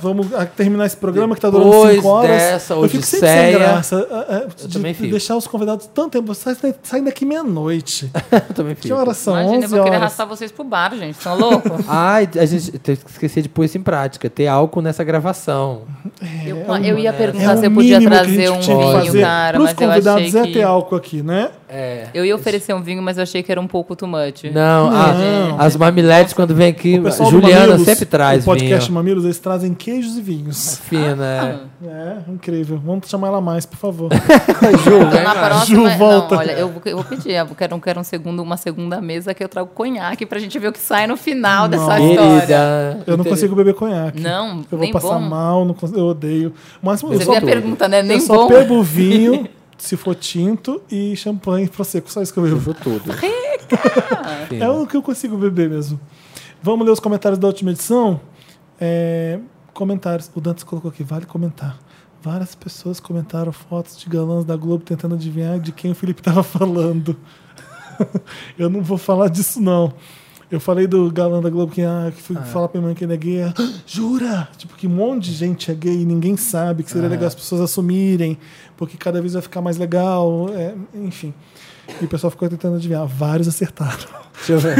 Speaker 1: Vamos ah, terminar esse programa que tá durando
Speaker 2: Depois
Speaker 1: 5 horas.
Speaker 2: dessa
Speaker 1: eu fico sempre sem
Speaker 2: odisseia,
Speaker 1: graça ah, ah, de,
Speaker 2: também
Speaker 1: de
Speaker 2: fico.
Speaker 1: deixar os convidados tanto tempo. Sai, sai daqui
Speaker 2: *laughs*
Speaker 1: meia-noite.
Speaker 2: Eu também fico.
Speaker 1: que horas são?
Speaker 3: Imagina, eu
Speaker 1: 11
Speaker 3: vou querer
Speaker 1: horas.
Speaker 3: arrastar vocês pro bar, gente.
Speaker 1: *laughs*
Speaker 3: Estão loucos?
Speaker 2: Ai, a gente eu esqueci de pôr isso em prática, ter álcool nessa gravação.
Speaker 1: É,
Speaker 3: eu,
Speaker 1: um
Speaker 3: eu ia perguntar
Speaker 1: o
Speaker 3: se eu podia
Speaker 1: é mínimo que a gente
Speaker 3: trazer um
Speaker 1: tinha que
Speaker 3: vinho,
Speaker 1: fazer
Speaker 3: cara,
Speaker 1: pros
Speaker 3: mas eu achei
Speaker 1: convidados é
Speaker 3: que...
Speaker 1: ter álcool aqui, né?
Speaker 2: É.
Speaker 3: Eu ia oferecer um vinho, mas eu achei que era um pouco too much.
Speaker 2: Não,
Speaker 1: Não.
Speaker 2: a- as mamiletes quando vem aqui,
Speaker 1: O pessoal do
Speaker 2: Juliana
Speaker 1: Mamilos,
Speaker 2: sempre traz
Speaker 1: O podcast
Speaker 2: vinho.
Speaker 1: Mamilos, eles trazem queijos e vinhos.
Speaker 2: Fina.
Speaker 1: É, incrível. Vamos chamar ela mais, por
Speaker 2: *laughs*
Speaker 1: favor.
Speaker 2: né?
Speaker 1: *laughs*
Speaker 3: Então,
Speaker 1: Né?
Speaker 3: na
Speaker 1: Ju,
Speaker 3: próxima,
Speaker 1: volta.
Speaker 3: não, olha, eu vou, eu vou pedir, eu quero, quero um segundo, uma segunda mesa que eu trago conhaque pra gente ver o que sai no final dessa história.
Speaker 2: Querida.
Speaker 1: Eu não consigo beber conhaque.
Speaker 3: Não,
Speaker 1: Eu vou
Speaker 3: nem
Speaker 1: passar
Speaker 3: bom.
Speaker 1: mal, não cons- eu odeio. Mas eu
Speaker 3: Você
Speaker 1: só,
Speaker 3: vê a pergunta, né? Nem
Speaker 1: eu só
Speaker 3: bom.
Speaker 1: bebo
Speaker 3: *laughs*
Speaker 1: vinho, se for tinto, e champanhe prosecco, só isso que eu bebo.
Speaker 2: Vou tudo.
Speaker 1: É o que eu consigo beber mesmo. Vamos ler os comentários da última edição? É, comentários. O Dantes colocou aqui, vale comentar. Várias pessoas comentaram fotos de galãs da Globo tentando adivinhar de quem o Felipe estava falando. *laughs* eu não vou falar disso, não. Eu falei do galã da Globo que, ah, que fui falar pra minha mãe que ele é gay. ela, "Ah, Jura? Tipo, que um monte de gente é gay e ninguém sabe, que seria legal as pessoas assumirem, porque cada vez vai ficar mais legal. é, enfim. E o pessoal ficou tentando adivinhar. Vários acertaram.
Speaker 2: Deixa
Speaker 1: *laughs*
Speaker 2: eu ver.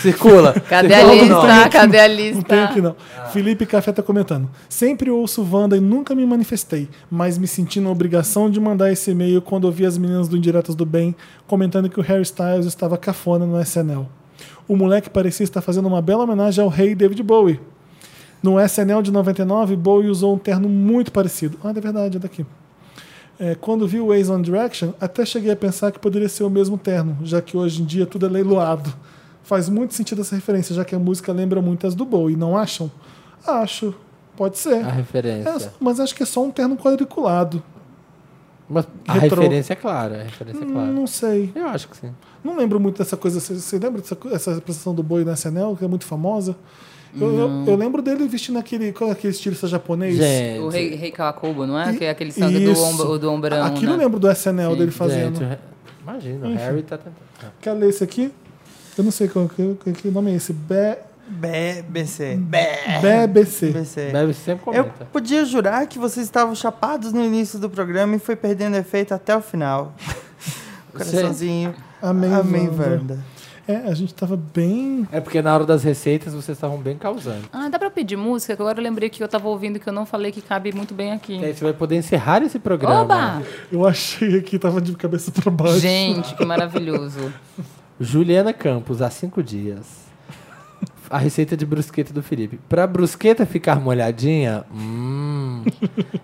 Speaker 2: Circula.
Speaker 3: Cadê a
Speaker 2: Circula o nome.
Speaker 3: lista? Cadê a
Speaker 1: Não tem aqui,
Speaker 3: lista?
Speaker 1: não. Felipe Café tá comentando. Sempre ouço Wanda e nunca me manifestei, mas me senti na obrigação de mandar esse e-mail quando ouvi as meninas do Indiretas do Bem comentando que o Harry Styles estava cafona no SNL. O moleque parecia estar fazendo uma bela homenagem ao rei David Bowie. No SNL de 99, Bowie usou um terno muito parecido. Ah, é verdade, é daqui. É, quando vi o Ways on Direction, até cheguei a pensar que poderia ser o mesmo terno, já que hoje em dia tudo é leiloado. Faz muito sentido essa referência, já que a música lembra muitas do Bowie, não acham? Acho. Pode ser.
Speaker 2: A
Speaker 1: É,
Speaker 2: referência.
Speaker 1: mas acho que é só um terno quadriculado.
Speaker 2: Mas a
Speaker 1: Retrô.
Speaker 2: referência é clara. A referência é clara.
Speaker 1: Não sei.
Speaker 2: Eu acho que sim.
Speaker 1: Não lembro muito dessa coisa. Você, você lembra dessa co- essa apresentação do Bowie na SNL, que é muito famosa? Eu, eu- eu lembro dele vestindo aquele, qual é aquele estilista japonês.
Speaker 2: Gente.
Speaker 3: O rei, rei Kawakubo, não é?
Speaker 1: E-
Speaker 3: Que é aquele sangue do,
Speaker 1: isso.
Speaker 3: ombro, do ombrão,
Speaker 1: Aquilo eu
Speaker 3: né?
Speaker 1: lembro do SNL dele fazendo.
Speaker 2: gente, o Re- Imagina, o Harry tá tentando.
Speaker 1: Quer ler esse aqui? Eu não sei qual, que, que- que nome é esse. Be,
Speaker 4: BBC.
Speaker 1: É. BBC.
Speaker 4: BBC.
Speaker 2: Deve sempre
Speaker 4: Eu
Speaker 2: comenta.
Speaker 4: podia jurar que vocês estavam chapados no início do programa e foi perdendo efeito até
Speaker 2: *laughs*
Speaker 4: o final. Coraçãozinho.
Speaker 1: Amém,
Speaker 4: Amém,
Speaker 1: Wanda.
Speaker 4: Wanda.
Speaker 1: É, a gente tava bem.
Speaker 2: É porque na hora das receitas vocês estavam bem causando.
Speaker 3: Ah, dá pra pedir música? Que agora eu lembrei que eu tava ouvindo que eu não falei que cabe muito bem
Speaker 2: E
Speaker 3: aqui.
Speaker 2: aí você vai poder encerrar esse programa.
Speaker 3: Oba!
Speaker 1: Eu achei aqui, tava de cabeça pra baixo.
Speaker 3: Gente, que maravilhoso.
Speaker 2: Juliana Campos, há cinco dias. A receita de brusqueta do Felipe. Pra brusqueta ficar molhadinha, hum,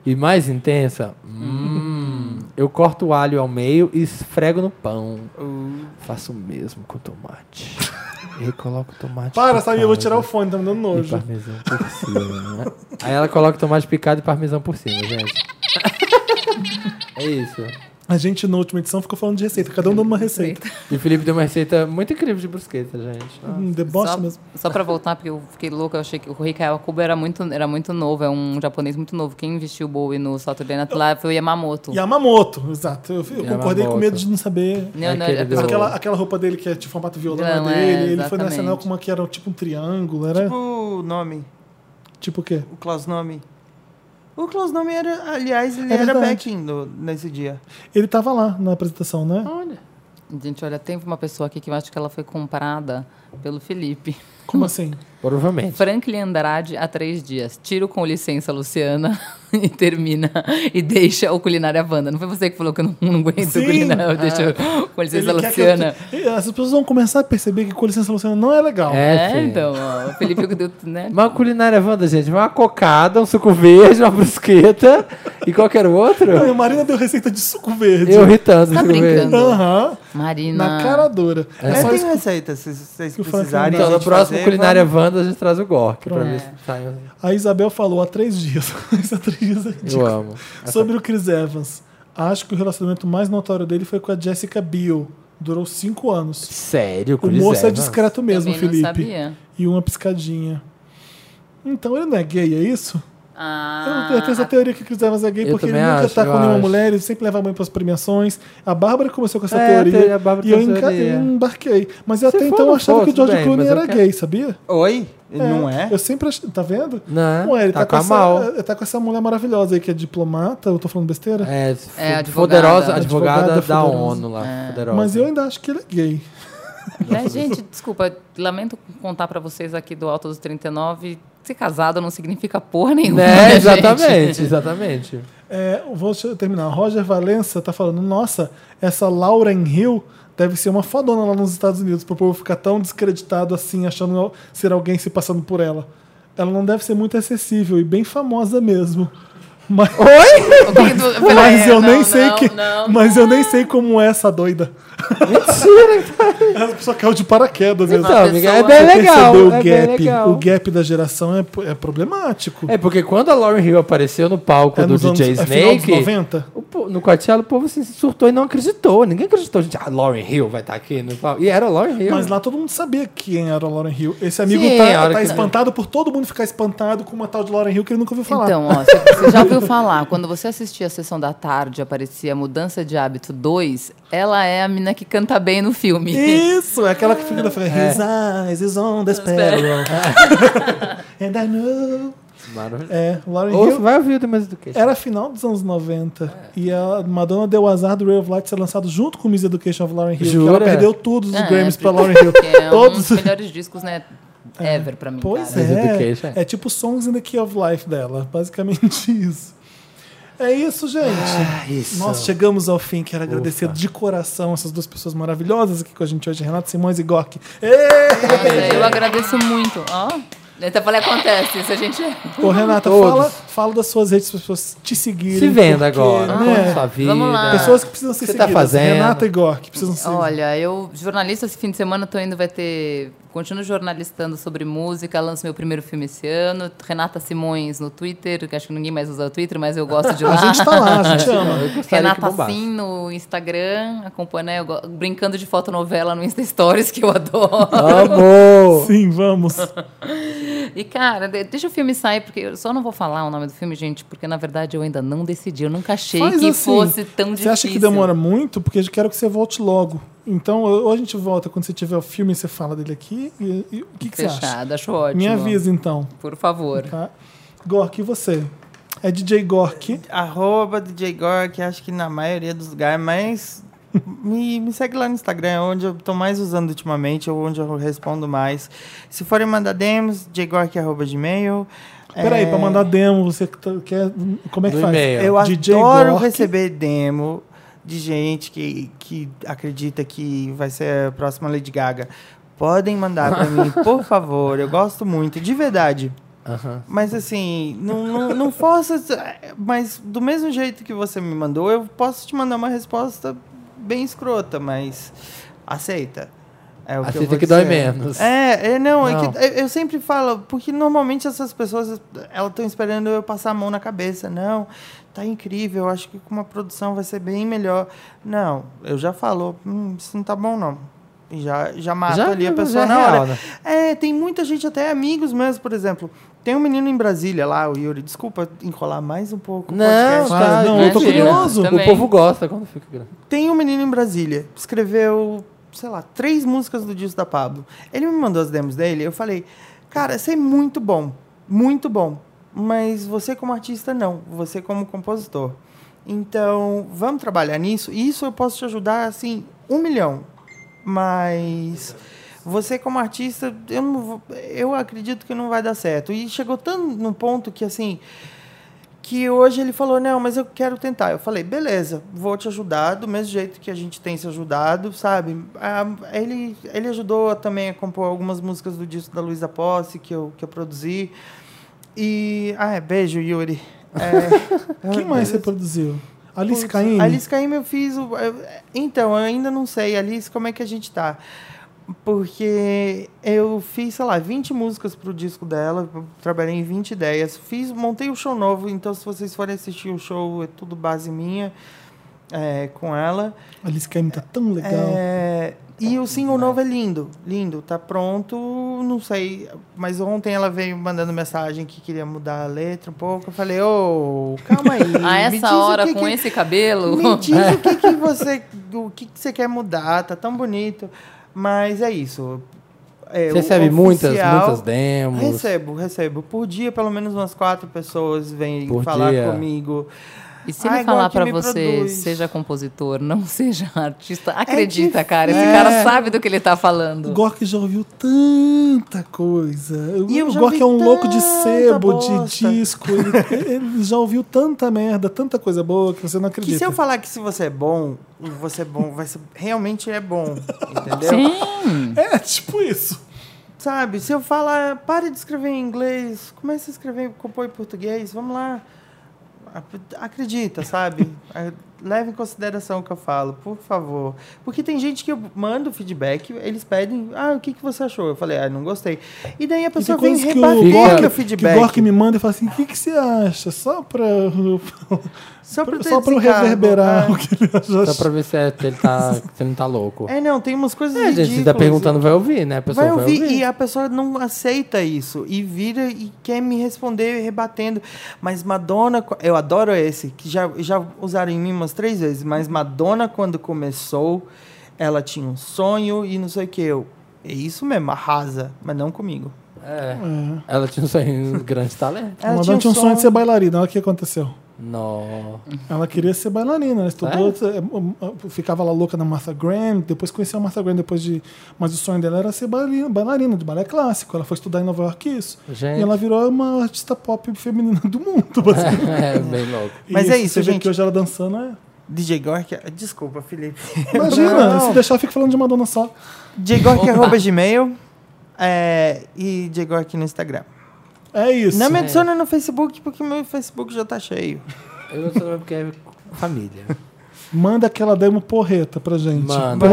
Speaker 2: e mais intensa, hum, eu corto o alho ao meio e esfrego no pão.
Speaker 3: Uh.
Speaker 2: Faço o mesmo com tomate. E coloco tomate.
Speaker 1: Para,
Speaker 2: por
Speaker 1: sabe? Eu vou tirar o
Speaker 2: causa.
Speaker 1: fone, tá me dando
Speaker 2: E
Speaker 1: nojo.
Speaker 2: parmesão por cima. né? Aí ela coloca tomate picado e parmesão por cima, gente. É isso.
Speaker 1: A gente, na última edição, ficou falando de receita, cada um dando uma receita.
Speaker 2: E o Felipe deu uma receita muito incrível de brusqueta, gente.
Speaker 1: Um deboche
Speaker 3: Só,
Speaker 1: mesmo.
Speaker 3: só pra voltar, porque eu fiquei louca, eu achei que o Rei Kawakubo era muito, era muito novo, é um japonês muito novo. Quem investiu o Bowie no Saturday Night Live foi o Yamamoto.
Speaker 1: Yamamoto, exato. Eu, eu concordei com
Speaker 2: Yamamoto.
Speaker 1: medo de não saber.
Speaker 3: Não, é não,
Speaker 2: Aquele
Speaker 3: a
Speaker 2: do-
Speaker 3: pessoa-
Speaker 1: Aquela, aquela roupa dele que é de formato violão é
Speaker 3: Não, é,
Speaker 1: dele. ele foi na SNL
Speaker 3: exatamente.
Speaker 1: com uma que era tipo um triângulo, era tipo,
Speaker 4: O nome.
Speaker 1: o quê?
Speaker 4: O Klaus Nome. O Klaus Nome era, aliás, ele
Speaker 1: É
Speaker 4: era
Speaker 1: verdade.
Speaker 4: backing no- nesse dia.
Speaker 1: Ele tava lá na apresentação, né?
Speaker 3: Gente, olha, tem uma pessoa aqui que eu acho que ela foi comprada pelo Felipe.
Speaker 1: Como assim?
Speaker 2: Provavelmente.
Speaker 3: Franklin Andrade há três dias. Tiro com licença, Luciana, *laughs* e termina. E deixa o Culinária Wanda. Não foi você que falou que eu não, não aguento
Speaker 1: Sim. Ah.
Speaker 3: o Culinária. Deixa com licença,
Speaker 1: Ele quer que eu-
Speaker 3: Luciana.
Speaker 1: Eh, As pessoas vão começar a perceber que com licença, Luciana não é legal.
Speaker 2: É,
Speaker 3: É,
Speaker 2: filho.
Speaker 3: então, ó, o Felipe deu, né?
Speaker 2: Mas uma culinária Wanda, gente, vai uma cocada, um suco verde, uma brusqueta e qualquer outro.
Speaker 1: A Marina deu receita de suco verde.
Speaker 2: Eu ri tanto,
Speaker 3: Tá
Speaker 2: suco verde.
Speaker 3: brincando.
Speaker 1: Aham.
Speaker 3: Marina.
Speaker 1: Na cara dura. É,
Speaker 4: É,
Speaker 1: só
Speaker 4: tem
Speaker 1: isso.
Speaker 4: receita, se vocês
Speaker 1: o Frank
Speaker 4: precisarem.
Speaker 2: Então,
Speaker 4: a
Speaker 2: no
Speaker 4: gente
Speaker 2: próximo
Speaker 4: fazer,
Speaker 2: Culinária
Speaker 4: vamos.
Speaker 2: Wanda, a gente traz o Gork pra ver se sai. um-
Speaker 1: A Isabel falou há três dias. *laughs* Isso há três dias é
Speaker 2: Eu
Speaker 1: ridículo.
Speaker 2: amo.
Speaker 1: Sobre o Chris Evans. Acho que o relacionamento mais notório dele foi com a Jessica Biel. Durou cinco anos.
Speaker 2: Sério,
Speaker 1: O
Speaker 2: Chris
Speaker 1: moço é
Speaker 2: Evans?
Speaker 1: discreto mesmo,
Speaker 3: Também não
Speaker 1: Felipe.
Speaker 3: sabia.
Speaker 1: E uma piscadinha. Então ele não é gay, é isso?
Speaker 3: Ah,
Speaker 1: Eu, eu tenho essa teoria que o Chris Evans é gay
Speaker 2: Ah, Eu
Speaker 1: porque ele
Speaker 2: também
Speaker 1: nunca
Speaker 2: acho,
Speaker 1: tá com
Speaker 2: eu
Speaker 1: nenhuma
Speaker 2: acho.
Speaker 1: mulher, ele sempre leva a mãe pras premiações. A Bárbara começou com essa
Speaker 2: É, a
Speaker 1: teoria
Speaker 2: teoria- a Bárbara
Speaker 1: e eu
Speaker 2: tem essa
Speaker 1: enca-
Speaker 2: teoria.
Speaker 1: eu embarquei. Mas eu
Speaker 2: Se
Speaker 1: até
Speaker 2: for,
Speaker 1: então
Speaker 2: não
Speaker 1: achava
Speaker 2: for,
Speaker 1: que o
Speaker 2: tudo
Speaker 1: George
Speaker 2: bem,
Speaker 1: Clooney
Speaker 2: mas eu
Speaker 1: era
Speaker 2: quero-
Speaker 1: gay, sabia?
Speaker 4: Oi? Não é?
Speaker 1: Eu sempre achei. Tá vendo?
Speaker 2: Não,
Speaker 1: Ué, ele tá,
Speaker 2: tá
Speaker 1: com,
Speaker 2: com a
Speaker 1: essa,
Speaker 2: Mal.
Speaker 1: ele tá com essa mulher maravilhosa aí que é diplomata, eu tô falando besteira?
Speaker 2: É, f-
Speaker 3: É, advogada. É.
Speaker 2: poderosa, advogada,
Speaker 1: Advogada
Speaker 2: da
Speaker 1: poderosa.
Speaker 2: ONU lá. Poderosa.
Speaker 1: Mas eu ainda acho que ele é gay.
Speaker 3: né, gente, desculpa, lamento contar pra vocês aqui do Alto dos 39. Ser casado não significa porra nenhuma.
Speaker 2: Né, *laughs*
Speaker 3: né,
Speaker 2: exatamente,
Speaker 3: gente?
Speaker 2: exatamente.
Speaker 1: É, vou deixa eu terminar. Roger Valença tá falando: nossa, essa Lauren Hill deve ser uma fodona lá nos Estados Unidos, pro povo ficar tão descreditado assim, achando al- ser alguém se passando por ela. Ela não deve ser muito acessível e bem famosa mesmo. *laughs* Mas,
Speaker 3: O que que tu-
Speaker 1: mas
Speaker 3: Peraí,
Speaker 1: eu nem
Speaker 3: É, não,
Speaker 1: sei
Speaker 3: não,
Speaker 1: que.
Speaker 3: não.
Speaker 1: Mas eu nem sei como é essa doida. Mentira, Ela só caiu de paraquedas mesmo.
Speaker 2: Então, amiga, é
Speaker 3: pessoa-
Speaker 2: bem
Speaker 1: Você
Speaker 2: legal.
Speaker 1: percebeu
Speaker 2: é
Speaker 1: o
Speaker 2: bem
Speaker 1: gap?
Speaker 2: legal.
Speaker 1: O gap da geração é, é problemático.
Speaker 2: É porque quando a Lauren Hill apareceu no palco
Speaker 1: É
Speaker 2: do
Speaker 1: nos anos-
Speaker 2: DJ
Speaker 1: é final dos
Speaker 2: Snake,
Speaker 1: 90?
Speaker 2: o po- no Coachella o povo assim, se surtou e não acreditou. Ninguém acreditou. Gente, a Lauren Hill vai estar aqui no palco. E era a Lauren Hill.
Speaker 1: Mas lá todo mundo sabia quem era a Lauren Hill. Esse amigo
Speaker 2: Sim, a
Speaker 1: tá,
Speaker 2: hora
Speaker 1: tá
Speaker 2: que-
Speaker 1: espantado por todo mundo ficar espantado com uma tal de Lauren Hill que ele nunca ouviu falar.
Speaker 3: Então, ó, você já ouviu falar, quando você assistia a sessão da tarde, aparecia Mudança de Hábito 2, ela é a mina que canta bem no filme.
Speaker 1: Isso, é aquela que fica
Speaker 2: *laughs*
Speaker 1: na frente. His eyes is on the sparrow. *laughs* And I know.
Speaker 2: Maravilhoso.
Speaker 1: É, Lauren
Speaker 2: Ou
Speaker 1: Hill
Speaker 2: vai ouvir o The Music Education.
Speaker 1: era final dos anos 90.
Speaker 2: É.
Speaker 1: E a Madonna deu o azar do Ray of Light ser lançado junto com o Miss Education of Lauren Hill. porque
Speaker 2: Jura?
Speaker 1: Ela perdeu todos os
Speaker 3: Ah,
Speaker 1: Grammys
Speaker 3: é,
Speaker 1: pra Lauren
Speaker 2: *laughs*
Speaker 1: Hill.
Speaker 3: porque é um
Speaker 1: todos. É.
Speaker 3: dos melhores discos, né, ever pra mim,
Speaker 1: Pois
Speaker 3: cara.
Speaker 2: Miss
Speaker 1: é.
Speaker 2: Education.
Speaker 1: É tipo Songs in the Key of Life dela. Basicamente *laughs* isso. É isso, gente.
Speaker 2: isso.
Speaker 1: Nós chegamos ao fim. Quero agradecer de coração essas duas pessoas maravilhosas aqui com a gente hoje, Renato Simões e Gork. Ê!
Speaker 3: Nossa, eu agradeço muito, ó. Até falei, acontece, isso a gente...
Speaker 1: Ô, Renata,
Speaker 2: Todos.
Speaker 1: fala, fala das suas redes para as pessoas te seguirem.
Speaker 2: Se venda
Speaker 1: porque,
Speaker 2: agora.
Speaker 1: né,
Speaker 2: Conta sua vida.
Speaker 3: Vamos lá.
Speaker 1: Pessoas que precisam ser
Speaker 2: O que você tá
Speaker 1: seguidas.
Speaker 2: fazendo?
Speaker 1: Renata e Gork precisam ser.
Speaker 3: Olha, eu, jornalista, esse fim de semana tô indo, vai ter. Continuo jornalistando sobre música, lanço meu primeiro filme esse ano. Renata Simões no Twitter, que acho que ninguém mais usa o Twitter, mas eu gosto
Speaker 1: *laughs*
Speaker 3: de
Speaker 1: a
Speaker 3: lá.
Speaker 1: gente tá lá, a gente ama.
Speaker 2: Gostaria que
Speaker 3: Renata
Speaker 2: bombasse.
Speaker 3: Sim no Instagram, acompanha, né, eu go- brincando de fotonovela no Insta Stories, que eu
Speaker 1: Ah.
Speaker 3: adoro.
Speaker 2: Amor!
Speaker 1: Sim, vamos.
Speaker 3: E, cara, de- deixa o filme sair, porque eu só não vou falar o nome do filme, gente, porque na verdade eu ainda não decidi. Eu nunca achei
Speaker 1: Faz
Speaker 3: que
Speaker 1: assim,
Speaker 3: fosse tão difícil.
Speaker 1: Você acha que demora muito? Porque eu quero que você volte logo. Então, ou a gente volta quando você tiver o filme e você fala dele aqui. E, e o que, que você acha?
Speaker 3: Fechado, acho ótimo.
Speaker 1: Me avisa, então.
Speaker 3: Por favor.
Speaker 1: Tá? Gork, e você? É DJ Gork.
Speaker 4: Arroba DJ Gork, acho que na maioria dos lugares, mas me, me segue lá no Instagram, é onde eu tô mais usando ultimamente, é onde eu respondo mais. Se forem mandar DMs, jgork.gmail.
Speaker 1: Peraí, pra mandar demo, você que tá- quer. Como é que
Speaker 2: No
Speaker 1: faz?
Speaker 2: e-mail.
Speaker 4: É. Eu
Speaker 1: DJ
Speaker 4: adoro
Speaker 1: Gork.
Speaker 4: receber demo de gente que, que acredita que vai ser a próxima Lady Gaga. Podem mandar pra
Speaker 2: *laughs*
Speaker 4: mim, por favor. Eu gosto muito, de verdade. Mas assim, não, não, não força. Mas do mesmo jeito que você me mandou, eu posso te mandar uma resposta bem escrota, mas aceita. É o que, eu
Speaker 2: Aceita
Speaker 4: vou
Speaker 2: que dói
Speaker 4: dizer.
Speaker 2: menos.
Speaker 4: É, é, não, é
Speaker 2: Não.
Speaker 4: que eu, eu sempre falo, porque normalmente essas pessoas elas estão esperando eu passar a mão na cabeça. Não, tá incrível, eu acho que com uma produção vai ser bem melhor. Não, eu já falo, hum, isso não tá bom, não. E Já, já mato
Speaker 2: Já-
Speaker 4: ali a
Speaker 2: já
Speaker 4: pessoa
Speaker 2: é
Speaker 4: na
Speaker 2: real,
Speaker 4: hora.
Speaker 2: né?
Speaker 4: É, tem muita gente, até amigos mesmo, por exemplo. Tem um menino em Brasília lá, o Yuri. Desculpa enrolar mais um pouco. o
Speaker 2: Não,
Speaker 4: podcast.
Speaker 2: tá,
Speaker 1: Não, eu tô
Speaker 2: imagina.
Speaker 1: curioso.
Speaker 2: O
Speaker 3: Também.
Speaker 2: povo gosta quando fica grande.
Speaker 4: Tem um menino em Brasília, escreveu, sei lá, três músicas do disco da Pablo. Ele me mandou as demos dele, eu falei, cara, você é muito bom, muito bom, mas você como artista não, você como compositor. Então, vamos trabalhar nisso, e isso eu posso te ajudar, assim, um milhão. Mas você como artista, eu, não vou- eu acredito que não vai dar certo. E chegou tanto num ponto que, assim, que hoje ele falou, não, mas eu quero tentar. Eu falei, beleza, vou te ajudar do mesmo jeito que a gente tem se ajudado, sabe? Ah, ele, ele ajudou também a compor algumas músicas do disco da Luísa Posse, que eu, que eu produzi. E... Ah, é, beijo, Yuri. É,
Speaker 1: Quem mais você produziu? Alice Caine?
Speaker 4: Alice Caymmi eu fiz... o- eu- Então, eu ainda não sei, Alice, como é que a gente tá? Porque eu fiz, sei lá, 20 músicas pro disco dela, eu trabalhei em 20 ideias, fiz, montei um show novo, então se vocês forem assistir o show, é tudo base minha é, com ela.
Speaker 1: Alice Caine tá tão legal.
Speaker 4: É, e o single novo é lindo, lindo, é tá pronto. eu não sei, mas ontem ela veio mandando mensagem que queria mudar a letra um pouco. Eu falei, ô, calma aí.
Speaker 3: *laughs* A
Speaker 4: me diz
Speaker 3: Ah, essa
Speaker 4: o
Speaker 3: hora,
Speaker 4: que
Speaker 3: com
Speaker 4: que-
Speaker 3: esse cabelo.
Speaker 4: Me diz o
Speaker 2: *laughs*
Speaker 4: que, que você. O que, que você quer mudar, tá tão bonito. Mas é isso. É,
Speaker 2: Você
Speaker 4: o
Speaker 2: recebe muitas,
Speaker 4: oficial-
Speaker 2: muitas demos.
Speaker 4: Recebo, recebo. Por dia, pelo menos umas quatro pessoas vêm
Speaker 2: Por
Speaker 4: falar
Speaker 2: dia.
Speaker 4: comigo.
Speaker 3: E se
Speaker 4: Ai,
Speaker 3: ele falar
Speaker 4: Gorky,
Speaker 3: pra
Speaker 4: me
Speaker 3: você,
Speaker 4: produz.
Speaker 3: seja compositor, não *laughs* seja artista,
Speaker 1: É
Speaker 3: acredita, cara. Esse
Speaker 4: difícil.
Speaker 3: cara sabe do que ele tá
Speaker 1: O
Speaker 3: falando.
Speaker 1: Gork já ouviu tanta coisa.
Speaker 4: E eu
Speaker 1: o
Speaker 4: já
Speaker 1: Gork
Speaker 4: ouvi
Speaker 1: é um louco de
Speaker 4: tanta
Speaker 1: sebo,
Speaker 4: bosta.
Speaker 1: de disco. Ele, ele já ouviu tanta merda, tanta coisa boa que você não
Speaker 4: Que
Speaker 1: acredita.
Speaker 4: se eu falar que se você é bom, você é bom, vai ser, realmente
Speaker 2: *laughs*
Speaker 4: é bom, entendeu?
Speaker 3: Sim.
Speaker 1: É, tipo isso.
Speaker 4: Sabe, se eu falar, pare de escrever em inglês, comece a escrever, compor em português, vamos lá. Ap- Acredita, sabe? *laughs* Eh, Leve em consideração o que eu falo, por favor. Porque tem gente que eu mando feedback, eles pedem, ah, o que, que você achou? Eu falei, ah, não gostei. E daí a
Speaker 1: E tem
Speaker 4: pessoa vem
Speaker 1: coisas que
Speaker 4: rebater
Speaker 1: o,
Speaker 4: o,
Speaker 1: Gork, que
Speaker 4: feedback.
Speaker 1: o Gork me manda e fala assim: o que, que você acha? Só pra,
Speaker 4: Só pra eu ter
Speaker 1: só pra eu
Speaker 4: desencargo,
Speaker 1: reverberar
Speaker 4: é.
Speaker 1: o que ele já
Speaker 2: Só pra ver se, é- se ele, *laughs* tá, se ele não tá louco.
Speaker 4: É, não, tem umas coisas
Speaker 2: É, gente,
Speaker 4: ridículas.
Speaker 2: se tá perguntando, vai ouvir, né? A pessoa
Speaker 4: vai ouvir, e a pessoa não aceita isso e vira e quer me responder rebatendo. Mas Madonna, co- eu adoro esse que já já usaram em mim umas três vezes. Mas Madonna quando começou, ela tinha um sonho e não sei o que eu. É isso mesmo, arrasa, mas não comigo.
Speaker 2: É. Ela tinha um sonho de grande talento.
Speaker 4: Ela
Speaker 1: Madonna tinha um sonho de ser bailarina, olha o que aconteceu.
Speaker 2: *laughs* Não.
Speaker 1: Ela queria ser bailarina, ela estudou, eh, eh, ficava lá louca na Martha Graham, depois conheceu a Martha Graham depois de, mas o sonho dela era ser bailarina, bailarina de balé clássico. Ela foi estudar em Nova York isso.
Speaker 2: Gente.
Speaker 1: E ela virou uma artista pop feminina do mundo, *laughs* basicamente.
Speaker 2: É, bem louco.
Speaker 4: Mas
Speaker 1: E
Speaker 4: é isso,
Speaker 1: você vê
Speaker 4: gente.
Speaker 1: que hoje ela dançando é.
Speaker 4: DJ Gork, desculpa, Felipe. *laughs*
Speaker 1: Imagina,
Speaker 4: Não.
Speaker 1: se deixar eu fico falando de Madonna só.
Speaker 4: DJ Gork arroba Gmail é, e DJ Gork no Instagram.
Speaker 1: É isso.
Speaker 4: Não me adiciona no Facebook porque meu Facebook já tá cheio.
Speaker 2: Eu não sei também porque é família.
Speaker 1: Manda aquela demo porreta pra gente.
Speaker 2: Manda.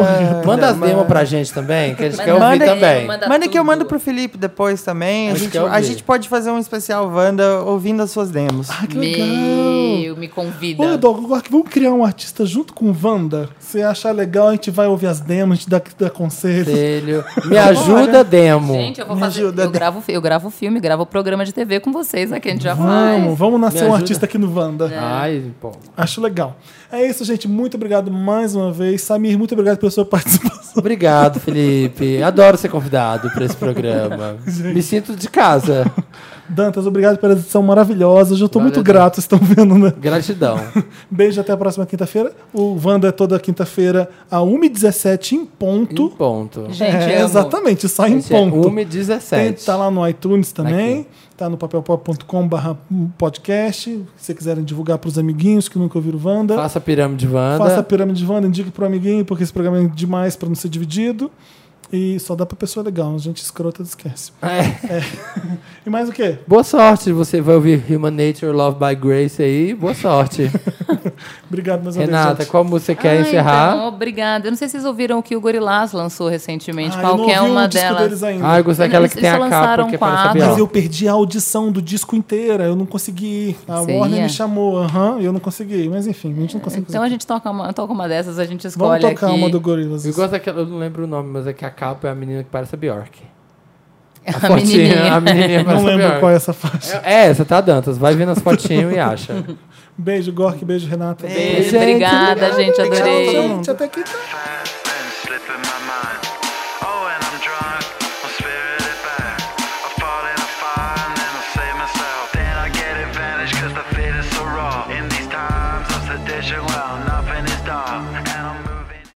Speaker 2: Manda as demos pra gente também, que a gente quer
Speaker 4: Manda-
Speaker 2: ouvir também.
Speaker 3: Manda
Speaker 4: Manda é que eu
Speaker 3: tudo.
Speaker 4: mando pro Felipe depois também. A
Speaker 2: Acho
Speaker 4: gente,
Speaker 2: que é eu
Speaker 4: a
Speaker 2: vi.
Speaker 4: gente pode fazer um especial Wanda ouvindo as suas
Speaker 2: *laughs*
Speaker 4: demos.
Speaker 1: Ah, que legal.
Speaker 3: Meu, me convida.
Speaker 1: Ô, Doug, Gork, vamos criar um artista junto com o Wanda? Se achar legal, a gente vai ouvir as demos, a gente dá, dá conselho.
Speaker 2: Conselho. Me ajuda, demo.
Speaker 3: Gente, eu vou
Speaker 4: Me
Speaker 3: fazer.
Speaker 4: ajuda.
Speaker 3: Eu gravo, eu gravo filme, gravo programa de TV com vocês aqui, a gente já
Speaker 1: Vamos,
Speaker 3: faz.
Speaker 1: vamos nascer um
Speaker 2: ajuda. É.
Speaker 1: artista aqui no Wanda.
Speaker 2: Ai, pô.
Speaker 1: Acho legal. É isso, gente. Muito obrigado mais uma vez. Samir, muito obrigado pela sua *laughs* participação.
Speaker 2: Obrigado, Felipe. Adoro ser convidado pra esse programa. Me sinto de casa.
Speaker 1: Dantas, obrigado pela edição maravilhosa. Hoje eu tô
Speaker 2: Valeu,
Speaker 1: muito
Speaker 2: Dan.
Speaker 1: grato, vocês estão vendo, né? *laughs*
Speaker 2: Gratidão.
Speaker 1: Beijo até a próxima quinta-feira. O Wanda é toda quinta-feira, a 1h17 em
Speaker 2: Um
Speaker 1: ponto.
Speaker 2: ponto.
Speaker 3: Gente,
Speaker 1: é,
Speaker 3: amo.
Speaker 1: exatamente, sai em
Speaker 2: Esse é
Speaker 1: ponto.
Speaker 2: 1 e
Speaker 1: Tem,
Speaker 2: 17.
Speaker 1: tá lá no iTunes também,
Speaker 2: Aqui.
Speaker 1: tá no papelpop.com.br podcast. Se quiserem divulgar pros amiguinhos que nunca ouviram Wanda.
Speaker 2: Faça a pirâmide Wanda.
Speaker 1: Faça a pirâmide de Wanda, indique pro amiguinho, porque esse programa é demais pra não ser dividido. E só dá pra pessoa legal, a gente escrota esquece.
Speaker 2: É.
Speaker 1: E mais o quê?
Speaker 2: Boa sorte. Você vai ouvir Human Nature Love by Grace aí.
Speaker 1: *laughs*
Speaker 2: Boa sorte.
Speaker 1: Obrigado mais uma vez.
Speaker 2: Renata,
Speaker 1: gente.
Speaker 2: qual música você quer
Speaker 3: Ah,
Speaker 2: encerrar?
Speaker 3: Então, obrigada. Eu não sei se vocês ouviram o que o Gorilás lançou recentemente.
Speaker 1: Ah, eu não
Speaker 3: Qualquer
Speaker 1: ouvi
Speaker 3: uma
Speaker 1: o disco
Speaker 3: delas.
Speaker 1: deles ainda.
Speaker 2: Ah, eu gostei daquela que
Speaker 3: Eles
Speaker 2: tem a
Speaker 3: só
Speaker 2: capa
Speaker 3: lançaram
Speaker 2: que é parece a
Speaker 3: quatro.
Speaker 1: Mas
Speaker 2: viola.
Speaker 1: eu perdi a audição do disco inteira, eu não consegui. ir. A
Speaker 3: Você
Speaker 1: Warner
Speaker 3: ia?
Speaker 1: me chamou, aham, e eu não consegui. Mas enfim, a gente não consegue
Speaker 3: Então a
Speaker 1: fazer.
Speaker 3: gente toca uma, toca uma dessas, a gente escolhe
Speaker 1: Vamos tocar
Speaker 3: aqui.
Speaker 1: uma do Gorillaz.
Speaker 2: Eu gosto daquela, eu não lembro o nome, mas é que a capa é a menina que parece a Bjork.
Speaker 3: *laughs* A
Speaker 2: Fotinha,
Speaker 3: menininha.
Speaker 2: A menininha
Speaker 1: Não
Speaker 2: parece a
Speaker 1: lembro
Speaker 2: Bjork.
Speaker 1: qual é essa faixa.
Speaker 2: É, essa tá Dantas. Vai vendo as fotinhos e acha.
Speaker 1: Beijo, Gork, beijo, Renata.
Speaker 3: Beijo, Obrigada, gente.
Speaker 4: Obrigado,
Speaker 3: Adorei.
Speaker 4: todo mundo.
Speaker 1: Gente, até quinta.
Speaker 6: Slipping my